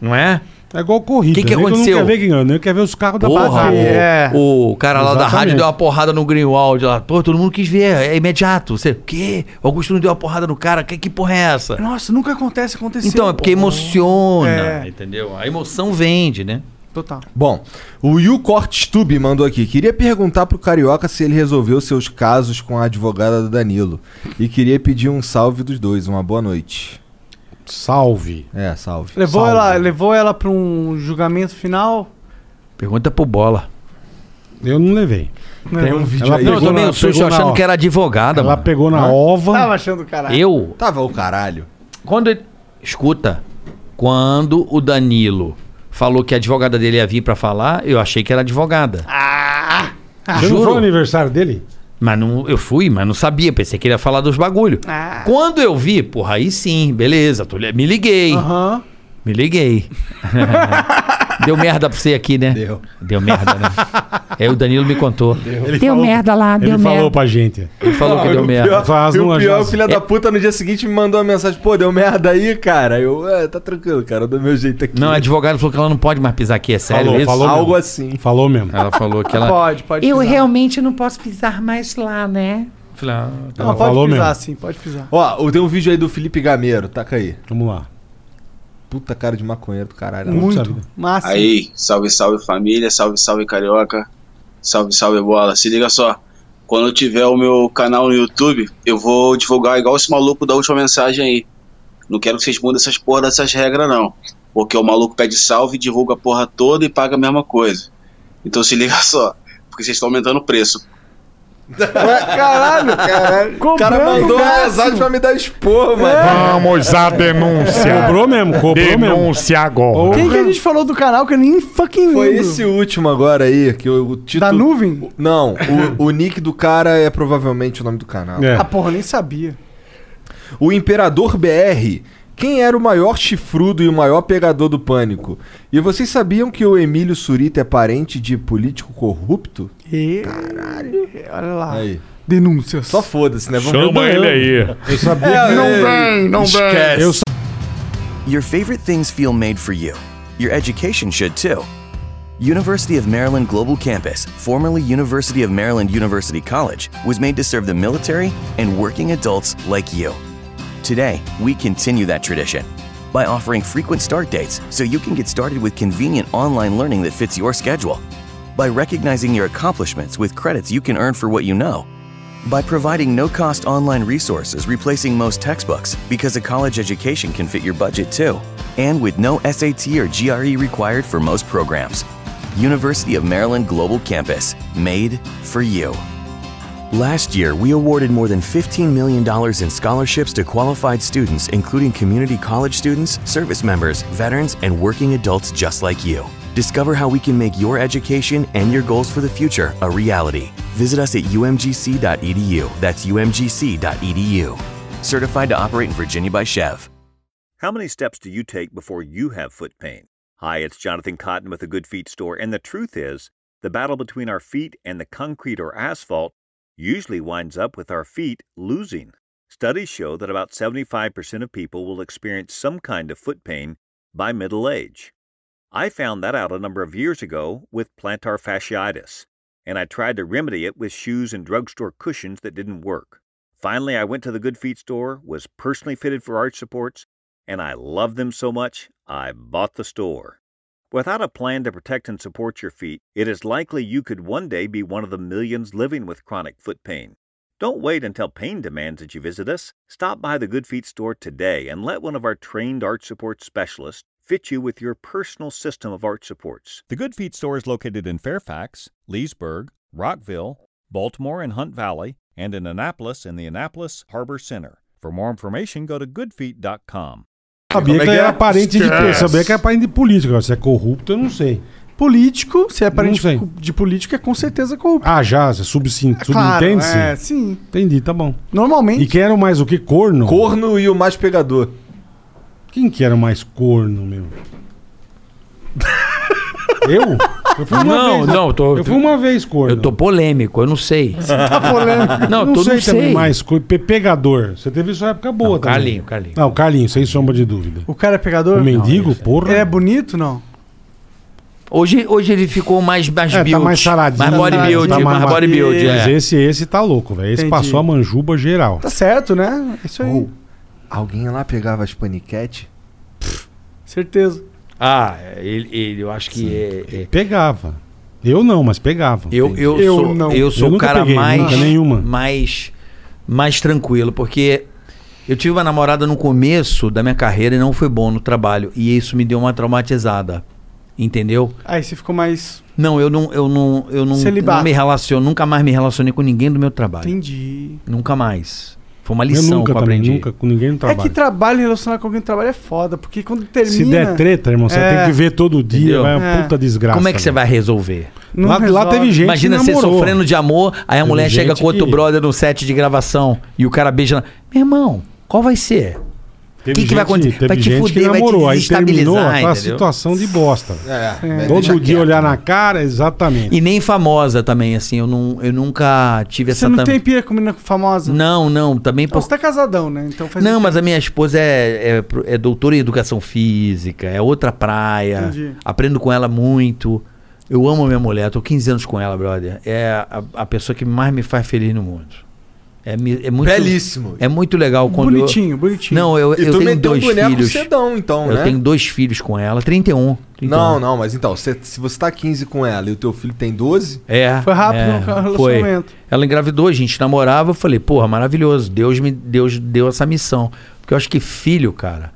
Não é?
É igual corrida.
Que que
nego
aconteceu?
Não quer ver quem ganha, nego quer ver os carros da
Porra,
batalha.
o,
É.
o cara lá
é.
da
Exatamente.
rádio deu uma porrada no Greenwald lá. Pô, todo mundo quis ver, é imediato. Você, o quê? O Augusto não deu uma porrada no cara, que, que porra é essa?
Nossa, nunca acontece, aconteceu.
Então, é porque
Pô.
emociona,
É.
entendeu? A emoção vende, né?
Total.
Bom, o Will Cortstube mandou aqui. Queria perguntar pro Carioca se ele resolveu seus casos com a advogada do Danilo. E queria pedir um salve dos dois, uma boa noite.
Salve.
É, salve.
Levou
Salve.
ela, levou ela pra um julgamento final?
Pergunta pro Bola.
Eu não levei.
Tem um vídeo aí. Não, eu
É. pegou
tomei
na-
um susto
pegou na
achando
o-
que era Ah, advogada,
Ela Ah.
mano.
pegou na
Hã?
ova.
Tava achando o caralho.
Eu.
Tava o caralho.
Quando ele. Escuta. Quando o Danilo falou que a advogada dele ia vir pra falar, eu achei que era advogada.
Você Ah! não foi o aniversário dele?
Mas não, eu fui, mas não sabia. Pensei que ele ia falar dos bagulho.
Ah.
Quando eu vi, porra, aí sim, beleza. tô li- me liguei. Me
*laughs*
liguei. Deu merda pra você aqui, né? Deu. Deu merda,
*laughs*
né? Aí o Danilo me contou.
Ele falou- ele falou pra gente.
Ele falou que
Não,
deu
e o
merda.
pior-
Faz
e o
uma
pior, o
jazz.
filho
É-
da puta, no dia seguinte me mandou uma mensagem: pô, deu merda aí, cara. Eu, é, tá tranquilo, cara, eu dou meu jeito aqui.
é
Não, a advogada falou que ela não pode mais pisar aqui, é sério
Falou,
isso?
falou Algo mesmo.
assim. Falou mesmo. Ela falou que ela...
pode
Eu
pisar.
realmente não posso pisar mais lá, né?
Falei, ah,
Não, pode pisar sim, pode pisar.
Ó, tem um vídeo aí do Felipe Gameiro, taca aí.
Vamos lá.
Puta cara de maconheiro do caralho.
*laughs*
Muito. Massa.
Aí, salve, salve família, salve, salve carioca, salve, salve bola. Se liga só, quando eu tiver o meu canal no YouTube, eu vou divulgar igual esse maluco da última mensagem aí. Não quero que vocês mudem essas porra dessas regras, não. Porque o maluco pede salve, divulga a porra toda e paga a mesma coisa. Então se liga só, porque vocês estão aumentando o preço.
Caralho, caralho. O cara
Cobrando
mandou uma
máximo.
mensagem pra me dar expor, mano.
Vamos à denúncia.
Cobrou mesmo, cobrou
denúncia
mesmo.
Denúncia agora.
Quem que a gente falou do canal que eu nem fucking lembro?
Foi esse último agora aí, que o, o título.
Da nuvem?
O- Não, o, o nick do cara é provavelmente o nome do canal.
Ah, porra, nem sabia.
O Imperador BR. Quem era o maior chifrudo e o maior pegador do pânico? E vocês sabiam que o Emílio Surita é parente de político corrupto?
E... Caralho, olha
Ah.
lá.
Aí.
Denúncias.
Só foda-se, né? É,
Chama ele aí.
Eu sabia
que- Não vem, não vem.
Esquece.
Eu sa-
Your favorite things feel made for you. Your education should too. University of Maryland Global Campus, formerly University of Maryland University College, was made to serve the military and working adults like you. Today, we continue that tradition by offering frequent start dates so you can get started with convenient online learning that fits your schedule, by recognizing your accomplishments with credits you can earn for what you know, by providing no cost online resources replacing most textbooks because a college education can fit your budget too, and with no SAT or GRE required for most programs. University of Maryland Global Campus, made for you. Last year, we awarded more than $15 million in scholarships to qualified students, including community college students, service members, veterans, and working adults just like you. Discover how we can make your education and your goals for the future a reality. Visit us at umgc.edu. E That's umgc.edu. E Certified to operate in Virginia by Chev.
How many steps do you take before you have foot pain? Hi, it's Jonathan Cotton with the Good Feet Store, and the truth is, the battle between our feet and the concrete or asphalt usually winds up with our feet losing. Studies show that about 75% of people will experience some kind of foot pain by middle age. I found that out a number of years ago with plantar fasciitis, and I tried to remedy it with shoes and drugstore cushions that didn't work. Finally, I went to the Good Feet store, was personally fitted for arch supports, and I loved them so much, I bought the store. Without a plan to protect and support your feet, it is likely you could one day be one of the millions living with chronic foot pain. Don't wait until pain demands that you visit us. Stop by the Good Feet store today and let one of our trained arch support specialists fit you with your personal system of arch supports. The Good Feet store is located in Fairfax, Leesburg, Rockville, Baltimore and Hunt Valley, and in Annapolis in the Annapolis Harbor Center. For more information, go to goodfeet.com.
Sabia
Como é
que,
que
era
é?
parente de
Esquece.
Sabia que era parente de político. Agora, Se é corrupto, eu não sei.
Político, se é parente
sei.
de político, é com certeza corrupto.
Ah, já, você subsin-
claro,
subentende-se?
é, sim.
Entendi, tá bom.
Normalmente.
Ah, E quem era o mais o que? Corno?
Corno e o mais pegador.
Quem que era o mais corno, meu? eu? Eu fui uma
não,
vez.
não, eu tô.
Eu fui uma vez, corno.
Eu tô polêmico, eu não
*laughs*
sei.
Você tá polêmico.
Não,
Eu
não, tô,
sei
não sei.
também mais. co- pe- Pegador. Você teve sua época boa também.
Carlinho, Carlinho.
Não, Carlinho, sem sombra de dúvida.
O cara é pegador?
O mendigo, né? porra.
Ele é bonito, não?
Hoje, hoje ele ficou mais, mais
É,
build.
tá mais saradinho.
Mais bodybuild,
Tá
mais bodybuild.
Mas
É.
esse, esse tá louco, velho. Esse
Entendi.
passou a manjuba geral.
Tá certo, né? É Isso aí.
Alguém lá pegava as paniquete?
Certeza.
Ah, ele, ele, eu acho que é- é.
Pegava. Eu não, mas pegava.
Eu, eu,
Eu
sou,
não.
eu sou
Eu
o
nunca
cara
peguei,
mais,
nunca nenhuma.
mais mais tranquilo, porque eu tive uma namorada no começo da minha carreira e não foi bom no trabalho, e isso me deu uma traumatizada. Entendeu?
Aí você ficou mais.
Não, eu não, eu não, eu não,
Celibato.
não me relaciono, nunca mais me relacionei com ninguém do meu trabalho.
Entendi.
Nunca mais. Foi uma
Eu
lição
nunca
que eu
também,
aprendi.
nunca com ninguém no
É que trabalho relacionado com alguém que trabalha é foda, porque quando termina.
Se der treta, irmão, você tem que ver todo dia,
Entendeu?
vai uma
É.
puta desgraça.
Como é que você vai resolver?
Não Lá- lá resolve. teve gente que
Imagina você
namorou.
sofrendo de amor, aí a
Teve
mulher chega
gente
com outro
que-
brother no set de gravação e o cara beija. na- Meu irmão, qual vai ser? O que,
Teve
que vai
gente-
acontecer?
teve
Vai te
gente que
fuder, vai te
namorou, aí terminou,
desestabilizar.
tá a
entendeu?
situação de bosta.
É.
Todo
Deixa
dia
quieto,
olhar na cara, exatamente.
E nem famosa também, assim. Eu, não, eu nunca tive essa.
Você não
tam-
tem pira com menina famosa?
Não, não. Também
Então
por...
Você tá casadão, né? Então faz
Não, mas a minha esposa é, é, pro- é doutora em educação física, é outra praia.
Entendi.
Aprendo com ela muito. Eu amo a minha mulher, tô 15 anos com ela, brother. É a, a pessoa que mais me faz feliz no mundo. É, mi- é muito,
Belíssimo.
É muito legal quando. eu-
Bonitinho, bonitinho.
Não, eu,
E
eu
tu
tenho
meteu um
dois
boneco
filhos.
cedão, então,
eu
né?
tenho dois filhos com ela, 31. 31.
Não, não, mas então, cê- se você tá 15 com ela e o teu filho tem 12.
É. é, foi. Ela engravidou, a gente namorava, eu falei, porra, maravilhoso. Deus me Deus deu essa missão. Porque eu acho que filho, cara,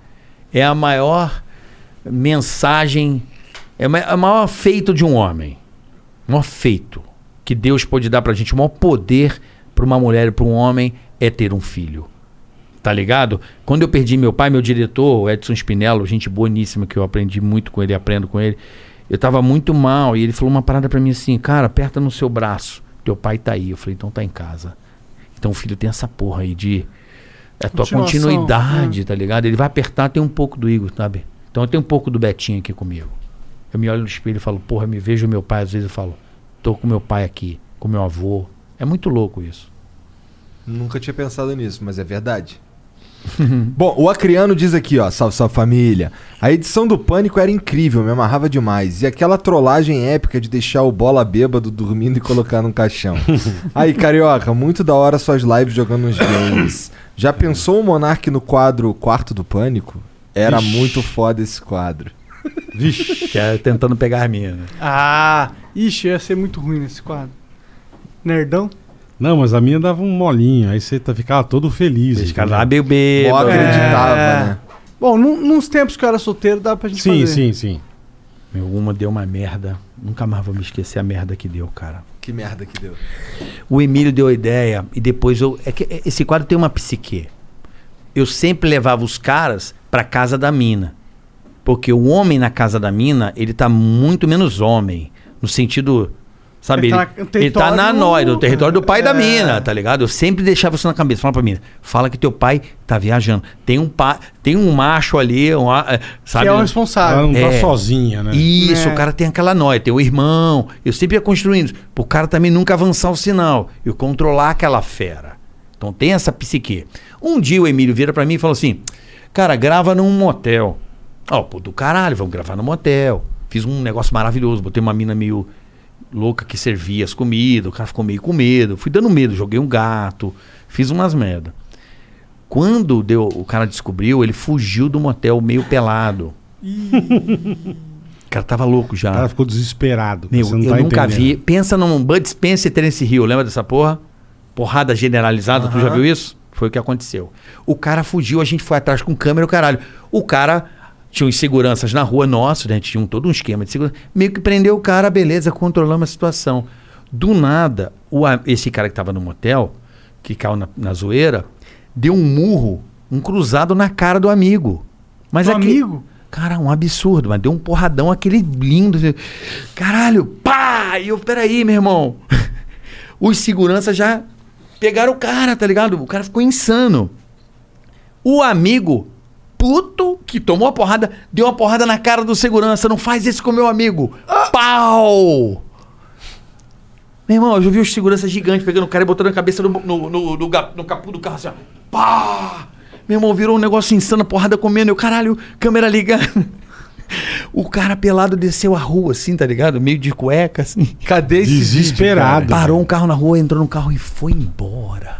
é a maior mensagem, é ma- é o maior feito de um homem. O maior feito que Deus pode dar pra gente, o maior poder pra uma mulher e pra um homem é ter um filho. Tá ligado? Quando eu perdi meu pai, meu diretor, o Edson Spinello, gente boníssima que eu aprendi muito com ele, aprendo com ele. Eu tava muito mal e ele falou uma parada pra mim assim: "Cara, aperta no seu braço. Teu pai tá aí". Eu falei: "Então tá em casa". Então o filho tem essa porra aí de é a tua
Continuação,
continuidade, tá ligado? Ele vai apertar, tem um pouco do Igor, sabe? Então eu tenho um pouco do Betinho aqui comigo. Eu me olho no espelho e falo: "Porra, me vejo meu pai". Às vezes eu falo: "Tô com meu pai aqui, com meu avô". É muito louco isso.
Nunca tinha pensado nisso, mas é *laughs* verdade. Bom, o Acriano diz aqui, ó, salve, salve família. A edição do Pânico era incrível, me amarrava demais. E aquela trollagem épica de deixar o bola bêbado dormindo e colocar num *laughs* caixão. Aí, Carioca, muito da hora suas lives jogando uns games. Já pensou o Monark no quadro Quarto do Pânico? Era
Ixi.
muito foda esse quadro.
Vixe, que é tentando pegar a minha, né?
Ah, ixi, ia ser muito ruim nesse quadro. Nerdão?
Não, mas a minha dava um molinho, aí você tá- ficava todo feliz. Ficava lá
meio bêbado.
Mó
acreditava,
É.
né? Bom, num- nos tempos que eu era solteiro, dá pra gente fazer.
sim.
Meu, uma deu uma merda. Nunca mais vou me esquecer a merda que deu, cara.
Que merda que deu.
O Emílio deu a ideia e depois eu. É que esse quadro tem uma psique. Eu sempre levava os caras pra casa da mina. Porque o homem na casa da mina, ele tá muito menos homem. No sentido. Sabe,
Ele
ele,
tá
ele tá,
no
na
território-
nóia, no território do pai da
É.
mina, tá ligado? Eu sempre deixava isso na cabeça. Fala pra mina, fala que teu pai tá viajando. Tem um, pa, tem um macho ali, um, a- sabe?
é o responsável. Ela não tá
sozinha, né?
É. Isso,
É.
o cara tem aquela nóia, tem o irmão. Eu sempre ia construindo. isso, Pro cara também nunca avançar o sinal. Eu controlar aquela fera. Então tem essa psique. Um dia o Emílio vira pra mim e falou assim: Cara, grava num motel. Ó, pô, do caralho, vamos gravar num motel. Fiz um negócio maravilhoso, botei uma mina meio louca que servia as comidas, o cara ficou meio com medo. Fui dando medo, joguei um gato, fiz umas merda. Quando deu, o cara descobriu, ele fugiu do motel meio pelado. O cara tava louco já.
O cara ficou desesperado.
Meu,
você não
eu
tá
nunca
entendendo.
vi. Pensa num Bud Spencer e Terence Hill, lembra dessa porra? Porrada generalizada, tu já
Aham.
viu isso? Foi o que aconteceu. O cara fugiu, a gente foi atrás com câmera, o caralho. O cara tinha uns seguranças na rua nosso, né? a gente tinha um, todo um esquema de segurança. Meio que prendeu o cara, beleza, controlamos a situação. Do nada, o a- esse cara que tava no motel, que caiu na, na zoeira, deu um murro, um cruzado na cara do amigo. Mas é aqui, amigo? Cara, um absurdo, mas deu um porradão aquele lindo. Caralho, pá! E eu, peraí, meu irmão. *laughs* Os seguranças já pegaram o cara, tá ligado? O cara ficou insano. O amigo, puto, que tomou a porrada, deu uma porrada na cara do segurança. Não faz isso com meu amigo. Pau! Meu irmão, eu já vi os seguranças gigantes pegando o cara e botando a cabeça no, no, no, no, ga- no capô do carro assim, ó. Pá! Meu irmão, virou um negócio insano, porrada comendo. Eu, caralho, câmera ligada. *laughs* O cara pelado desceu a rua, assim, tá ligado? Meio de cueca, assim. Cadê
esse vídeo, Desesperado, cara?
Parou um carro na rua, entrou no carro e foi embora.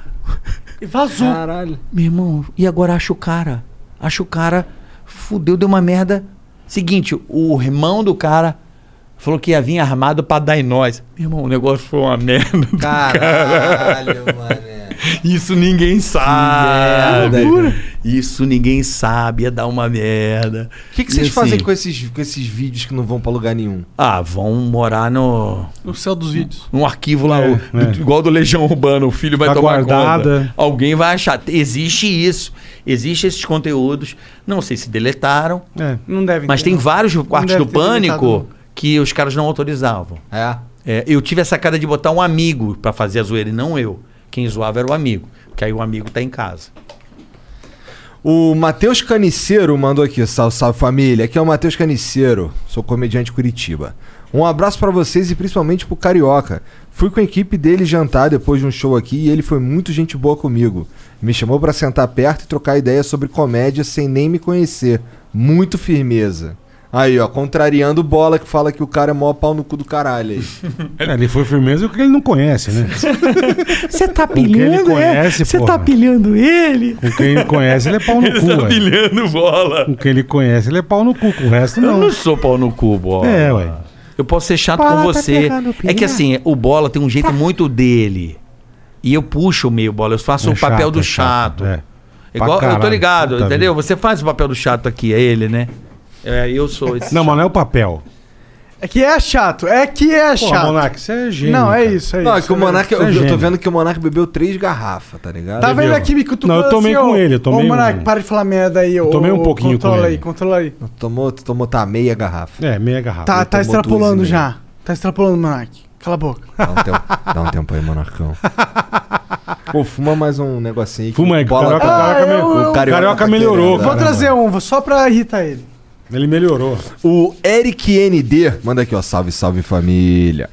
E vazou. Caralho. Meu irmão, e agora acha o cara? Acha o cara, fudeu, deu uma merda. Seguinte, o irmão do cara falou que ia vir armado pra dar em nós. Meu irmão, o negócio foi uma *laughs* merda. do
*laughs* Caralho,
cara.
mané.
Isso ninguém sabe.
loucura.
Isso ninguém sabe. Ia dar uma merda. assim,
O que, que vocês fazem com esses, com esses vídeos que não vão pra lugar nenhum?
Ah, vão morar no.
No céu dos vídeos.
Num arquivo lá, o-
é.
do- igual do Legião Urbana, o filho vai
Tá
tomar
guardada.
conta. Alguém vai achar. Existe isso. Existe esses conteúdos. Não sei se deletaram.
É.
Não deve
Mas
ter,
tem
não.
vários quartos
deve
do
ter deletado,
pânico
não.
que os caras não autorizavam.
É.
eu tive a sacada de botar um amigo pra fazer a zoeira e não eu. Quem zoava era o amigo. Porque aí o amigo tá em casa.
O Matheus Caniceiro mandou aqui, salve, salve família. Aqui é o Matheus Caniceiro, sou comediante de Curitiba. Um abraço pra vocês e principalmente pro Carioca. Fui com a equipe dele jantar depois de um show aqui e ele foi muito gente boa comigo. Me chamou pra sentar perto e trocar ideia sobre comédia sem nem me conhecer. Muito firmeza. Aí, ó, contrariando o bola que fala que o cara é mó pau no cu do caralho aí.
É, ele foi firmeza porque ele não conhece, né?
Você tá
Com quem ele conhece, Você tá
pilhando ele?
Com quem ele conhece, ele é pau no
Ele
cu.
tá
ué.
pilhando bola.
Com quem ele conhece, ele é pau no cu. Com o resto,
Eu
não.
não sou pau no cu, bola.
É, ué.
Eu posso ser chato
Bola
com
tá
você.
pegando
é que
pilha?
assim, o bola tem um
Tá.
jeito muito dele. E eu puxo o meio bola, eu faço
É
o papel
chato,
do
é chato,
chato.
é. Pra
Igual, eu tô
caralho,
ligado,
puta
entendeu? Você faz o papel do chato aqui, é ele, né? É, eu sou esse.
Não, mas não é o papel.
É que é chato. É que é
Pô,
chato.
Monark, você é gênio.
Não, é
cara.
isso, é
*laughs* Não, é
isso.
que o Monark,
Você é
eu, eu tô
gênio.
vendo que o Monark bebeu três garrafas, tá ligado?
Tava ele aqui me cutucando
Não, eu tomei com ele, eu tomei
Ô, Monark,
um-
para de falar merda aí. ô,
tomei um
ô,
pouquinho com
Controla
ele.
aí, controla aí.
Tomou, tu tomou tá meia garrafa.
É, meia garrafa.
Tá,
Ele
tá
tomou
extrapolando
duas e meia.
já. Tá extrapolando, Monark. Cala a boca.
Dá um tempo, dá um tempo aí, Monarcão. Pô, fuma mais um negocinho. que
Fuma aí, que o carioca,
tá-
o carioca me-
o
o carioca
tá
melhorou.
querendo,
cara.
Vou trazer um, só pra irritar ele.
Ele melhorou.
O Eric ND manda aqui, ó, salve, salve família.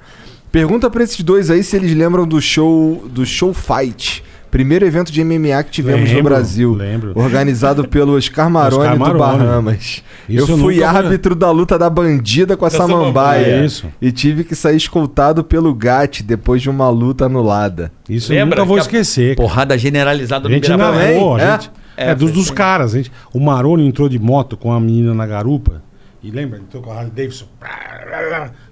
Pergunta pra esses dois aí se eles lembram do show do show Fight. Primeiro evento de MMA que tivemos no
Lembro,
Brasil,
lembro.
organizado pelo Oscar Maroni,
Oscar
do
Maroni.
Bahamas. eu
Isso eu
fui
nunca vou-
árbitro da luta da bandida com a
Da samambaia.
Samambaia
É isso.
e tive que sair escoltado pelo GAT depois de uma luta anulada.
Isso eu nunca vou esquecer. cara.
*laughs* Porrada generalizada
A gente
Beira-Mar.
narrou, a
É?
gente. É, dos, dos caras. a gente- o Maroni entrou de moto com a menina na garupa. E lembra? Ele entrou com a Harley Davidson.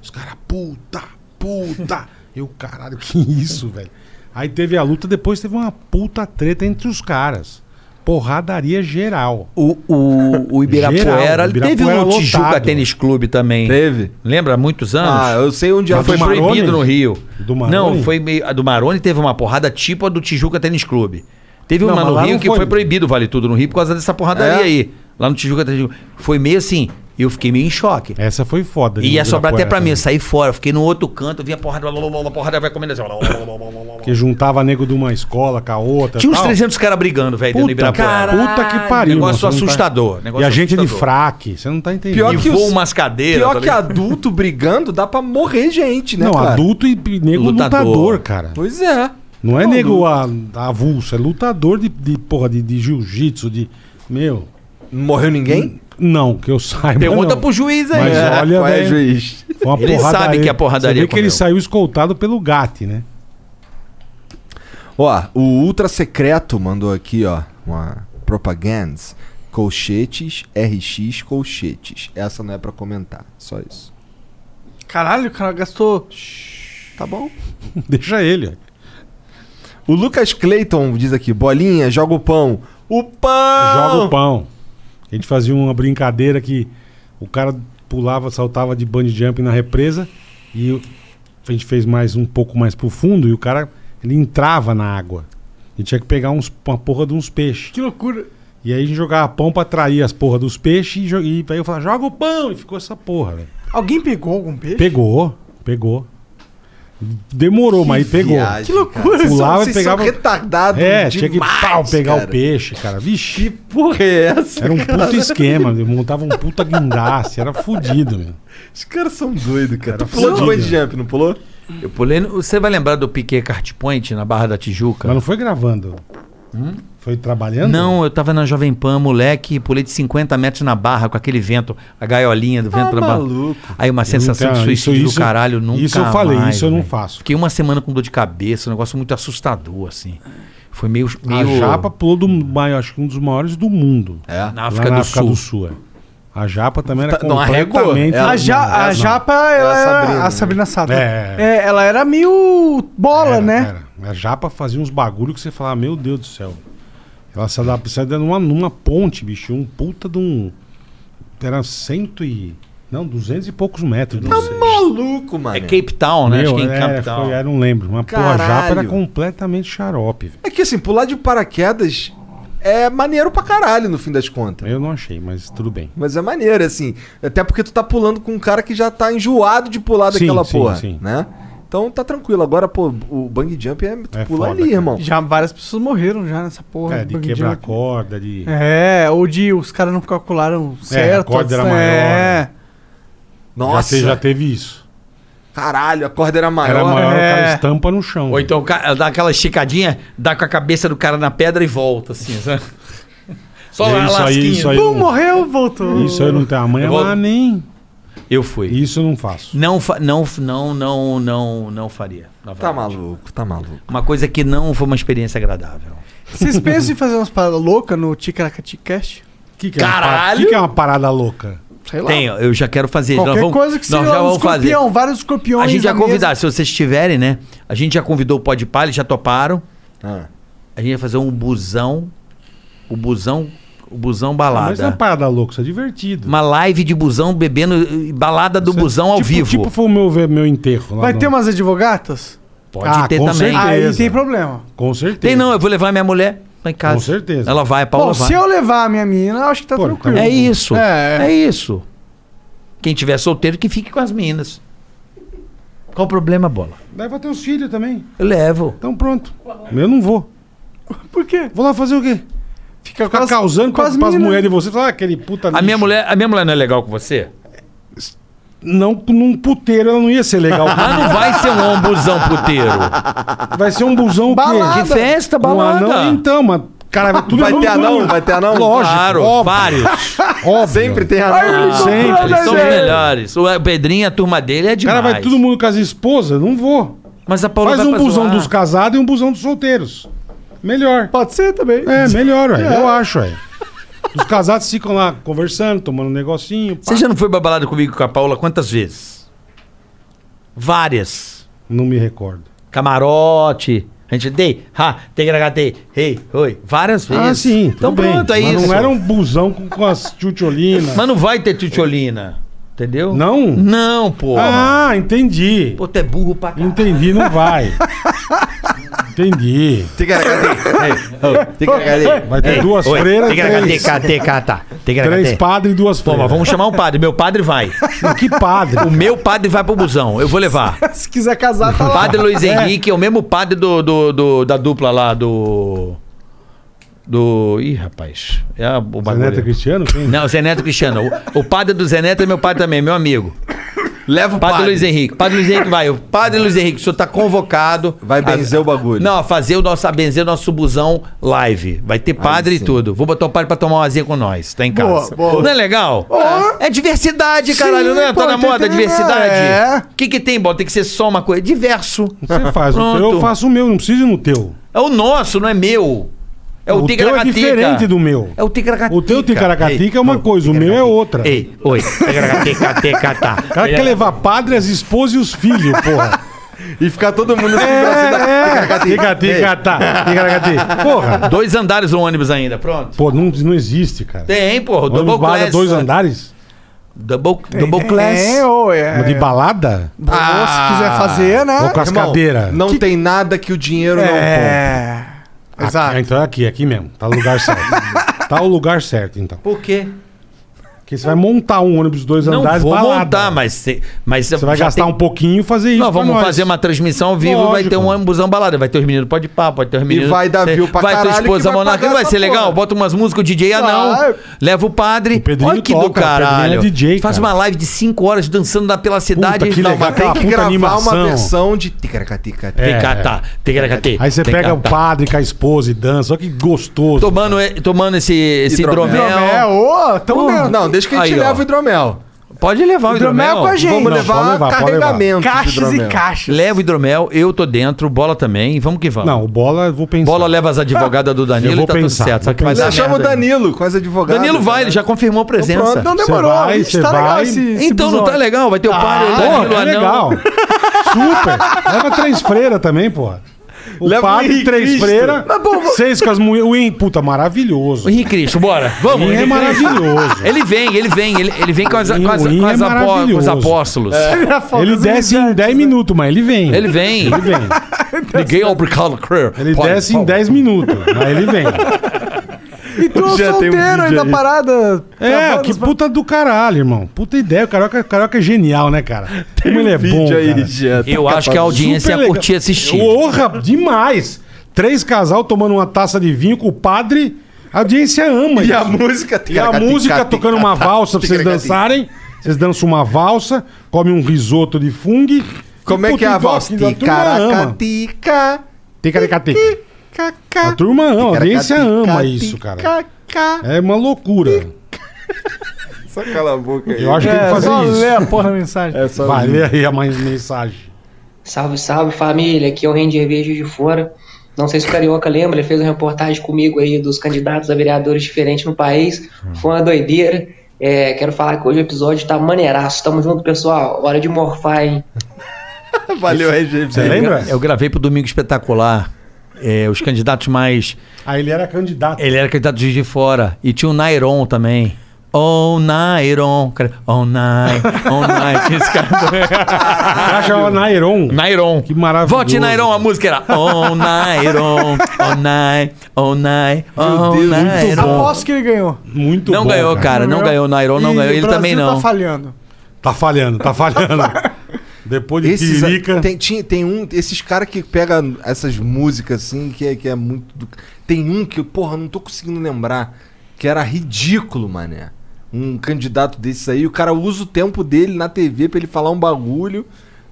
Os caras, puta, puta. Eu, caralho, que *laughs* isso, velho. Aí teve a luta, depois teve uma puta treta entre os caras. Porradaria geral.
O, o, o Ibirapuera,
Geral,
teve
Ibirapuera
no Tijuca
lotado.
Tênis Clube também.
Teve?
Lembra? Há Muitos anos?
Ah, eu sei onde é.
Mas foi
Do Maroni?
proibido no Rio.
Do Maroni?
não, foi meio. A do Maroni teve uma porrada tipo a do Tijuca Tênis Clube. Teve
Não,
uma
mas
no
lá
Rio
não
que foi...
foi.
proibido, vale tudo no Rio, por causa dessa porradaria
É?
aí. Lá no Tijuca Tênis Clube. Foi meio assim, eu fiquei meio em choque.
Essa foi foda. né,
E ia sobrar até pra mim, eu
mesmo.
saí fora, eu fiquei no outro canto, eu vi a porrada, blá, blá, blá, blá, a porrada vai comendo assim. blá, blá, blá, blá, blá, blá.
Que juntava nego de uma escola com a outra.
Tinha uns
tal.
300 caras brigando, velho, dentro do
Puta,
Ibirapuera.
puta que pariu.
Negócio
mano, você não tá-
assustador. negócio
e a gente de
assustador.
fraque, você não tá entendendo.
Pior E que voa os- umas cadeiras,
Pior
tá
que
ligado?
adulto brigando, dá pra morrer gente, né,
Não,
cara?
adulto e e nego
Lutador.
lutador, cara.
Pois é.
Não é
Não,
nego a, avulso, é lutador de, de porra, de, de jiu-jitsu, de. Meu.
Morreu ninguém?
Não, que eu saiba.
Pergunta
não.
pro juiz aí.
Mas
É,
olha,
qual é,
velho,
juiz?
foi Uma
Ele
porradaria.
sabe que a porradaria é um-
Você vê que ele
comeu.
saiu escoltado pelo GAT, né? *laughs*
Ó, o Ultra Secreto mandou aqui, ó, uma propaganda. Colchetes, RX, colchetes. Essa não é pra comentar, só isso.
Caralho, o cara gastou. Tá bom.
Deixa ele.
O Lucas Clayton diz aqui, bolinha, joga o pão. O pão!
Joga o pão. A gente fazia uma brincadeira que o cara pulava, saltava de bungee jump na represa e o- a gente fez mais um pouco mais pro fundo e o cara ele entrava na água. E tinha que pegar uns- uma porra de uns peixes.
Que loucura.
E aí a gente jogava pão pra atrair as porra dos peixes e, jo- e aí eu falava, joga o pão! E ficou essa porra, velho.
Alguém pegou algum peixe?
Pegou, pegou. Demorou, mas aí pegou.
viagem,
Que loucura, cara.
Pulava
Vocês
e pegava.
são retardados
um- É, tinha que
demais,
pau, pegar
cara.
o peixe, cara. Vixe.
Que porra é essa?
Era um puta
cara?
esquema, meu. montava um puta guindaste, era fudido, meu.
Os caras são doidos, cara. Tu
pulou
pulou de
de
bungee jump, não pulou? Tá
Eu pulei. no- Você vai lembrar do Piquet Cart Point na Barra da Tijuca?
Mas não foi gravando. Foi trabalhando?
Não, eu tava na Jovem Pan, moleque, e pulei de 50 metros na barra com aquele vento, a gaiolinha do vento
Tá
na barra.
maluco.
Aí uma
Eu
sensação
nunca-
de suicídio
isso- isso-
do caralho, nunca
isso eu falei,
mais,
isso eu não
velho.
faço.
Fiquei uma semana com dor de cabeça, um negócio muito assustador, assim. Foi meio...
A
meio...
Japa pulou do maior, acho que um dos maiores do mundo.
É.
Na África do Sul.
é. A japa também era
Tá- não,
completamente...
arregou. Ela- A Ja- a
É, Não.
Japa, ela Era a era- Sabrina, a né? Sabrina Sato.
É.
É, ela era meio bola, né?
A japa fazia uns bagulho que você falava, meu Deus do céu. Ela se adaptava numa, numa ponte, bicho. Um puta de um... Era cento e... Não, duzentos e poucos metros. Tá
maluco, mano.
É Cape Town, né? Acho que é em Cape Town.
Foi, eu não lembro. Mas, pô, a
Caralho.
japa era completamente xarope, velho.
É que assim, pular de paraquedas é maneiro pra caralho, no fim das
Tá.
contas.
Eu não achei, mas tudo bem.
Mas é maneiro, assim. Até porque tu tá pulando com um cara que já tá enjoado de pular
Sim,
daquela
sim,
porra,
sim.
né? Então tá tranquilo. Agora, pô, o bang jump é, tu
É
pula
foda,
ali,
cara.
irmão.
Já várias pessoas morreram já nessa porra.
É,
do
de
Bang
quebrar
Jump.
corda, de...
É, ou de os caras não calcularam certo.
a corda era
a distância.
maior.
É.
Nossa.
Já, te- já teve isso.
Caralho, a corda era maior.
Era maior, o cara
É.
estampa no chão.
Ou então o cara dá aquela esticadinha, dá com a cabeça do cara na pedra e volta, assim, sabe? Só
É
uma
isso aí,
lasquinha.
isso aí Pum, não-
morreu, voltou.
Isso aí não tem amanhã
Eu vou-
lá nem.
Eu fui.
Isso eu não faço.
Não, fa- não, não, não, não, não faria.
Tá maluco, tá maluco.
Uma coisa que não foi uma experiência agradável.
Vocês pensam em fazer umas paradas loucas no Ticaracati é
Que
uma parada-
Caralho!
que que
é uma parada louca?
Sei lá.
Tem, eu já quero fazer.
Qualquer
nós vamos,
coisa que
nós
seja
já
um
vamos fazer.
escorpião, vários escorpiões
A gente já
na mesa.
convidar, se vocês tiverem, né? A gente já convidou o Pode Palha, já toparam.
Ah.
A gente ia fazer um busão. O busão. O busão balada.
Mas não é uma parada louca, isso é divertido.
Uma live de busão bebendo eh, balada
é
do busão ao
tipo,
vivo.
Tipo, foi o meu, ve- meu enterro. Lá
Vai
no-
ter umas advogatas?
Pode Ah, ter com também.
Aí
certeza.
tem problema.
Com certeza.
Tem não, eu vou levar minha mulher lá em casa. Com certeza. Ela vai, a Paula
Bom,
vai.
se eu levar a minha mina, eu acho que tá tranquilo.
É isso.
É.
É. isso. Quem tiver solteiro, que fique com as minas. Qual o problema, bola?
Leva teus filhos também.
Eu levo.
Então pronto. Eu não vou.
Por quê?
Vou lá fazer o quê?
Fica,
Ficar causando com as, mulheres de você. Falar, ah, aquele puta
A minha, mulher, a minha mulher não é legal com você?
Não, com um puteiro ela não ia ser
*laughs*
legal.
Ah, não vai ser um ombuzão puteiro.
Vai ser um busão o quê?
Balada. De festa,
Um
balada.
anão, então, mas... Cara, vai tudo
Vai
tudo-
ter
tudo-
anão? Vai ter anão?
Lógico.
Claro, vários.
Óbvio.
Sempre tem anão.
Sempre, eles são os
Sempre.
melhores. O Pedrinho, a turma dele é demais.
Cara, vai todo mundo com as esposas? Não vou.
Mas a Paula
Faz
vai
um
pra
busão
zoar.
dos casados e um busão dos solteiros. Melhor.
Pode ser também.
É, melhor, ué.
É.
Eu acho, ué. Os casados ficam lá conversando, tomando um negocinho. pá.
Você já não foi babalado comigo e com a Paula quantas vezes? Várias.
Não me recordo.
Camarote. A gente dei, ha, tem gragatei, ei, oi. Várias vezes.
Ah, sim.
Então
tudo bem.
pronto, é
Mas
isso. um
Não era um busão com, com as tchutcholinas.
Mas não vai ter tutiolina. Entendeu?
Não?
Não, pô.
Ah, entendi.
Pô, tu é burro pra caralho.
Entendi, não vai. entendi. Vai ter duas freiras, três-
tá.
Três padres e duas
Pô, mas
freiras.
vamos chamar um padre. Meu padre vai.
Que padre?
*laughs* O meu padre vai pro busão. Eu vou levar.
*laughs* Se quiser casar, tá
O
lá.
padre Luiz
É.
Henrique é o mesmo padre do, do- do- da dupla lá do. Do. Ih, rapaz. É a- o
Neto
bagulho.
Cristiano? Quem?
Não, Zé Neto Cristiano. O, o padre do Zé Neto é meu padre também, meu amigo. Leva o padre, Luiz Henrique. Padre Luiz Henrique vai. O padre Luiz Henrique, o senhor tá convocado.
Vai benzer o bagulho.
Não, a fazer o nosso, a benzer o nosso busão live. Vai ter padre e tudo. Vou botar o padre pra tomar uma azinha com nós. Tá em
Boa,
casa.
boa.
Não é legal? É diversidade,
Sim,
caralho, né?
pô,
Tá na moda,
entretenimento.
diversidade.
É.
O que, que tem, Bola? Tem que ser só uma coisa. É Diverso.
Você faz o teu, eu faço o meu, não precisa ir no teu.
É o nosso, não é meu. É o,
o teu é
ticaracateca.
diferente do meu.
É o ticaracateca.
O teu ticaracatica é uma coisa, o meu é outra.
Ei, oi. tá. Ticaracateca-teca-tá.
O cara quer levar padre, as esposas e os filhos, porra.
*laughs*
E ficar todo mundo
é, é. Ticaracatica-tá, ticaracatica. Porra.
Dois andares um ônibus ainda, pronto.
Pô, não, não existe, cara.
Tem, porra.
Ônibus
Double né?
balada,
class.
dois andares?
Double, double class. Ah.
É, ou é.
Mas de balada?
Ou se quiser fazer, né?
Ou com as
Irmão,
cadeiras.
Não tem nada que o dinheiro
É.
não Exato. então é aqui, é aqui mesmo. Tá no lugar
*laughs*
certo. tá o lugar certo, então.
Por quê?
Porque você vai montar um ônibus dois
Não
andares
vou
balada.
montar, mas... se- mas
Você vai gastar um pouquinho e fazer isso
Nós
pra
vamos
nós.
fazer uma transmissão ao vivo, vai
Lógico.
ter um ambusão balada, vai ter os meninos pode pá, pode ter os meninos.
vai dar
cê-
view pra
Vai ter
caralho que
esposa
vai
monarca,
pagar
vai
essa
ser legal.
porra.
Bota umas músicas, o DJ anão,
Vai.
leva o padre.
Pedrinho
Olha que do
toca, o Pedrinho é
caralho.
DJ,
Faz
cara.
uma live de 5 horas dançando lá pela cidade.
que legal,
mas tem
aquela
que
puta
gravar
animação.
uma versão.
São de ticaracatica.
É. Ticatá, ticatá,
Aí você
ticatá.
pega um o padre com a esposa e dança. Olha que gostoso.
Tomando, tomando esse, esse hidromel.
Hidromel, é, ô, tamo dentro.
Não, deixa que a gente
Aí, ó.
leva o hidromel.
Pode levar o hidromel,
Hidromel com a gente. Vamos levar
pode
pode levar. carregamentos de Caixas e hidromel. caixas.
Leva o hidromel, eu tô dentro, bola também, vamos que vamos.
Não, o bola eu vou pensar.
Bola leva as advogadas do
*laughs*
Danilo
Eu vou Então
e tá
pensar,
tudo certo. Só que vai
Mas
dar
chama o
merda aí.
Danilo com as advogadas. né?
Danilo vai, ele já confirmou a presença.
pronto, não Cê demorou, vai, isso cê tá legal vai. esse- esse
Então não tá
episódio.
legal, vai ter o
Tá.
par
Pô,
Danilo
tá
Anão.
legal. Super. Leva três freiras também, porra. O
Leva o
padre,
Henrique
três
Cristo.
freiras,
Mas, bom, vou-
seis com as mulheres. O Henrique, puta, maravilhoso. O
Henrique Cristo, bora. Vamos,
é
Henrique Cristo.
maravilhoso.
Ele vem, ele vem, ele, ele vem com as,
O
com as-
Henrique
com as
é
apo- com os
maravilhoso.
apóstolos.
É.
Então,
*laughs*
Ele desce em 10 minutos, mas ele vem.
Ele vem.
*laughs* Ele vem.
Ninguém é obrigado a crer.
Ele desce em 10 minutos, mas ele
*laughs*
vem.
E tu é
Já tem um
solteiro
vídeo
ainda
aí.
parada.
É, que puta do caralho, irmão. Puta ideia. O Carioca, o Carioca é genial, né, cara? Como ele é bom, cara.
Eu acho que a audiência
Super
ia curtir
legal.
assistir.
Porra, demais. Três casal tomando uma taça de vinho com o padre. A audiência ama.
E
isso.
a música-
E a música tocando uma valsa pra vocês dançarem. Vocês dançam uma valsa, comem um risoto de fungo.
Como é que é a valsa?
Ticaracatica. Ticaracatica. A turma ama, a audiência ama isso, cara. É uma loucura.
Só cala a boca aí.
Eu acho que tem que fazer
É, só
isso.
Lê a porra da mensagem.
É, Vai, lê aí a mais mensagem.
Salve, salve família, aqui é o Randy Hervejo de Fora. Não sei se o Carioca lembra, ele fez uma reportagem comigo aí dos candidatos a vereadores diferentes no país. Foi uma doideira. É, quero falar que hoje o episódio tá maneiraço. Tamo junto, pessoal. Hora de morfar, hein?
Valeu, RG.
Eu gra- Eu gravei pro Domingo Espetacular. é, os candidatos mais.
Ah, ele era candidato.
Ele era candidato de Juiz de fora. E tinha o Nairon também. Oh, Nairon. cara, Oh, Nai. Oh, Nai. Tinha esse cara.
Acha
*laughs*
o Nairon.
Nairon.
Que maravilhoso.
Vote Nairon. A música era Oh, Nairon. Oh, Nai. Oh, Nai. Oh, Nairon.
Aposto que ele ganhou.
Muito
Não
bom,
ganhou, cara. Não ganhou o Nairon, não
E
ganhou.
o
Ele
Brasil
também não.
tá falhando.
Tá falhando, tá falhando. Depois de
Esses,
Pirica.
tem, tinha- tem um, esses caras que pegam essas músicas assim, que é, que é muito. do- tem um que, porra, não tô conseguindo lembrar, que era ridículo, mané. Um candidato desses aí, o cara usa o tempo dele na TV pra ele falar um bagulho,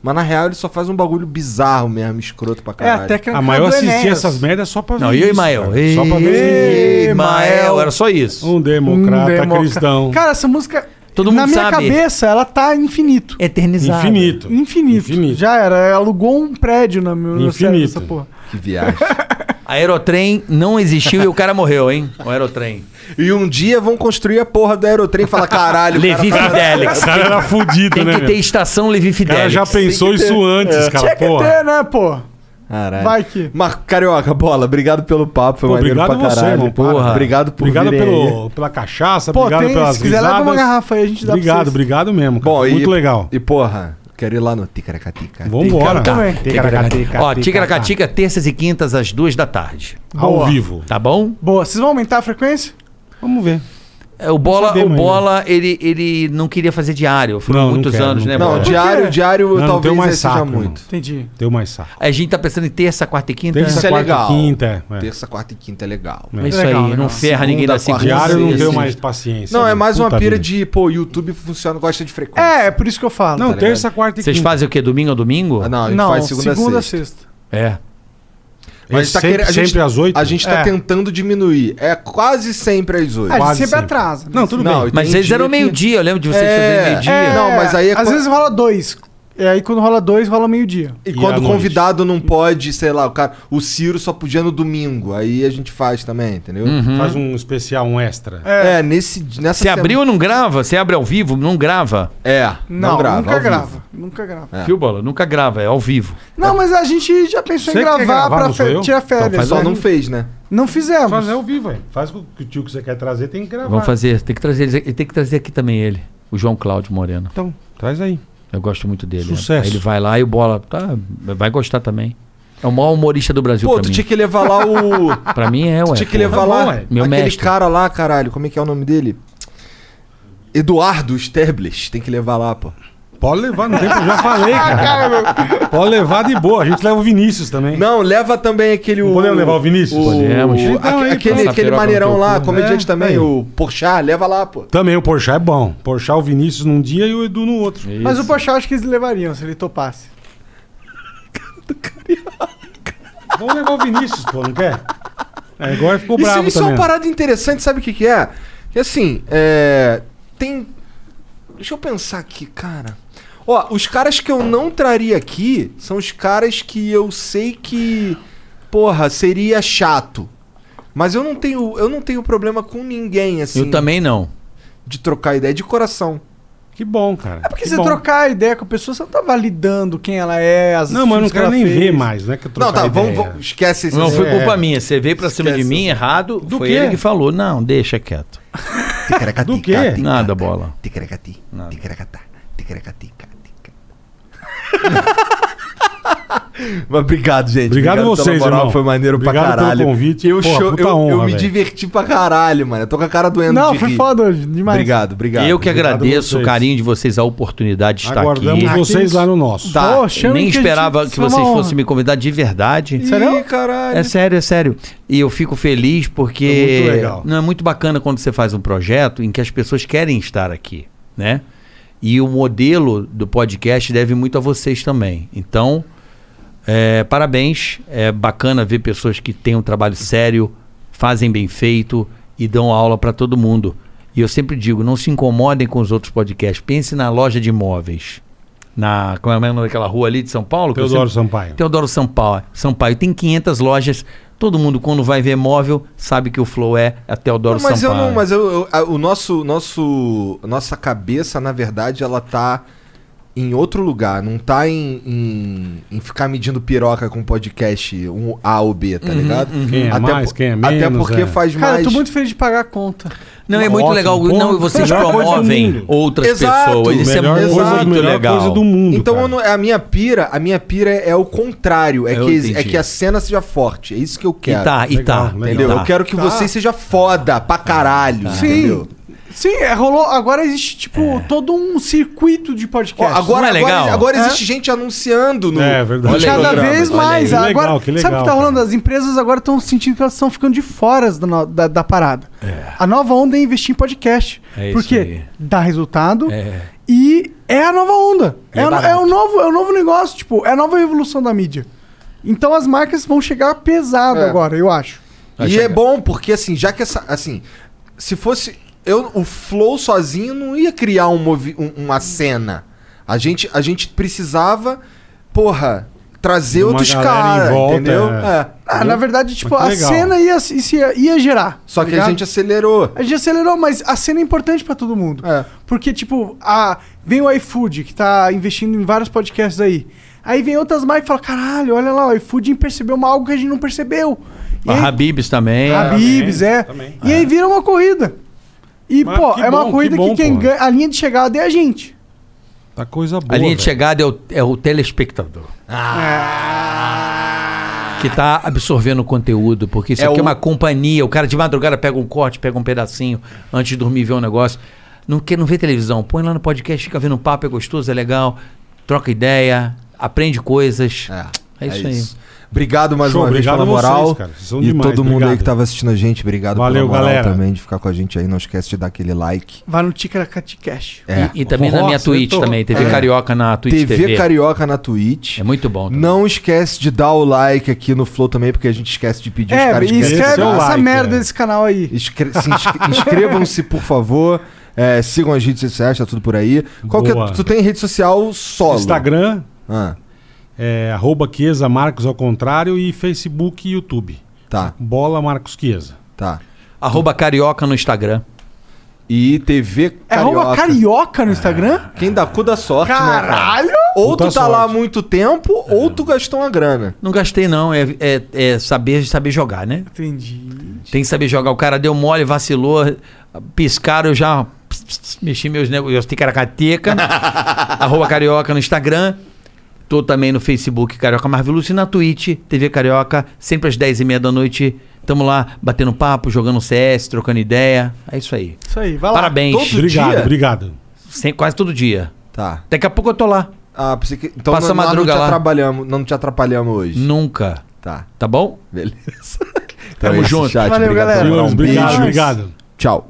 mas na real ele só faz um bagulho bizarro mesmo, escroto
É,
pra caralho.
Ah, mas eu assisti essas merdas é só pra
Não, e o Imael?
cara. Só pra
Ei,
ver.
Imael, era só isso.
Um democrata
Democra-
cristão.
Hum, Cara, essa música.
Todo mundo
na minha
sabe.
cabeça, ela tá infinito.
Eternizada.
Infinito.
Infinito. Já era. Alugou um prédio na meu no cérebro,
Infinito.
essa porra.
Que viagem.
Aerotrem não existiu e o cara morreu, hein? O Aerotrem.
E um dia vão construir a porra do aerotrem e
*laughs*
falar, caralho, o cara
Levi
fala-
Fidelix. Tem
né,
que ter estação Levi Fidelix.
já pensou
Tem que ter.
isso antes,
É.
cara,
Tinha que
porra.
ter.
É, né, pô?
Caralho.
Vai que-
Marco Carioca, bola, obrigado pelo papo, foi
Pô,
maneiro
obrigado
pra
você,
caralho.
irmão, para.
Obrigado por
Obrigado
virem
pelo-
aí.
pela cachaça,
Pô, obrigado tem- pelas se quiser, leva uma risadas. garrafa aí, a gente dá pra
Obrigado,
vocês.
obrigado mesmo, cara.
Bom, e-
Muito legal.
E porra, quero ir lá no Ticaracatica.
Vambora.
Ticaracatica. Ó, Ticaracatica, terças e quintas, às duas da tarde.
Ao vivo.
Tá bom?
Boa. Vocês vão aumentar a frequência?
Vamos ver.
É, O Bola, o
sabemos ainda.
Bola ele, ele não queria fazer diário. Foram
Não, não
muitos
quero,
anos,
não
né,
quero.
Bola?
Não, diário- Por quê? diário Não, não talvez tenho mais aí seja saco, muito. irmão.
Entendi.
Deu mais saco.
A gente tá pensando em terça, quarta e quinta.
Terça,
Isso é
quarta
legal.
e quinta. é.
Terça, quarta e quinta é legal.
É isso Legal, aí, legal. não ferra ninguém da segunda,
Diário eu não tenho
sexta.
mais paciência.
Não, é
velho.
mais uma
Puta
pira
vida.
de, pô, YouTube funciona, gosta de frequência.
É, é por isso que eu falo.
Tá
Não, terça, quarta e
Vocês
quinta.
fazem o quê? Domingo a domingo?
Ah, não, a gente
Não,
faz segunda,
segunda
segunda
a
sexta.
sexta.
É.
Mas a gente tá
sempre-
querendo- a gente-
sempre às oito?
A gente tá
É.
tentando diminuir. É quase sempre às oito.
Ah, sempre, sempre atrasa. né?
Não, tudo bem.
e
Mas
tem
vocês
dia
eram
que-
meio-dia, eu lembro de vocês fazerem meio-dia.
É,
Não, mas aí é
Às
quan-
vezes rola dois. E aí quando rola dois, rola meio-dia.
E quando o convidado não pode, sei lá, o cara, o Ciro só podia no domingo. Aí a gente faz também, entendeu?
Faz um especial, um extra.
É, nesse nessa
Você abriu ou não grava? Você abre ao vivo, não grava.
É,
Não, nunca grava. Nunca grava.
É. Viu, Bola? Nunca grava, é ao vivo.
Não, mas a gente já pensou
Você
em
que quer
gravar,
gravar,
pra
não sou
fe-
eu?
tirar
Então
férias.
faz
né?
só não
fez, né?
Não fizemos.
Faz ao vivo, velho. Faz o que o tio que você quer trazer, tem que gravar.
Vamos fazer, tem que trazer eles aqui- tem que trazer aqui também ele, o João Cláudio Moreno.
Então, traz aí.
Eu gosto muito dele. né?
Sucesso.
Aí Ele vai lá e o Bola tá, vai gostar também. É o maior humorista do Brasil
Pô,
pra
tu
mim.
tinha que levar lá o.
Pra mim é,
tu
ué.
tinha que
pô.
levar
Tá
lá
bom, ué. Meu
aquele
mestre.
cara lá, caralho. Como é que é o nome dele? Eduardo Sterblich. Tem que levar lá, pô.
Pode levar, não tem problema.
*laughs*
Já falei, cara. Pode levar de boa. A gente leva o Vinícius também.
Não, leva também aquele.
Não
o-
podemos levar o Vinícius? Podemos.
O,
Então,
aque-
aí,
aquele
passa a
aquele
piroca no
maneirão
teu
lá,
cu.
comediante
É,
também,
aí.
o Porchat, leva lá, pô.
Também o Porchat é bom. Porchat, o Vinícius num dia e o Edu no outro.
Mas o Pochá acho que eles levariam se ele topasse.
Vamos levar o Vinícius, pô, não quer? É, agora ficou
isso,
bravo
isso é
também.
uma parada interessante, sabe o que, que é? Que assim, é, tem Deixa eu pensar aqui, cara. Ó, os caras que eu não traria aqui são os caras que eu sei que, porra, seria chato. Mas eu não tenho, eu não tenho problema com ninguém assim.
Eu também não.
De trocar ideia de coração.
Que bom, cara.
É
É Porque você trocar a ideia com a pessoa, você não tá validando quem ela é, as
Não, mas eu não
coisas que
quero
ela
nem
fez.
ver mais, né? Que eu
Não,
trocar
tá, vamos,
ideia.
vamos- esquece esse
Não foi
assunto.
culpa minha. Você veio pra cima de
Esquece.
mim errado. Do foi
quê?
ele que falou. Não, deixa quieto. Do quê? Nada, bola.
Ticaracati. Ticaracatá. Ticaracati. Mas obrigado, gente.
Obrigado
pela
vocês,
moral,
irmão.
Foi maneiro pra
Obrigado pelo
caralho.
convite.
Eu,
Porra,
show-
puta
eu, eu
honra,
me
velho.
diverti pra caralho, mano. Eu tô com a cara doendo
Não,
de
foi
rir.
foda hoje, demais.
Obrigado, obrigado.
Eu que
Obrigado
agradeço o
vocês.
carinho de vocês, a oportunidade de estar
Aguardamos
aqui.
vocês lá no nosso.
Tá.
Pô, chama
Nem
que a gente-
esperava
isso
que
é uma
vocês
honra.
fossem me convidar de verdade.
Sério? caralho.
É sério, é sério. E eu fico feliz porque
É muito legal.
não é muito bacana quando você faz um projeto em que as pessoas querem estar aqui, né? E o modelo do podcast deve muito a vocês também. Então, é, parabéns. É bacana ver pessoas que têm um trabalho sério, fazem bem feito e dão aula para todo mundo. E eu sempre digo, não se incomodem com os outros podcasts. Pense na loja de imóveis. Na, como é o nome daquela rua ali de São Paulo? que eu
Teodoro Sampaio.
Então,
Teodoro Sampaio. Sampaio tem 500 lojas. Todo mundo, quando vai ver móvel, sabe que o Flow é a Teodoro
Não, mas eu
Sampaio.
não, mas eu, eu- a- o nosso, nosso, nossa cabeça, na verdade, ela tá em outro lugar. Não tá em, em, em ficar medindo piroca com podcast um A ou B, tá
Uhum,
ligado?
uhum. Quem é mais, quem é
Até
menos,
porque
é.
faz
Cara,
mais.
eu tô muito feliz de pagar a conta.
Não, é muito
Ótimo,
legal.
bom,
não, e vocês
melhor coisa do
promovem
mundo.
outras
Exato.
pessoas. Isso é muito legal.
Então eu
é
não- a minha pira, a minha pira é o contrário, é
Eu
que é
entendi.
que a cena seja forte, é isso que eu quero.
tá, e tá,
entendeu?
legal.
Eu quero que
Tá.
você seja foda pra caralho,
Sim.
entendeu?
Sim, é, rolou. Agora existe, tipo, todo um circuito de
Ó,
podcast.
agora, agora, agora
É.
existe gente anunciando no
É, verdade.
nos
Cada
programas.
vez
Olha
mais.
aí.
agora, sabe o que tá rolando? As empresas agora estão sentindo que elas estão ficando de fora da, no- da, da parada. A nova onda é investir em podcast.
É isso
porque
aí.
dá resultado
É.
e é a nova onda.
E
É,
é
o-
barato.
é o novo, é o novo negócio, tipo, é a nova revolução da mídia. Então as marcas vão chegar pesado
É.
agora, eu acho.
E é bom, porque assim, já que essa. Assim, se fosse. Eu, o Flow sozinho não ia criar um movi- um- uma cena. A gente, a gente precisava, porra, trazer
Uma
outros
galera em
caras,
volta,
entendeu?
é.
É.
Ah, na verdade, tipo,
Mas
a
que legal.
cena ia, se- ia, ia gerar.
Só
tá
que
ligado?
a gente acelerou. É.
A gente acelerou, mas a cena é importante pra todo mundo. Porque, tipo, a... vem o iFood, que tá investindo em vários podcasts aí. Aí vem outras marcas e fala: caralho, olha lá, o iFood percebeu algo que a gente não percebeu. E
A
aí-
Habibs também.
Habibs, é. E aí vira uma corrida. E,
Mas
pô,
que
é uma
bom, que
corrida que,
bom,
quem
pô.
ganha. A linha de chegada é a gente.
Tá coisa boa.
A linha
velho.
de chegada é o, é o telespectador. Que tá absorvendo o conteúdo, porque isso
Ah. É
aqui é
o-
uma companhia. O cara de madrugada pega um corte, pega um pedacinho antes de dormir vê um negócio. Não quer, não vê televisão, põe lá no podcast, fica vendo um papo, é gostoso, é legal, troca ideia, aprende coisas. É,
é
isso aí.
isso. Obrigado mais
Show,
uma vez
obrigado
pela
a vocês,
moral.
cara. Vocês são
e
demais,
todo mundo aí
obrigado.
que tava assistindo a gente, obrigado
Valeu,
pela moral
galera.
também de ficar com a gente aí. Não esquece de dar aquele like.
Vai no Ticaracati Cash.
É.
E, e também na minha
Nossa,
Twitch
eu tô-
também, TV
É.
Carioca na Twitch TV.
TV, Carioca na Twitch. É
muito bom.
Não esquece de dar o like aqui no Flow também, porque a gente esquece né? de pedir.
É, e
esquecem de
escreve
dar.
essa merda desse canal aí.
Escre- se inscre- *laughs* Inscrevam-se, por favor. É, sigam as redes sociais, tá tudo por aí. Qual que é-
Boa.
tu tem rede social solo?
Instagram,
Ah.
é, arroba Chiesa Marcos ao contrário e Facebook e YouTube.
Tá.
Bola Marcos Chiesa.
Tá.
Arroba Carioca no Instagram.
E TV
É arroba carioca É, no Instagram?
Quem dá cu da sorte, né? cara?
Caralho!
Ou tu tá lá há muito tempo, ou tu gastou uma grana.
Não gastei, não. É, é, é saber, saber jogar, né?
Entendi.
Tem que saber jogar. O cara deu mole, vacilou, piscaram, eu já ps, ps, ps, mexi meus negócios. Ticaracateca, arroba carioca no Instagram. Tô também no Facebook Carioca Marvelous e na Twitch, TV Carioca, sempre às 10h30 da noite. Tamo lá batendo papo, jogando CS, trocando ideia. É isso aí.
Isso aí, vai Tá lá.
Parabéns.
obrigado, obrigado.
Sem, quase todo dia.
Tá.
Daqui a pouco eu tô lá.
Ah, pensei que. Então
Passa
não, nós
madruga
não te
lá.
atrapalhamos, não te atrapalhamos hoje.
Nunca.
Tá.
Tá bom?
Beleza.
Tamo
é isso,
junto.
chat.
Valeu,
Obrigado, Um
galera.
Abraão.
um
Senhores, obrigado,
Beijos.
obrigado.
Tchau.